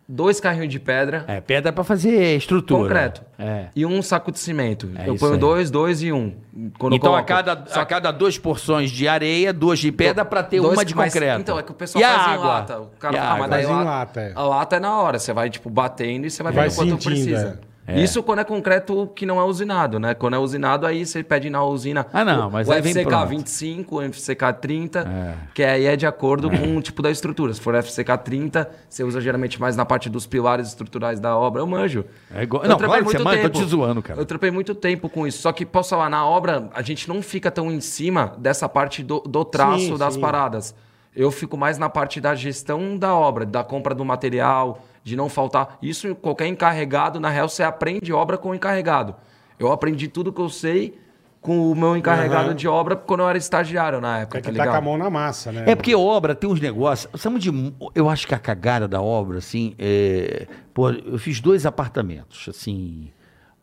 [SPEAKER 5] dois carrinhos de pedra,
[SPEAKER 3] é pedra pra fazer estrutura.
[SPEAKER 5] concreto.
[SPEAKER 3] É.
[SPEAKER 5] E um saco de cimento.
[SPEAKER 3] É
[SPEAKER 5] eu
[SPEAKER 3] isso
[SPEAKER 5] ponho
[SPEAKER 3] aí.
[SPEAKER 5] dois, dois e um. Quando eu
[SPEAKER 3] Então, a
[SPEAKER 5] coloco.
[SPEAKER 3] cada, a cada duas porções de areia, duas de pedra pra ter
[SPEAKER 5] Dois-
[SPEAKER 3] uma de
[SPEAKER 5] mas-
[SPEAKER 3] concreto.
[SPEAKER 5] Então, é que o pessoal
[SPEAKER 3] E a
[SPEAKER 5] faz
[SPEAKER 3] água?
[SPEAKER 5] em lata. O cara
[SPEAKER 3] E a
[SPEAKER 5] fala, ah, mas
[SPEAKER 3] água?
[SPEAKER 5] daí
[SPEAKER 4] Faz em
[SPEAKER 5] lata,
[SPEAKER 4] lata, é.
[SPEAKER 5] A lata é na hora. Você vai, tipo, batendo e você vai
[SPEAKER 4] Vai
[SPEAKER 5] vendo quanto
[SPEAKER 4] sentindo,
[SPEAKER 5] precisa.
[SPEAKER 4] é.
[SPEAKER 5] Isso quando é concreto que não é usinado, né? Quando é usinado, aí você pede na usina
[SPEAKER 3] Ah, não,
[SPEAKER 5] o,
[SPEAKER 3] mas
[SPEAKER 5] o
[SPEAKER 3] aí vem
[SPEAKER 5] FCK
[SPEAKER 3] pronto.
[SPEAKER 5] 25, o FCK 30, que aí é de acordo com o tipo da estrutura. Se for FCK 30, você usa geralmente mais na parte dos pilares estruturais da obra. Eu manjo.
[SPEAKER 3] É igual-
[SPEAKER 5] Eu
[SPEAKER 3] não,
[SPEAKER 5] trampei
[SPEAKER 3] claro que você manja, eu tô te zoando, cara.
[SPEAKER 5] Eu trampei muito tempo com isso. Só que, posso falar, na obra, a gente não fica tão em cima dessa parte do, do traço
[SPEAKER 4] Sim,
[SPEAKER 5] das
[SPEAKER 4] sim.
[SPEAKER 5] paradas. Eu fico mais na parte da gestão da obra, da compra do material, de não faltar. Isso qualquer encarregado, na real, você aprende obra com o encarregado. Eu aprendi tudo que eu sei com o meu encarregado
[SPEAKER 4] Aham.
[SPEAKER 5] de obra quando eu era estagiário na época,
[SPEAKER 4] É que tá
[SPEAKER 5] tá ligado?
[SPEAKER 4] com a mão na massa, né?
[SPEAKER 3] É porque obra tem uns negócios. Sabe de, eu acho que a cagada da obra, assim. É, pô, eu fiz dois apartamentos, assim.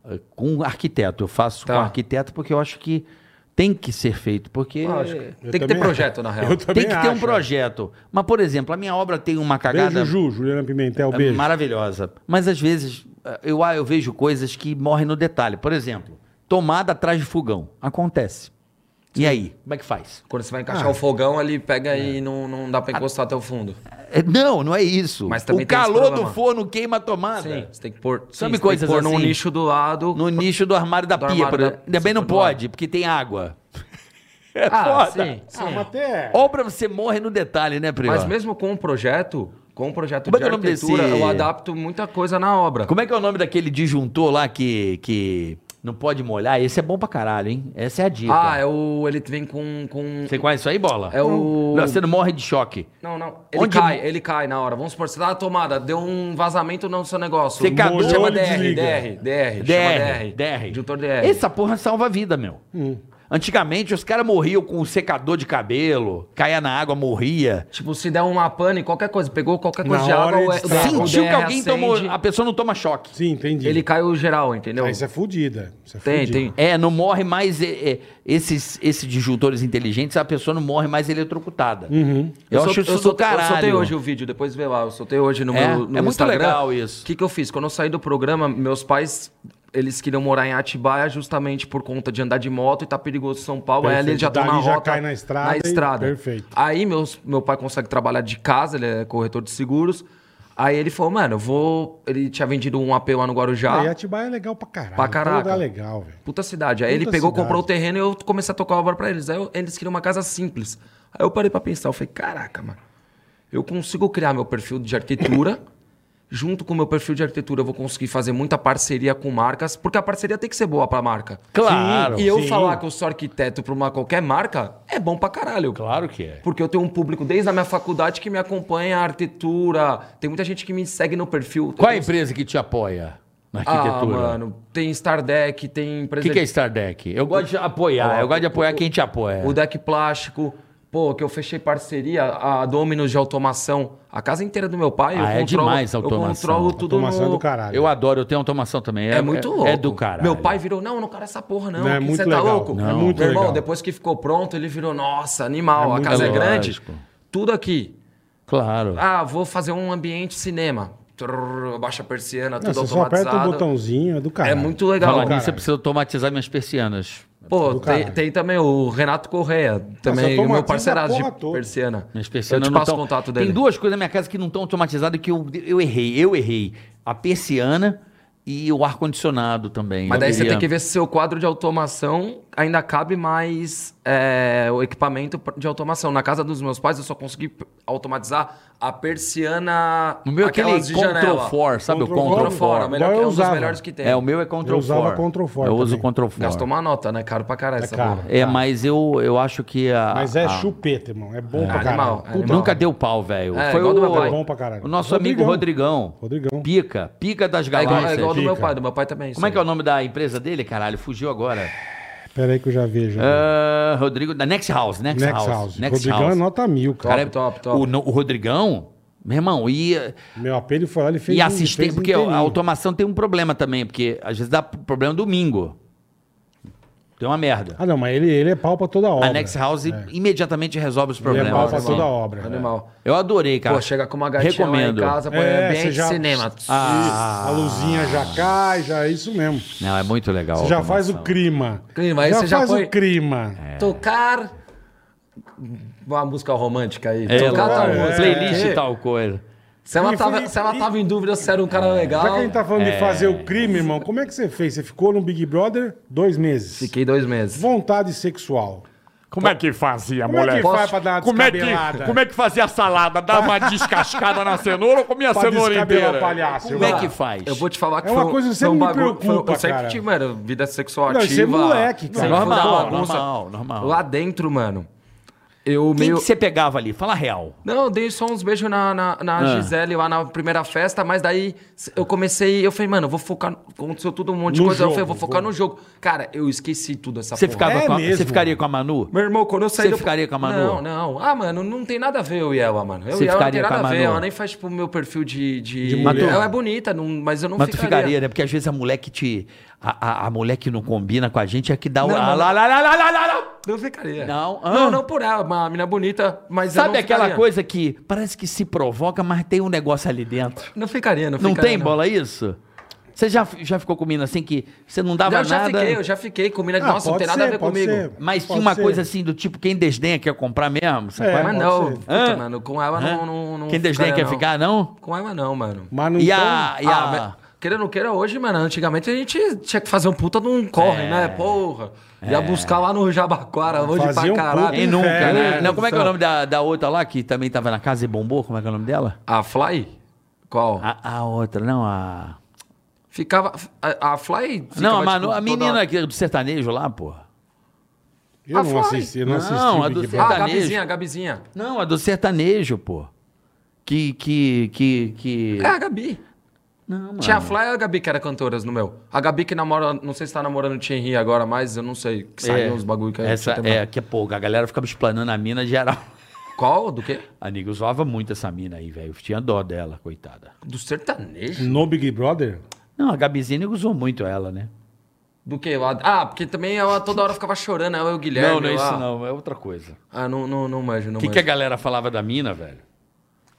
[SPEAKER 3] eh, Com arquiteto. Eu faço
[SPEAKER 5] Tá.
[SPEAKER 3] com arquiteto porque eu acho que tem que ser feito. Porque
[SPEAKER 5] Lógico.
[SPEAKER 4] Eu
[SPEAKER 5] Tem que ter
[SPEAKER 4] também-
[SPEAKER 5] projeto, na real.
[SPEAKER 4] Eu também
[SPEAKER 3] tem que ter um
[SPEAKER 4] acho.
[SPEAKER 3] projeto. Mas, por exemplo, a minha obra tem uma cagada
[SPEAKER 4] Beijo, Ju, Juliana Pimentel,
[SPEAKER 3] é
[SPEAKER 4] beijo.
[SPEAKER 3] maravilhosa. Mas às vezes eh, eu, ah, eu vejo coisas que morrem no detalhe. Por exemplo, tomada atrás de fogão. Acontece. E aí? Como é que faz?
[SPEAKER 5] Quando você vai encaixar
[SPEAKER 3] Ah.
[SPEAKER 5] o fogão, ali pega e não, não dá pra encostar até o fundo.
[SPEAKER 3] É, Não, não é isso.
[SPEAKER 5] Mas também
[SPEAKER 3] o
[SPEAKER 5] tem esse
[SPEAKER 3] calor do
[SPEAKER 5] problema.
[SPEAKER 3] forno queima a tomada.
[SPEAKER 5] Sim, você tem que pôr, sim,
[SPEAKER 3] Ah, Sabe
[SPEAKER 5] você
[SPEAKER 3] coisas
[SPEAKER 5] tem que pôr num
[SPEAKER 3] assim?
[SPEAKER 5] nicho do lado.
[SPEAKER 3] No nicho do armário da
[SPEAKER 5] Do
[SPEAKER 3] pia.
[SPEAKER 5] armário
[SPEAKER 3] por
[SPEAKER 5] da-
[SPEAKER 3] exemplo. Ainda bem não
[SPEAKER 5] Sim, do lado.
[SPEAKER 3] pode, porque tem água.
[SPEAKER 5] é ah, sim, sim.
[SPEAKER 4] Ah, mas até...
[SPEAKER 3] Obra você morre no detalhe, né, Prior?
[SPEAKER 5] Mas mesmo com o projeto, com o projeto
[SPEAKER 3] Como é
[SPEAKER 5] de
[SPEAKER 3] que é o nome
[SPEAKER 5] arquitetura,
[SPEAKER 3] desse-
[SPEAKER 5] eu adapto muita coisa na obra.
[SPEAKER 3] Como é que é o nome daquele disjuntor lá que, que não pode molhar? Esse é bom pra caralho, hein? Essa é a dica.
[SPEAKER 5] Ah, é o. Ele vem com. com...
[SPEAKER 3] Você conhece isso aí, bola?
[SPEAKER 5] É o.
[SPEAKER 3] Não, você não morre de choque.
[SPEAKER 5] Não, não. Ele
[SPEAKER 3] Onde-
[SPEAKER 5] cai, ele cai na hora. Vamos supor, você tá na tomada, deu um vazamento no seu negócio.
[SPEAKER 3] Você cagou,
[SPEAKER 5] chama
[SPEAKER 4] ele
[SPEAKER 5] DR,
[SPEAKER 4] desliga.
[SPEAKER 5] DR, DR,
[SPEAKER 3] DR,
[SPEAKER 5] chama DR.
[SPEAKER 3] DR.
[SPEAKER 5] Juntor DR.
[SPEAKER 3] Essa porra salva a vida, meu.
[SPEAKER 5] Hum.
[SPEAKER 3] Antigamente os caras morriam com um secador de cabelo, caía na água, morria.
[SPEAKER 5] Tipo, se der uma pane, qualquer coisa, pegou qualquer
[SPEAKER 4] Na
[SPEAKER 5] coisa de
[SPEAKER 4] hora
[SPEAKER 5] água,
[SPEAKER 4] ele
[SPEAKER 5] o- o
[SPEAKER 4] destrava.
[SPEAKER 5] DR
[SPEAKER 3] Sentiu que alguém
[SPEAKER 5] acende,
[SPEAKER 3] tomou. A pessoa não toma choque.
[SPEAKER 4] Sim, entendi.
[SPEAKER 5] Ele caiu geral, entendeu?
[SPEAKER 4] Ah, isso é fodida. Isso é
[SPEAKER 5] Tem,
[SPEAKER 4] fudida.
[SPEAKER 5] tem.
[SPEAKER 3] É, não morre mais. é, é, esses, esses disjuntores inteligentes, a pessoa não morre mais eletrocutada. Eu, acho
[SPEAKER 5] sol-
[SPEAKER 3] isso
[SPEAKER 5] sol-
[SPEAKER 3] do caralho.
[SPEAKER 5] Uhum. Eu soltei hoje o vídeo, depois vê lá. Eu soltei hoje no
[SPEAKER 3] É?
[SPEAKER 5] meu
[SPEAKER 3] É
[SPEAKER 5] no
[SPEAKER 3] muito
[SPEAKER 5] Instagram.
[SPEAKER 3] legal isso.
[SPEAKER 5] O que, que eu fiz? Quando eu saí do programa, meus pais, eles queriam morar em Atibaia justamente por conta de andar de moto e tá perigoso São Paulo. Aí
[SPEAKER 4] Perfeito.
[SPEAKER 5] ali já estão na
[SPEAKER 4] Dali já
[SPEAKER 5] rota.
[SPEAKER 4] cai na estrada
[SPEAKER 5] Na
[SPEAKER 4] e-
[SPEAKER 5] estrada.
[SPEAKER 4] perfeito.
[SPEAKER 5] Aí meus, meu pai consegue trabalhar de casa, ele é corretor de seguros. Aí ele falou, mano, eu vou... Ele tinha vendido um AP lá no Guarujá.
[SPEAKER 4] Ah, e Atibaia é legal pra caralho.
[SPEAKER 5] Pra caraca.
[SPEAKER 4] Todo lugar é legal, velho.
[SPEAKER 5] Puta cidade. Aí
[SPEAKER 4] Puta
[SPEAKER 5] ele pegou,
[SPEAKER 4] cidade.
[SPEAKER 5] comprou o terreno e eu comecei a tocar a obra pra eles. Aí eu- eles queriam uma casa simples. Aí eu parei pra pensar, eu falei, caraca, mano, eu consigo criar meu perfil de arquitetura. Junto com o meu perfil de arquitetura, eu vou conseguir fazer muita parceria com marcas, porque a parceria tem que ser boa pra marca.
[SPEAKER 3] Claro.
[SPEAKER 5] e eu
[SPEAKER 4] sim.
[SPEAKER 5] falar que eu sou arquiteto pra uma qualquer marca é bom pra caralho.
[SPEAKER 3] Claro que é.
[SPEAKER 5] Porque eu tenho um público desde a minha faculdade que me acompanha a arquitetura. Tem muita gente que me segue no perfil.
[SPEAKER 3] Qual é a
[SPEAKER 5] Tem-
[SPEAKER 3] empresa que te apoia na
[SPEAKER 5] Ah,
[SPEAKER 3] arquitetura?
[SPEAKER 5] mano, tem Stardeck, tem
[SPEAKER 3] O
[SPEAKER 5] empresa
[SPEAKER 3] que, que é
[SPEAKER 5] de-
[SPEAKER 3] Stardeck? Eu gosto de apoiar, eu gosto de apoiar quem te apoia.
[SPEAKER 5] É. O deck plástico. Pô, que eu fechei parceria, a Dominus de automação. A casa inteira do meu pai. eu
[SPEAKER 3] Ah, é demais a
[SPEAKER 5] Eu
[SPEAKER 3] automação.
[SPEAKER 5] controlo tudo
[SPEAKER 4] Automação é
[SPEAKER 5] no...
[SPEAKER 4] do caralho.
[SPEAKER 3] Eu adoro, eu tenho automação também. É,
[SPEAKER 5] É muito louco.
[SPEAKER 3] É do caralho.
[SPEAKER 5] Meu pai virou, não, eu não quero essa porra, não.
[SPEAKER 4] Não, é
[SPEAKER 5] que
[SPEAKER 4] muito
[SPEAKER 5] você tá
[SPEAKER 4] legal.
[SPEAKER 5] louco?
[SPEAKER 4] Não. É muito
[SPEAKER 5] Meu irmão,
[SPEAKER 4] legal.
[SPEAKER 5] depois que ficou pronto, ele virou, nossa, animal,
[SPEAKER 4] É
[SPEAKER 5] a
[SPEAKER 4] muito
[SPEAKER 5] casa é
[SPEAKER 3] legal.
[SPEAKER 5] grande.
[SPEAKER 3] Lógico.
[SPEAKER 5] Tudo aqui.
[SPEAKER 3] Claro.
[SPEAKER 5] Ah, vou fazer um ambiente cinema. Trrr, baixa a persiana,
[SPEAKER 4] Não,
[SPEAKER 5] tudo
[SPEAKER 4] você só
[SPEAKER 5] automatizado.
[SPEAKER 4] aperta o botãozinho, é do caralho.
[SPEAKER 5] É muito legal.
[SPEAKER 3] Falar nisso,
[SPEAKER 4] caralho.
[SPEAKER 3] eu preciso automatizar minhas persianas.
[SPEAKER 5] Pô,
[SPEAKER 4] Do
[SPEAKER 5] tem,
[SPEAKER 4] caralho.
[SPEAKER 5] tem também o Renato Correia, também
[SPEAKER 4] automatiza
[SPEAKER 5] meu
[SPEAKER 4] a
[SPEAKER 5] parceiraço
[SPEAKER 4] porra
[SPEAKER 5] de
[SPEAKER 4] toda.
[SPEAKER 5] persiana.
[SPEAKER 3] Minhas persianas
[SPEAKER 5] eu te
[SPEAKER 3] não
[SPEAKER 5] passo o
[SPEAKER 3] tão-
[SPEAKER 5] contato dele.
[SPEAKER 3] Tem duas coisas na minha casa que não estão automatizadas que eu, eu errei. Eu errei. A persiana e o ar-condicionado também.
[SPEAKER 5] Mas
[SPEAKER 3] Eu
[SPEAKER 5] daí você
[SPEAKER 3] queria-
[SPEAKER 5] tem que ver se seu quadro de automação ainda cabe mais é, o equipamento pr- de automação. Na casa dos meus pais, eu só consegui p- automatizar a persiana.
[SPEAKER 3] O meu é aquele
[SPEAKER 5] aquelas de
[SPEAKER 3] Ctrl
[SPEAKER 5] janela.
[SPEAKER 3] for, sabe
[SPEAKER 4] Control
[SPEAKER 3] o
[SPEAKER 5] Control
[SPEAKER 3] Ctrl
[SPEAKER 5] for,
[SPEAKER 3] for?
[SPEAKER 5] é o melhor,
[SPEAKER 4] Igual eu
[SPEAKER 5] é um dos
[SPEAKER 4] usava.
[SPEAKER 5] melhores que tem.
[SPEAKER 3] É, o meu é Ctrl
[SPEAKER 4] Eu usava
[SPEAKER 3] for.
[SPEAKER 4] Ctrl for
[SPEAKER 3] Eu uso
[SPEAKER 4] também.
[SPEAKER 3] Ctrl for.
[SPEAKER 5] Gastou uma nota, né? Caro pra caralho
[SPEAKER 4] É
[SPEAKER 5] essa
[SPEAKER 4] caro.
[SPEAKER 5] porra.
[SPEAKER 3] É, mas eu, eu acho que a.
[SPEAKER 4] Mas é
[SPEAKER 3] a-
[SPEAKER 4] chupeta, irmão. É bom pra
[SPEAKER 5] animal,
[SPEAKER 4] caralho.
[SPEAKER 5] é
[SPEAKER 4] Puta,
[SPEAKER 5] animal.
[SPEAKER 3] Nunca deu pau, velho.
[SPEAKER 5] É,
[SPEAKER 3] Foi
[SPEAKER 5] igual
[SPEAKER 3] o,
[SPEAKER 5] do meu pai.
[SPEAKER 4] Bom pra caralho.
[SPEAKER 3] o nosso amigo Rodrigão.
[SPEAKER 4] Rodrigão.
[SPEAKER 3] Pica. Pica das
[SPEAKER 5] É igual, é
[SPEAKER 3] galáxias.
[SPEAKER 5] igual do meu
[SPEAKER 4] Fica.
[SPEAKER 5] pai, do meu pai É. também.
[SPEAKER 3] Como é que é o nome da empresa dele, caralho? Fugiu agora.
[SPEAKER 4] Pera aí que eu já vejo.
[SPEAKER 3] Ah, Rodrigo. Da Next House, Next,
[SPEAKER 4] Next
[SPEAKER 3] House.
[SPEAKER 4] House.
[SPEAKER 3] Next
[SPEAKER 4] Rodrigão
[SPEAKER 3] House.
[SPEAKER 4] é nota mil,
[SPEAKER 3] O cara
[SPEAKER 4] cara.
[SPEAKER 3] é-
[SPEAKER 5] top, top.
[SPEAKER 3] O, no- o Rodrigão, meu irmão, e,
[SPEAKER 4] Meu apelo foi lá, ele fez
[SPEAKER 3] e
[SPEAKER 4] um-
[SPEAKER 3] assistente.
[SPEAKER 4] fez um
[SPEAKER 3] Porque a
[SPEAKER 4] inteirinho.
[SPEAKER 3] automação tem um problema também, porque às vezes dá problema domingo. Tem uma merda.
[SPEAKER 4] Ah, não, mas ele, ele é pau pra toda obra.
[SPEAKER 3] A Next House imediatamente resolve os
[SPEAKER 4] Ele é pau
[SPEAKER 3] problemas.
[SPEAKER 4] pra
[SPEAKER 3] assim.
[SPEAKER 4] toda obra.
[SPEAKER 5] Animal.
[SPEAKER 3] Eu adorei, cara.
[SPEAKER 5] Pô, chega com uma gatinha lá em
[SPEAKER 3] Recomendo.
[SPEAKER 5] casa, põe
[SPEAKER 4] É, você
[SPEAKER 5] ambiente
[SPEAKER 4] já-
[SPEAKER 5] cinema.
[SPEAKER 4] Ah. A luzinha já cai, já é isso mesmo. Você
[SPEAKER 3] Não, é muito legal. a
[SPEAKER 4] já faz o
[SPEAKER 3] automação.
[SPEAKER 4] clima.
[SPEAKER 5] Clima, aí
[SPEAKER 4] já
[SPEAKER 5] você já É.
[SPEAKER 4] faz
[SPEAKER 5] põe-
[SPEAKER 4] o clima.
[SPEAKER 5] Tocar uma música romântica aí.
[SPEAKER 3] É,
[SPEAKER 5] Tocar
[SPEAKER 3] lá,
[SPEAKER 5] tal
[SPEAKER 3] é,
[SPEAKER 5] Então música.
[SPEAKER 3] playlist
[SPEAKER 5] Porque
[SPEAKER 3] e É. tal coisa.
[SPEAKER 5] Se ela,
[SPEAKER 4] E
[SPEAKER 5] tava,
[SPEAKER 4] foi-
[SPEAKER 5] se ela
[SPEAKER 4] e-
[SPEAKER 5] tava em dúvida se era um cara legal.
[SPEAKER 4] Já que a gente tá falando de fazer o crime, irmão, como é que você fez? Você ficou no Big Brother dois meses.
[SPEAKER 5] Fiquei dois meses.
[SPEAKER 4] Vontade sexual.
[SPEAKER 2] Como é que fazia,
[SPEAKER 4] Como é
[SPEAKER 2] moleque?
[SPEAKER 4] que faz pra dar uma
[SPEAKER 2] Como é que,
[SPEAKER 4] descabelada?
[SPEAKER 2] como é que fazia a salada? Dava uma descascada na cenoura ou comia a
[SPEAKER 4] Pra
[SPEAKER 2] cenoura
[SPEAKER 4] descabelar
[SPEAKER 2] inteira?
[SPEAKER 4] palhaço.
[SPEAKER 3] Como é que faz?
[SPEAKER 5] Eu vou te falar que
[SPEAKER 4] É uma
[SPEAKER 5] foi um-
[SPEAKER 4] coisa que
[SPEAKER 5] foi um
[SPEAKER 4] sempre me
[SPEAKER 5] bagulho- foi-
[SPEAKER 4] preocupa,
[SPEAKER 5] Eu sempre
[SPEAKER 4] cara.
[SPEAKER 5] tive, mano, vida sexual
[SPEAKER 4] Não, isso é
[SPEAKER 5] ativa.
[SPEAKER 4] moleque, cara.
[SPEAKER 5] sempre fui da
[SPEAKER 3] Normal,
[SPEAKER 5] bagunça.
[SPEAKER 3] normal, normal.
[SPEAKER 5] Lá dentro, mano, eu
[SPEAKER 3] Quem
[SPEAKER 5] meio...
[SPEAKER 3] que você pegava ali? Fala real.
[SPEAKER 5] Não, eu dei só uns beijos na, na, na
[SPEAKER 3] Ah.
[SPEAKER 5] Gisele lá na primeira festa, mas daí eu comecei, eu falei, mano, eu vou focar. no- Aconteceu tudo um monte de
[SPEAKER 4] No
[SPEAKER 5] coisa. eu falei, eu
[SPEAKER 4] jogo,
[SPEAKER 5] vou focar no jogo. Cara, eu esqueci tudo essa
[SPEAKER 3] Você
[SPEAKER 5] porra.
[SPEAKER 3] ficava
[SPEAKER 4] É
[SPEAKER 3] com a-
[SPEAKER 4] mesmo.
[SPEAKER 3] Você ficaria com a Manu?
[SPEAKER 5] Meu irmão, quando eu saí.
[SPEAKER 3] Você ficaria com a Manu?
[SPEAKER 5] Não, não. Ah, mano, não tem nada a ver eu e ela, mano. Eu
[SPEAKER 3] Você
[SPEAKER 5] e ela não tem
[SPEAKER 3] ficaria com
[SPEAKER 5] nada
[SPEAKER 3] a
[SPEAKER 5] a, ver.
[SPEAKER 3] Manu?
[SPEAKER 5] Ela nem faz, tipo, o meu perfil de. de...
[SPEAKER 4] mulher.
[SPEAKER 5] Ela é bonita, não- mas eu não
[SPEAKER 3] Mas tu
[SPEAKER 5] ficaria.
[SPEAKER 3] ficaria, né? Porque às vezes a mulher que te. A, a, a mulher que não combina com a gente é que dá o.
[SPEAKER 5] Não,
[SPEAKER 3] Ah,
[SPEAKER 5] mas-
[SPEAKER 3] lá, lá, lá, lá, lá, lá, lá.
[SPEAKER 5] Não ficaria.
[SPEAKER 3] Não? Ah.
[SPEAKER 5] não, não por ela. Uma menina bonita, mas eu
[SPEAKER 3] Sabe
[SPEAKER 5] não
[SPEAKER 3] aquela
[SPEAKER 5] ficaria.
[SPEAKER 3] coisa que parece que se provoca, mas tem um negócio ali dentro.
[SPEAKER 5] Não ficaria, não
[SPEAKER 3] Não
[SPEAKER 5] ficaria.
[SPEAKER 3] tem bola é isso? Você já, já ficou com mina assim que você não dava
[SPEAKER 5] Eu já
[SPEAKER 3] nada?
[SPEAKER 5] fiquei, eu já fiquei com mina.
[SPEAKER 4] Ah,
[SPEAKER 5] Nossa,
[SPEAKER 4] pode
[SPEAKER 5] não tem nada
[SPEAKER 4] ser,
[SPEAKER 5] a ver
[SPEAKER 4] pode
[SPEAKER 5] comigo.
[SPEAKER 4] ser.
[SPEAKER 3] Mas tinha
[SPEAKER 4] Pode
[SPEAKER 3] uma
[SPEAKER 4] ser.
[SPEAKER 3] coisa assim do tipo, quem desdenha quer comprar mesmo? sabe?
[SPEAKER 4] É.
[SPEAKER 5] Mas
[SPEAKER 4] pode
[SPEAKER 5] não,
[SPEAKER 4] ser.
[SPEAKER 5] puta,
[SPEAKER 3] Hã?
[SPEAKER 5] mano, com ela não, não, não
[SPEAKER 3] quem desdenha
[SPEAKER 5] ficaria,
[SPEAKER 3] quer
[SPEAKER 5] não.
[SPEAKER 3] ficar, não?
[SPEAKER 5] Com ela não, mano.
[SPEAKER 4] Mas não
[SPEAKER 3] E
[SPEAKER 4] tão-
[SPEAKER 3] a. E
[SPEAKER 5] Ah,
[SPEAKER 3] a...
[SPEAKER 5] mas queira ou não queira, hoje, mano, antigamente a gente tinha que fazer um puta de um corre,
[SPEAKER 3] É.
[SPEAKER 5] né? Porra. Ia buscar lá no Jabaquara, hoje
[SPEAKER 4] Fazia
[SPEAKER 5] pra
[SPEAKER 4] um
[SPEAKER 5] caralho.
[SPEAKER 4] puta
[SPEAKER 3] Quem nunca,
[SPEAKER 4] inferno,
[SPEAKER 3] né?
[SPEAKER 4] né?
[SPEAKER 3] Não, como é que é o nome da, da outra lá que também tava na casa e bombou? Como é que é o nome dela?
[SPEAKER 5] A Fly? Qual?
[SPEAKER 3] A, a outra, não, a.
[SPEAKER 5] Ficava. A, a Fly. Ficava,
[SPEAKER 3] não, a,
[SPEAKER 5] tipo,
[SPEAKER 3] Manu, a
[SPEAKER 5] toda-
[SPEAKER 3] menina aqui do sertanejo lá, porra.
[SPEAKER 4] Eu não
[SPEAKER 5] Ah, foi.
[SPEAKER 4] assisti, eu não
[SPEAKER 3] Não,
[SPEAKER 4] assisti.
[SPEAKER 3] a
[SPEAKER 4] o
[SPEAKER 3] do
[SPEAKER 4] Big
[SPEAKER 3] Cê-
[SPEAKER 5] Ah,
[SPEAKER 4] Brother.
[SPEAKER 5] a Gabizinha, a Gabizinha.
[SPEAKER 3] Não, a do sertanejo, pô. Que, que, que, que...
[SPEAKER 5] É a Gabi.
[SPEAKER 3] Não, mano.
[SPEAKER 5] Tinha a Fly e a Gabi que era cantoras no meu. A Gabi que namora, não sei se tá namorando o Thierry agora, mas eu não sei. Que saiu uns bagulho que a gente
[SPEAKER 3] É, essa,
[SPEAKER 5] tinha
[SPEAKER 3] É,
[SPEAKER 5] terminado.
[SPEAKER 3] que é pouco. A galera ficava explanando a mina geral.
[SPEAKER 5] Qual? Do quê?
[SPEAKER 3] A Niga usava muito essa mina aí, velho. Eu tinha dó dela, coitada.
[SPEAKER 5] Do sertanejo?
[SPEAKER 4] No Big Brother?
[SPEAKER 3] Não, a Gabizinha Niga usou muito ela, né?
[SPEAKER 5] Do que? Ah, porque também ela toda hora ficava chorando, ela e o Guilherme.
[SPEAKER 3] não, não é
[SPEAKER 5] lá.
[SPEAKER 3] isso não. É outra coisa.
[SPEAKER 5] Ah, não, não, não manjo, não
[SPEAKER 3] O que, é
[SPEAKER 5] manjo.
[SPEAKER 3] que a galera falava da mina, velho?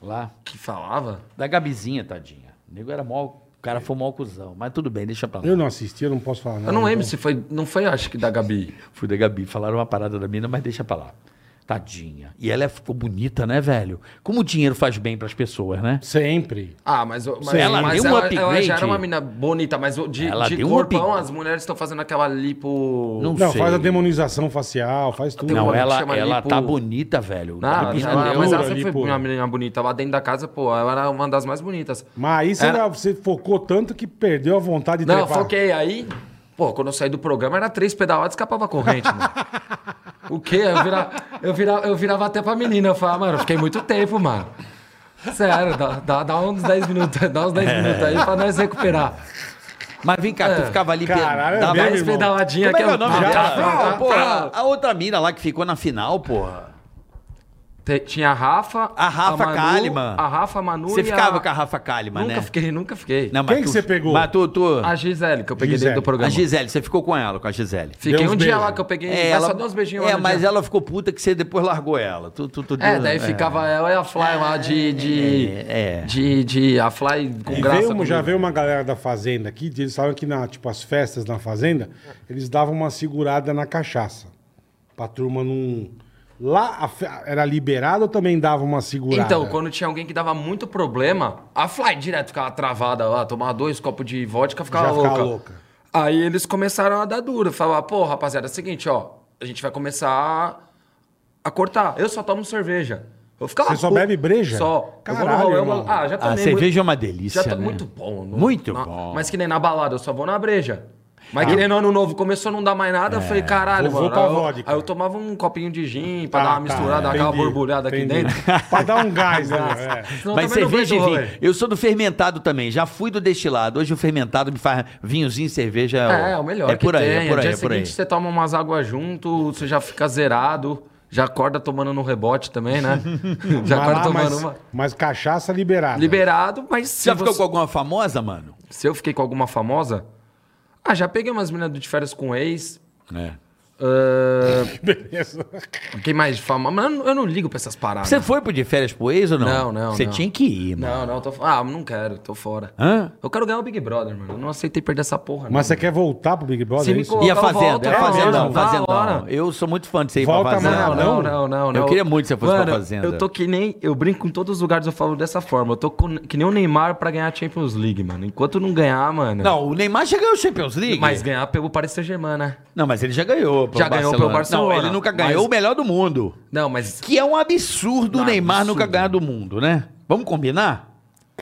[SPEAKER 3] Lá.
[SPEAKER 5] Que falava?
[SPEAKER 3] Da Gabizinha, tadinha. O nego era mó... O cara foi mó cuzão. Mas tudo bem, deixa pra lá.
[SPEAKER 4] Eu não assisti, eu não posso falar nada.
[SPEAKER 5] Eu não lembro
[SPEAKER 4] então.
[SPEAKER 5] se foi. Não foi, acho que da Gabi.
[SPEAKER 3] Fui da Gabi, falaram uma parada da mina, mas deixa pra lá. Tadinha. E ela é, ficou bonita, né, velho? Como o dinheiro faz bem pras pessoas, né?
[SPEAKER 4] Sempre.
[SPEAKER 5] Ah, mas, mas,
[SPEAKER 4] Sim. Ela
[SPEAKER 5] mas
[SPEAKER 3] deu um
[SPEAKER 5] ela,
[SPEAKER 3] upgrade.
[SPEAKER 5] ela já era uma menina bonita, mas o- de,
[SPEAKER 3] Ela
[SPEAKER 5] de
[SPEAKER 3] deu um
[SPEAKER 5] corpão,
[SPEAKER 3] upgrade.
[SPEAKER 5] as mulheres estão fazendo aquela lipo.
[SPEAKER 3] Não,
[SPEAKER 4] Não,
[SPEAKER 3] sei.
[SPEAKER 4] faz a demonização facial, faz tudo.
[SPEAKER 3] Não,
[SPEAKER 5] Tem um
[SPEAKER 3] ela,
[SPEAKER 5] que chama
[SPEAKER 3] ela
[SPEAKER 5] lipo-
[SPEAKER 3] tá bonita, velho.
[SPEAKER 5] Ah,
[SPEAKER 3] Tá
[SPEAKER 5] mas
[SPEAKER 3] bonita.
[SPEAKER 5] ela- mas ela
[SPEAKER 4] Lipo,
[SPEAKER 5] sempre foi
[SPEAKER 4] lipo.
[SPEAKER 5] uma menina bonita. Lá dentro da casa, pô, ela era uma das mais bonitas.
[SPEAKER 4] Mas aí você,
[SPEAKER 5] Era-
[SPEAKER 4] já- você focou tanto que perdeu a vontade de
[SPEAKER 5] Não, eu
[SPEAKER 4] trepar.
[SPEAKER 5] foquei. Aí, pô, quando eu saí do programa, era três pedaladas e escapava a corrente, mano. O quê? Eu virava, eu, virava, eu virava até pra menina. Eu falava, mano, eu fiquei muito tempo, mano. Sério, dá, dá, dá uns 10 minutos, dá uns 10
[SPEAKER 3] É.
[SPEAKER 5] minutos aí pra nós recuperar.
[SPEAKER 3] Mas vem cá, tu ficava ali...
[SPEAKER 4] Caralho,
[SPEAKER 3] dava-
[SPEAKER 4] é mesmo,
[SPEAKER 5] Dá mais
[SPEAKER 4] irmão.
[SPEAKER 5] pedaladinha
[SPEAKER 3] Como é que é
[SPEAKER 5] eu-
[SPEAKER 3] o nome dela?
[SPEAKER 5] Tá, tá,
[SPEAKER 3] Ah,
[SPEAKER 5] tá,
[SPEAKER 3] porra,
[SPEAKER 5] tá.
[SPEAKER 3] a outra mina lá que ficou na final, porra.
[SPEAKER 5] Te- Tinha a Rafa.
[SPEAKER 3] A Rafa
[SPEAKER 5] Manu,
[SPEAKER 3] Kalimann.
[SPEAKER 5] A Rafa, a Manu
[SPEAKER 3] Você
[SPEAKER 5] e
[SPEAKER 3] ficava
[SPEAKER 5] a...
[SPEAKER 3] com a Rafa Kalimann,
[SPEAKER 5] Nunca
[SPEAKER 3] né?
[SPEAKER 5] fiquei, nunca fiquei.
[SPEAKER 3] Não,
[SPEAKER 4] Quem
[SPEAKER 3] mas
[SPEAKER 4] que
[SPEAKER 3] tu-
[SPEAKER 4] você pegou?
[SPEAKER 3] Mas tu... tu-
[SPEAKER 5] A Gisele, que eu peguei
[SPEAKER 4] Gisele.
[SPEAKER 5] dentro do programa.
[SPEAKER 3] A Gisele, você ficou com ela, com a Gisele.
[SPEAKER 5] Fiquei
[SPEAKER 4] Deu
[SPEAKER 5] um
[SPEAKER 4] uns
[SPEAKER 5] dia
[SPEAKER 4] beijos.
[SPEAKER 5] lá que eu peguei.
[SPEAKER 3] É,
[SPEAKER 5] ela... Só
[SPEAKER 3] ela,
[SPEAKER 5] dei uns beijinhos
[SPEAKER 3] é
[SPEAKER 5] lá no
[SPEAKER 3] mas
[SPEAKER 5] dia.
[SPEAKER 3] ela ficou puta que você depois largou ela. Tu, tu, tu
[SPEAKER 5] É,
[SPEAKER 3] deu-
[SPEAKER 5] daí ficava ela e a Fly lá de. De,
[SPEAKER 3] é, um- é.
[SPEAKER 5] de, de- A Fly com
[SPEAKER 4] E
[SPEAKER 5] graça.
[SPEAKER 4] veio uma- já
[SPEAKER 5] comigo.
[SPEAKER 4] veio uma galera da fazenda aqui, de- eles falaram que na, tipo, as festas na fazenda, eles davam uma segurada na cachaça. Pra turma não. Lá a fe- era liberado ou também dava uma
[SPEAKER 3] um
[SPEAKER 4] segurada?
[SPEAKER 5] Então, quando tinha alguém que dava muito problema, a Fly direto ficava travada lá, tomava dois copos de vodka, ficava,
[SPEAKER 4] Já
[SPEAKER 5] louca.
[SPEAKER 4] ficava louca.
[SPEAKER 5] Aí eles começaram a dar duro, falar, pô, rapaziada, é o seguinte, ó, a gente vai começar a cortar. Eu só tomo cerveja. Eu ficava
[SPEAKER 4] Você só
[SPEAKER 5] puto.
[SPEAKER 4] bebe breja?
[SPEAKER 5] Só. Eu vou no
[SPEAKER 4] Caralho,
[SPEAKER 5] rolê, eu vou-
[SPEAKER 4] irmão.
[SPEAKER 5] Ah, já
[SPEAKER 3] A
[SPEAKER 5] tomei. muito-
[SPEAKER 3] cerveja é uma delícia,
[SPEAKER 5] Já tá
[SPEAKER 3] né?
[SPEAKER 5] muito bom. no-
[SPEAKER 3] Muito
[SPEAKER 5] na-
[SPEAKER 3] bom. Ah.
[SPEAKER 5] Mas que nem na balada, eu só vou na breja. Mas que nem no ano novo, começou a não dar mais nada, eu
[SPEAKER 3] É.
[SPEAKER 5] falei, caralho,
[SPEAKER 4] vou- vou
[SPEAKER 5] mano.
[SPEAKER 4] pra
[SPEAKER 5] aí eu-
[SPEAKER 4] vodka.
[SPEAKER 5] Aí eu tomava um copinho de gin pra
[SPEAKER 4] Ah,
[SPEAKER 5] dar uma
[SPEAKER 4] tá,
[SPEAKER 5] misturada,
[SPEAKER 4] entendi,
[SPEAKER 5] aquela borbulhada aqui
[SPEAKER 4] entendi.
[SPEAKER 5] dentro.
[SPEAKER 4] Pra dar um gás, né? é.
[SPEAKER 5] Senão
[SPEAKER 3] Mas
[SPEAKER 5] também não
[SPEAKER 3] cerveja e
[SPEAKER 5] vejo
[SPEAKER 3] vinho.
[SPEAKER 5] rolê.
[SPEAKER 3] Eu sou do fermentado também. Já fui do destilado. Hoje o fermentado me faz vinhozinho, cerveja.
[SPEAKER 5] É, é o melhor.
[SPEAKER 3] É por
[SPEAKER 5] que
[SPEAKER 3] aí,
[SPEAKER 5] tem.
[SPEAKER 3] é por
[SPEAKER 5] No
[SPEAKER 3] aí,
[SPEAKER 5] dia
[SPEAKER 3] é por aí.
[SPEAKER 5] seguinte você toma umas águas junto, você já fica zerado, já acorda tomando no rebote também, né? já
[SPEAKER 4] Mas,
[SPEAKER 5] acorda
[SPEAKER 4] lá,
[SPEAKER 5] tomando
[SPEAKER 4] mas,
[SPEAKER 5] uma.
[SPEAKER 4] mas cachaça liberada.
[SPEAKER 5] Liberado, mas se,
[SPEAKER 3] Você já ficou
[SPEAKER 5] você-
[SPEAKER 3] com alguma famosa, mano?
[SPEAKER 5] se eu fiquei com alguma famosa. Ah, já peguei umas meninas de férias com ex.
[SPEAKER 3] É.
[SPEAKER 5] Ah,
[SPEAKER 4] Beleza.
[SPEAKER 5] quem mais de fama? Mas eu não- eu Ah, não ligo pra essas paradas.
[SPEAKER 3] Você foi pro de férias pro ex ou não?
[SPEAKER 5] Não, não,
[SPEAKER 3] Você
[SPEAKER 5] não.
[SPEAKER 3] tinha que ir, mano.
[SPEAKER 5] Não, não, tô fora. Ah, não quero, tô fora.
[SPEAKER 3] Hã?
[SPEAKER 5] Eu quero ganhar o Big Brother, mano. Eu não aceitei perder essa porra,
[SPEAKER 4] Mas
[SPEAKER 5] não.
[SPEAKER 4] você quer voltar pro Big Brother?
[SPEAKER 5] Se
[SPEAKER 4] é
[SPEAKER 5] me
[SPEAKER 4] isso?
[SPEAKER 5] colocar-
[SPEAKER 3] E a
[SPEAKER 5] Volta,
[SPEAKER 3] Fazenda?
[SPEAKER 5] um volta,
[SPEAKER 3] Fazenda,
[SPEAKER 5] volta,
[SPEAKER 3] Fazendão,
[SPEAKER 5] volta,
[SPEAKER 3] Fazendão.
[SPEAKER 5] volta.
[SPEAKER 3] Eu sou muito fã de você ir
[SPEAKER 4] Volta,
[SPEAKER 3] pra Fazenda.
[SPEAKER 4] mano,
[SPEAKER 5] não,
[SPEAKER 4] não?
[SPEAKER 5] não, não, não.
[SPEAKER 3] Eu queria muito que você fosse
[SPEAKER 5] Mano,
[SPEAKER 3] pra Fazenda.
[SPEAKER 5] Eu tô que nem. Eu brinco em todos os lugares, eu falo dessa forma. Eu tô com- que nem o Neymar pra ganhar a Champions League, mano. Enquanto não ganhar, mano.
[SPEAKER 3] Não, o Neymar já ganhou Champions League.
[SPEAKER 5] Mas ganhar pelo Paris Saint-Germain, né?
[SPEAKER 3] Não, mas ele já ganhou. pelo
[SPEAKER 5] Já ganhou pelo Barcelona.
[SPEAKER 3] Não, ele nunca
[SPEAKER 5] Mas-
[SPEAKER 3] ganhou o melhor do mundo.
[SPEAKER 5] Não, mas.
[SPEAKER 3] Que é um absurdo o
[SPEAKER 5] Não,
[SPEAKER 3] Neymar
[SPEAKER 5] absurdo.
[SPEAKER 3] nunca ganhar do mundo, né? Vamos combinar?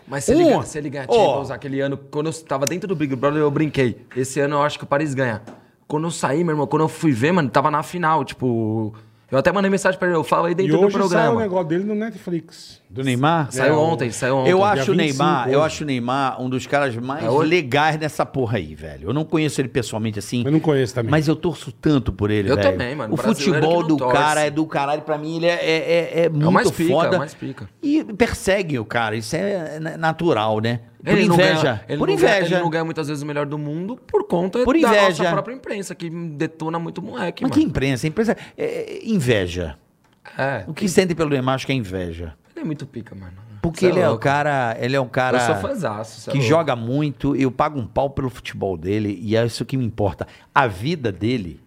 [SPEAKER 5] Mas se ele,
[SPEAKER 3] Um.
[SPEAKER 5] ganha- se ele ganhar
[SPEAKER 3] Ó.
[SPEAKER 5] Champions aquele ano, quando eu tava dentro do Big Brother, eu brinquei. Esse ano eu acho que o Paris ganha. Quando eu saí, meu irmão, quando eu fui ver, mano, tava na final. Tipo. Eu até mandei mensagem pra ele, eu falei
[SPEAKER 4] E
[SPEAKER 5] dentro do
[SPEAKER 4] hoje
[SPEAKER 5] programa.
[SPEAKER 4] saiu o negócio dele no Netflix.
[SPEAKER 3] Do Neymar?
[SPEAKER 5] Saiu ontem, saiu ontem.
[SPEAKER 3] É. Eu
[SPEAKER 5] Dia
[SPEAKER 3] acho o
[SPEAKER 4] 25
[SPEAKER 3] Neymar, eu
[SPEAKER 4] hoje.
[SPEAKER 3] acho o Neymar um dos caras mais
[SPEAKER 5] É hoje?
[SPEAKER 3] legais nessa porra aí, velho. Eu não conheço ele pessoalmente assim.
[SPEAKER 4] Eu não conheço também.
[SPEAKER 3] Mas eu torço tanto por ele,
[SPEAKER 5] Eu
[SPEAKER 3] velho.
[SPEAKER 5] também, mano.
[SPEAKER 3] O
[SPEAKER 5] Brasileiro
[SPEAKER 3] futebol
[SPEAKER 5] que
[SPEAKER 3] do
[SPEAKER 5] não torce.
[SPEAKER 3] cara é do caralho. Pra mim, ele é, é, é, é muito
[SPEAKER 5] mais pica,
[SPEAKER 3] foda.
[SPEAKER 5] é o mais pica.
[SPEAKER 3] E persegue o cara. Isso é na- natural, né? Por
[SPEAKER 5] Ele não
[SPEAKER 3] inveja.
[SPEAKER 5] ganha- ele
[SPEAKER 3] por
[SPEAKER 5] não ganha-
[SPEAKER 3] inveja.
[SPEAKER 5] ele não ganha muitas vezes o melhor do mundo por conta
[SPEAKER 3] Por
[SPEAKER 5] da
[SPEAKER 3] inveja.
[SPEAKER 5] nossa própria imprensa, que detona muito moleque,
[SPEAKER 3] Mas que
[SPEAKER 5] mano.
[SPEAKER 3] imprensa? Imprensa é, é, inveja.
[SPEAKER 5] É,
[SPEAKER 3] O que sentem pelo Neymar, acho que é inveja.
[SPEAKER 5] ele é muito pica, mano.
[SPEAKER 3] Porque
[SPEAKER 5] Cê
[SPEAKER 3] ele é, um
[SPEAKER 5] louco.
[SPEAKER 3] cara, ele é um cara
[SPEAKER 5] Eu sou fãzaço, cê é
[SPEAKER 3] que
[SPEAKER 5] louco.
[SPEAKER 3] joga muito, eu pago um pau pelo futebol dele e é isso que me importa. A vida dele,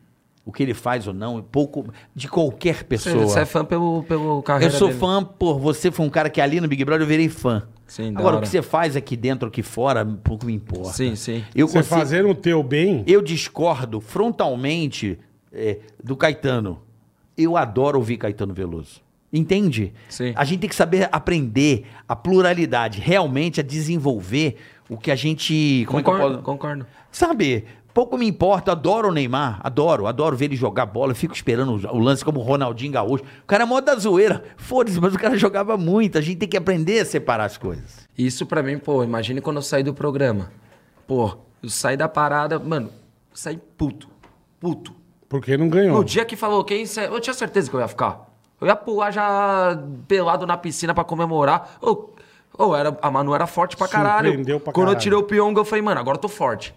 [SPEAKER 3] o que ele faz ou não, é pouco de qualquer
[SPEAKER 5] Cê-
[SPEAKER 3] pessoa.
[SPEAKER 5] cê é fã pelo, pelo
[SPEAKER 3] eu
[SPEAKER 5] carreira
[SPEAKER 3] sou
[SPEAKER 5] dele.
[SPEAKER 3] fã por você, foi um cara que ali no Big Brother eu virei fã.
[SPEAKER 5] Sim, da
[SPEAKER 3] Agora o
[SPEAKER 5] hora.
[SPEAKER 3] que você faz aqui dentro, aqui fora, pouco me importa.
[SPEAKER 5] Sim, sim.
[SPEAKER 3] Eu
[SPEAKER 4] Você
[SPEAKER 3] consigo-
[SPEAKER 4] fazendo o teu bem,
[SPEAKER 3] eu discordo frontalmente é, do Caetano. Eu adoro ouvir Caetano Veloso. Entende?
[SPEAKER 5] Sim.
[SPEAKER 3] A gente tem que saber aprender a pluralidade, realmente a desenvolver o que a gente. Como é que eu
[SPEAKER 5] Concordo,
[SPEAKER 3] posso-
[SPEAKER 5] concordo.
[SPEAKER 3] Sabe? Pouco me importa, adoro o Neymar, adoro, adoro ver ele jogar bola, eu fico esperando o- o lance como o Ronaldinho Gaúcho. O cara é mó da zoeira, foda-se, mas o cara jogava muito, a gente tem que aprender a separar as coisas.
[SPEAKER 5] Isso pra mim, pô, imagine quando eu saí do programa. Pô, eu saí da parada, mano, eu saí puto. Puto.
[SPEAKER 4] porque não ganhou.
[SPEAKER 5] No dia que falou quem, cê- eu tinha certeza que eu ia ficar. Eu ia pular já pelado na piscina pra comemorar. Ou era, a Manu era forte pra caralho.
[SPEAKER 4] Surpreendeu pra
[SPEAKER 5] Quando eu
[SPEAKER 4] caralho.
[SPEAKER 5] tirei o Pyong, eu falei, mano, agora eu tô forte.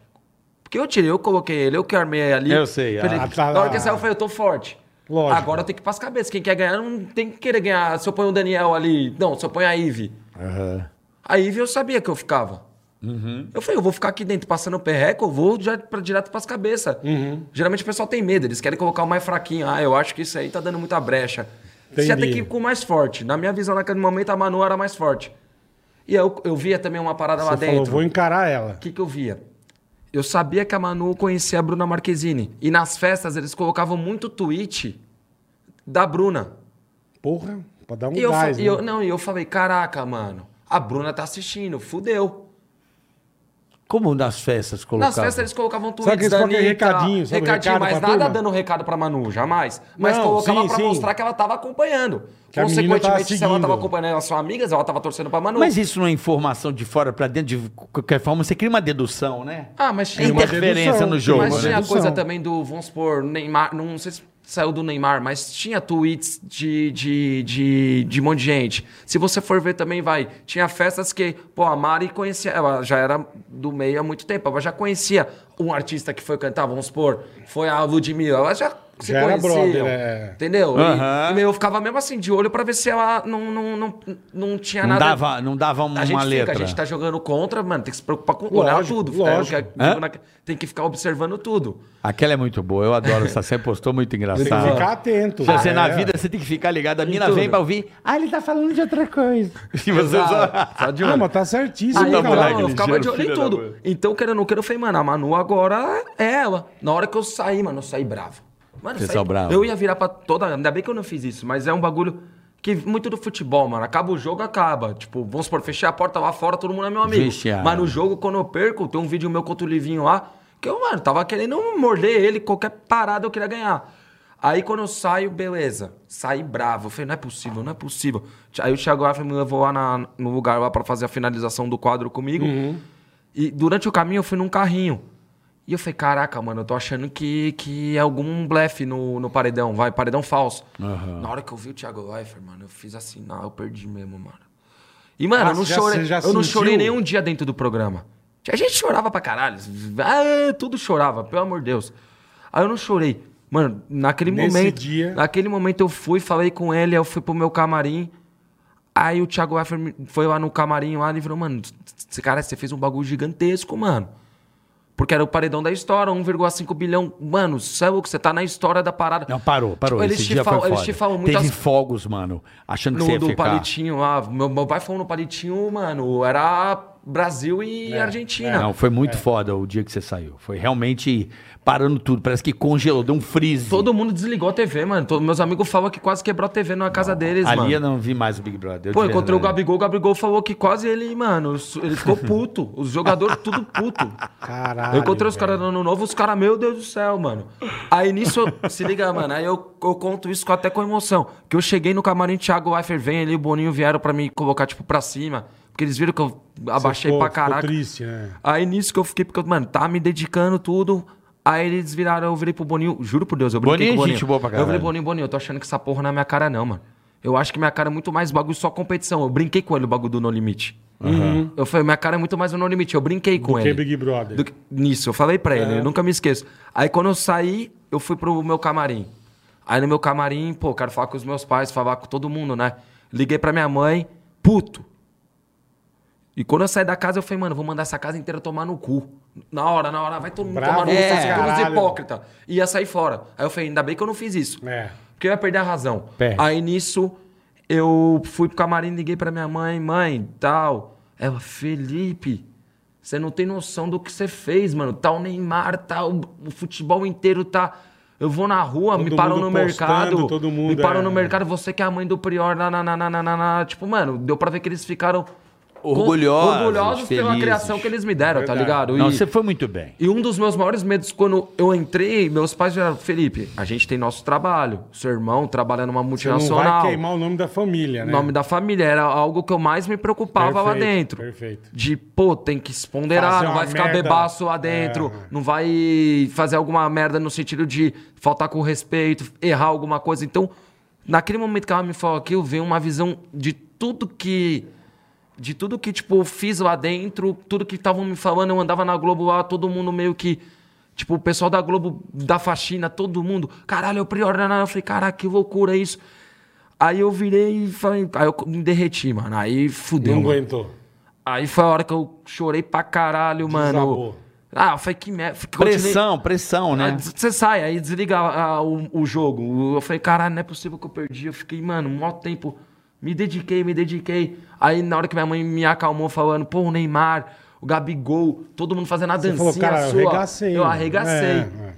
[SPEAKER 5] Porque eu tirei, eu coloquei ele, eu que armei ali.
[SPEAKER 3] Eu sei,
[SPEAKER 5] Falei,
[SPEAKER 4] ah, tá
[SPEAKER 5] na hora
[SPEAKER 4] lá.
[SPEAKER 5] que ele saiu, eu falei, eu tô forte.
[SPEAKER 4] Lógico.
[SPEAKER 5] Agora eu tenho que ir pras cabeças. Quem quer ganhar não tem que querer ganhar. Se eu ponho o Daniel ali. Não, se eu ponho a Ive. A Ive eu sabia que eu ficava. Eu falei, eu vou ficar aqui dentro passando perreco, eu vou já pra, direto pras cabeças.
[SPEAKER 4] Uhum.
[SPEAKER 5] Geralmente o pessoal tem medo, eles querem colocar o mais fraquinho. Ah, eu acho que isso aí tá dando muita brecha. Você já tem
[SPEAKER 4] Entendi.
[SPEAKER 5] que ir com o mais forte. Na minha visão, naquele momento, a Manu era mais forte. E eu, eu via também uma parada lá
[SPEAKER 4] Você
[SPEAKER 5] dentro.
[SPEAKER 4] falou, vou encarar ela.
[SPEAKER 5] O que, que eu via? Eu sabia que a Manu conhecia a Bruna Marquezine. E nas festas eles colocavam muito tweet da Bruna.
[SPEAKER 4] Porra, pra dar um
[SPEAKER 5] E eu, fa-
[SPEAKER 4] gás.
[SPEAKER 5] e
[SPEAKER 4] né?
[SPEAKER 5] eu- não, e eu falei, caraca, mano, a Bruna tá assistindo, fudeu.
[SPEAKER 3] Como nas festas
[SPEAKER 5] Nas
[SPEAKER 3] colocavam?
[SPEAKER 5] festas eles colocavam tweets
[SPEAKER 4] Sabe que eles
[SPEAKER 5] da
[SPEAKER 4] colocam
[SPEAKER 5] Anitta,
[SPEAKER 4] recadinho, sabe,
[SPEAKER 5] recadinho,
[SPEAKER 4] recado
[SPEAKER 5] mas
[SPEAKER 4] pra
[SPEAKER 5] nada
[SPEAKER 4] turma?
[SPEAKER 5] dando recado pra Manu, jamais. Mas
[SPEAKER 4] Não,
[SPEAKER 5] colocava
[SPEAKER 4] sim,
[SPEAKER 5] pra
[SPEAKER 4] sim.
[SPEAKER 5] mostrar que ela tava acompanhando.
[SPEAKER 4] Que a menina tava
[SPEAKER 5] Consequentemente, se ela
[SPEAKER 4] seguindo.
[SPEAKER 5] tava acompanhando elas são amigas, ela tava torcendo pra Manu.
[SPEAKER 3] Mas isso não é informação de fora pra dentro, de qualquer forma, você cria uma dedução, né?
[SPEAKER 5] Ah, mas
[SPEAKER 3] É
[SPEAKER 5] tinha uma
[SPEAKER 3] interferência
[SPEAKER 4] dedução.
[SPEAKER 3] no jogo,
[SPEAKER 4] Tem
[SPEAKER 5] Mas
[SPEAKER 4] né?
[SPEAKER 5] tinha a coisa
[SPEAKER 4] Produção.
[SPEAKER 5] também do, vamos supor, Neymar, não sei se saiu do Neymar, mas tinha tweets de, de, de, de um monte de gente. Se você for ver também, vai, tinha festas que, pô, a Mari conhecia, ela já era do meio há muito tempo, ela já conhecia um artista que foi cantar, vamos supor, foi a Ludmilla, ela já se
[SPEAKER 4] Já era
[SPEAKER 5] conheciam,
[SPEAKER 4] brother, é.
[SPEAKER 5] Entendeu? E-
[SPEAKER 3] Aham.
[SPEAKER 5] E, meio eu ficava mesmo assim, de olho pra ver se ela não, não, não, não tinha
[SPEAKER 3] Não
[SPEAKER 5] nada...
[SPEAKER 3] dava, não dava uma
[SPEAKER 5] A gente fica,
[SPEAKER 3] letra.
[SPEAKER 5] a gente tá jogando contra, mano, tem que se preocupar com olhar
[SPEAKER 4] Lógico,
[SPEAKER 5] tudo. fica-
[SPEAKER 4] lógico.
[SPEAKER 5] fica-
[SPEAKER 3] Hã?
[SPEAKER 5] na- Tem que ficar observando tudo.
[SPEAKER 3] Aquela é muito boa, eu adoro. Essa você postou muito
[SPEAKER 4] Tem que ficar
[SPEAKER 3] engraçado.
[SPEAKER 4] atento.
[SPEAKER 3] Você
[SPEAKER 4] É.
[SPEAKER 3] na vida, você tem que ficar ligado. A mina
[SPEAKER 5] tudo.
[SPEAKER 3] vem pra ouvir. Ah, ele tá falando de outra coisa. E você só...
[SPEAKER 5] Só de
[SPEAKER 4] Ah,
[SPEAKER 5] olho.
[SPEAKER 4] mas tá né, certíssimo,
[SPEAKER 5] Aí,
[SPEAKER 4] cara.
[SPEAKER 5] então,
[SPEAKER 3] moleque,
[SPEAKER 5] eu ficava
[SPEAKER 3] ligeiro,
[SPEAKER 5] de olho em
[SPEAKER 7] filha da
[SPEAKER 5] tudo.
[SPEAKER 7] mãe.
[SPEAKER 5] Então, querendo ou não, querendo, eu falei, mano, a Manu agora é ela. Na hora que eu saí, mano, eu saí bravo. Mano, eu
[SPEAKER 3] Você
[SPEAKER 5] saí,
[SPEAKER 3] saiu bravo.
[SPEAKER 5] Eu ia virar pra toda. Ainda bem que eu não fiz isso, mas é um bagulho que muito do futebol, mano. Acaba o jogo, acaba. Tipo, vamos supor, fechei a porta lá fora, todo mundo é meu amigo.
[SPEAKER 3] Vestiário.
[SPEAKER 5] Mas no jogo, quando eu perco, tem um vídeo meu contra o Livinho lá, que eu, mano, tava querendo morder ele, qualquer parada eu queria ganhar. Aí quando eu saio, beleza. Saí bravo. Eu falei, não é possível, não é possível. Aí o Thiago Afra me levou lá na- no lugar lá pra fazer a finalização do quadro comigo. E durante o caminho eu fui num carrinho. E eu falei, caraca, mano, eu tô achando que, que é algum blefe no, no paredão, vai, paredão falso. Na hora que eu vi o Thiago Leifert, mano, eu fiz assim, não, eu perdi mesmo, mano. E, mano,
[SPEAKER 4] Ah,
[SPEAKER 5] eu não
[SPEAKER 4] você já-
[SPEAKER 5] chorei.
[SPEAKER 4] você já
[SPEAKER 5] eu não
[SPEAKER 4] sentiu?
[SPEAKER 5] chorei nenhum um dia dentro do programa. A gente chorava pra caralho. Ah, tudo chorava, pelo amor de Deus. Aí eu não chorei. Mano, naquele
[SPEAKER 4] Nesse
[SPEAKER 5] momento.
[SPEAKER 4] dia-
[SPEAKER 5] Naquele momento eu fui, falei com ele, aí eu fui pro meu camarim. Aí o Thiago Leifert me- foi lá no camarim lá e falou, mano, esse cara, você fez um bagulho gigantesco, mano. Porque era o paredão da história, 1,5 bilhão. Mano, você é louco, você tá na história da parada.
[SPEAKER 3] Não, parou, parou.
[SPEAKER 5] Tipo, eles,
[SPEAKER 3] Esse
[SPEAKER 5] te
[SPEAKER 3] dia
[SPEAKER 5] falam,
[SPEAKER 3] foi
[SPEAKER 5] eles
[SPEAKER 3] foda.
[SPEAKER 5] te falam muitas
[SPEAKER 3] Teve fogos, mano, achando que você
[SPEAKER 5] no
[SPEAKER 3] ia
[SPEAKER 5] do
[SPEAKER 3] ficar.
[SPEAKER 5] palitinho lá. Meu, meu pai foi no palitinho, mano. Era Brasil e Argentina.
[SPEAKER 3] é, Não, foi
[SPEAKER 4] É.
[SPEAKER 3] muito foda o dia que você saiu. Foi realmente parando tudo. Parece que congelou, deu um freeze.
[SPEAKER 5] Todo mundo desligou a TV, mano. Todos meus amigos falam que quase quebrou a TV na casa deles,
[SPEAKER 3] Ali é
[SPEAKER 5] mano.
[SPEAKER 3] eu não vi mais o Big Brother. eu
[SPEAKER 5] Pô,
[SPEAKER 3] de
[SPEAKER 5] encontrei o
[SPEAKER 3] verdade.
[SPEAKER 5] Gabigol, o Gabigol falou que quase ele, mano, su- ele ficou puto. Os jogadores tudo puto.
[SPEAKER 4] Caralho.
[SPEAKER 5] Eu encontrei os
[SPEAKER 4] velho.
[SPEAKER 5] caras no Ano Novo, os caras, meu Deus do céu, mano. Aí nisso, se liga, mano, aí eu, eu conto isso com- até com emoção. Que eu cheguei no camarim, Thiago Leifert vem ali, o Boninho vieram pra me colocar, tipo, pra cima. Porque eles viram que eu abaixei
[SPEAKER 4] ficou-
[SPEAKER 5] pra
[SPEAKER 4] ficou
[SPEAKER 5] caraca.
[SPEAKER 4] triste, né?
[SPEAKER 5] É. Aí nisso que eu fiquei, porque, eu, mano, tava me dedicando tudo. Aí eles viraram, eu virei pro Boninho, juro por Deus, eu brinquei
[SPEAKER 3] Boninho
[SPEAKER 5] com
[SPEAKER 3] é
[SPEAKER 5] o Boninho.
[SPEAKER 3] gente boa pra
[SPEAKER 5] eu falei,
[SPEAKER 3] caralho.
[SPEAKER 5] Boninho, Boninho, eu tô achando que essa porra não é minha cara não, mano. Eu acho que minha cara é muito mais bagulho só competição. Eu brinquei com ele o bagulho do No Limite. Eu falei, minha cara é muito mais o No Limite. Eu brinquei com
[SPEAKER 4] Uhum. Que
[SPEAKER 5] ele.
[SPEAKER 4] Big Brother. É.
[SPEAKER 5] Do que- nisso, eu falei pra ele, eu nunca me esqueço. Aí quando eu saí, eu fui pro meu camarim. Aí no meu camarim, pô, quero falar com os meus pais, falar com todo mundo, né? Liguei pra minha mãe, puto. E quando eu saí da casa, eu falei, mano, vou mandar essa casa inteira tomar no cu. Na hora, na hora, vai todo mundo
[SPEAKER 4] Bravo
[SPEAKER 5] tomar no cu,
[SPEAKER 4] pra
[SPEAKER 5] vocês são todos
[SPEAKER 4] caralho.
[SPEAKER 5] hipócritas. E Ia sair fora. Aí eu falei, ainda bem que eu não fiz isso.
[SPEAKER 4] É.
[SPEAKER 5] Porque eu ia perder a razão.
[SPEAKER 4] Perde.
[SPEAKER 5] Aí nisso, eu fui pro camarim, liguei pra minha mãe, mãe, tal. Ela, Felipe, você não tem noção do que você fez, mano. Tá o Neymar, tá o, o futebol inteiro, tá. Eu vou na rua, me
[SPEAKER 4] Todo
[SPEAKER 5] param
[SPEAKER 4] mundo
[SPEAKER 5] no
[SPEAKER 4] postando,
[SPEAKER 5] mercado.
[SPEAKER 4] todo mundo,
[SPEAKER 5] me param
[SPEAKER 4] é.
[SPEAKER 5] no mercado, você que é a mãe do Prior, na, na, na, na, na, na, na. Tipo, mano, deu pra ver que eles ficaram. com-
[SPEAKER 3] Orgulhosos,
[SPEAKER 5] orgulhosos pela
[SPEAKER 3] felizes.
[SPEAKER 5] criação que eles me deram, tá ligado?
[SPEAKER 3] Não,
[SPEAKER 5] E-
[SPEAKER 3] você foi muito bem.
[SPEAKER 5] e um dos meus maiores medos quando eu entrei, meus pais vieram, Felipe, a gente tem nosso trabalho. Seu irmão trabalha numa
[SPEAKER 4] Você não
[SPEAKER 5] multinacional.
[SPEAKER 4] vai queimar o nome da família,
[SPEAKER 5] o
[SPEAKER 4] né?
[SPEAKER 5] nome da família era algo que eu mais me preocupava lá
[SPEAKER 4] Perfeito,
[SPEAKER 5] dentro.
[SPEAKER 4] perfeito.
[SPEAKER 5] De, pô, tem que se ponderar,
[SPEAKER 4] Fazer
[SPEAKER 5] não
[SPEAKER 4] uma
[SPEAKER 5] vai ficar
[SPEAKER 4] merda.
[SPEAKER 5] bebaço lá dentro,
[SPEAKER 4] É.
[SPEAKER 5] não vai fazer alguma merda no sentido de faltar com respeito, errar alguma coisa. Então, naquele momento que ela me falou aquilo, veio uma visão de tudo que. De tudo que, tipo, eu fiz lá dentro, tudo que estavam me falando, eu andava na Globo lá, todo mundo meio que. Tipo, o pessoal da Globo, da faxina, todo mundo. Caralho, eu prior. naná." Eu falei, caraca, que loucura isso. Aí eu virei e falei. Aí eu me derreti, mano. Aí fudeu.
[SPEAKER 4] Não
[SPEAKER 5] mano.
[SPEAKER 4] aguentou.
[SPEAKER 5] Aí foi a hora que eu chorei pra caralho, mano.
[SPEAKER 4] Desabou.
[SPEAKER 5] Ah, eu falei que merda. Fiquei-
[SPEAKER 3] Pressão, pressão,
[SPEAKER 5] continuei- Ah,
[SPEAKER 3] né?
[SPEAKER 5] des- Você sai, aí desliga ah, o, o jogo. Eu falei, caralho, não é possível que eu perdi. Eu fiquei, mano, mó tempo. Me dediquei, me dediquei. Aí na hora que minha mãe me acalmou, falando, pô, o Neymar, o Gabigol, todo mundo fazendo a dancinha
[SPEAKER 4] Você falou, cara, eu
[SPEAKER 5] sua.
[SPEAKER 4] arregacei.
[SPEAKER 5] Eu arregacei.
[SPEAKER 4] É, é.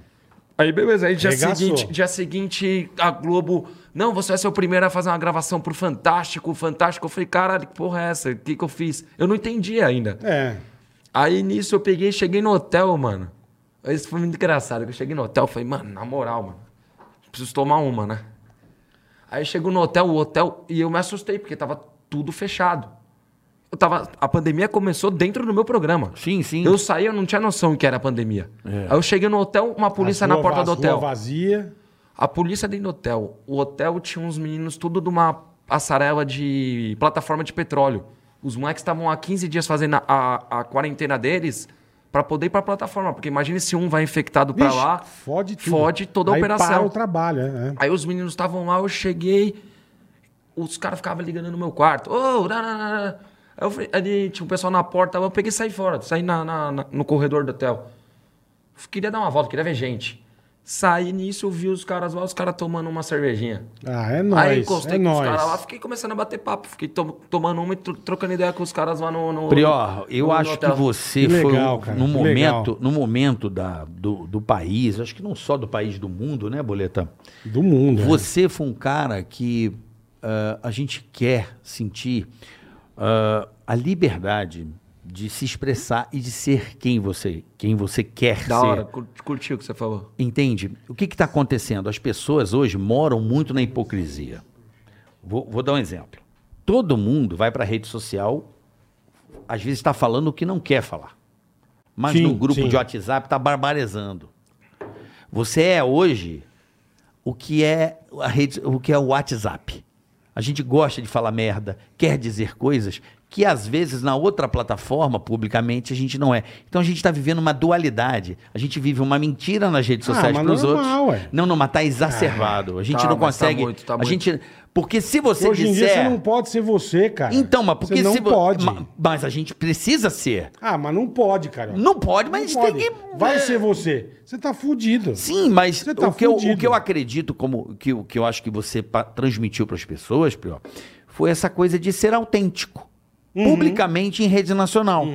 [SPEAKER 5] Aí, beleza. Aí, dia
[SPEAKER 4] Regaçou.
[SPEAKER 5] seguinte, dia seguinte, a Globo... Não, você vai ser o primeiro a fazer uma gravação pro Fantástico, Fantástico. Eu falei, caralho, que porra é essa? O que, que eu fiz? Eu não entendi ainda.
[SPEAKER 4] É.
[SPEAKER 5] Aí, nisso, eu peguei e cheguei no hotel, mano. Isso foi muito engraçado. que Eu cheguei no hotel, falei, mano, na moral, mano. Preciso tomar uma, né? Aí, eu chego no hotel, o hotel... E eu me assustei, porque tava tudo fechado. Eu tava... A pandemia começou dentro do meu programa.
[SPEAKER 3] Sim, sim.
[SPEAKER 5] Eu saí, eu não tinha noção que era a pandemia. Aí eu cheguei no hotel, uma polícia
[SPEAKER 4] As
[SPEAKER 5] na
[SPEAKER 4] ruas-
[SPEAKER 5] porta do
[SPEAKER 4] as
[SPEAKER 5] hotel.
[SPEAKER 4] ruas vazia.
[SPEAKER 5] A polícia dentro do hotel. O hotel tinha uns meninos tudo de uma passarela de plataforma de petróleo. Os moleques estavam há 15 dias fazendo a, a- a quarentena deles pra poder ir pra plataforma. Porque imagine se um vai infectado pra
[SPEAKER 4] Vixe,
[SPEAKER 5] lá.
[SPEAKER 4] Fode tudo.
[SPEAKER 5] Fode toda a
[SPEAKER 4] Aí
[SPEAKER 5] operação.
[SPEAKER 4] Para o trabalho, é. é.
[SPEAKER 5] Aí os meninos estavam lá, eu cheguei, os caras ficavam ligando no meu quarto. Ô, na, na, na, na. Aí eu falei, ali tinha um pessoal na porta, eu peguei e saí fora, saí na, na- na- no corredor do hotel. Queria dar uma volta, queria ver gente. Saí nisso, eu vi os caras lá, os caras tomando uma cervejinha.
[SPEAKER 4] Ah, é
[SPEAKER 5] Aí
[SPEAKER 4] nóis.
[SPEAKER 5] encostei
[SPEAKER 4] É
[SPEAKER 5] com os caras lá,
[SPEAKER 4] nóis.
[SPEAKER 5] fiquei começando a bater papo, fiquei tom- tomando uma e tro- trocando ideia com os caras lá no. no
[SPEAKER 3] Prior,
[SPEAKER 5] no-
[SPEAKER 3] eu
[SPEAKER 5] no
[SPEAKER 3] acho que
[SPEAKER 5] hotel.
[SPEAKER 3] você
[SPEAKER 4] Que
[SPEAKER 3] foi
[SPEAKER 4] legal,
[SPEAKER 3] um-
[SPEAKER 4] cara,
[SPEAKER 3] no
[SPEAKER 4] que
[SPEAKER 3] momento,
[SPEAKER 4] legal.
[SPEAKER 3] no momento da, do, do país, acho que não só do país, do mundo, né, Boleta?
[SPEAKER 4] Do mundo. né?
[SPEAKER 3] Você foi um cara que ah, a gente quer sentir ah, a liberdade de se expressar e de ser quem você, quem você quer
[SPEAKER 5] Da
[SPEAKER 3] ser.
[SPEAKER 5] hora, cur- curtiu o que você falou.
[SPEAKER 3] Entende? O que está acontecendo? As pessoas hoje moram muito na hipocrisia. Vou, vou dar um exemplo. Todo mundo vai para a rede social, às vezes está falando o que não quer falar. Mas
[SPEAKER 4] Sim,
[SPEAKER 3] no grupo
[SPEAKER 4] sim.
[SPEAKER 3] de WhatsApp está barbarizando. Você é hoje o que é a rede, o que é o WhatsApp. A gente gosta de falar merda, quer dizer coisas que às vezes na outra plataforma, publicamente, a gente não é. Então a gente está vivendo uma dualidade. A gente vive uma mentira nas redes
[SPEAKER 4] Ah,
[SPEAKER 3] sociais
[SPEAKER 4] mas
[SPEAKER 3] para os outros.
[SPEAKER 4] normal, ué.
[SPEAKER 3] Não, não, mas tá exacerbado. A gente
[SPEAKER 5] tá,
[SPEAKER 3] não
[SPEAKER 5] mas tá
[SPEAKER 3] consegue.
[SPEAKER 5] muito, tá
[SPEAKER 3] a
[SPEAKER 5] muito.
[SPEAKER 3] gente porque se você
[SPEAKER 4] Hoje em
[SPEAKER 3] disser
[SPEAKER 4] dia você não pode ser você, cara.
[SPEAKER 3] Então, mas porque
[SPEAKER 4] você não
[SPEAKER 3] se vo-
[SPEAKER 4] pode.
[SPEAKER 3] ma- mas a gente precisa ser.
[SPEAKER 4] Ah, mas não pode, cara.
[SPEAKER 3] Não pode, mas a gente tem que
[SPEAKER 4] Vai
[SPEAKER 3] é,
[SPEAKER 4] ser você. Você tá fudido.
[SPEAKER 3] Sim, mas
[SPEAKER 4] Você tá
[SPEAKER 3] o, que eu,
[SPEAKER 4] fudido.
[SPEAKER 3] o que eu acredito, como que, o que eu acho que você pa- transmitiu para as pessoas, Prió, foi essa coisa de ser autêntico.
[SPEAKER 4] Uhum.
[SPEAKER 3] Publicamente em rede nacional.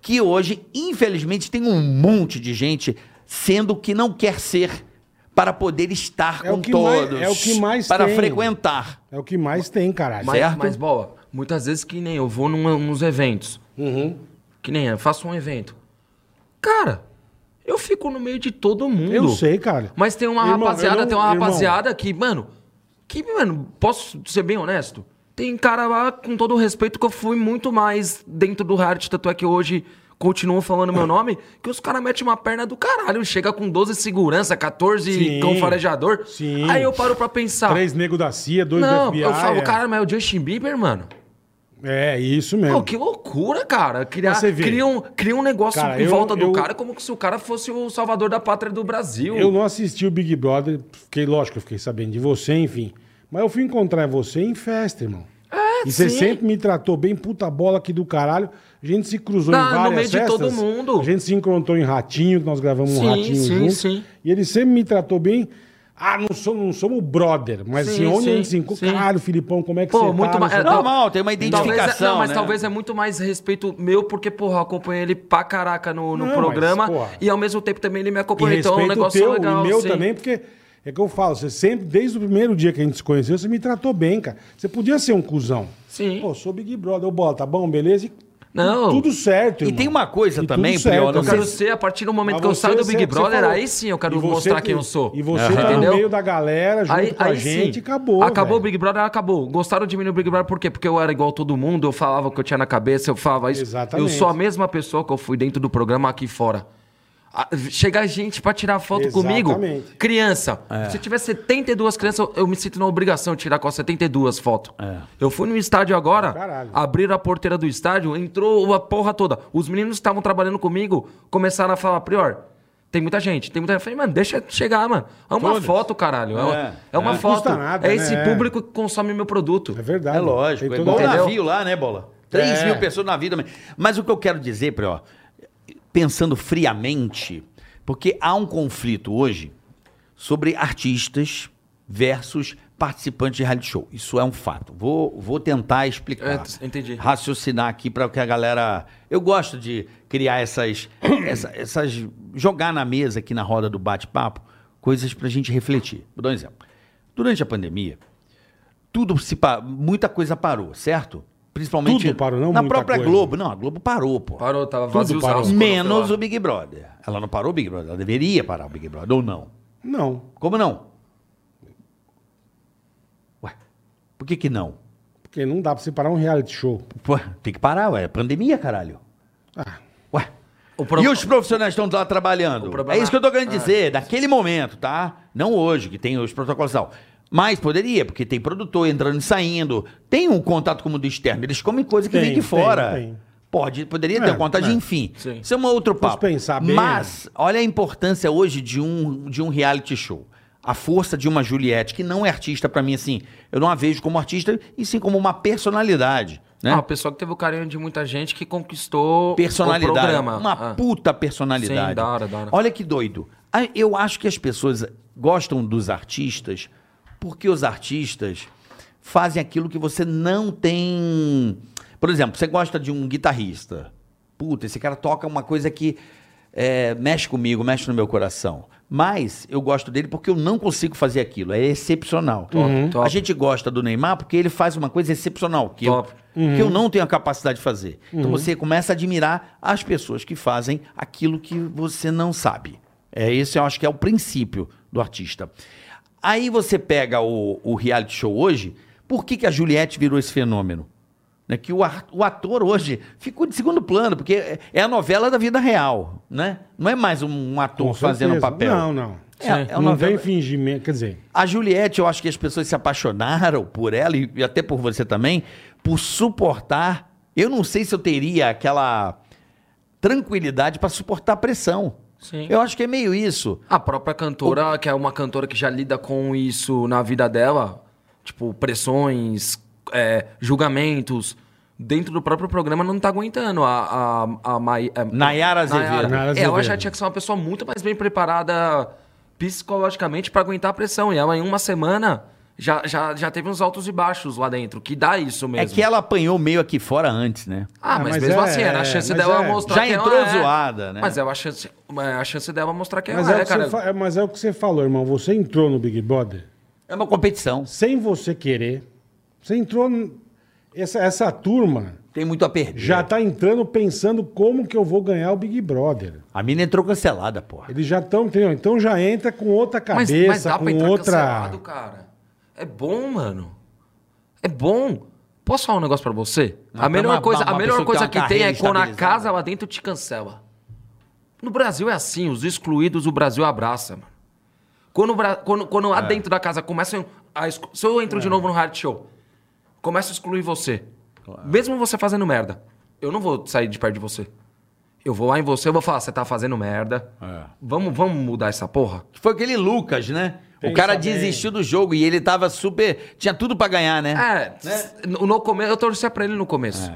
[SPEAKER 3] Que hoje, infelizmente, tem um monte de gente sendo o que não quer ser para poder estar
[SPEAKER 4] É o
[SPEAKER 3] com
[SPEAKER 4] que mais-
[SPEAKER 3] todos.
[SPEAKER 4] é o que mais
[SPEAKER 3] Para
[SPEAKER 4] tem.
[SPEAKER 3] frequentar.
[SPEAKER 4] É o que mais tem, caralho.
[SPEAKER 3] Mas-
[SPEAKER 5] Mas,
[SPEAKER 3] Certo?
[SPEAKER 5] mas boa, muitas vezes que nem eu vou numa- nos eventos.
[SPEAKER 4] Uhum.
[SPEAKER 5] Que nem eu faço um evento. Cara, eu fico no meio de todo mundo.
[SPEAKER 4] Eu sei, cara.
[SPEAKER 5] Mas tem uma
[SPEAKER 4] Irmão, eu
[SPEAKER 5] rapaziada,
[SPEAKER 4] não-
[SPEAKER 5] tem uma
[SPEAKER 4] irmão.
[SPEAKER 5] rapaziada que, mano, que, mano, posso ser bem honesto? Tem cara lá, com todo o respeito, que eu fui muito mais dentro do reality, tanto é que hoje continuam falando meu nome, que os caras metem uma perna do caralho, chega com 12 segurança, 14
[SPEAKER 4] Sim.
[SPEAKER 5] cão farejador.
[SPEAKER 4] Sim.
[SPEAKER 5] Aí eu paro pra
[SPEAKER 3] tá.
[SPEAKER 5] pensar.
[SPEAKER 4] Três nego da CIA, dois do
[SPEAKER 5] Não,
[SPEAKER 4] FBI.
[SPEAKER 5] eu falo,
[SPEAKER 4] é.
[SPEAKER 5] cara, mas é o Justin Bieber, mano.
[SPEAKER 4] É, isso mesmo.
[SPEAKER 5] Pô, que loucura, cara. Criar,
[SPEAKER 4] Mas você vê.
[SPEAKER 5] cria, um, cria um negócio
[SPEAKER 4] Cara,
[SPEAKER 5] em
[SPEAKER 4] eu-
[SPEAKER 5] volta do
[SPEAKER 4] eu-
[SPEAKER 5] cara como se o cara fosse o salvador da pátria do Brasil.
[SPEAKER 4] Eu não assisti o Big Brother, fiquei, lógico, eu fiquei sabendo de você, enfim. Mas eu fui encontrar você em festa, irmão. e você
[SPEAKER 5] Ah, sim.
[SPEAKER 4] sempre me tratou bem, puta bola aqui do caralho. A gente se cruzou
[SPEAKER 5] Tá,
[SPEAKER 4] em
[SPEAKER 5] no
[SPEAKER 4] várias
[SPEAKER 5] meio de
[SPEAKER 4] festas.
[SPEAKER 5] todo mundo.
[SPEAKER 4] A gente se encontrou em Ratinho, que nós gravamos um
[SPEAKER 5] Sim,
[SPEAKER 4] Ratinho
[SPEAKER 5] sim,
[SPEAKER 4] junto.
[SPEAKER 5] sim.
[SPEAKER 4] E ele sempre me tratou bem. Ah, não somos, não somos brother, mas
[SPEAKER 5] Sim,
[SPEAKER 4] assim, onde
[SPEAKER 5] sim,
[SPEAKER 4] a gente se encontra?
[SPEAKER 5] sim.
[SPEAKER 4] Caralho, Filipão, como é que
[SPEAKER 5] Pô,
[SPEAKER 4] você tá?
[SPEAKER 5] muito
[SPEAKER 4] Não
[SPEAKER 5] mais-
[SPEAKER 4] sei o
[SPEAKER 5] é,
[SPEAKER 4] quê.
[SPEAKER 5] tá-
[SPEAKER 3] Normal, tem uma
[SPEAKER 5] Talvez,
[SPEAKER 3] identificação.
[SPEAKER 5] não, mas
[SPEAKER 3] né?
[SPEAKER 5] talvez é muito mais respeito meu, porque, porra, eu acompanhei ele pra caraca no, no
[SPEAKER 4] Não, mas,
[SPEAKER 5] programa.
[SPEAKER 4] porra.
[SPEAKER 5] e ao mesmo tempo também ele me
[SPEAKER 4] E
[SPEAKER 5] acompanhou. Então
[SPEAKER 4] respeito
[SPEAKER 5] é um negócio
[SPEAKER 4] teu
[SPEAKER 5] legal.
[SPEAKER 4] e meu
[SPEAKER 5] sim.
[SPEAKER 4] também, porque é que eu falo, você sempre, desde o primeiro dia que a gente se conheceu, você me tratou bem, cara. Você podia ser um cuzão.
[SPEAKER 5] Sim.
[SPEAKER 4] Pô, sou Big Brother, eu bola, tá bom, beleza? E
[SPEAKER 5] Não.
[SPEAKER 4] Tudo certo,
[SPEAKER 3] E
[SPEAKER 4] irmão.
[SPEAKER 3] tem uma coisa
[SPEAKER 4] E
[SPEAKER 3] também,
[SPEAKER 4] tudo certo,
[SPEAKER 3] Prió, não
[SPEAKER 5] Eu
[SPEAKER 4] cara.
[SPEAKER 5] quero ser, a partir do momento
[SPEAKER 4] Mas
[SPEAKER 5] que eu
[SPEAKER 4] você é
[SPEAKER 5] saio do
[SPEAKER 4] sempre-
[SPEAKER 5] Big
[SPEAKER 4] você
[SPEAKER 5] Brother,
[SPEAKER 4] falou.
[SPEAKER 5] aí sim eu
[SPEAKER 4] E
[SPEAKER 5] quero
[SPEAKER 4] você
[SPEAKER 5] mostrar
[SPEAKER 4] tem-
[SPEAKER 5] quem eu sou.
[SPEAKER 4] E você tá no
[SPEAKER 5] Entendeu?
[SPEAKER 4] meio da galera, junto com a gente,
[SPEAKER 5] sim.
[SPEAKER 4] acabou,
[SPEAKER 5] Acabou
[SPEAKER 4] velho.
[SPEAKER 5] o Big Brother, acabou. Gostaram de mim no Big Brother por quê? Porque eu era igual todo mundo, eu falava o que eu tinha na cabeça, eu falava isso.
[SPEAKER 4] Exatamente.
[SPEAKER 5] Eu sou a mesma pessoa que eu fui dentro do programa aqui fora. A- Chega gente pra tirar foto comigo.
[SPEAKER 4] Exatamente.
[SPEAKER 5] Criança. Se tiver 72 crianças, eu- eu me sinto na obrigação de tirar com as 72 fotos. Eu fui no estádio agora,
[SPEAKER 4] Caralho.
[SPEAKER 5] abriram a porteira do estádio, entrou a porra toda. Os meninos que estavam trabalhando comigo começaram a falar, Prior, tem muita gente, tem muita gente. Eu falei, mano, deixa chegar, mano. É uma foto, caralho. É, uma- é uma
[SPEAKER 4] Não
[SPEAKER 5] foto.
[SPEAKER 4] custa nada, né?
[SPEAKER 5] é esse
[SPEAKER 4] É.
[SPEAKER 5] público que consome meu produto.
[SPEAKER 4] É verdade.
[SPEAKER 3] É lógico.
[SPEAKER 4] Tem
[SPEAKER 3] É
[SPEAKER 4] toda-
[SPEAKER 3] igual o
[SPEAKER 5] Entendeu?
[SPEAKER 3] navio lá, né, Bola? 3
[SPEAKER 4] É.
[SPEAKER 3] mil pessoas na vida. Mas o que eu quero dizer, Pré, ó, pensando friamente, porque há um conflito hoje sobre artistas versus participantes de reality show. Isso é um fato. Vou, vou tentar explicar.
[SPEAKER 5] É, entendi.
[SPEAKER 3] Raciocinar aqui para que a galera... Eu gosto de criar essas... essa- essas jogar na mesa aqui na roda do bate-papo coisas para gente refletir. Vou dar um exemplo. Durante a pandemia, tudo se pa- muita coisa parou, certo? Principalmente
[SPEAKER 4] Tudo parou, não
[SPEAKER 3] na
[SPEAKER 4] muita
[SPEAKER 3] própria
[SPEAKER 4] coisa.
[SPEAKER 3] Globo, não, a Globo parou, pô.
[SPEAKER 5] Parou, tava
[SPEAKER 4] Tudo
[SPEAKER 5] vazio os
[SPEAKER 4] parou.
[SPEAKER 5] arcos quando eu fui
[SPEAKER 3] Menos
[SPEAKER 5] lá.
[SPEAKER 3] o Big Brother. Ela não parou o Big Brother, ela deveria parar o Big Brother ou não?
[SPEAKER 4] Não,
[SPEAKER 3] Como não? Ué. Por que que não?
[SPEAKER 4] porque não dá pra separar um reality show. Ah,
[SPEAKER 3] Pô, tem que parar, ué, é pandemia, caralho. Ué.
[SPEAKER 5] O pro-
[SPEAKER 3] E os profissionais estão lá trabalhando.
[SPEAKER 5] O problema-
[SPEAKER 3] É isso que eu tô querendo dizer, daquele momento, tá? Não hoje, que tem os protocolos e tal. Mas poderia, porque tem produtor entrando e saindo. Tem um contato com o mundo externo. Eles comem coisa que
[SPEAKER 4] Tem,
[SPEAKER 3] vem de
[SPEAKER 4] tem,
[SPEAKER 3] fora.
[SPEAKER 4] tem.
[SPEAKER 3] Pode, poderia
[SPEAKER 4] É,
[SPEAKER 3] ter contagem,
[SPEAKER 4] é.
[SPEAKER 3] enfim.
[SPEAKER 5] Sim.
[SPEAKER 3] Isso é um outro papo.
[SPEAKER 4] pensar bem,
[SPEAKER 3] Mas olha a importância hoje de um, de um reality show. A força de uma Juliette, que não é artista pra mim, assim. Eu não a vejo como artista, e sim como uma personalidade. Né?
[SPEAKER 5] Ah, o pessoal que teve o carinho de muita gente que conquistou o
[SPEAKER 3] personalidade.
[SPEAKER 5] programa.
[SPEAKER 3] Uma
[SPEAKER 5] Ah.
[SPEAKER 3] puta personalidade.
[SPEAKER 5] Sim, da hora, da hora.
[SPEAKER 3] Olha que doido. Ah, Eu acho que as pessoas gostam dos artistas porque os artistas fazem aquilo que você não tem. Por exemplo, você gosta de um guitarrista. Puta, esse cara toca uma coisa que é, mexe comigo, mexe no meu coração. Mas eu gosto dele porque eu não consigo fazer aquilo. É excepcional.
[SPEAKER 5] top.
[SPEAKER 3] A gente gosta do Neymar porque ele faz uma coisa excepcional, que eu,
[SPEAKER 5] Top.
[SPEAKER 3] que
[SPEAKER 4] Uhum.
[SPEAKER 3] eu não tenho a capacidade de fazer. Então você começa a admirar as pessoas que fazem aquilo que você não sabe. É esse, eu acho que é o princípio do artista. Aí você pega o, o reality show hoje, por que, que a Juliette virou esse fenômeno? Né, que o, ar- o ator hoje ficou de segundo plano, porque é- é a novela da vida real, né? Não é mais um, um ator
[SPEAKER 4] Com
[SPEAKER 3] fazendo
[SPEAKER 4] certeza.
[SPEAKER 3] papel.
[SPEAKER 4] Não, não.
[SPEAKER 3] É, é uma
[SPEAKER 4] não tem
[SPEAKER 3] novela.
[SPEAKER 4] fingimento, quer dizer...
[SPEAKER 3] A Juliette, eu acho que as pessoas se apaixonaram por ela e e até por você também, por suportar Eu não sei se eu teria aquela tranquilidade para suportar a pressão.
[SPEAKER 5] Sim.
[SPEAKER 3] Eu acho que é meio isso.
[SPEAKER 5] A própria cantora, que é uma cantora que já lida com isso na vida dela, tipo, pressões, é, julgamentos, dentro do próprio programa não tá aguentando. A, a, a Mai- é,
[SPEAKER 3] Nayara Azevedo.
[SPEAKER 4] Nayara
[SPEAKER 5] É, ela
[SPEAKER 4] Azevedo.
[SPEAKER 5] já tinha que ser uma pessoa muito mais bem preparada psicologicamente pra aguentar a pressão. E ela, em uma semana, já, já, já teve uns altos e baixos lá dentro, que dá isso mesmo.
[SPEAKER 3] É que ela apanhou meio aqui fora antes, né?
[SPEAKER 5] Ah,
[SPEAKER 4] Ah,
[SPEAKER 5] mas,
[SPEAKER 4] mas
[SPEAKER 5] mesmo
[SPEAKER 4] é,
[SPEAKER 5] assim, era a chance
[SPEAKER 4] mas
[SPEAKER 5] dela
[SPEAKER 4] é.
[SPEAKER 5] mostrar
[SPEAKER 3] Já
[SPEAKER 5] que
[SPEAKER 3] entrou
[SPEAKER 5] ela é.
[SPEAKER 3] zoada, né?
[SPEAKER 5] Mas é a chance, é a chance dela mostrar que
[SPEAKER 4] Mas
[SPEAKER 5] ela
[SPEAKER 4] é,
[SPEAKER 5] é,
[SPEAKER 4] o que
[SPEAKER 5] cara.
[SPEAKER 4] você fa- é- mas é o que você falou, irmão. Você entrou no Big Brother
[SPEAKER 3] É uma competição.
[SPEAKER 4] sem você querer. Você entrou. n- Essa, essa turma
[SPEAKER 3] Tem muito a perder.
[SPEAKER 4] já tá entrando pensando como que eu vou ganhar o Big Brother.
[SPEAKER 3] A mina entrou cancelada, porra.
[SPEAKER 4] Eles já estão, entendeu? Então já entra com outra
[SPEAKER 5] Mas-
[SPEAKER 4] cabeça, com outra.
[SPEAKER 5] cancelado, cara. É bom, mano. É bom. Posso falar um negócio pra você?
[SPEAKER 3] Mas
[SPEAKER 5] a melhor
[SPEAKER 3] pra uma-
[SPEAKER 5] coisa,
[SPEAKER 3] uma
[SPEAKER 5] a melhor
[SPEAKER 3] pessoa que
[SPEAKER 5] coisa
[SPEAKER 3] tem
[SPEAKER 5] que
[SPEAKER 3] uma
[SPEAKER 5] tem é
[SPEAKER 3] carreira
[SPEAKER 5] quando a
[SPEAKER 3] estabilizada.
[SPEAKER 5] casa lá dentro te cancela. No Brasil é assim, os excluídos o Brasil abraça, mano. Quando, o Bra- quando, quando
[SPEAKER 3] É.
[SPEAKER 5] lá dentro da casa começam a... exclu- Se eu entro de novo no hard show, começa a excluir você. Mesmo você fazendo merda. Eu não vou sair de perto de você. Eu vou lá em você, eu vou falar, você tá fazendo merda.
[SPEAKER 3] É.
[SPEAKER 5] Vamos, vamos mudar essa porra?
[SPEAKER 3] Que Foi aquele Lucas, né? o
[SPEAKER 4] Pensa
[SPEAKER 3] cara
[SPEAKER 4] bem.
[SPEAKER 3] desistiu do jogo e ele tava super. Tinha tudo pra ganhar, né? É.
[SPEAKER 5] É, no, no começo, eu torcia pra ele no começo.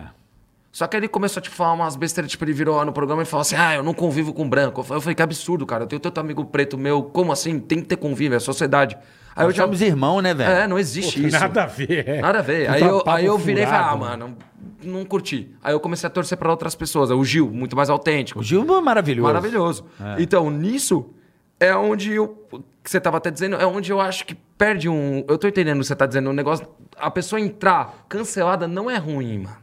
[SPEAKER 5] Só que ele começou a tipo, falar umas besteiras, tipo, ele virou lá no programa e falou assim, ah, eu não convivo com branco. Eu falei, eu falei, que absurdo, cara, eu tenho tanto amigo preto meu, como assim? Tem que ter convívio, é sociedade. Aí eu
[SPEAKER 3] Nós
[SPEAKER 5] já...
[SPEAKER 3] somos irmão, né, tá velho?
[SPEAKER 5] É, não existe isso.
[SPEAKER 4] Nada a ver. é.
[SPEAKER 5] Nada a ver. Aí
[SPEAKER 4] Puta
[SPEAKER 5] eu,
[SPEAKER 4] papo
[SPEAKER 5] aí eu virei e falei, ah,
[SPEAKER 4] furado,
[SPEAKER 5] mano, não curti. Aí eu comecei a torcer pra outras pessoas. É O Gil, muito mais autêntico.
[SPEAKER 3] O Gilma é maravilhoso.
[SPEAKER 5] Maravilhoso. Então, nisso é onde eu. Que você tava até dizendo, é onde eu acho que perde um. Eu tô entendendo o que você tá dizendo. O negócio. A pessoa entrar cancelada não é ruim, mano.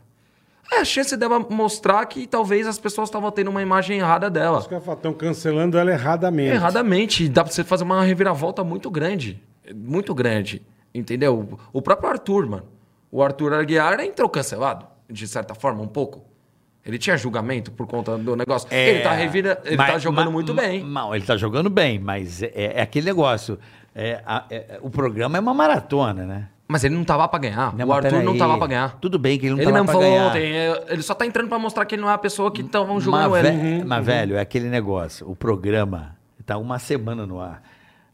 [SPEAKER 5] É a chance dela mostrar que talvez as pessoas estavam tendo uma imagem errada dela.
[SPEAKER 4] Os caras falam, estão cancelando ela erradamente.
[SPEAKER 5] Erradamente. Dá pra você fazer uma reviravolta muito grande. Muito grande. Entendeu? O próprio Arthur, mano. O Arthur Aguiar entrou cancelado, de certa forma, um pouco. Ele tinha julgamento por conta do negócio.
[SPEAKER 3] É,
[SPEAKER 5] ele tá, revira... ele
[SPEAKER 3] mas-
[SPEAKER 5] tá jogando
[SPEAKER 3] ma-
[SPEAKER 5] muito
[SPEAKER 3] ma-
[SPEAKER 5] bem.
[SPEAKER 3] Não, ele tá jogando bem, mas é, é aquele negócio. é, a- é- o programa é uma maratona, né?
[SPEAKER 5] Mas ele não tava pra ganhar.
[SPEAKER 3] Não,
[SPEAKER 5] o
[SPEAKER 3] mas
[SPEAKER 5] Arthur não
[SPEAKER 3] peraí.
[SPEAKER 5] tava pra ganhar.
[SPEAKER 3] Tudo bem que ele não
[SPEAKER 5] Ele
[SPEAKER 3] tava
[SPEAKER 5] mesmo
[SPEAKER 3] pra
[SPEAKER 5] falou
[SPEAKER 3] ganhar.
[SPEAKER 5] ontem, é, ele só tá entrando pra mostrar que ele não é a pessoa que estavam
[SPEAKER 3] mas,
[SPEAKER 5] julgando ele.
[SPEAKER 3] ve- mas, velho, é aquele negócio. O programa tá uma semana no ar.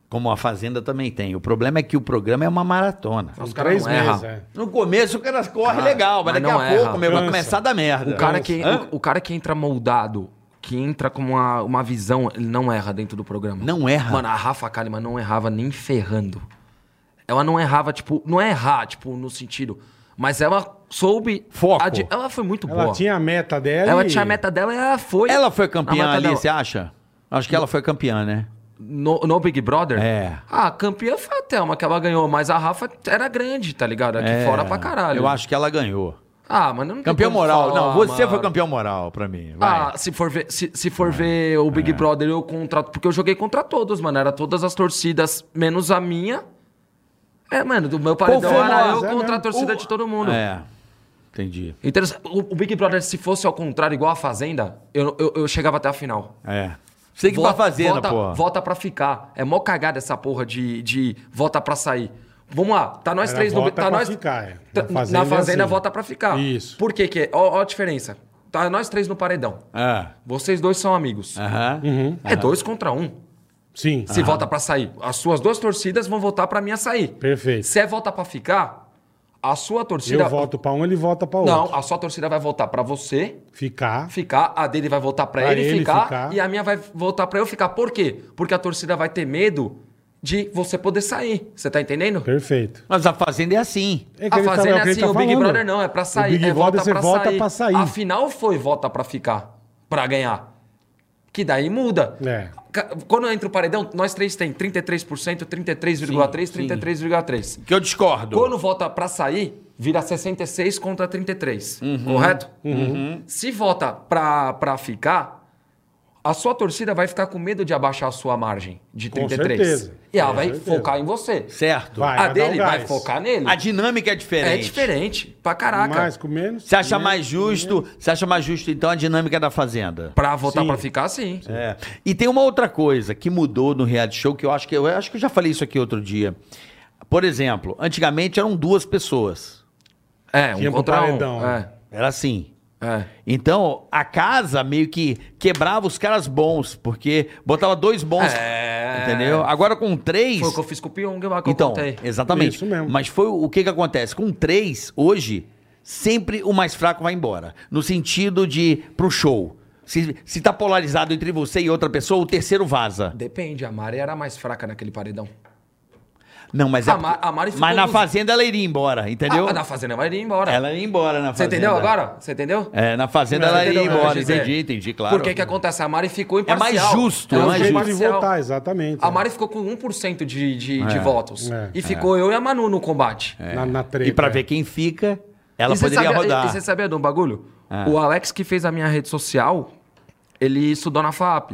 [SPEAKER 3] Como a Fazenda também tem. O problema é que o programa é uma maratona.
[SPEAKER 5] Os caras
[SPEAKER 4] Três
[SPEAKER 5] não erram.
[SPEAKER 4] meses, é.
[SPEAKER 3] No começo o cara corre legal, mas,
[SPEAKER 5] mas
[SPEAKER 3] daqui
[SPEAKER 5] não
[SPEAKER 3] a
[SPEAKER 5] erra.
[SPEAKER 3] pouco, meu, vai
[SPEAKER 4] Cansa.
[SPEAKER 3] começar da merda.
[SPEAKER 5] O cara, que,
[SPEAKER 3] Hã?
[SPEAKER 5] o, o cara que entra moldado, que entra com uma, uma visão, ele não erra dentro do programa.
[SPEAKER 3] Não erra.
[SPEAKER 5] Mano, a Rafa Kalimann não errava nem ferrando. Ela não errava, tipo, não é errar, tipo, no sentido. Mas ela soube.
[SPEAKER 3] Foco.
[SPEAKER 5] adi- Ela foi muito
[SPEAKER 4] Ela
[SPEAKER 5] boa.
[SPEAKER 4] tinha a meta dela.
[SPEAKER 5] Ela
[SPEAKER 4] e-
[SPEAKER 5] tinha a meta dela e ela foi.
[SPEAKER 3] Ela foi
[SPEAKER 5] a
[SPEAKER 3] campeã
[SPEAKER 5] meta
[SPEAKER 3] ali,
[SPEAKER 5] dela.
[SPEAKER 3] você acha? Acho que ela foi campeã, né?
[SPEAKER 5] No, no Big Brother?
[SPEAKER 3] É.
[SPEAKER 5] Ah, a campeã foi a Thelma que ela ganhou, mas a Rafa era grande, tá ligado? Aqui
[SPEAKER 3] É,
[SPEAKER 5] fora pra caralho.
[SPEAKER 3] Eu acho que ela ganhou.
[SPEAKER 5] Ah, mas não tem
[SPEAKER 3] Campeão
[SPEAKER 5] como
[SPEAKER 3] moral.
[SPEAKER 5] falar,
[SPEAKER 3] Não, você
[SPEAKER 5] mano.
[SPEAKER 3] foi campeão moral pra mim. Vai. É.
[SPEAKER 5] Ah, se for ver, se, se for ver o Big Brother, eu contrato. Porque eu joguei contra todos, mano. Era todas as torcidas, menos a minha. É, mano, do meu paredão
[SPEAKER 3] foi,
[SPEAKER 5] era
[SPEAKER 4] mas
[SPEAKER 5] eu
[SPEAKER 4] é
[SPEAKER 5] contra a
[SPEAKER 4] mesmo.
[SPEAKER 5] torcida de todo mundo.
[SPEAKER 3] é. Entendi.
[SPEAKER 5] Interessante. O, o Big Brother, se fosse ao contrário, igual a Fazenda, eu, eu, eu chegava até a final.
[SPEAKER 3] É. Sei que
[SPEAKER 5] Vota-
[SPEAKER 3] tá fazendo,
[SPEAKER 5] vota,
[SPEAKER 3] pô.
[SPEAKER 5] Vota pra ficar. É mó cagada essa porra de, de vota pra sair. Vamos lá, tá nós
[SPEAKER 4] Era
[SPEAKER 5] três no.
[SPEAKER 4] vota
[SPEAKER 5] Tá
[SPEAKER 4] pra
[SPEAKER 5] nós,
[SPEAKER 4] ficar, é.
[SPEAKER 5] tá-
[SPEAKER 4] Na
[SPEAKER 5] na fazenda,
[SPEAKER 4] Fazenda é assim.
[SPEAKER 5] vota pra ficar.
[SPEAKER 4] Isso.
[SPEAKER 5] Por que que é? Ó, ó a diferença. Tá nós três no paredão.
[SPEAKER 3] É.
[SPEAKER 5] Vocês dois são amigos.
[SPEAKER 3] Aham.
[SPEAKER 5] É dois contra um.
[SPEAKER 4] Sim. Ah.
[SPEAKER 5] Se vota pra sair, as suas duas torcidas vão votar pra minha sair.
[SPEAKER 4] Perfeito.
[SPEAKER 5] Se é vota pra ficar, a sua torcida.
[SPEAKER 4] Eu voto pra um, ele vota pra outro.
[SPEAKER 5] Não, a sua torcida vai votar pra você
[SPEAKER 4] Ficar.
[SPEAKER 5] ficar, a dele vai voltar pra
[SPEAKER 4] Pra
[SPEAKER 5] ele,
[SPEAKER 4] ele
[SPEAKER 5] ficar,
[SPEAKER 4] ficar.
[SPEAKER 5] e a minha vai voltar pra eu ficar. Por quê? Porque a torcida vai ter medo de você poder sair. Você tá entendendo?
[SPEAKER 4] Perfeito.
[SPEAKER 3] Mas a fazenda é assim.
[SPEAKER 4] É
[SPEAKER 5] a fazenda é
[SPEAKER 4] ele
[SPEAKER 5] assim, o Big
[SPEAKER 4] falando.
[SPEAKER 5] Brother não, é pra sair.
[SPEAKER 4] O Big
[SPEAKER 5] é
[SPEAKER 4] Brother
[SPEAKER 5] vota
[SPEAKER 4] você
[SPEAKER 5] pra
[SPEAKER 4] vota
[SPEAKER 5] sair.
[SPEAKER 4] pra sair.
[SPEAKER 5] A final foi vota pra ficar, pra ganhar. Que daí muda.
[SPEAKER 4] É.
[SPEAKER 5] Ca- Quando entra o paredão, nós três tem 33%, 33,3%, 33,3%.
[SPEAKER 3] Que eu discordo.
[SPEAKER 5] Quando vota pra sair, vira 66 contra 33,
[SPEAKER 3] Uhum.
[SPEAKER 5] correto?
[SPEAKER 4] Uhum.
[SPEAKER 5] Se vota pra, pra ficar, a sua torcida vai ficar com medo de abaixar a sua margem de
[SPEAKER 4] Com
[SPEAKER 5] 33.
[SPEAKER 4] certeza.
[SPEAKER 5] E ela
[SPEAKER 4] Com
[SPEAKER 5] vai
[SPEAKER 4] certeza.
[SPEAKER 5] focar em você.
[SPEAKER 3] Certo.
[SPEAKER 4] Vai.
[SPEAKER 5] a
[SPEAKER 4] dar o
[SPEAKER 5] dele vai
[SPEAKER 4] gás.
[SPEAKER 5] focar nele.
[SPEAKER 3] A dinâmica é diferente.
[SPEAKER 5] É diferente, pra caraca.
[SPEAKER 4] Mais com menos.
[SPEAKER 3] Você acha
[SPEAKER 4] menos,
[SPEAKER 3] mais justo? Você acha mais justo, então, a dinâmica da fazenda?
[SPEAKER 5] Pra votar
[SPEAKER 4] Sim.
[SPEAKER 5] pra ficar, sim.
[SPEAKER 3] É. E tem uma outra coisa que mudou no reality show, que eu acho que eu acho que eu já falei isso aqui outro dia. Por exemplo, antigamente eram duas pessoas.
[SPEAKER 5] É, um
[SPEAKER 4] Tinha pro
[SPEAKER 5] contra um.
[SPEAKER 4] paredão. né?
[SPEAKER 5] É.
[SPEAKER 3] Era assim.
[SPEAKER 5] É.
[SPEAKER 3] Então, a casa meio que quebrava os caras bons, porque botava dois bons,
[SPEAKER 5] É.
[SPEAKER 3] entendeu? Agora com três...
[SPEAKER 5] Foi o que eu fiz com o Pyong lá que
[SPEAKER 3] Então,
[SPEAKER 5] eu contei.
[SPEAKER 3] exatamente.
[SPEAKER 4] Isso mesmo.
[SPEAKER 3] Mas foi o que que acontece? Com três, hoje, sempre o mais fraco vai embora. No sentido de, pro show. Se, se tá polarizado entre você e outra pessoa, o terceiro vaza.
[SPEAKER 5] Depende, a Mari era mais fraca naquele paredão.
[SPEAKER 3] Não, mas é...
[SPEAKER 5] A Ah, Ma- a Mari ficou
[SPEAKER 3] mas na
[SPEAKER 5] nos-
[SPEAKER 3] fazenda ela iria embora, entendeu?
[SPEAKER 5] Ah, na fazenda ela iria embora.
[SPEAKER 3] Ela tá iria embora na
[SPEAKER 5] Você
[SPEAKER 3] fazenda.
[SPEAKER 5] entendeu agora? Você entendeu?
[SPEAKER 3] É, na fazenda
[SPEAKER 5] Você
[SPEAKER 3] ela
[SPEAKER 5] entendeu
[SPEAKER 3] iria
[SPEAKER 5] o que eu
[SPEAKER 3] embora.
[SPEAKER 5] quis dizer?
[SPEAKER 3] Entendi, entendi, claro.
[SPEAKER 5] Porque o que acontece? A Mari ficou
[SPEAKER 3] É mais
[SPEAKER 5] imparcial.
[SPEAKER 3] justo, é
[SPEAKER 5] Ela
[SPEAKER 3] mais
[SPEAKER 4] Tem
[SPEAKER 5] ficou
[SPEAKER 4] um
[SPEAKER 3] justo.
[SPEAKER 4] que
[SPEAKER 5] imparcial.
[SPEAKER 4] votar, exatamente.
[SPEAKER 5] A
[SPEAKER 4] é.
[SPEAKER 5] Mari ficou com 1% de, de, de votos.
[SPEAKER 4] É.
[SPEAKER 5] E ficou eu e a Manu no combate.
[SPEAKER 4] na, na treta.
[SPEAKER 3] E pra
[SPEAKER 4] é.
[SPEAKER 3] ver quem fica, ela
[SPEAKER 5] E você
[SPEAKER 3] poderia
[SPEAKER 5] sabia-
[SPEAKER 3] rodar. É.
[SPEAKER 5] E você sabia de um bagulho? O Alex que fez a minha rede social, ele estudou na FAP.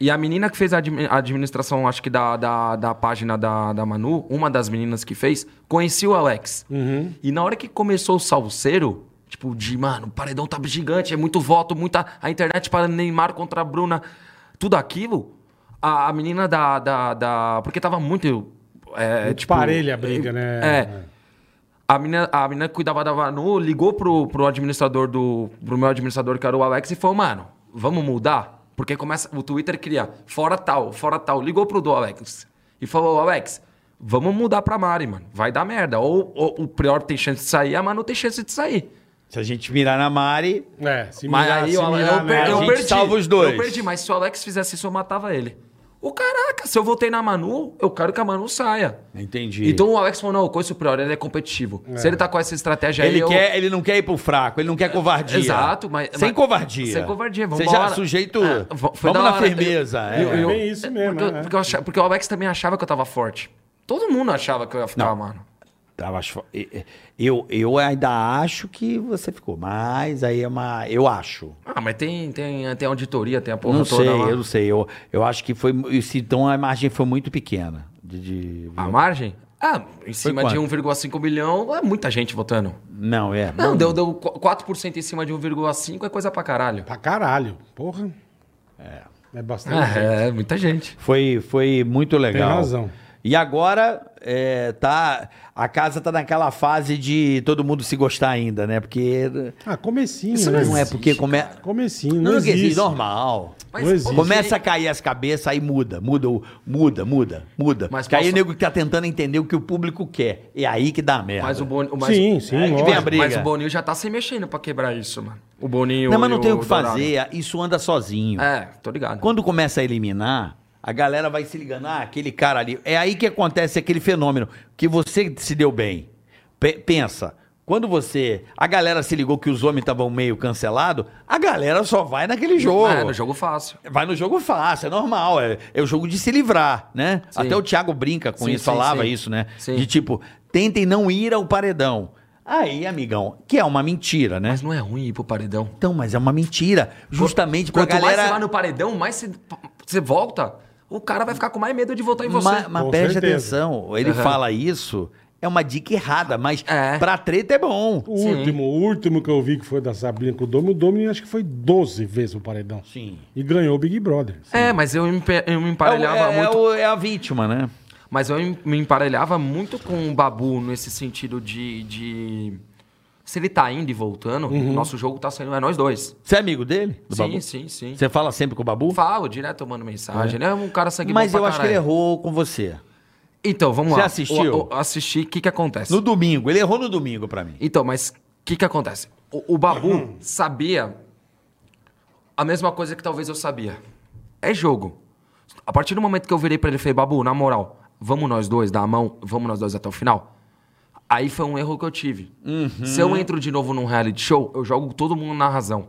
[SPEAKER 5] E a menina que fez a admi- a administração, acho que da, da, da página da, da Manu, uma das meninas que fez, conhecia o Alex.
[SPEAKER 4] Uhum.
[SPEAKER 5] E na hora que começou o salseiro, tipo, de, mano, o paredão tá gigante, é muito voto, muita. A internet para Neymar contra a Bruna, tudo aquilo, a, a menina da, da, da- Porque tava muito. É,
[SPEAKER 4] Muito parelha a briga, né?
[SPEAKER 5] É. A menina, a menina que cuidava da Vanu ligou pro, pro administrador do. pro meu administrador, que era o Alex, e falou, mano, vamos mudar? Porque começa. O Twitter cria fora tal, fora tal. Ligou pro do Alex e falou, Alex, vamos mudar pra Mari, mano. Vai dar merda. Ou, ou o Prior tem chance de sair, a Manu tem chance de sair.
[SPEAKER 3] Se a gente mirar na Mari,
[SPEAKER 4] É, se
[SPEAKER 5] Mas
[SPEAKER 4] mirar,
[SPEAKER 5] aí
[SPEAKER 4] se
[SPEAKER 5] eu,
[SPEAKER 4] mirar
[SPEAKER 5] eu, per-
[SPEAKER 4] nela.
[SPEAKER 5] eu
[SPEAKER 3] né? A gente
[SPEAKER 5] perdi.
[SPEAKER 3] salva os dois.
[SPEAKER 5] Eu perdi, mas se o Alex fizesse isso, eu matava ele. O caraca, se eu voltei na Manu, eu quero que a Manu saia.
[SPEAKER 3] entendi.
[SPEAKER 5] Então o Alex falou, não, eu conheço o Prior, ele é competitivo. Se ele tá com essa estratégia
[SPEAKER 3] ele,
[SPEAKER 5] aí, eu-
[SPEAKER 3] quer, ele não quer ir pro fraco, ele não quer covardia.
[SPEAKER 5] Exato, mas.
[SPEAKER 3] Sem
[SPEAKER 5] mas-
[SPEAKER 3] covardia.
[SPEAKER 5] Sem covardia, É, vamos
[SPEAKER 3] Você já sujeito. vamos na firmeza. é.
[SPEAKER 4] eu- bem isso mesmo,
[SPEAKER 5] Porque,
[SPEAKER 4] né?
[SPEAKER 5] porque eu acha- porque o Alex também achava que eu tava forte. Todo mundo achava que eu ia ficar, mano.
[SPEAKER 3] Tava cho- Tá, e- e- eu, eu ainda acho que você ficou, mas aí é uma. Eu acho.
[SPEAKER 5] Ah, mas tem, tem, tem auditoria, tem a porra
[SPEAKER 3] não
[SPEAKER 5] toda.
[SPEAKER 3] sei,
[SPEAKER 5] lá.
[SPEAKER 3] eu não sei. Eu, eu acho que foi. esse- Então a margem foi muito pequena. De, de-
[SPEAKER 5] A margem? Ah, em cima de
[SPEAKER 3] quanto?
[SPEAKER 5] 1,5 bilhão, é muita gente votando.
[SPEAKER 3] Não, é.
[SPEAKER 5] Não, deu, deu qu- 4% em cima de 1,5 é coisa pra caralho.
[SPEAKER 4] Pra caralho. Porra. É. É bastante.
[SPEAKER 5] Ah, é, muita gente.
[SPEAKER 3] Foi, foi muito legal.
[SPEAKER 4] Tem razão.
[SPEAKER 3] E agora é, tá, a casa tá naquela fase de todo mundo se gostar ainda, né? Porque
[SPEAKER 4] Ah, comecinho,
[SPEAKER 3] isso não,
[SPEAKER 4] né?
[SPEAKER 3] é porque come...
[SPEAKER 4] Comecinho,
[SPEAKER 3] não,
[SPEAKER 4] não,
[SPEAKER 3] não que
[SPEAKER 4] existe.
[SPEAKER 3] existe, normal.
[SPEAKER 4] Não existe.
[SPEAKER 3] Começa a cair as cabeças, aí muda, muda, o- muda, muda, muda.
[SPEAKER 5] Mas
[SPEAKER 3] Mas aí
[SPEAKER 5] posso-
[SPEAKER 3] o nego que tá tentando entender o que o público quer. E aí que dá a merda.
[SPEAKER 5] Mas o Boninho. mas-
[SPEAKER 4] Sim, sim,
[SPEAKER 3] É, que
[SPEAKER 4] lógico.
[SPEAKER 3] vem a briga.
[SPEAKER 5] Mas o Boninho já tá se mexendo pra quebrar isso, mano. O Boninho.
[SPEAKER 3] não, mas não
[SPEAKER 5] e
[SPEAKER 3] tem o que
[SPEAKER 5] Dourado.
[SPEAKER 3] fazer, isso anda sozinho.
[SPEAKER 5] É, tô ligado.
[SPEAKER 3] Quando começa a eliminar, a galera vai se ligando, ah, aquele cara ali. É aí que acontece aquele fenômeno que você se deu bem. Pe- pensa, quando você, a galera se ligou que os homens estavam meio cancelados, a galera só vai naquele jogo.
[SPEAKER 5] É, no jogo fácil.
[SPEAKER 3] Vai no jogo fácil, é normal, é, é o jogo de se livrar, né?
[SPEAKER 5] Sim.
[SPEAKER 3] Até o Thiago brinca com
[SPEAKER 5] Sim,
[SPEAKER 3] isso,
[SPEAKER 5] sim,
[SPEAKER 3] falava
[SPEAKER 5] sim.
[SPEAKER 3] isso, né?
[SPEAKER 5] Sim.
[SPEAKER 3] De tipo, tentem não ir ao paredão. Aí, amigão, que é uma mentira, né?
[SPEAKER 5] Mas não é ruim ir pro paredão.
[SPEAKER 3] Então, mas é uma mentira, justamente pra
[SPEAKER 5] Quanto
[SPEAKER 3] Tipo, galera...
[SPEAKER 5] mais você vai no paredão, mais você, você volta, o cara vai ficar com mais medo de votar em você.
[SPEAKER 3] Mas, mas
[SPEAKER 4] Com
[SPEAKER 3] preste
[SPEAKER 4] certeza.
[SPEAKER 3] atenção, ele fala isso, é uma dica errada, mas
[SPEAKER 5] É.
[SPEAKER 3] pra treta é bom.
[SPEAKER 4] O último, o último que eu vi que foi da Sabrina com o Domi, o Domi acho que foi 12 vezes o paredão.
[SPEAKER 3] Sim.
[SPEAKER 4] E ganhou o Big Brother.
[SPEAKER 5] É, mas eu, me empe- eu me
[SPEAKER 3] É, o-
[SPEAKER 5] emparelhava
[SPEAKER 3] é- é
[SPEAKER 5] muito.
[SPEAKER 3] o- é a vítima, né?
[SPEAKER 5] Mas eu em- me emparelhava muito com o Babu nesse sentido de. de- Se ele tá indo e voltando, o nosso jogo tá saindo, é nós dois.
[SPEAKER 3] Você é amigo dele? Uhum. do
[SPEAKER 5] sim,
[SPEAKER 3] Babu?
[SPEAKER 5] sim, sim,
[SPEAKER 3] Você é fala sempre com o Babu?
[SPEAKER 5] Falo, direto eu mando mensagem. Ele é um cara sangue
[SPEAKER 3] Mas
[SPEAKER 5] bom
[SPEAKER 3] eu
[SPEAKER 5] pra
[SPEAKER 3] acho que ele
[SPEAKER 5] caralho.
[SPEAKER 3] errou com você.
[SPEAKER 5] Então, vamos
[SPEAKER 3] Você
[SPEAKER 5] lá.
[SPEAKER 3] assistiu?
[SPEAKER 5] O- o- assisti, o que que acontece?
[SPEAKER 3] No domingo, ele errou no domingo pra mim.
[SPEAKER 5] Então, mas o que que acontece? O, o
[SPEAKER 4] Uhum.
[SPEAKER 5] Babu sabia a mesma coisa que talvez eu sabia. É jogo. A partir do momento que eu virei pra ele e falei, Babu, na moral, vamos nós dois dar a mão, vamos nós dois até o final. Aí foi um erro que eu tive. Se eu entro de novo num reality show, eu jogo todo mundo na razão.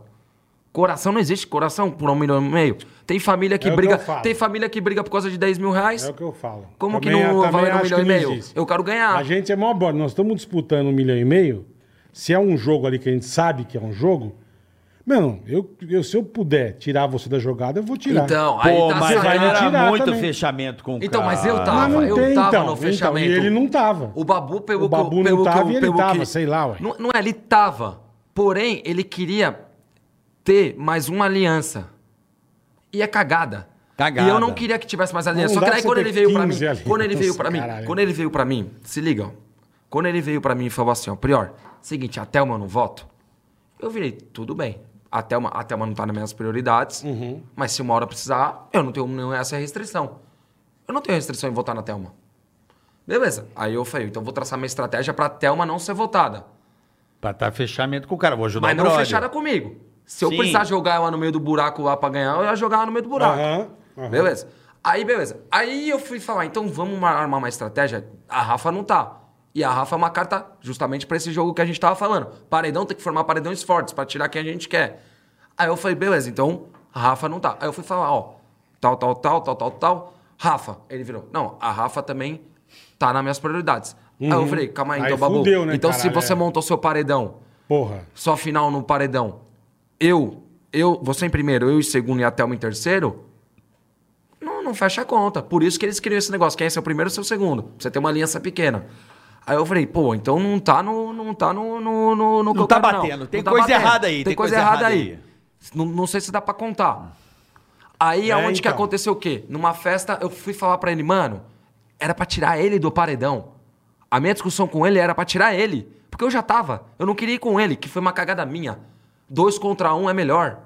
[SPEAKER 5] Coração não existe, coração por um milhão e meio. Tem família que
[SPEAKER 4] É o que
[SPEAKER 5] briga.
[SPEAKER 4] eu falo.
[SPEAKER 5] tem família que briga por causa de 10 mil reais.
[SPEAKER 4] É o que eu falo.
[SPEAKER 5] Como
[SPEAKER 4] Também-
[SPEAKER 5] que não
[SPEAKER 4] também
[SPEAKER 5] vai um
[SPEAKER 4] acho
[SPEAKER 5] milhão e
[SPEAKER 4] que não
[SPEAKER 5] meio?
[SPEAKER 4] existe.
[SPEAKER 5] Eu quero ganhar.
[SPEAKER 4] A gente é mó bola. Nós estamos disputando um milhão e meio. Se é um jogo ali que a gente sabe que é um jogo, mano, eu, eu, se eu puder tirar você da jogada, eu vou tirar.
[SPEAKER 5] Então, aí
[SPEAKER 3] Pô,
[SPEAKER 5] tá
[SPEAKER 3] mas
[SPEAKER 5] saindo-
[SPEAKER 4] vai me
[SPEAKER 3] era
[SPEAKER 4] tirar
[SPEAKER 3] muito
[SPEAKER 4] também.
[SPEAKER 3] fechamento com o
[SPEAKER 5] Então,
[SPEAKER 3] cara.
[SPEAKER 5] mas eu
[SPEAKER 4] mas
[SPEAKER 5] tava,
[SPEAKER 4] não
[SPEAKER 5] eu
[SPEAKER 4] tem,
[SPEAKER 5] tava
[SPEAKER 4] então.
[SPEAKER 5] no
[SPEAKER 4] então,
[SPEAKER 5] fechamento.
[SPEAKER 4] e ele não tava.
[SPEAKER 5] O Babu pelo
[SPEAKER 4] O Babu
[SPEAKER 5] que, eu-
[SPEAKER 4] não
[SPEAKER 5] pelo que eu-
[SPEAKER 4] tava e ele
[SPEAKER 5] pelo
[SPEAKER 4] tava,
[SPEAKER 5] que-
[SPEAKER 4] sei lá, ué.
[SPEAKER 5] Não, não é, ele tava. Porém, ele queria ter mais uma aliança. E é cagada.
[SPEAKER 3] Cagada.
[SPEAKER 5] E eu não queria que tivesse mais aliança.
[SPEAKER 4] Não
[SPEAKER 5] Só que
[SPEAKER 4] dá
[SPEAKER 5] aí
[SPEAKER 4] pra
[SPEAKER 5] quando
[SPEAKER 4] você
[SPEAKER 5] ele
[SPEAKER 4] ter
[SPEAKER 5] veio pra mim,
[SPEAKER 4] 15 alianças,
[SPEAKER 5] quando ele veio pra mim,
[SPEAKER 4] caralho.
[SPEAKER 5] quando ele veio pra mim, se ligam. Quando ele veio pra mim e falou assim, ó, Prior, seguinte, até Thelma eu não voto. Eu virei, tudo bem. A Thelma, a Thelma não tá nas minhas prioridades,
[SPEAKER 4] Uhum.
[SPEAKER 5] mas se uma hora precisar, eu não tenho nenhuma essa restrição. Eu não tenho restrição em votar na Thelma. Beleza. Aí eu falei, então eu vou traçar minha estratégia pra Thelma não ser votada.
[SPEAKER 3] Pra tá fechamento com o cara, vou ajudar
[SPEAKER 5] Mas
[SPEAKER 3] o
[SPEAKER 5] não
[SPEAKER 3] brother.
[SPEAKER 5] fechada comigo. Se eu
[SPEAKER 3] Sim.
[SPEAKER 5] precisar jogar ela no meio do buraco lá pra ganhar, eu ia jogar ela no meio do buraco.
[SPEAKER 4] Aham, aham.
[SPEAKER 5] Beleza. Aí, beleza. Aí eu fui falar, então vamos mar- armar uma estratégia? A Rafa não tá. E a Rafa é uma carta justamente pra esse jogo que a gente tava falando. Paredão tem que formar paredões fortes pra tirar quem a gente quer. Aí eu falei, beleza, então a Rafa não tá. Aí eu fui falar, ó, tal, tal, tal, tal, tal, tal. Rafa, ele virou. Não, a Rafa também tá nas minhas prioridades. Aí eu falei, calma aí,
[SPEAKER 4] Uhum. Aí
[SPEAKER 5] então, babu.
[SPEAKER 4] fudeu, né,
[SPEAKER 5] então se
[SPEAKER 4] caralho,
[SPEAKER 5] você
[SPEAKER 4] é.
[SPEAKER 5] montou seu paredão
[SPEAKER 4] Porra.
[SPEAKER 5] só final no paredão. Eu, eu, você em primeiro, eu em segundo e a Thelma em terceiro, não, não fecha a conta. Por isso que eles criam esse negócio. Quem é seu primeiro, seu segundo. Pra Você tem uma aliança pequena. Aí eu falei, pô, então não tá no. Não tá no. no, no, no que
[SPEAKER 3] Não
[SPEAKER 5] eu
[SPEAKER 3] tá
[SPEAKER 5] quero,
[SPEAKER 3] batendo. Tem coisa errada aí,
[SPEAKER 5] Tem, coisa, errada aí. Não, não sei se dá pra contar. Aí
[SPEAKER 4] É,
[SPEAKER 5] aonde que
[SPEAKER 4] então.
[SPEAKER 5] aconteceu o quê? Numa festa, eu fui falar pra ele, mano, era pra tirar ele do paredão. A minha discussão com ele era pra tirar ele. Porque eu já tava. Eu não queria ir com ele, que foi uma cagada minha. Dois contra um é melhor.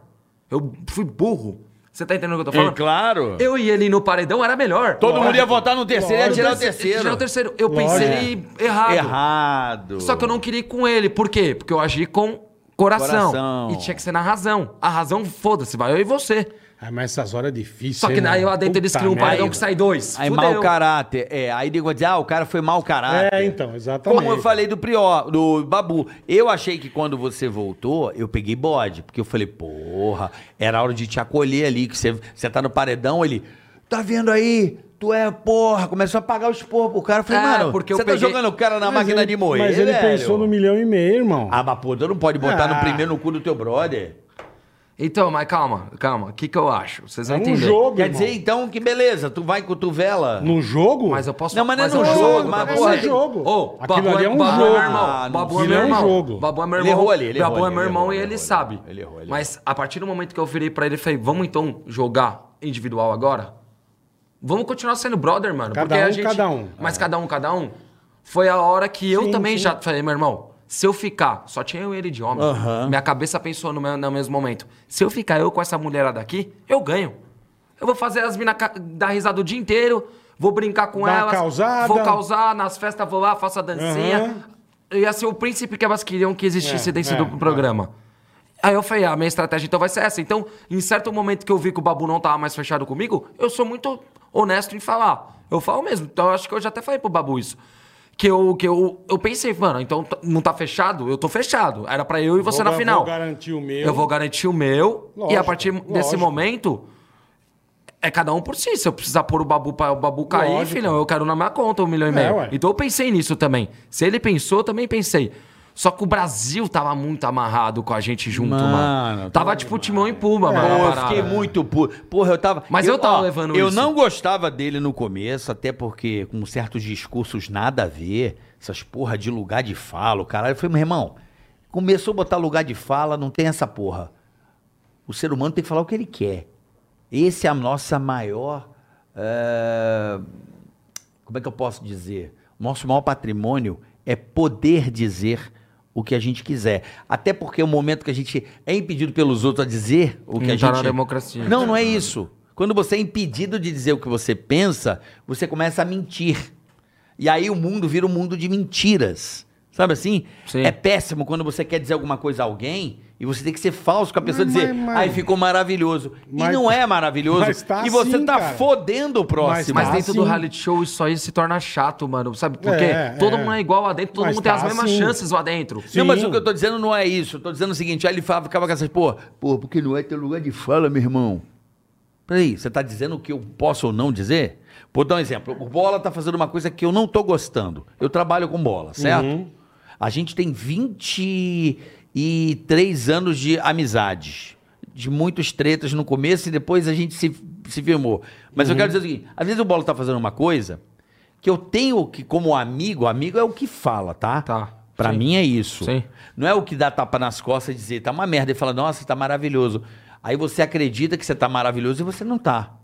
[SPEAKER 5] Eu fui burro. Você tá entendendo o que eu tô falando?
[SPEAKER 3] É claro.
[SPEAKER 5] Eu e ele no paredão era melhor.
[SPEAKER 3] Todo mundo ia votar no terceiro, ia
[SPEAKER 5] Lógico.
[SPEAKER 3] tirar o terceiro. É.
[SPEAKER 5] Tirar o terceiro. Eu
[SPEAKER 4] Lógico.
[SPEAKER 5] pensei errado.
[SPEAKER 3] Errado.
[SPEAKER 5] Só que eu não queria ir com ele. Por quê? Porque eu agi com coração.
[SPEAKER 3] Coração.
[SPEAKER 5] E tinha que ser na razão. A razão, foda-se, vai eu e você.
[SPEAKER 4] Ah, mas essas horas é difícil.
[SPEAKER 5] Só que
[SPEAKER 4] hein,
[SPEAKER 5] daí
[SPEAKER 4] mano?
[SPEAKER 5] lá dentro eles
[SPEAKER 4] Puta
[SPEAKER 5] criam um paredão
[SPEAKER 4] merda.
[SPEAKER 5] que sai dois.
[SPEAKER 3] Aí
[SPEAKER 5] Fudeu.
[SPEAKER 3] mau caráter. É, aí nego diz, ah, o cara foi mau caráter.
[SPEAKER 4] É, então, exatamente.
[SPEAKER 3] Como eu falei do Prior, do Babu. Eu achei que quando você voltou, eu peguei bode. Porque eu falei, porra, era hora de te acolher ali, que você, você tá no paredão, ele, tá vendo aí? Tu é porra, começou a pagar os porros pro cara. Eu falei,
[SPEAKER 4] Ah,
[SPEAKER 5] É,
[SPEAKER 3] mano,
[SPEAKER 5] porque eu
[SPEAKER 3] você tá
[SPEAKER 5] peguei-
[SPEAKER 3] jogando o cara na
[SPEAKER 4] Mas
[SPEAKER 3] máquina
[SPEAKER 4] ele-
[SPEAKER 3] de moer, é,
[SPEAKER 4] Mas ele
[SPEAKER 3] velho.
[SPEAKER 4] pensou no milhão e meio, irmão.
[SPEAKER 3] Ah, mas pô, tu não pode botar no
[SPEAKER 4] Ah.
[SPEAKER 3] primeiro no cu do teu brother.
[SPEAKER 5] Então, mas calma, calma. O que, que eu acho? Vocês
[SPEAKER 4] É
[SPEAKER 5] vão
[SPEAKER 4] um
[SPEAKER 5] entender.
[SPEAKER 4] jogo,
[SPEAKER 3] Quer
[SPEAKER 4] irmão.
[SPEAKER 3] dizer, então, que beleza, tu vai cotovela.
[SPEAKER 4] No jogo?
[SPEAKER 5] Mas eu posso
[SPEAKER 3] Não, mas não é
[SPEAKER 5] eu
[SPEAKER 3] no
[SPEAKER 5] posso
[SPEAKER 3] jogo,
[SPEAKER 5] falar
[SPEAKER 3] mas,
[SPEAKER 5] pra
[SPEAKER 3] porra,
[SPEAKER 5] vocês.
[SPEAKER 3] é
[SPEAKER 4] jogo.
[SPEAKER 5] Ô,
[SPEAKER 4] Aquilo
[SPEAKER 5] Babu
[SPEAKER 4] ali
[SPEAKER 5] é
[SPEAKER 4] é
[SPEAKER 5] um
[SPEAKER 4] um
[SPEAKER 5] Babu É
[SPEAKER 4] jogo.
[SPEAKER 5] meu irmão.
[SPEAKER 3] Ah, não
[SPEAKER 5] Babu é
[SPEAKER 4] sei.
[SPEAKER 5] meu
[SPEAKER 4] Ele é um
[SPEAKER 5] irmão.
[SPEAKER 4] jogo.
[SPEAKER 5] Babu é meu
[SPEAKER 3] Ele
[SPEAKER 5] irmão.
[SPEAKER 3] errou ali, ele
[SPEAKER 5] Babu
[SPEAKER 3] errou,
[SPEAKER 5] é
[SPEAKER 3] ele
[SPEAKER 5] meu irmão
[SPEAKER 3] errou,
[SPEAKER 5] e
[SPEAKER 3] ele
[SPEAKER 5] ele
[SPEAKER 3] errou,
[SPEAKER 5] sabe.
[SPEAKER 3] ele errou, ele errou.
[SPEAKER 5] Mas a partir do momento que eu virei pra ele, eu falei, vamos então jogar individual agora? Vamos continuar sendo brother, mano.
[SPEAKER 4] Cada
[SPEAKER 5] porque a
[SPEAKER 4] um,
[SPEAKER 5] gente...
[SPEAKER 4] cada um.
[SPEAKER 5] Mas cada um, cada um. Foi a hora que eu
[SPEAKER 4] Sim,
[SPEAKER 5] também
[SPEAKER 4] sim.
[SPEAKER 5] já falei, meu irmão, se eu ficar, só tinha eu e ele de homem. Minha cabeça pensou no, meu- no mesmo momento. Se eu ficar eu com essa mulherada aqui, eu ganho. Eu vou fazer as minas ca- dar risada o dia inteiro, vou brincar com
[SPEAKER 4] Dá uma
[SPEAKER 5] elas,
[SPEAKER 4] causada.
[SPEAKER 5] vou causar, nas festas vou lá, faço a dancinha. Ia ser o príncipe que elas queriam que existisse
[SPEAKER 4] É,
[SPEAKER 5] dentro
[SPEAKER 4] é,
[SPEAKER 5] do
[SPEAKER 4] é.
[SPEAKER 5] programa. Aí eu falei, a minha estratégia então vai ser essa. Então, em certo momento que eu vi que o Babu não tava mais fechado comigo, eu sou muito honesto em falar. Eu falo mesmo. Então, eu acho que eu já até falei pro Babu isso. Que eu, que eu, eu pensei, mano, então t- não tá fechado? Eu tô fechado. Era pra eu e você
[SPEAKER 4] Vou
[SPEAKER 5] na
[SPEAKER 4] ga-
[SPEAKER 5] final.
[SPEAKER 4] Vou garantir o meu.
[SPEAKER 5] Eu vou garantir o meu. e a
[SPEAKER 4] Lógico,
[SPEAKER 5] partir desse
[SPEAKER 4] lógico.
[SPEAKER 5] momento, é cada um por si. Se eu precisar pôr o babu pra o babu cair,
[SPEAKER 4] Lógico.
[SPEAKER 5] filhão, eu quero na minha conta um milhão e
[SPEAKER 4] É,
[SPEAKER 5] meio.
[SPEAKER 4] ué.
[SPEAKER 5] então eu pensei nisso também. Se ele pensou, eu também pensei. Só que o Brasil tava muito amarrado com a gente junto, mano.
[SPEAKER 3] Mano,
[SPEAKER 5] tava tipo Timão e
[SPEAKER 4] É,
[SPEAKER 5] Pumba, mano.
[SPEAKER 3] Pô,
[SPEAKER 5] a
[SPEAKER 3] eu
[SPEAKER 5] parada.
[SPEAKER 3] fiquei muito puto. Porra, eu tava.
[SPEAKER 5] Mas eu tava levando
[SPEAKER 3] eu
[SPEAKER 5] isso.
[SPEAKER 3] não gostava dele no começo, até porque com certos discursos nada a ver, essas porra de lugar de fala, o caralho. Eu falei, meu irmão, começou a botar lugar de fala, não tem essa porra. O ser humano tem que falar o que ele quer. Esse é a nossa maior. eh, Como é que eu posso dizer? Nosso maior patrimônio é poder dizer o que a gente quiser. Até porque o momento que a gente é impedido pelos outros a dizer o que
[SPEAKER 5] Não
[SPEAKER 3] a
[SPEAKER 5] tá
[SPEAKER 3] gente.
[SPEAKER 5] na democracia.
[SPEAKER 3] Não, não é isso. Quando você é impedido de dizer o que você pensa, você começa a mentir. E aí o mundo vira um mundo de mentiras. Sabe assim?
[SPEAKER 5] Sim.
[SPEAKER 3] É péssimo quando você quer dizer alguma coisa a alguém e você tem que ser falso com a pessoa e dizer,
[SPEAKER 4] mas-
[SPEAKER 3] aí ficou maravilhoso. e
[SPEAKER 4] Mas-
[SPEAKER 3] não é maravilhoso.
[SPEAKER 4] Mas tá
[SPEAKER 3] e você
[SPEAKER 4] assim,
[SPEAKER 3] tá
[SPEAKER 4] cara.
[SPEAKER 3] fodendo o próximo.
[SPEAKER 5] Mas
[SPEAKER 4] Tá
[SPEAKER 5] dentro do
[SPEAKER 4] assim.
[SPEAKER 5] reality show, isso aí se torna chato, mano. Sabe por quê?
[SPEAKER 4] É,
[SPEAKER 5] todo
[SPEAKER 4] é.
[SPEAKER 5] mundo é igual lá dentro, todo
[SPEAKER 4] Mas
[SPEAKER 5] mundo tem
[SPEAKER 4] tá
[SPEAKER 5] as mesmas
[SPEAKER 4] assim.
[SPEAKER 5] chances lá dentro.
[SPEAKER 3] Não, mas
[SPEAKER 4] Sim.
[SPEAKER 3] o que eu tô dizendo não é isso. Eu tô dizendo o seguinte, aí ele fala, ficava com essas, pô, pô, porque não é teu lugar de fala, meu irmão. Peraí, você tá dizendo o que eu posso ou não dizer? Vou dar um exemplo. O Bola tá fazendo uma coisa que eu não tô gostando. Eu trabalho com bola, certo?
[SPEAKER 5] Uhum.
[SPEAKER 3] A gente tem 23 anos de amizades. De muitos tretas no começo e depois a gente se, se firmou. Mas
[SPEAKER 5] Uhum.
[SPEAKER 3] eu quero dizer o seguinte: às vezes o Bola tá fazendo uma coisa que eu tenho que, como amigo, amigo é o que fala, tá?
[SPEAKER 5] Tá.
[SPEAKER 3] Pra
[SPEAKER 5] Sim.
[SPEAKER 3] mim é isso.
[SPEAKER 5] Sim.
[SPEAKER 3] Não é o que dá tapa nas costas e dizer, tá uma merda, e fala, nossa, tá maravilhoso. Aí você acredita que você tá maravilhoso e você não tá.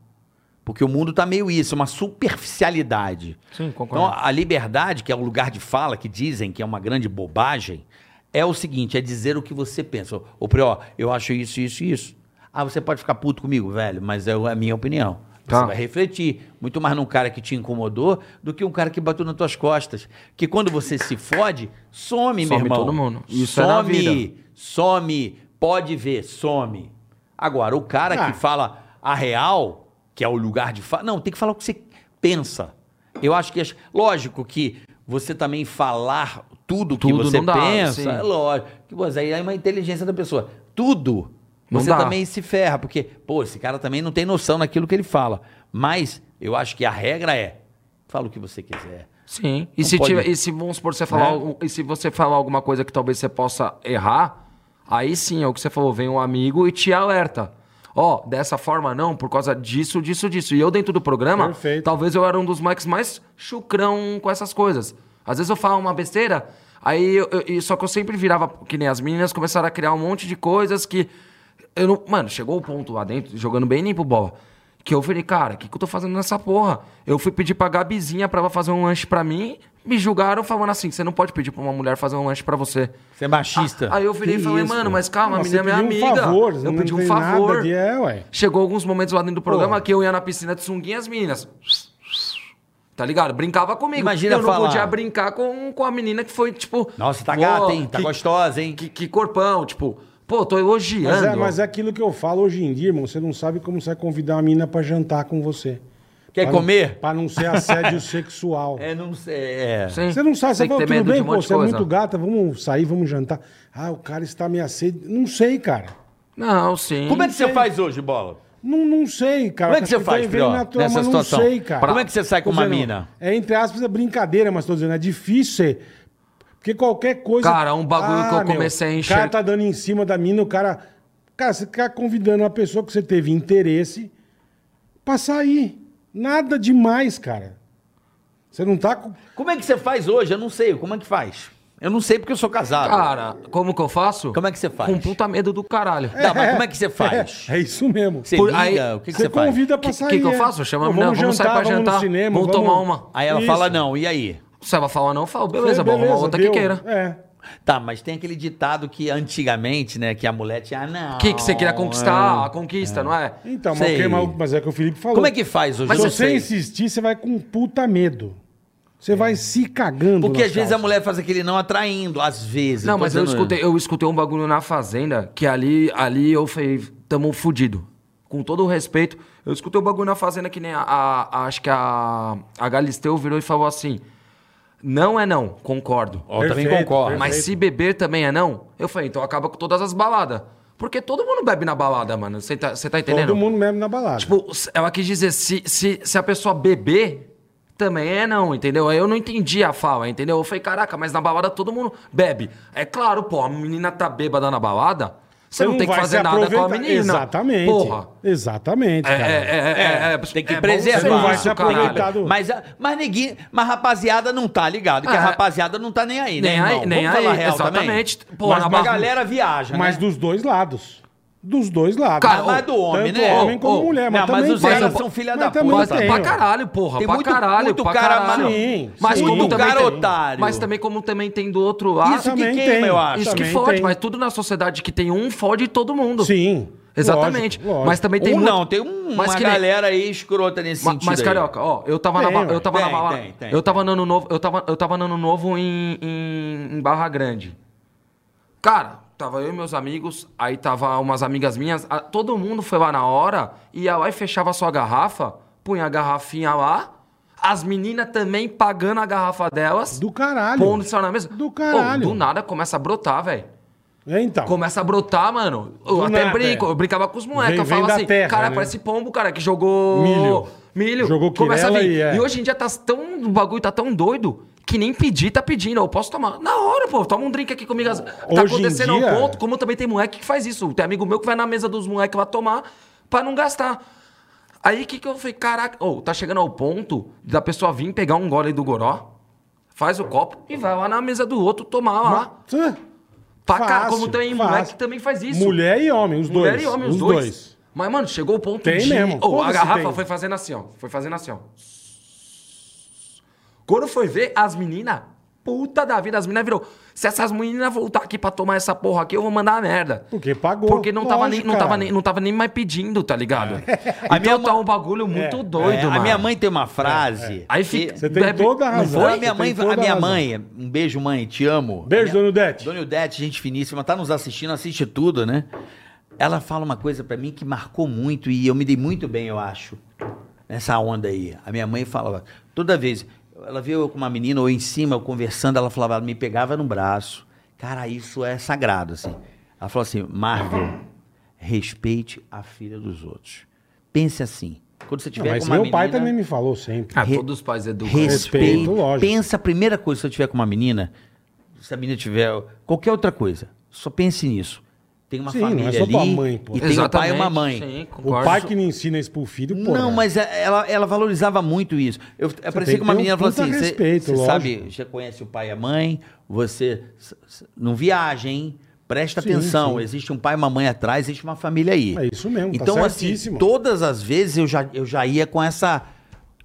[SPEAKER 3] Porque o mundo tá meio isso, uma superficialidade.
[SPEAKER 5] Sim,
[SPEAKER 3] Então, a liberdade, que é o lugar de fala, que dizem que é uma grande bobagem, é o seguinte: é dizer o que você pensa. Ô, Prió, eu acho isso, isso e isso. Ah, você pode ficar puto comigo, velho, mas é a minha opinião. Você
[SPEAKER 5] Tá.
[SPEAKER 3] vai refletir. Muito mais num cara que te incomodou do que um cara que bateu nas tuas costas. Que quando você se fode, some, meu
[SPEAKER 5] Some
[SPEAKER 3] irmão.
[SPEAKER 5] todo mundo. Isso é
[SPEAKER 3] some,
[SPEAKER 5] na vida.
[SPEAKER 3] some. Pode ver, some. Agora, o cara
[SPEAKER 4] Ah.
[SPEAKER 3] que fala a real, que é o lugar de falar. Não, tem que falar o que você pensa. Eu acho que. as- Lógico que você também falar tudo, que
[SPEAKER 5] Tudo
[SPEAKER 3] você
[SPEAKER 5] não dá,
[SPEAKER 3] pensa,
[SPEAKER 5] sim.
[SPEAKER 3] é lógico. Que, você aí é uma inteligência da pessoa. Tudo.
[SPEAKER 5] Não
[SPEAKER 3] você
[SPEAKER 5] dá.
[SPEAKER 3] também se ferra, porque, pô, esse cara também não tem noção daquilo que ele fala. Mas eu acho que a regra é: fala o que você quiser.
[SPEAKER 5] Sim. E
[SPEAKER 3] Não
[SPEAKER 5] se,
[SPEAKER 3] pode-
[SPEAKER 5] tiver, e se vamos supor, você
[SPEAKER 4] É.
[SPEAKER 5] falar, algo- e se você falar alguma coisa que talvez você possa errar, aí sim é o que você falou, vem um amigo e te alerta. Ó, dessa forma não, por causa disso, disso, disso. E eu dentro do programa,
[SPEAKER 4] Perfeito.
[SPEAKER 5] talvez eu era um dos Mike's mais chucrão com essas coisas. Às vezes eu falo uma besteira, aí eu- eu- e só que eu sempre virava que nem as meninas começaram a criar um monte de coisas que eu não, mano, chegou o ponto lá dentro, jogando bem limpo bola. Que eu falei, cara, o que, que eu tô fazendo nessa porra? Eu fui pedir pra Gabizinha pra ela fazer um lanche pra mim, me julgaram falando assim: você não pode pedir pra uma mulher fazer um lanche pra você.
[SPEAKER 3] Você é machista.
[SPEAKER 5] Aí Ah, eu virei e
[SPEAKER 4] Que
[SPEAKER 5] falei,
[SPEAKER 4] isso,
[SPEAKER 5] mano,
[SPEAKER 4] pô.
[SPEAKER 5] mas calma, a
[SPEAKER 4] Mas
[SPEAKER 5] menina é
[SPEAKER 4] você
[SPEAKER 5] minha
[SPEAKER 4] pediu um
[SPEAKER 5] amiga.
[SPEAKER 4] favor, você
[SPEAKER 5] eu
[SPEAKER 4] não
[SPEAKER 5] pedi um
[SPEAKER 4] tem nada
[SPEAKER 5] favor.
[SPEAKER 4] de- é, ué.
[SPEAKER 5] Chegou alguns momentos lá dentro do programa
[SPEAKER 4] Porra.
[SPEAKER 5] que eu ia na piscina de sunguinha as meninas. Tá ligado? Brincava comigo.
[SPEAKER 3] Imagina
[SPEAKER 5] eu não
[SPEAKER 3] falar.
[SPEAKER 5] podia brincar com, com a menina que foi, tipo.
[SPEAKER 3] Nossa, tá
[SPEAKER 5] pô,
[SPEAKER 3] gata, hein? Tá
[SPEAKER 5] que-
[SPEAKER 3] gostosa, hein?
[SPEAKER 5] que, que corpão, tipo, pô, tô elogiando.
[SPEAKER 4] Mas é, mas é aquilo que eu falo hoje em dia, irmão. Você não sabe como você vai convidar uma mina pra jantar com você.
[SPEAKER 3] Quer
[SPEAKER 4] Pra não-
[SPEAKER 3] comer?
[SPEAKER 4] Pra não ser assédio sexual.
[SPEAKER 3] É, não sei. É.
[SPEAKER 5] Sim.
[SPEAKER 4] Você não sabe, você
[SPEAKER 5] Tem que
[SPEAKER 4] fala,
[SPEAKER 5] ter
[SPEAKER 4] tudo
[SPEAKER 5] medo de
[SPEAKER 4] bem,
[SPEAKER 5] um
[SPEAKER 4] pô,
[SPEAKER 5] monte de
[SPEAKER 4] você é
[SPEAKER 5] coisa.
[SPEAKER 4] muito gata, vamos sair, vamos jantar. Ah, o cara está me assediando. Não sei, cara.
[SPEAKER 5] Não, sim.
[SPEAKER 3] Como é que você faz hoje, bola?
[SPEAKER 4] Não, não sei, cara. tá
[SPEAKER 3] Como é que você
[SPEAKER 4] Vem-
[SPEAKER 3] faz,
[SPEAKER 4] vem
[SPEAKER 3] Prió,
[SPEAKER 4] natural,
[SPEAKER 3] nessa
[SPEAKER 4] mas
[SPEAKER 3] situação?
[SPEAKER 4] Não sei, cara.
[SPEAKER 3] Como é que você sai com
[SPEAKER 4] Tô
[SPEAKER 3] uma
[SPEAKER 4] dizendo,
[SPEAKER 3] mina?
[SPEAKER 4] É, entre aspas, é brincadeira, mas tô dizendo, é difícil ser. Porque qualquer coisa... Ah,
[SPEAKER 5] Cara, um bagulho que eu comecei a
[SPEAKER 4] O
[SPEAKER 5] enxergar-
[SPEAKER 4] cara tá dando em cima da mina, o cara... Cara, você tá convidando uma pessoa que você teve interesse pra sair. Nada demais, cara. Você não tá... com-
[SPEAKER 3] Como é que você faz hoje? Eu não sei. Como é que faz? Eu não sei porque eu sou casado.
[SPEAKER 5] Cara, como que eu faço?
[SPEAKER 3] Como é que você faz?
[SPEAKER 5] Com puta medo do caralho.
[SPEAKER 3] Tá, mas como é que você faz?
[SPEAKER 4] É isso mesmo.
[SPEAKER 3] Você
[SPEAKER 5] Por-
[SPEAKER 3] liga?
[SPEAKER 5] aí-
[SPEAKER 3] o que, que
[SPEAKER 4] você
[SPEAKER 3] você faz?
[SPEAKER 4] convida pra
[SPEAKER 5] Que-
[SPEAKER 4] sair.
[SPEAKER 5] que que eu
[SPEAKER 4] é.
[SPEAKER 5] faço? Chama a
[SPEAKER 4] Pô,
[SPEAKER 5] mina, vamos sair pra jantar, vamos tomar uma.
[SPEAKER 3] Aí ela
[SPEAKER 4] Isso.
[SPEAKER 3] fala não, e aí?
[SPEAKER 5] Se ela falar não, fala, beleza,
[SPEAKER 4] É,
[SPEAKER 5] bom, uma
[SPEAKER 4] beleza,
[SPEAKER 5] outra
[SPEAKER 4] deu.
[SPEAKER 5] que queira.
[SPEAKER 4] É.
[SPEAKER 3] Tá, mas tem aquele ditado que antigamente, né, que a mulher tinha, ah, não.
[SPEAKER 5] O que, que você queria conquistar? A conquista, não é?
[SPEAKER 4] Então, mas,
[SPEAKER 3] Sei.
[SPEAKER 4] o que- mas- mas é o que o Felipe falou.
[SPEAKER 3] Como é que faz hoje?
[SPEAKER 5] Mas
[SPEAKER 4] Se
[SPEAKER 5] eu
[SPEAKER 3] Não
[SPEAKER 4] você
[SPEAKER 5] sei.
[SPEAKER 4] insistir, você vai com um puta medo. Você vai se cagando.
[SPEAKER 3] Porque
[SPEAKER 4] nas
[SPEAKER 3] às vezes a
[SPEAKER 4] calças.
[SPEAKER 3] mulher faz aquele não atraindo, às vezes.
[SPEAKER 5] Não,
[SPEAKER 3] tô
[SPEAKER 5] mas eu
[SPEAKER 3] dizendo-
[SPEAKER 5] escutei, eu escutei um bagulho na Fazenda que ali, ali eu falei, tamo fudido. Com todo o respeito, eu escutei um bagulho na Fazenda que nem a, a- a- acho que a, a Galisteu virou e falou assim: Não é não, concordo.
[SPEAKER 3] Ó, eu também
[SPEAKER 4] Perfeito,
[SPEAKER 3] concordo.
[SPEAKER 5] Mas se beber também é não, eu falei, então acaba com todas as baladas. Porque todo mundo bebe na balada, mano. Você tá, cê tá entendendo?
[SPEAKER 4] Todo mundo mesmo na balada.
[SPEAKER 5] Tipo, se- ela quis dizer, se, se, se a pessoa beber, também é não, entendeu? Aí Eu não entendi a fala, entendeu? Eu falei, caraca, mas na balada todo mundo bebe. É claro, pô, a menina tá bêbada na balada, você não, tem que
[SPEAKER 4] vai
[SPEAKER 5] fazer
[SPEAKER 4] se
[SPEAKER 5] nada com a
[SPEAKER 4] aproveitar.
[SPEAKER 5] menina.
[SPEAKER 4] Exatamente.
[SPEAKER 5] Porra.
[SPEAKER 4] Exatamente,
[SPEAKER 5] É,
[SPEAKER 4] cara.
[SPEAKER 5] é, é, é, é,
[SPEAKER 3] Tem que
[SPEAKER 5] é bom
[SPEAKER 3] preservar.
[SPEAKER 5] ser
[SPEAKER 4] Você não vai
[SPEAKER 5] isso,
[SPEAKER 4] se
[SPEAKER 5] caralho.
[SPEAKER 4] aproveitar do-
[SPEAKER 3] Mas, a- mas ninguém. Mas a rapaziada não tá ligado, que a
[SPEAKER 5] Ah,
[SPEAKER 3] rapaziada não tá nem aí, né?
[SPEAKER 5] nem
[SPEAKER 3] irmão?
[SPEAKER 5] aí, nem
[SPEAKER 3] Vamos falar
[SPEAKER 5] aí,
[SPEAKER 3] real
[SPEAKER 5] exatamente.
[SPEAKER 3] Também.
[SPEAKER 5] Pô,
[SPEAKER 3] mas
[SPEAKER 5] na
[SPEAKER 3] a
[SPEAKER 5] barra-
[SPEAKER 3] galera viaja,
[SPEAKER 4] Mas
[SPEAKER 3] né?
[SPEAKER 4] dos dois lados. Dos dois lados.
[SPEAKER 5] Cara,
[SPEAKER 3] mas do homem,
[SPEAKER 4] Tanto
[SPEAKER 3] né?
[SPEAKER 4] homem como
[SPEAKER 5] Ô,
[SPEAKER 4] mulher. Mas,
[SPEAKER 3] não, mas
[SPEAKER 4] também
[SPEAKER 3] os
[SPEAKER 4] tem.
[SPEAKER 3] caras são filha
[SPEAKER 4] Mas
[SPEAKER 3] da
[SPEAKER 4] também
[SPEAKER 3] puta.
[SPEAKER 5] Mas
[SPEAKER 4] tem.
[SPEAKER 5] pra caralho, porra.
[SPEAKER 3] Tem
[SPEAKER 5] pra
[SPEAKER 3] muito-
[SPEAKER 5] caralho,
[SPEAKER 3] muito
[SPEAKER 5] pra
[SPEAKER 3] cara
[SPEAKER 5] caralho.
[SPEAKER 4] mal- Sim,
[SPEAKER 5] mas
[SPEAKER 4] sim.
[SPEAKER 5] como
[SPEAKER 4] Muito
[SPEAKER 5] também
[SPEAKER 3] cara
[SPEAKER 5] tem-
[SPEAKER 3] otário.
[SPEAKER 5] Mas também como também tem do outro lado.
[SPEAKER 3] Isso que
[SPEAKER 4] Também
[SPEAKER 3] queima,
[SPEAKER 4] tem.
[SPEAKER 3] eu acho.
[SPEAKER 5] Isso que
[SPEAKER 4] Também
[SPEAKER 5] fode,
[SPEAKER 4] tem.
[SPEAKER 5] mas tudo na sociedade que tem um fode todo mundo.
[SPEAKER 4] Sim.
[SPEAKER 5] Exatamente.
[SPEAKER 4] lógico, lógico.
[SPEAKER 5] Mas também tem
[SPEAKER 3] Ou
[SPEAKER 5] muito-
[SPEAKER 3] não, tem um-
[SPEAKER 5] mas
[SPEAKER 3] uma
[SPEAKER 5] que nem-
[SPEAKER 3] galera aí escrota nesse
[SPEAKER 5] Ma-
[SPEAKER 3] sentido.
[SPEAKER 5] Mas,
[SPEAKER 3] aí.
[SPEAKER 5] carioca, ó, eu tava
[SPEAKER 4] Tem,
[SPEAKER 5] na balada.
[SPEAKER 4] ué.
[SPEAKER 5] Eu tava na
[SPEAKER 3] Tem,
[SPEAKER 5] bala-
[SPEAKER 3] tem, tem,
[SPEAKER 5] Eu tava no ano novo, eu tava, eu tava no ano novo em, em, em Barra Grande. Cara, tava eu e meus amigos, aí tava umas amigas minhas, a- todo mundo foi lá na hora, ia lá e fechava a sua garrafa, punha a garrafinha lá, as meninas também pagando a garrafa delas,
[SPEAKER 4] Do caralho.
[SPEAKER 5] pondo isso lá na mesa.
[SPEAKER 4] Do
[SPEAKER 5] Ô,
[SPEAKER 4] caralho.
[SPEAKER 5] do nada começa a brotar, velho.
[SPEAKER 4] É, então.
[SPEAKER 5] Começa a brotar, mano. Eu
[SPEAKER 4] Do
[SPEAKER 5] até
[SPEAKER 4] nada,
[SPEAKER 5] brinco,
[SPEAKER 4] é.
[SPEAKER 5] eu brincava com os moleques.
[SPEAKER 4] Vem-
[SPEAKER 5] Eu
[SPEAKER 4] vem
[SPEAKER 5] falava
[SPEAKER 4] da
[SPEAKER 5] assim,
[SPEAKER 4] terra,
[SPEAKER 5] cara,
[SPEAKER 4] né?
[SPEAKER 5] parece pombo, cara, que jogou.
[SPEAKER 4] Milho.
[SPEAKER 5] Milho.
[SPEAKER 4] Jogou
[SPEAKER 5] Começa a
[SPEAKER 4] quirela
[SPEAKER 5] vir.
[SPEAKER 4] e
[SPEAKER 5] E,
[SPEAKER 4] é.
[SPEAKER 5] hoje em dia tá tão. O bagulho tá tão doido que nem pedir tá pedindo. Eu posso tomar. Na hora, pô, toma um drink aqui comigo. Tá
[SPEAKER 4] Hoje em
[SPEAKER 5] acontecendo ao
[SPEAKER 4] dia-
[SPEAKER 5] ponto, como também tem moleque que faz isso. Tem amigo meu que vai na mesa dos moleques lá tomar pra não gastar. Aí o que, que eu falei? Caraca, ô, tá chegando ao ponto da pessoa vir pegar um gole do goró, faz o copo e vai lá na mesa do outro tomar lá.
[SPEAKER 4] Hã?
[SPEAKER 5] Pra cá,
[SPEAKER 4] Fácil,
[SPEAKER 5] como tem
[SPEAKER 4] fácil.
[SPEAKER 5] moleque que também faz isso.
[SPEAKER 4] Mulher e homem, os
[SPEAKER 5] Mulher
[SPEAKER 4] dois.
[SPEAKER 5] e homem, os, dois. Mas, mano, chegou o ponto
[SPEAKER 4] Tem
[SPEAKER 5] de...
[SPEAKER 4] mesmo.
[SPEAKER 5] Ô, a
[SPEAKER 4] Foda-se,
[SPEAKER 5] garrafa
[SPEAKER 4] tem.
[SPEAKER 5] foi fazendo assim, ó. Foi fazendo assim, ó. Quando foi ver, as meninas puta da vida. As meninas virou. Se essas meninas voltar aqui pra tomar essa porra aqui, eu vou mandar a merda.
[SPEAKER 4] Porque pagou.
[SPEAKER 5] Porque não tava,
[SPEAKER 4] Lógico,
[SPEAKER 5] nem, não, tava
[SPEAKER 4] cara. É.
[SPEAKER 5] nem, não tava nem mais pedindo, tá ligado?
[SPEAKER 3] A
[SPEAKER 5] A
[SPEAKER 3] minha
[SPEAKER 5] então tá
[SPEAKER 3] mãe-
[SPEAKER 5] um bagulho muito doido,
[SPEAKER 3] É,
[SPEAKER 5] mano.
[SPEAKER 3] A minha mãe tem uma frase.
[SPEAKER 5] Aí fica-
[SPEAKER 3] que-
[SPEAKER 4] Você tem
[SPEAKER 5] Deve-
[SPEAKER 4] toda a
[SPEAKER 5] não
[SPEAKER 4] razão.
[SPEAKER 5] foi?
[SPEAKER 3] A minha
[SPEAKER 4] Você
[SPEAKER 3] mãe,
[SPEAKER 4] tem toda
[SPEAKER 3] a minha
[SPEAKER 4] razão.
[SPEAKER 3] mãe, um beijo, mãe, te amo.
[SPEAKER 4] Beijo, Dona Udete.
[SPEAKER 3] Dona Ildete, gente finíssima, tá nos assistindo, assiste tudo, né? Ela fala uma coisa pra mim que marcou muito e eu me dei muito bem, eu acho, nessa onda aí. A minha mãe falava, toda vez, ela viu eu com uma menina ou em cima, eu conversando, ela falava, ela me pegava no braço. Cara, isso é sagrado, assim. Ela falou assim, Marvel, respeite a filha dos outros. Pense assim, quando você
[SPEAKER 4] Não,
[SPEAKER 3] tiver
[SPEAKER 4] mas
[SPEAKER 3] com
[SPEAKER 4] meu
[SPEAKER 3] uma
[SPEAKER 4] pai
[SPEAKER 3] menina-
[SPEAKER 4] também me falou sempre.
[SPEAKER 5] Ah,
[SPEAKER 3] Re-
[SPEAKER 5] todos os pais educam.
[SPEAKER 3] Respeito,
[SPEAKER 4] Respeito, lógico.
[SPEAKER 3] Pensa a primeira coisa, se eu tiver com uma menina, se a menina tiver qualquer outra coisa, só pense nisso. Tem uma
[SPEAKER 4] Sim, não é
[SPEAKER 3] família
[SPEAKER 4] só
[SPEAKER 3] ali
[SPEAKER 4] tua mãe, pô.
[SPEAKER 3] e tem um pai e uma
[SPEAKER 5] Exatamente,
[SPEAKER 3] mãe.
[SPEAKER 5] Sim,
[SPEAKER 4] O
[SPEAKER 5] concordo.
[SPEAKER 4] pai que não ensina isso pro filho, pô.
[SPEAKER 3] Não,
[SPEAKER 4] né?
[SPEAKER 3] mas é, ela, ela valorizava muito isso. Eu, eu
[SPEAKER 4] tem
[SPEAKER 3] parecia
[SPEAKER 4] que
[SPEAKER 3] que uma
[SPEAKER 4] ter um
[SPEAKER 3] menina falou
[SPEAKER 4] puta
[SPEAKER 3] assim: "Cê-
[SPEAKER 4] respeito,
[SPEAKER 3] cê
[SPEAKER 4] lógico.
[SPEAKER 3] sabe, você conhece o pai e a mãe, você s- s- não viaja, hein? Presta
[SPEAKER 4] Sim,
[SPEAKER 3] atenção,
[SPEAKER 4] sim.
[SPEAKER 3] existe um pai e uma mãe atrás, existe uma família aí.
[SPEAKER 4] É isso mesmo, tá
[SPEAKER 3] Então, assim,
[SPEAKER 4] certíssimo.
[SPEAKER 3] todas as vezes eu já, eu já ia com essa.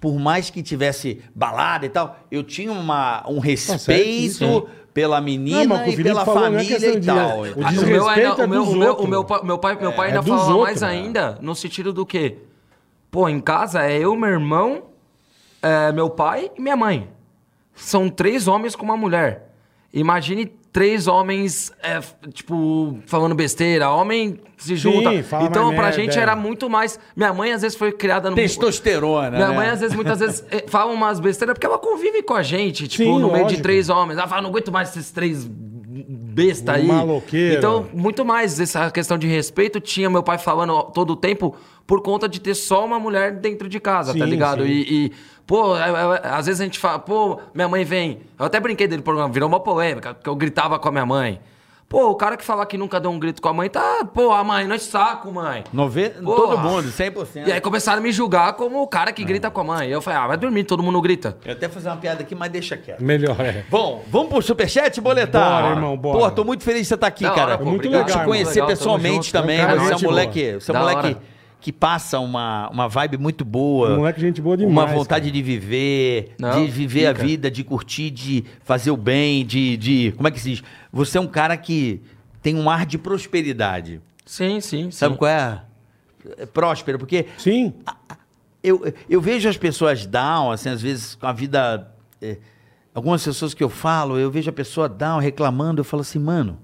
[SPEAKER 3] Por mais que tivesse balada e tal, eu tinha uma, um respeito
[SPEAKER 4] Tá certíssimo.
[SPEAKER 3] pela menina
[SPEAKER 4] mas o que o
[SPEAKER 3] e
[SPEAKER 4] Felipe
[SPEAKER 3] pela
[SPEAKER 4] falou, não é
[SPEAKER 3] família
[SPEAKER 4] questão
[SPEAKER 3] e
[SPEAKER 4] de-
[SPEAKER 3] tal.
[SPEAKER 4] o
[SPEAKER 5] Ah,
[SPEAKER 4] desrespeito
[SPEAKER 5] meu ainda-
[SPEAKER 4] é
[SPEAKER 5] o meu-
[SPEAKER 4] dos
[SPEAKER 5] o meu-
[SPEAKER 4] outros.
[SPEAKER 5] o meu pa- meu pai- meu pai
[SPEAKER 4] É
[SPEAKER 5] ainda
[SPEAKER 4] dos
[SPEAKER 5] falava
[SPEAKER 4] outros,
[SPEAKER 5] mais
[SPEAKER 4] né?
[SPEAKER 5] ainda, no sentido do quê? Pô, em casa é eu, meu irmão, é, meu pai e minha mãe. São três homens com uma mulher. Imagine três homens, é, f- tipo, falando besteira. Homem se junta.
[SPEAKER 4] fala
[SPEAKER 5] então,
[SPEAKER 4] mais
[SPEAKER 5] pra
[SPEAKER 4] merda,
[SPEAKER 5] gente
[SPEAKER 4] é.
[SPEAKER 5] era muito mais. Minha mãe, às vezes, foi criada no.
[SPEAKER 3] Testosterona.
[SPEAKER 5] Minha
[SPEAKER 3] né?
[SPEAKER 5] mãe, às vezes, muitas vezes, eh, fala umas besteiras, porque ela convive com a gente, tipo,
[SPEAKER 4] Sim,
[SPEAKER 5] no meio de
[SPEAKER 4] lógico.
[SPEAKER 5] três homens. Ela fala, não aguento mais esses três besta aí.
[SPEAKER 4] Maloqueiro.
[SPEAKER 5] Então, muito mais essa questão de respeito tinha meu pai falando ó, todo o tempo por conta de ter só uma mulher dentro de casa, tá
[SPEAKER 4] Sim,
[SPEAKER 5] ligado?
[SPEAKER 4] sim.
[SPEAKER 5] E, e, pô, é- é- às vezes a gente fala, pô, minha mãe vem. Eu até brinquei dele, programa, virou uma polêmica, porque eu gritava com a minha mãe. Pô, o cara que fala que nunca deu um grito com a mãe, tá, pô, a mãe, nós saco, mãe.
[SPEAKER 3] Nove...
[SPEAKER 5] Porra.
[SPEAKER 3] Todo mundo, 100%.
[SPEAKER 5] E aí começaram a me julgar como o cara que grita com a mãe. Eu falei, ah, vai dormir, todo mundo grita.
[SPEAKER 3] Eu até fazer uma piada aqui, mas deixa quieto.
[SPEAKER 4] Melhor é.
[SPEAKER 3] Bom, vamos pro Superchat, Boletar?
[SPEAKER 4] Bora, irmão, bora.
[SPEAKER 3] Pô, tô muito feliz de você estar aqui,
[SPEAKER 5] Da
[SPEAKER 3] cara.
[SPEAKER 5] hora, pô,
[SPEAKER 4] É muito
[SPEAKER 5] obrigado,
[SPEAKER 4] legal,
[SPEAKER 3] Eu te
[SPEAKER 5] irmão.
[SPEAKER 3] conhecer
[SPEAKER 5] Legal, tamo
[SPEAKER 3] pessoalmente
[SPEAKER 5] junto. né,
[SPEAKER 3] também.
[SPEAKER 4] cara,
[SPEAKER 3] você é um
[SPEAKER 4] gente
[SPEAKER 3] moleque,
[SPEAKER 4] boa.
[SPEAKER 3] você é um
[SPEAKER 5] Da
[SPEAKER 3] moleque
[SPEAKER 5] hora.
[SPEAKER 3] que passa uma, uma vibe muito boa.
[SPEAKER 4] Moleque, é gente boa demais.
[SPEAKER 3] uma vontade de viver,
[SPEAKER 5] Não,
[SPEAKER 3] de viver a
[SPEAKER 5] fica.
[SPEAKER 3] vida, de curtir, de fazer o bem, de, de. Como é que se diz? Você é um cara que tem um ar de prosperidade.
[SPEAKER 5] Sim, sim, sim.
[SPEAKER 3] Sabe qual é? É próspero, porque
[SPEAKER 4] cara. Sim.
[SPEAKER 3] eu, eu vejo as pessoas down, assim, às vezes com a vida. eh, algumas pessoas que eu falo, eu vejo a pessoa down, reclamando, eu falo assim, mano,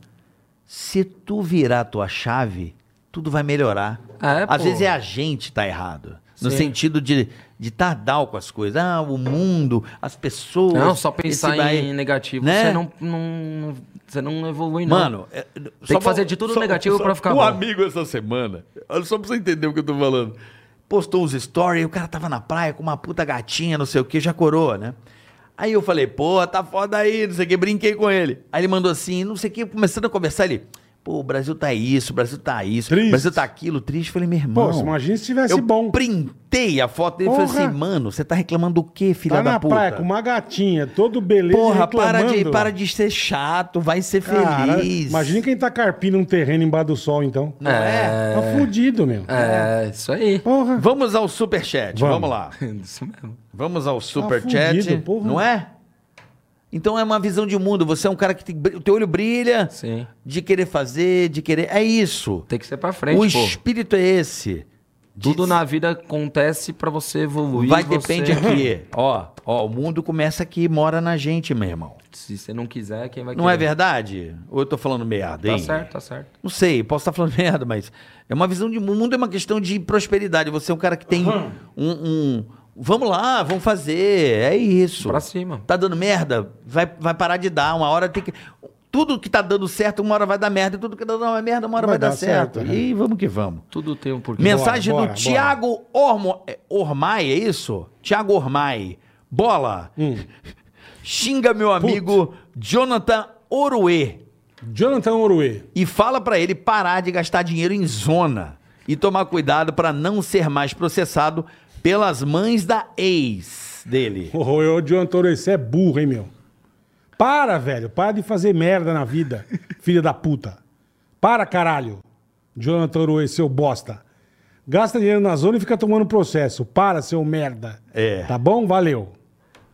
[SPEAKER 3] se tu virar a tua chave, tudo vai melhorar.
[SPEAKER 5] É,
[SPEAKER 3] às
[SPEAKER 5] pô.
[SPEAKER 3] vezes é a gente tá errado. No
[SPEAKER 5] Sim.
[SPEAKER 3] sentido de de tá down com as coisas. Ah, o mundo, as pessoas.
[SPEAKER 5] Não, só
[SPEAKER 3] é esse
[SPEAKER 5] pensar
[SPEAKER 3] daí.
[SPEAKER 5] em negativo.
[SPEAKER 3] Né?
[SPEAKER 5] Você não, não- você não evolui, não.
[SPEAKER 3] Mano, é, tem
[SPEAKER 5] que fazer de tudo negativo pra ficar
[SPEAKER 3] um
[SPEAKER 5] bom.
[SPEAKER 3] amigo essa semana, olha só pra você entender o que eu tô falando. Postou uns stories, o cara tava na praia com uma puta gatinha, não sei o que, já coroa, né? Aí eu falei, pô, tá foda aí, não sei o que, brinquei com ele. Aí ele mandou assim, não sei o que, começando a conversar, ele, pô, o Brasil tá isso, o Brasil tá isso,
[SPEAKER 4] Triste.
[SPEAKER 3] o Brasil tá aquilo, triste. Eu falei, meu irmão.
[SPEAKER 4] Pô, você imagina se tivesse
[SPEAKER 3] eu
[SPEAKER 4] bom.
[SPEAKER 3] printei a foto dele e falei
[SPEAKER 4] Porra.
[SPEAKER 3] assim, mano, você tá reclamando do quê, filha
[SPEAKER 4] Tá
[SPEAKER 3] da
[SPEAKER 4] na
[SPEAKER 3] puta?
[SPEAKER 4] praia com uma gatinha, todo beleza.
[SPEAKER 3] Porra, para de,
[SPEAKER 4] reclamando.
[SPEAKER 3] para de ser chato, vai ser
[SPEAKER 4] Cara,
[SPEAKER 3] feliz.
[SPEAKER 4] Imagina quem tá carpindo um terreno embaixo do sol, então.
[SPEAKER 3] Não é?
[SPEAKER 4] Tá fudido, meu.
[SPEAKER 5] É, isso aí.
[SPEAKER 4] Porra.
[SPEAKER 3] Vamos ao superchat, vamos. Tá
[SPEAKER 4] Vamos
[SPEAKER 3] lá.
[SPEAKER 5] Isso mesmo.
[SPEAKER 3] Vamos ao
[SPEAKER 4] fudido,
[SPEAKER 3] superchat,
[SPEAKER 4] porra.
[SPEAKER 3] não é? Então é uma visão de mundo, você é um cara que tem, o teu olho brilha
[SPEAKER 5] Sim.
[SPEAKER 3] de querer fazer, de querer, é isso.
[SPEAKER 5] Tem que ser pra frente,
[SPEAKER 3] o
[SPEAKER 5] pô.
[SPEAKER 3] espírito é esse. De-
[SPEAKER 5] Tudo na vida acontece pra você evoluir.
[SPEAKER 3] vai
[SPEAKER 5] você-
[SPEAKER 3] depende aqui. ó, ó, o mundo começa aqui, mora na gente, meu irmão.
[SPEAKER 5] Se você não quiser, quem vai
[SPEAKER 3] Não é verdade? Ou eu tô falando merda,
[SPEAKER 5] né? Tá
[SPEAKER 3] hein?
[SPEAKER 5] certo, tá certo.
[SPEAKER 3] Não sei, posso estar falando merda, mas é uma visão de mundo. O mundo é uma questão de prosperidade. Você é um cara que tem um, um- Vamos lá, vamos fazer. É isso.
[SPEAKER 5] Pra cima.
[SPEAKER 3] Tá dando merda? Vai, vai parar de dar. Uma hora tem que. Tudo que tá dando certo, uma hora vai dar merda. Tudo que tá dando merda, uma hora vai, dar, certo.
[SPEAKER 4] né?
[SPEAKER 3] E vamos que vamos.
[SPEAKER 5] Tudo tem um porquê.
[SPEAKER 3] Mensagem
[SPEAKER 4] bora,
[SPEAKER 3] do
[SPEAKER 4] bora.
[SPEAKER 3] Tiago Ormo... é, Ormai, é isso? Tiago Ormai. Bola. Xinga meu amigo Jonathan Oruê
[SPEAKER 4] Jonathan Oruê.
[SPEAKER 3] e fala pra ele parar de gastar dinheiro em zona e tomar cuidado pra não ser mais processado pelas mães da ex dele.
[SPEAKER 4] Ô, ô, ô, Jonathan Oruê, você é burro, hein, meu? Para, velho. Para de fazer merda na vida, filha da puta. Para, caralho. Jonathan Oruê, seu bosta. Gasta dinheiro na zona e fica tomando processo. Para, seu merda.
[SPEAKER 3] É.
[SPEAKER 4] Tá bom? Valeu.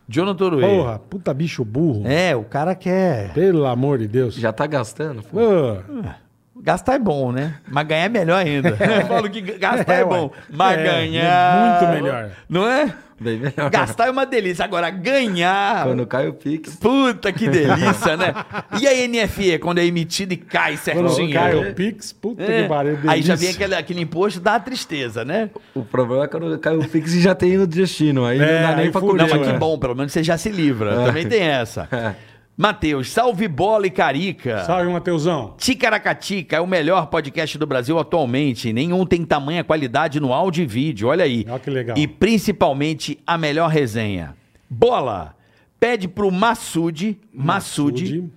[SPEAKER 3] Jonathan Uruê.
[SPEAKER 4] Porra, puta bicho burro.
[SPEAKER 3] É, o cara quer.
[SPEAKER 4] Pelo amor de Deus.
[SPEAKER 5] Já tá gastando? pô?
[SPEAKER 4] Pô,
[SPEAKER 3] Gastar é bom, né? Mas ganhar é melhor ainda. Eu falo que gastar é,
[SPEAKER 4] É, ué.
[SPEAKER 3] bom, mas
[SPEAKER 4] É,
[SPEAKER 3] ganhar.
[SPEAKER 4] muito melhor.
[SPEAKER 3] Não é?
[SPEAKER 5] Bem melhor.
[SPEAKER 3] Gastar é uma delícia. Agora, ganhar.
[SPEAKER 5] Quando cai o Pix.
[SPEAKER 3] Puta que delícia, né? E a NFE, quando é emitida e cai
[SPEAKER 4] quando
[SPEAKER 3] certinho?
[SPEAKER 4] cai o Pix, puta
[SPEAKER 3] É.
[SPEAKER 4] que pariu.
[SPEAKER 3] Aí já
[SPEAKER 4] delícia.
[SPEAKER 3] vem aquele, aquele imposto, dá a tristeza, né?
[SPEAKER 5] O problema é quando cai o Pix e já tem o destino. Aí
[SPEAKER 4] É,
[SPEAKER 5] não dá
[SPEAKER 4] aí
[SPEAKER 5] nem pra
[SPEAKER 4] fudeu,
[SPEAKER 5] curtir. né?
[SPEAKER 3] Não, mas
[SPEAKER 4] é.
[SPEAKER 3] que bom, pelo menos você já se livra. Também tem essa.
[SPEAKER 5] É.
[SPEAKER 3] Matheus, salve bola e carica.
[SPEAKER 4] Salve, Mateusão.
[SPEAKER 3] Ticaracatica é o melhor podcast do Brasil atualmente. Nenhum tem tamanha qualidade no áudio e vídeo, olha aí.
[SPEAKER 4] Olha que legal.
[SPEAKER 3] E principalmente a melhor resenha. Bola! Pede pro Massoud, Massoud,
[SPEAKER 4] Massoud.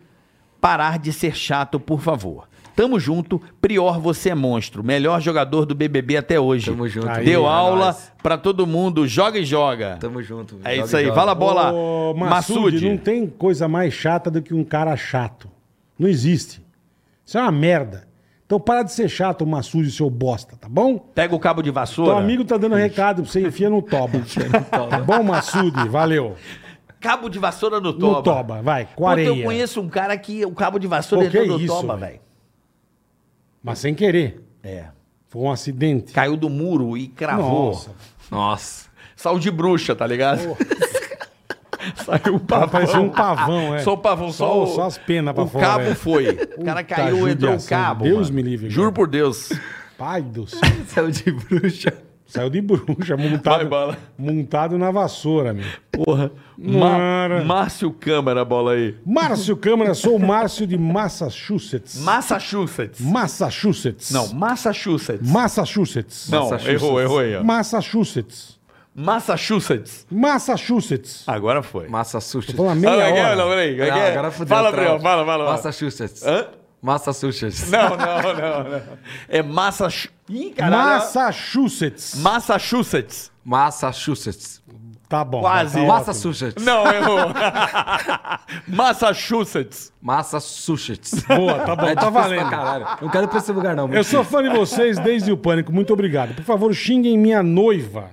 [SPEAKER 3] parar de ser chato, por favor. Tamo junto, Prior, você é monstro. Melhor jogador do BBB até hoje.
[SPEAKER 5] Tamo junto.
[SPEAKER 4] Aí,
[SPEAKER 3] Deu
[SPEAKER 4] é
[SPEAKER 3] aula
[SPEAKER 5] nóis.
[SPEAKER 3] pra todo mundo, joga e joga.
[SPEAKER 5] Tamo junto.
[SPEAKER 3] É
[SPEAKER 5] joga
[SPEAKER 3] isso
[SPEAKER 5] e
[SPEAKER 3] aí,
[SPEAKER 5] joga.
[SPEAKER 3] fala bola.
[SPEAKER 4] Ô, Massoud,
[SPEAKER 3] Massoud.
[SPEAKER 4] não tem coisa mais chata do que um cara chato. Não existe. Isso é uma merda. Então para de ser chato, Massoud, seu bosta, tá bom?
[SPEAKER 3] Pega o cabo de vassoura.
[SPEAKER 4] Teu amigo tá dando recado pra você, enfia no toba. tá bom, Massoud? Valeu.
[SPEAKER 3] Cabo de vassoura no toba.
[SPEAKER 4] No toba, vai, com
[SPEAKER 3] Puta,
[SPEAKER 4] areia.
[SPEAKER 3] eu conheço um cara que o cabo de vassoura
[SPEAKER 4] Pô, que
[SPEAKER 3] entrou no
[SPEAKER 4] isso,
[SPEAKER 3] toba,
[SPEAKER 4] velho?
[SPEAKER 3] velho.
[SPEAKER 4] Mas sem querer.
[SPEAKER 3] É.
[SPEAKER 4] Foi um acidente.
[SPEAKER 3] Caiu do muro e cravou.
[SPEAKER 4] Nossa.
[SPEAKER 5] Nossa.
[SPEAKER 3] Saiu de bruxa, tá ligado? Saiu um pavão.
[SPEAKER 4] parecia um pavão, é.
[SPEAKER 3] Só o pavão, só,
[SPEAKER 4] Só-
[SPEAKER 3] o-
[SPEAKER 4] só as penas pra
[SPEAKER 3] O
[SPEAKER 4] fora,
[SPEAKER 3] cabo
[SPEAKER 4] é.
[SPEAKER 3] foi. O cara
[SPEAKER 4] Puta
[SPEAKER 3] caiu, entrou o
[SPEAKER 4] judiação.
[SPEAKER 3] cabo.
[SPEAKER 4] Deus
[SPEAKER 3] mano.
[SPEAKER 4] me livre,
[SPEAKER 3] Juro
[SPEAKER 4] cara.
[SPEAKER 3] por Deus.
[SPEAKER 4] Pai do céu.
[SPEAKER 3] é
[SPEAKER 5] Saiu de bruxa.
[SPEAKER 4] Saiu de bruxa, montado,
[SPEAKER 3] Vai, bala.
[SPEAKER 4] montado na vassoura, meu.
[SPEAKER 3] Porra.
[SPEAKER 4] Mara.
[SPEAKER 3] Ma Márcio Câmara, a bola aí.
[SPEAKER 4] Márcio Câmara, sou o Márcio de Massachusetts.
[SPEAKER 3] Massachusetts.
[SPEAKER 4] Massachusetts.
[SPEAKER 3] Não, Massachusetts.
[SPEAKER 4] Massachusetts.
[SPEAKER 3] Não,
[SPEAKER 5] Massachusetts.
[SPEAKER 3] errou, errou aí. ó.
[SPEAKER 4] Massachusetts.
[SPEAKER 3] Massachusetts.
[SPEAKER 4] Massachusetts.
[SPEAKER 3] Agora foi.
[SPEAKER 5] Massachusetts.
[SPEAKER 4] Fala
[SPEAKER 5] Não,
[SPEAKER 4] meia
[SPEAKER 3] Ah,
[SPEAKER 4] hora.
[SPEAKER 3] não, peraí, como é que é?
[SPEAKER 5] agora fudeu.
[SPEAKER 3] Fala,
[SPEAKER 5] trava.
[SPEAKER 3] Brião, fala, fala. fala.
[SPEAKER 5] Massachusetts.
[SPEAKER 3] Hã?
[SPEAKER 5] Massachusetts.
[SPEAKER 3] Não, não, não, não. É Massa... Ih, caralho.
[SPEAKER 4] Massachusetts.
[SPEAKER 3] Massachusetts.
[SPEAKER 5] Massachusetts.
[SPEAKER 4] Tá bom.
[SPEAKER 3] Quase.
[SPEAKER 4] Tá ótimo.
[SPEAKER 5] Massachusetts.
[SPEAKER 3] Não, errou. Massachusetts.
[SPEAKER 5] Massachusetts.
[SPEAKER 4] Boa, tá bom,
[SPEAKER 5] É
[SPEAKER 4] tá
[SPEAKER 5] difícil pra
[SPEAKER 4] valendo.
[SPEAKER 5] caralho. Não quero ir pra esse lugar, não.
[SPEAKER 4] Eu sou fã de vocês desde o Pânico. Muito obrigado. Por favor, xinguem minha noiva,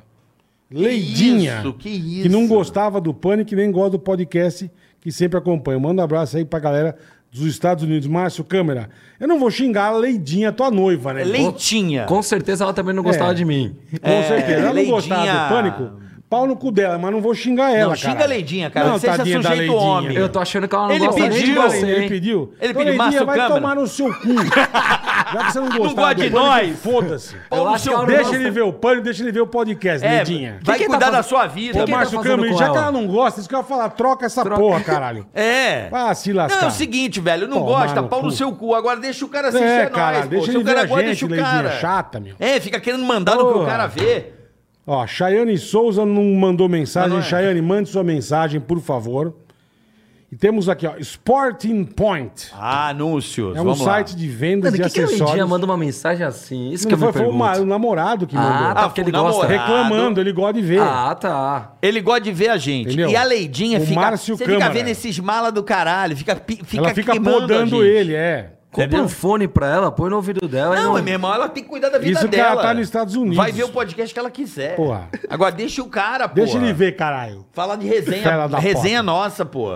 [SPEAKER 4] Leidinha,
[SPEAKER 3] isso, que isso.
[SPEAKER 4] que não gostava do Pânico e nem gosta do podcast que sempre acompanha. Manda um abraço aí pra galera dos Estados Unidos. Márcio, câmera, eu não vou xingar a Leidinha, tua noiva, né?
[SPEAKER 3] Leitinha.
[SPEAKER 5] Com certeza ela também não gostava
[SPEAKER 4] É.
[SPEAKER 5] de mim.
[SPEAKER 4] Com certeza. Ela não
[SPEAKER 3] Leidinha-
[SPEAKER 4] gostava do Pânico. Pau no cu dela, mas não vou xingar ela,
[SPEAKER 3] Não, xinga
[SPEAKER 4] caralho.
[SPEAKER 3] a Leidinha, cara, que seja
[SPEAKER 4] tadinha da
[SPEAKER 3] sujeito
[SPEAKER 4] Leidinha.
[SPEAKER 3] homem.
[SPEAKER 5] Eu tô achando que ela não
[SPEAKER 3] Ele
[SPEAKER 5] gosta nem de
[SPEAKER 3] pediu,
[SPEAKER 5] você,
[SPEAKER 4] Ele
[SPEAKER 5] hein?
[SPEAKER 3] Ele
[SPEAKER 4] pediu. Então,
[SPEAKER 3] pediu,
[SPEAKER 4] Leidinha,
[SPEAKER 3] Márcio
[SPEAKER 4] vai
[SPEAKER 3] Câmara.
[SPEAKER 4] tomar no seu cu. Já que você não gostava
[SPEAKER 3] gosta
[SPEAKER 4] do
[SPEAKER 3] de
[SPEAKER 4] Pânico,
[SPEAKER 3] nós.
[SPEAKER 4] Foda-se.
[SPEAKER 5] Eu acho que ela não
[SPEAKER 4] Deixa
[SPEAKER 5] gosta-
[SPEAKER 4] ele ver é o pânico, deixa ele ver o podcast,
[SPEAKER 3] É,
[SPEAKER 4] Leidinha.
[SPEAKER 3] vai
[SPEAKER 5] Que que
[SPEAKER 3] cuidar
[SPEAKER 5] tá
[SPEAKER 3] da
[SPEAKER 5] fazendo?
[SPEAKER 3] sua vida.
[SPEAKER 5] Que
[SPEAKER 4] Ô,
[SPEAKER 5] que tá
[SPEAKER 4] Márcio
[SPEAKER 5] fazendo
[SPEAKER 4] Câmara,
[SPEAKER 5] com
[SPEAKER 4] já
[SPEAKER 5] ela?
[SPEAKER 4] que ela não gosta, isso que eu ia falar, troca essa porra, caralho.
[SPEAKER 3] É.
[SPEAKER 4] Ah, se lascar.
[SPEAKER 3] Não, é o seguinte, velho, não
[SPEAKER 4] Tomar
[SPEAKER 3] gosta,
[SPEAKER 4] no
[SPEAKER 3] pau no
[SPEAKER 4] cu.
[SPEAKER 3] seu cu. Agora deixa o cara assistir
[SPEAKER 4] É,
[SPEAKER 3] a nós,
[SPEAKER 4] cara,
[SPEAKER 3] pô.
[SPEAKER 4] deixa
[SPEAKER 3] Se
[SPEAKER 4] ele
[SPEAKER 3] o cara
[SPEAKER 4] ver a
[SPEAKER 3] gosta, deixa
[SPEAKER 4] gente,
[SPEAKER 3] o
[SPEAKER 4] Leidinha.
[SPEAKER 3] cara.
[SPEAKER 4] Chata, meu.
[SPEAKER 3] É, fica querendo mandar no que o
[SPEAKER 4] Porra.
[SPEAKER 3] cara vê.
[SPEAKER 4] Ó, Chayane Souza não mandou mensagem.
[SPEAKER 3] Mas não é.
[SPEAKER 4] Chayane, mande sua mensagem, por favor. E temos aqui, ó, Sporting Point.
[SPEAKER 3] Ah, anúncios,
[SPEAKER 4] É um
[SPEAKER 3] vamos lá.
[SPEAKER 4] site de vendas
[SPEAKER 5] Mano,
[SPEAKER 4] e
[SPEAKER 5] que é que a
[SPEAKER 4] acessórios.
[SPEAKER 5] Lindinha manda uma mensagem assim? Isso que
[SPEAKER 4] não,
[SPEAKER 5] eu me
[SPEAKER 4] foi, foi o
[SPEAKER 5] pergunto.
[SPEAKER 4] ma- o namorado que mandou.
[SPEAKER 5] Ah, tá, porque ele
[SPEAKER 3] Ah, namorado.
[SPEAKER 5] gosta.
[SPEAKER 4] Reclamando, ele gosta de ver.
[SPEAKER 5] Ah, tá.
[SPEAKER 3] Ele gosta de ver a gente.
[SPEAKER 4] Entendeu?
[SPEAKER 3] E a Leidinha
[SPEAKER 4] O
[SPEAKER 3] fica.
[SPEAKER 4] Márcio
[SPEAKER 3] você fica
[SPEAKER 4] Câmara.
[SPEAKER 3] vendo esses mala do caralho, fica, pi- fica
[SPEAKER 4] Ela fica
[SPEAKER 3] queimando a
[SPEAKER 4] podando
[SPEAKER 3] gente.
[SPEAKER 4] ele, é.
[SPEAKER 5] Compra um fone pra ela, põe no ouvido dela. e
[SPEAKER 3] Não, é meu irmão, ela tem que cuidar da vida
[SPEAKER 4] Isso que
[SPEAKER 3] dela.
[SPEAKER 4] ela tá nos Estados Unidos.
[SPEAKER 3] Vai ver o podcast que ela quiser.
[SPEAKER 4] Porra.
[SPEAKER 3] Agora deixa o cara, pô.
[SPEAKER 4] Deixa ele ver, caralho.
[SPEAKER 3] Fala de resenha.
[SPEAKER 4] Fela da
[SPEAKER 3] resenha
[SPEAKER 4] porta.
[SPEAKER 3] nossa, pô.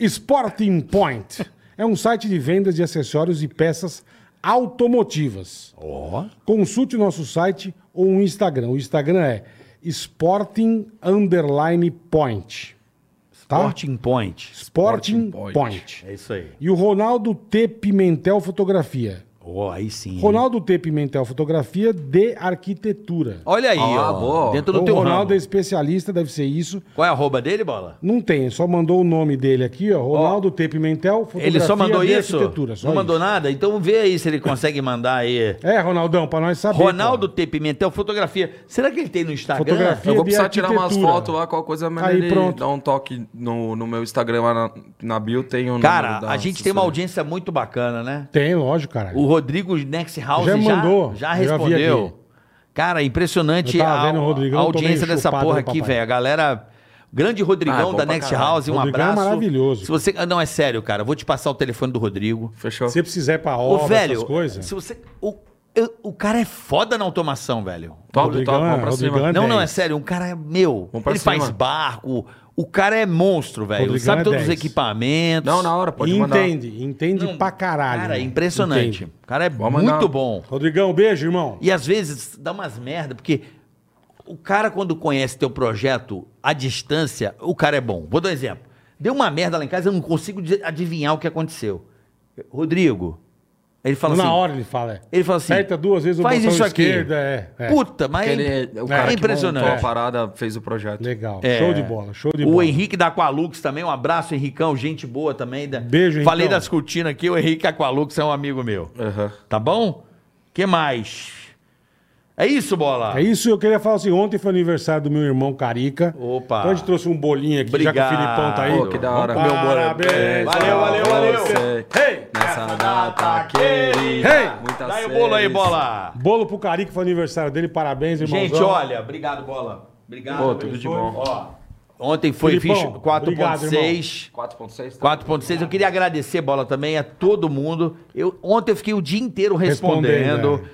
[SPEAKER 4] Sporting Point é um site de vendas de acessórios e peças automotivas. tá? Consulte o nosso site ou o Instagram. O Instagram é Sporting Underline Point. Tá?
[SPEAKER 3] Sporting Point.
[SPEAKER 4] Sporting,
[SPEAKER 5] Sporting
[SPEAKER 4] Point.
[SPEAKER 5] Point.
[SPEAKER 3] É isso aí.
[SPEAKER 4] E o Ronaldo T. Pimentel Fotografia.
[SPEAKER 3] Ó, aí sim. hein?
[SPEAKER 4] Ronaldo T. Pimentel Fotografia de Arquitetura.
[SPEAKER 3] Olha aí, ó.
[SPEAKER 5] Ah, boa.
[SPEAKER 3] Dentro do
[SPEAKER 4] o
[SPEAKER 3] teu
[SPEAKER 4] Ronaldo é
[SPEAKER 3] ramo.
[SPEAKER 4] especialista, deve ser isso.
[SPEAKER 3] Qual é a arroba dele, bola?
[SPEAKER 4] Não tem, só mandou o nome dele aqui, ó. Ronaldo T. Pimentel Fotografia
[SPEAKER 3] Ele só mandou
[SPEAKER 4] de
[SPEAKER 3] isso?
[SPEAKER 4] Arquitetura. Só
[SPEAKER 3] Não mandou
[SPEAKER 4] isso.
[SPEAKER 3] nada? Então vê aí se ele consegue mandar aí.
[SPEAKER 4] É, Ronaldão, pra nós saber.
[SPEAKER 3] Ronaldo
[SPEAKER 4] pô.
[SPEAKER 3] T. Pimentel, fotografia. Será que ele tem no Instagram?
[SPEAKER 4] Fotografia.
[SPEAKER 5] Eu vou
[SPEAKER 4] de
[SPEAKER 5] precisar tirar umas
[SPEAKER 4] arquitetura.
[SPEAKER 5] fotos lá, qualquer coisa melhor.
[SPEAKER 4] Aí,
[SPEAKER 5] Ele
[SPEAKER 4] pronto.
[SPEAKER 5] dá um toque no, no meu Instagram lá na, na bio, tem o número
[SPEAKER 3] Cara,
[SPEAKER 5] da
[SPEAKER 3] a gente tem uma
[SPEAKER 5] assessoria.
[SPEAKER 3] audiência muito bacana, né?
[SPEAKER 4] Tem, lógico,
[SPEAKER 3] O
[SPEAKER 4] caralho.
[SPEAKER 3] Rodrigo Next House
[SPEAKER 4] Já
[SPEAKER 3] já, já
[SPEAKER 4] mandou, eu já vi
[SPEAKER 3] respondeu.
[SPEAKER 4] aqui.
[SPEAKER 3] Cara, impressionante
[SPEAKER 4] Eu tava
[SPEAKER 3] a,
[SPEAKER 4] vendo o Rodrigão,
[SPEAKER 3] a
[SPEAKER 4] tô meio
[SPEAKER 3] audiência dessa
[SPEAKER 4] chupado,
[SPEAKER 3] porra
[SPEAKER 4] hein,
[SPEAKER 3] aqui,
[SPEAKER 4] papai?
[SPEAKER 3] velho. A galera. Grande
[SPEAKER 5] Ah, é
[SPEAKER 3] Rodrigão
[SPEAKER 5] bom
[SPEAKER 3] da
[SPEAKER 5] pra
[SPEAKER 3] Next
[SPEAKER 5] caralho.
[SPEAKER 3] House, um
[SPEAKER 4] Rodrigão é
[SPEAKER 3] abraço.
[SPEAKER 4] maravilhoso.
[SPEAKER 3] Se você... ah, Não, é sério, cara. eu Vou te passar o telefone do Rodrigo.
[SPEAKER 5] Fechou?
[SPEAKER 4] Se você precisar ir pra
[SPEAKER 3] Ô,
[SPEAKER 4] obra, essas
[SPEAKER 3] velho,
[SPEAKER 4] coisas.
[SPEAKER 3] se você. O... eu- o cara é foda na automação, velho.
[SPEAKER 5] Pablo,
[SPEAKER 4] Rodrigão
[SPEAKER 5] tá,
[SPEAKER 4] é-
[SPEAKER 5] vamos pra
[SPEAKER 4] Rodrigão
[SPEAKER 5] cima.
[SPEAKER 4] é
[SPEAKER 3] Não, não, é
[SPEAKER 4] 10.
[SPEAKER 3] sério. Um cara é meu.
[SPEAKER 5] Vamos pra
[SPEAKER 3] Ele
[SPEAKER 5] cima.
[SPEAKER 3] faz barco. O cara é monstro, velho.
[SPEAKER 4] Rodrigão
[SPEAKER 3] Sabe
[SPEAKER 4] é
[SPEAKER 3] todos os
[SPEAKER 4] 10.
[SPEAKER 3] equipamentos.
[SPEAKER 5] Não, na hora, pode mandar.
[SPEAKER 4] é entende, entende pra caralho.
[SPEAKER 3] Cara, é
[SPEAKER 4] né?
[SPEAKER 3] impressionante.
[SPEAKER 4] Entende.
[SPEAKER 3] O cara é
[SPEAKER 5] Vamos
[SPEAKER 3] muito
[SPEAKER 5] mandar.
[SPEAKER 3] bom.
[SPEAKER 4] Rodrigão, beijo, irmão.
[SPEAKER 3] E às vezes dá umas merda, porque o cara, quando conhece teu projeto à distância, o cara é bom. Vou dar um exemplo. Deu uma merda lá em casa, eu não consigo di- adivinhar o que aconteceu. Rodrigo. Ele fala
[SPEAKER 4] Na
[SPEAKER 3] assim.
[SPEAKER 4] hora ele fala. é.
[SPEAKER 3] Ele fala assim.
[SPEAKER 4] Aperta duas vezes o
[SPEAKER 3] faz
[SPEAKER 4] botão
[SPEAKER 3] isso aqui.
[SPEAKER 4] esquerda. É, é.
[SPEAKER 3] Puta, mas
[SPEAKER 5] Ele,
[SPEAKER 3] é, é
[SPEAKER 5] o cara que montou
[SPEAKER 3] impressionante.
[SPEAKER 5] a parada fez o projeto.
[SPEAKER 4] Legal.
[SPEAKER 3] É.
[SPEAKER 4] Show de bola, show de
[SPEAKER 3] O
[SPEAKER 4] bola.
[SPEAKER 3] Henrique da Aqualux também, um abraço, Henricão, gente boa também. Da...
[SPEAKER 4] Beijo,
[SPEAKER 3] Falei
[SPEAKER 4] Henricão.
[SPEAKER 3] das cortinas aqui, o Henrique Aqualux é um amigo meu.
[SPEAKER 5] Aham.
[SPEAKER 3] Tá bom? que mais? É isso, Bola?
[SPEAKER 4] É isso, eu queria falar assim, ontem foi aniversário do meu irmão Carica.
[SPEAKER 3] Opa.
[SPEAKER 4] Então a gente trouxe um bolinho aqui, já que o
[SPEAKER 3] Obrigado.
[SPEAKER 4] Filipão tá aí.
[SPEAKER 5] Pô, que da hora.
[SPEAKER 4] Vamos
[SPEAKER 5] Meu
[SPEAKER 4] parar,
[SPEAKER 3] Valeu,
[SPEAKER 4] Parabéns.
[SPEAKER 5] É, pra
[SPEAKER 3] valeu, valeu.
[SPEAKER 5] você.
[SPEAKER 3] Ei,
[SPEAKER 5] Nessa data querida.
[SPEAKER 3] Ei,
[SPEAKER 5] muita
[SPEAKER 3] dá aí o bolo aí,
[SPEAKER 5] sede.
[SPEAKER 3] Bola.
[SPEAKER 4] Bolo pro Carica, foi aniversário dele, parabéns, irmãozão.
[SPEAKER 3] Gente, olha, obrigado, Bola. Obrigado.
[SPEAKER 5] Pô, tudo de bom.
[SPEAKER 3] Ó, ontem foi fiz
[SPEAKER 4] Filipão, obrigado,
[SPEAKER 3] 4.6.
[SPEAKER 5] 4.6. tá?
[SPEAKER 3] 4.6, eu queria agradecer, Bola, também a todo mundo. Eu, ontem eu fiquei o dia inteiro respondendo.
[SPEAKER 4] Respondendo, né?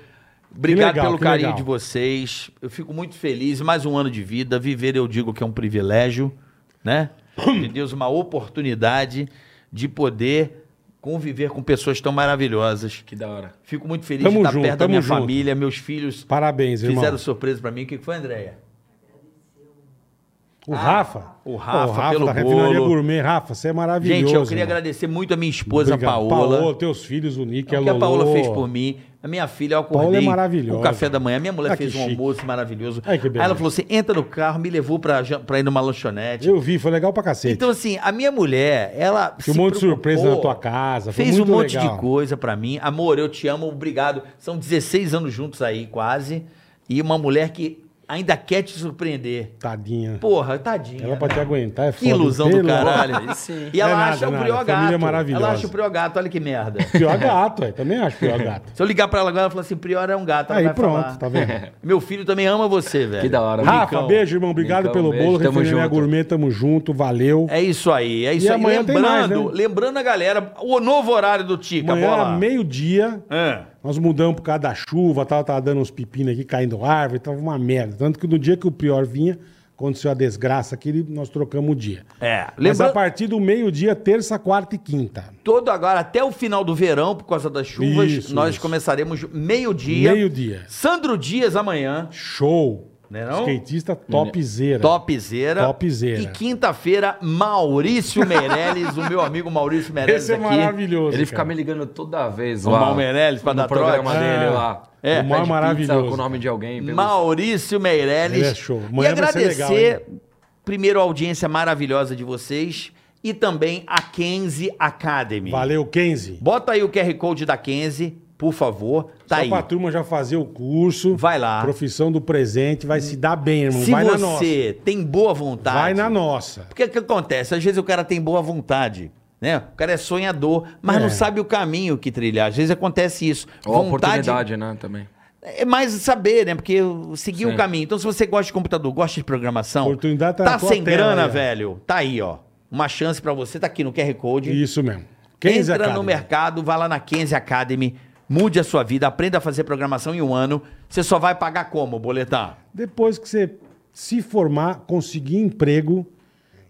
[SPEAKER 3] Obrigado
[SPEAKER 4] Que legal,
[SPEAKER 3] pelo
[SPEAKER 4] que
[SPEAKER 3] carinho
[SPEAKER 4] legal.
[SPEAKER 3] de vocês. Eu fico muito feliz. Mais um ano de vida. Viver, eu digo que é um privilégio, né? De Deus, uma oportunidade de poder conviver com pessoas tão maravilhosas.
[SPEAKER 5] Que da hora.
[SPEAKER 3] Fico muito feliz
[SPEAKER 4] Tamo
[SPEAKER 3] de estar
[SPEAKER 4] junto,
[SPEAKER 3] perto da
[SPEAKER 4] tamo
[SPEAKER 3] minha
[SPEAKER 4] junto.
[SPEAKER 3] família. Meus filhos
[SPEAKER 4] Parabéns, irmão.
[SPEAKER 3] fizeram surpresa pra mim. O que que foi, Andréia?
[SPEAKER 4] O Rafa?
[SPEAKER 3] Ah, o Rafa pelo
[SPEAKER 4] da Refinaria
[SPEAKER 3] bolo.
[SPEAKER 4] Gourmet. Rafa, você é maravilhoso.
[SPEAKER 3] Gente, eu queria
[SPEAKER 4] irmão.
[SPEAKER 3] agradecer muito a minha esposa,
[SPEAKER 4] Obrigado.
[SPEAKER 3] Paola. É
[SPEAKER 4] Paola, teus filhos, é o Nick,
[SPEAKER 3] O que a Paola fez por mim, a minha filha, eu acordei
[SPEAKER 4] Paola é maravilhosa.
[SPEAKER 3] o café da manhã, minha mulher
[SPEAKER 4] Ah, que
[SPEAKER 3] fez um
[SPEAKER 4] chique.
[SPEAKER 3] almoço maravilhoso.
[SPEAKER 4] Ai, que
[SPEAKER 3] Aí
[SPEAKER 4] beleza.
[SPEAKER 3] ela falou assim, entra no carro, me levou pra, jan- pra ir numa lanchonete.
[SPEAKER 4] Eu vi, foi legal pra cacete.
[SPEAKER 3] Então assim, a minha mulher, ela
[SPEAKER 4] Tinha um monte de surpresa na tua casa, foi
[SPEAKER 3] Fez
[SPEAKER 4] muito
[SPEAKER 3] um monte
[SPEAKER 4] legal.
[SPEAKER 3] de coisa pra mim. Amor, eu te amo, obrigado. São 16 anos juntos aí, quase. E uma mulher que ainda quer te surpreender.
[SPEAKER 4] Tadinha.
[SPEAKER 3] Porra, tadinha.
[SPEAKER 4] Ela
[SPEAKER 3] né?
[SPEAKER 4] pra te aguentar é foda.
[SPEAKER 3] Que ilusão do
[SPEAKER 4] Pelo amor-
[SPEAKER 3] caralho. E ela
[SPEAKER 4] É nada,
[SPEAKER 3] acha o
[SPEAKER 4] nada.
[SPEAKER 3] prió
[SPEAKER 4] Família
[SPEAKER 3] gato. Ela
[SPEAKER 4] maravilhosa.
[SPEAKER 3] acha o prió gato, olha que merda.
[SPEAKER 4] Pior gato, é. Também acho pior gato.
[SPEAKER 3] Se eu ligar pra ela agora, ela fala assim, Prior é um gato. Ela
[SPEAKER 4] Aí
[SPEAKER 3] vai
[SPEAKER 4] pronto,
[SPEAKER 3] falar.
[SPEAKER 4] tá vendo?
[SPEAKER 3] Meu filho também ama você, velho.
[SPEAKER 5] Que da hora.
[SPEAKER 4] Rafa, beijo, irmão. Obrigado
[SPEAKER 5] Nicão,
[SPEAKER 4] pelo
[SPEAKER 5] beijo,
[SPEAKER 4] bolo.
[SPEAKER 5] tamo
[SPEAKER 4] Refinaria
[SPEAKER 5] junto.
[SPEAKER 4] Gourmet, tamo junto. Valeu.
[SPEAKER 3] É isso aí, é isso aí.
[SPEAKER 4] amanhã tem
[SPEAKER 3] Lembrando,
[SPEAKER 4] mais, né?
[SPEAKER 3] lembrando a galera, o novo horário do Tica,
[SPEAKER 4] Amanhã, é
[SPEAKER 3] bola.
[SPEAKER 4] meio-dia,
[SPEAKER 3] É.
[SPEAKER 4] nós mudamos por causa da chuva, tava, tava dando uns pepinos aqui, caindo árvore, tava uma merda. Tanto que no dia que o Prior vinha, aconteceu a desgraça aqui, ele- nós trocamos o dia.
[SPEAKER 3] É,
[SPEAKER 4] Mas a
[SPEAKER 3] lembrando
[SPEAKER 4] partir do meio-dia, terça, quarta e quinta.
[SPEAKER 3] todo agora, até o final do verão, por causa das chuvas,
[SPEAKER 4] Isso,
[SPEAKER 3] nós
[SPEAKER 4] isso.
[SPEAKER 3] começaremos meio-dia.
[SPEAKER 4] Meio-dia.
[SPEAKER 3] Sandro Dias amanhã,
[SPEAKER 4] Show.
[SPEAKER 3] Né não?
[SPEAKER 4] Skatista topzera.
[SPEAKER 3] topzera.
[SPEAKER 4] Topzera.
[SPEAKER 3] E quinta-feira, Maurício Meirelles, o meu amigo Maurício Meirelles
[SPEAKER 4] Esse é
[SPEAKER 3] aqui.
[SPEAKER 4] maravilhoso.
[SPEAKER 5] Ele fica
[SPEAKER 4] cara.
[SPEAKER 5] me ligando toda vez
[SPEAKER 3] O
[SPEAKER 5] lá.
[SPEAKER 3] Mal Meirelles pra
[SPEAKER 5] no
[SPEAKER 3] dar
[SPEAKER 5] programa
[SPEAKER 3] trote.
[SPEAKER 5] dele
[SPEAKER 4] É.
[SPEAKER 5] lá.
[SPEAKER 3] É.
[SPEAKER 5] Ele
[SPEAKER 4] O Mal
[SPEAKER 5] pede
[SPEAKER 4] é
[SPEAKER 5] pizza
[SPEAKER 4] maravilhoso.
[SPEAKER 5] Com o nome de alguém. pelos-
[SPEAKER 3] Maurício Meirelles.
[SPEAKER 4] Ele é show.
[SPEAKER 3] E
[SPEAKER 4] Amanhã vai ser legal,
[SPEAKER 3] agradecer, primeiro, a audiência maravilhosa de vocês e também a Kenzie Academy.
[SPEAKER 4] Valeu, Kenzie.
[SPEAKER 3] Bota aí o QR Code da Kenzie, por favor. Tá
[SPEAKER 4] Só
[SPEAKER 3] aí.
[SPEAKER 4] pra turma já fazer o curso.
[SPEAKER 3] Vai lá.
[SPEAKER 4] Profissão do presente, vai se dar bem, irmão.
[SPEAKER 3] Se
[SPEAKER 4] vai na nossa.
[SPEAKER 3] você tá tem boa vontade.
[SPEAKER 4] Vai na nossa.
[SPEAKER 3] Porque o que acontece? Às vezes o cara tem boa vontade. Né? O cara é sonhador, mas
[SPEAKER 4] É.
[SPEAKER 3] não sabe o caminho que trilhar. Às vezes acontece isso.
[SPEAKER 5] Ou a oportunidade, né? Também.
[SPEAKER 3] É mais saber, né? Porque seguir o
[SPEAKER 5] Sim.
[SPEAKER 3] caminho. Então, se você gosta de computador, gosta de programação,
[SPEAKER 4] Oportunidade tá na tua
[SPEAKER 3] sem
[SPEAKER 4] tela
[SPEAKER 3] grana,
[SPEAKER 4] aí, ó.
[SPEAKER 3] velho. Tá aí, ó. Uma chance pra você, tá aqui no QR Code.
[SPEAKER 4] Isso mesmo.
[SPEAKER 3] Entra
[SPEAKER 4] Kenzie Academy.
[SPEAKER 3] no mercado, vai lá na Kenzie Academy, mude a sua vida, aprenda a fazer programação em um ano. Você só vai pagar como, boletar?
[SPEAKER 4] Depois que você se formar, conseguir emprego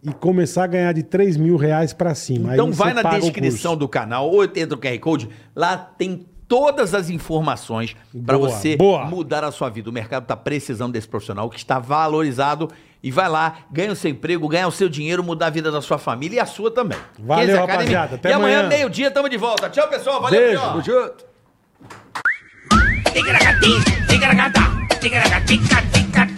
[SPEAKER 4] e começar a ganhar de 3 mil reais pra cima.
[SPEAKER 3] Então
[SPEAKER 4] Aí
[SPEAKER 3] vai
[SPEAKER 4] você
[SPEAKER 3] na
[SPEAKER 4] paga o
[SPEAKER 3] descrição
[SPEAKER 4] curso.
[SPEAKER 3] do canal ou entra no QR Code, lá tem todas as informações para
[SPEAKER 4] Boa,
[SPEAKER 3] você
[SPEAKER 4] boa.
[SPEAKER 3] mudar a sua vida. O mercado está precisando desse profissional que está valorizado e vai lá, ganha o seu emprego, ganha o seu dinheiro, mudar a vida da sua família e a sua também.
[SPEAKER 4] Valeu,
[SPEAKER 3] Kenzie Academy.
[SPEAKER 4] rapaziada. Até
[SPEAKER 3] e amanhã,
[SPEAKER 4] amanhã.
[SPEAKER 3] meio-dia, tamo de volta. Tchau, pessoal. Valeu,
[SPEAKER 4] Beijo.
[SPEAKER 3] Prior.
[SPEAKER 5] Tamo junto.
[SPEAKER 2] Tigra-ga-tim, tigra-ga-tica, tica, tica.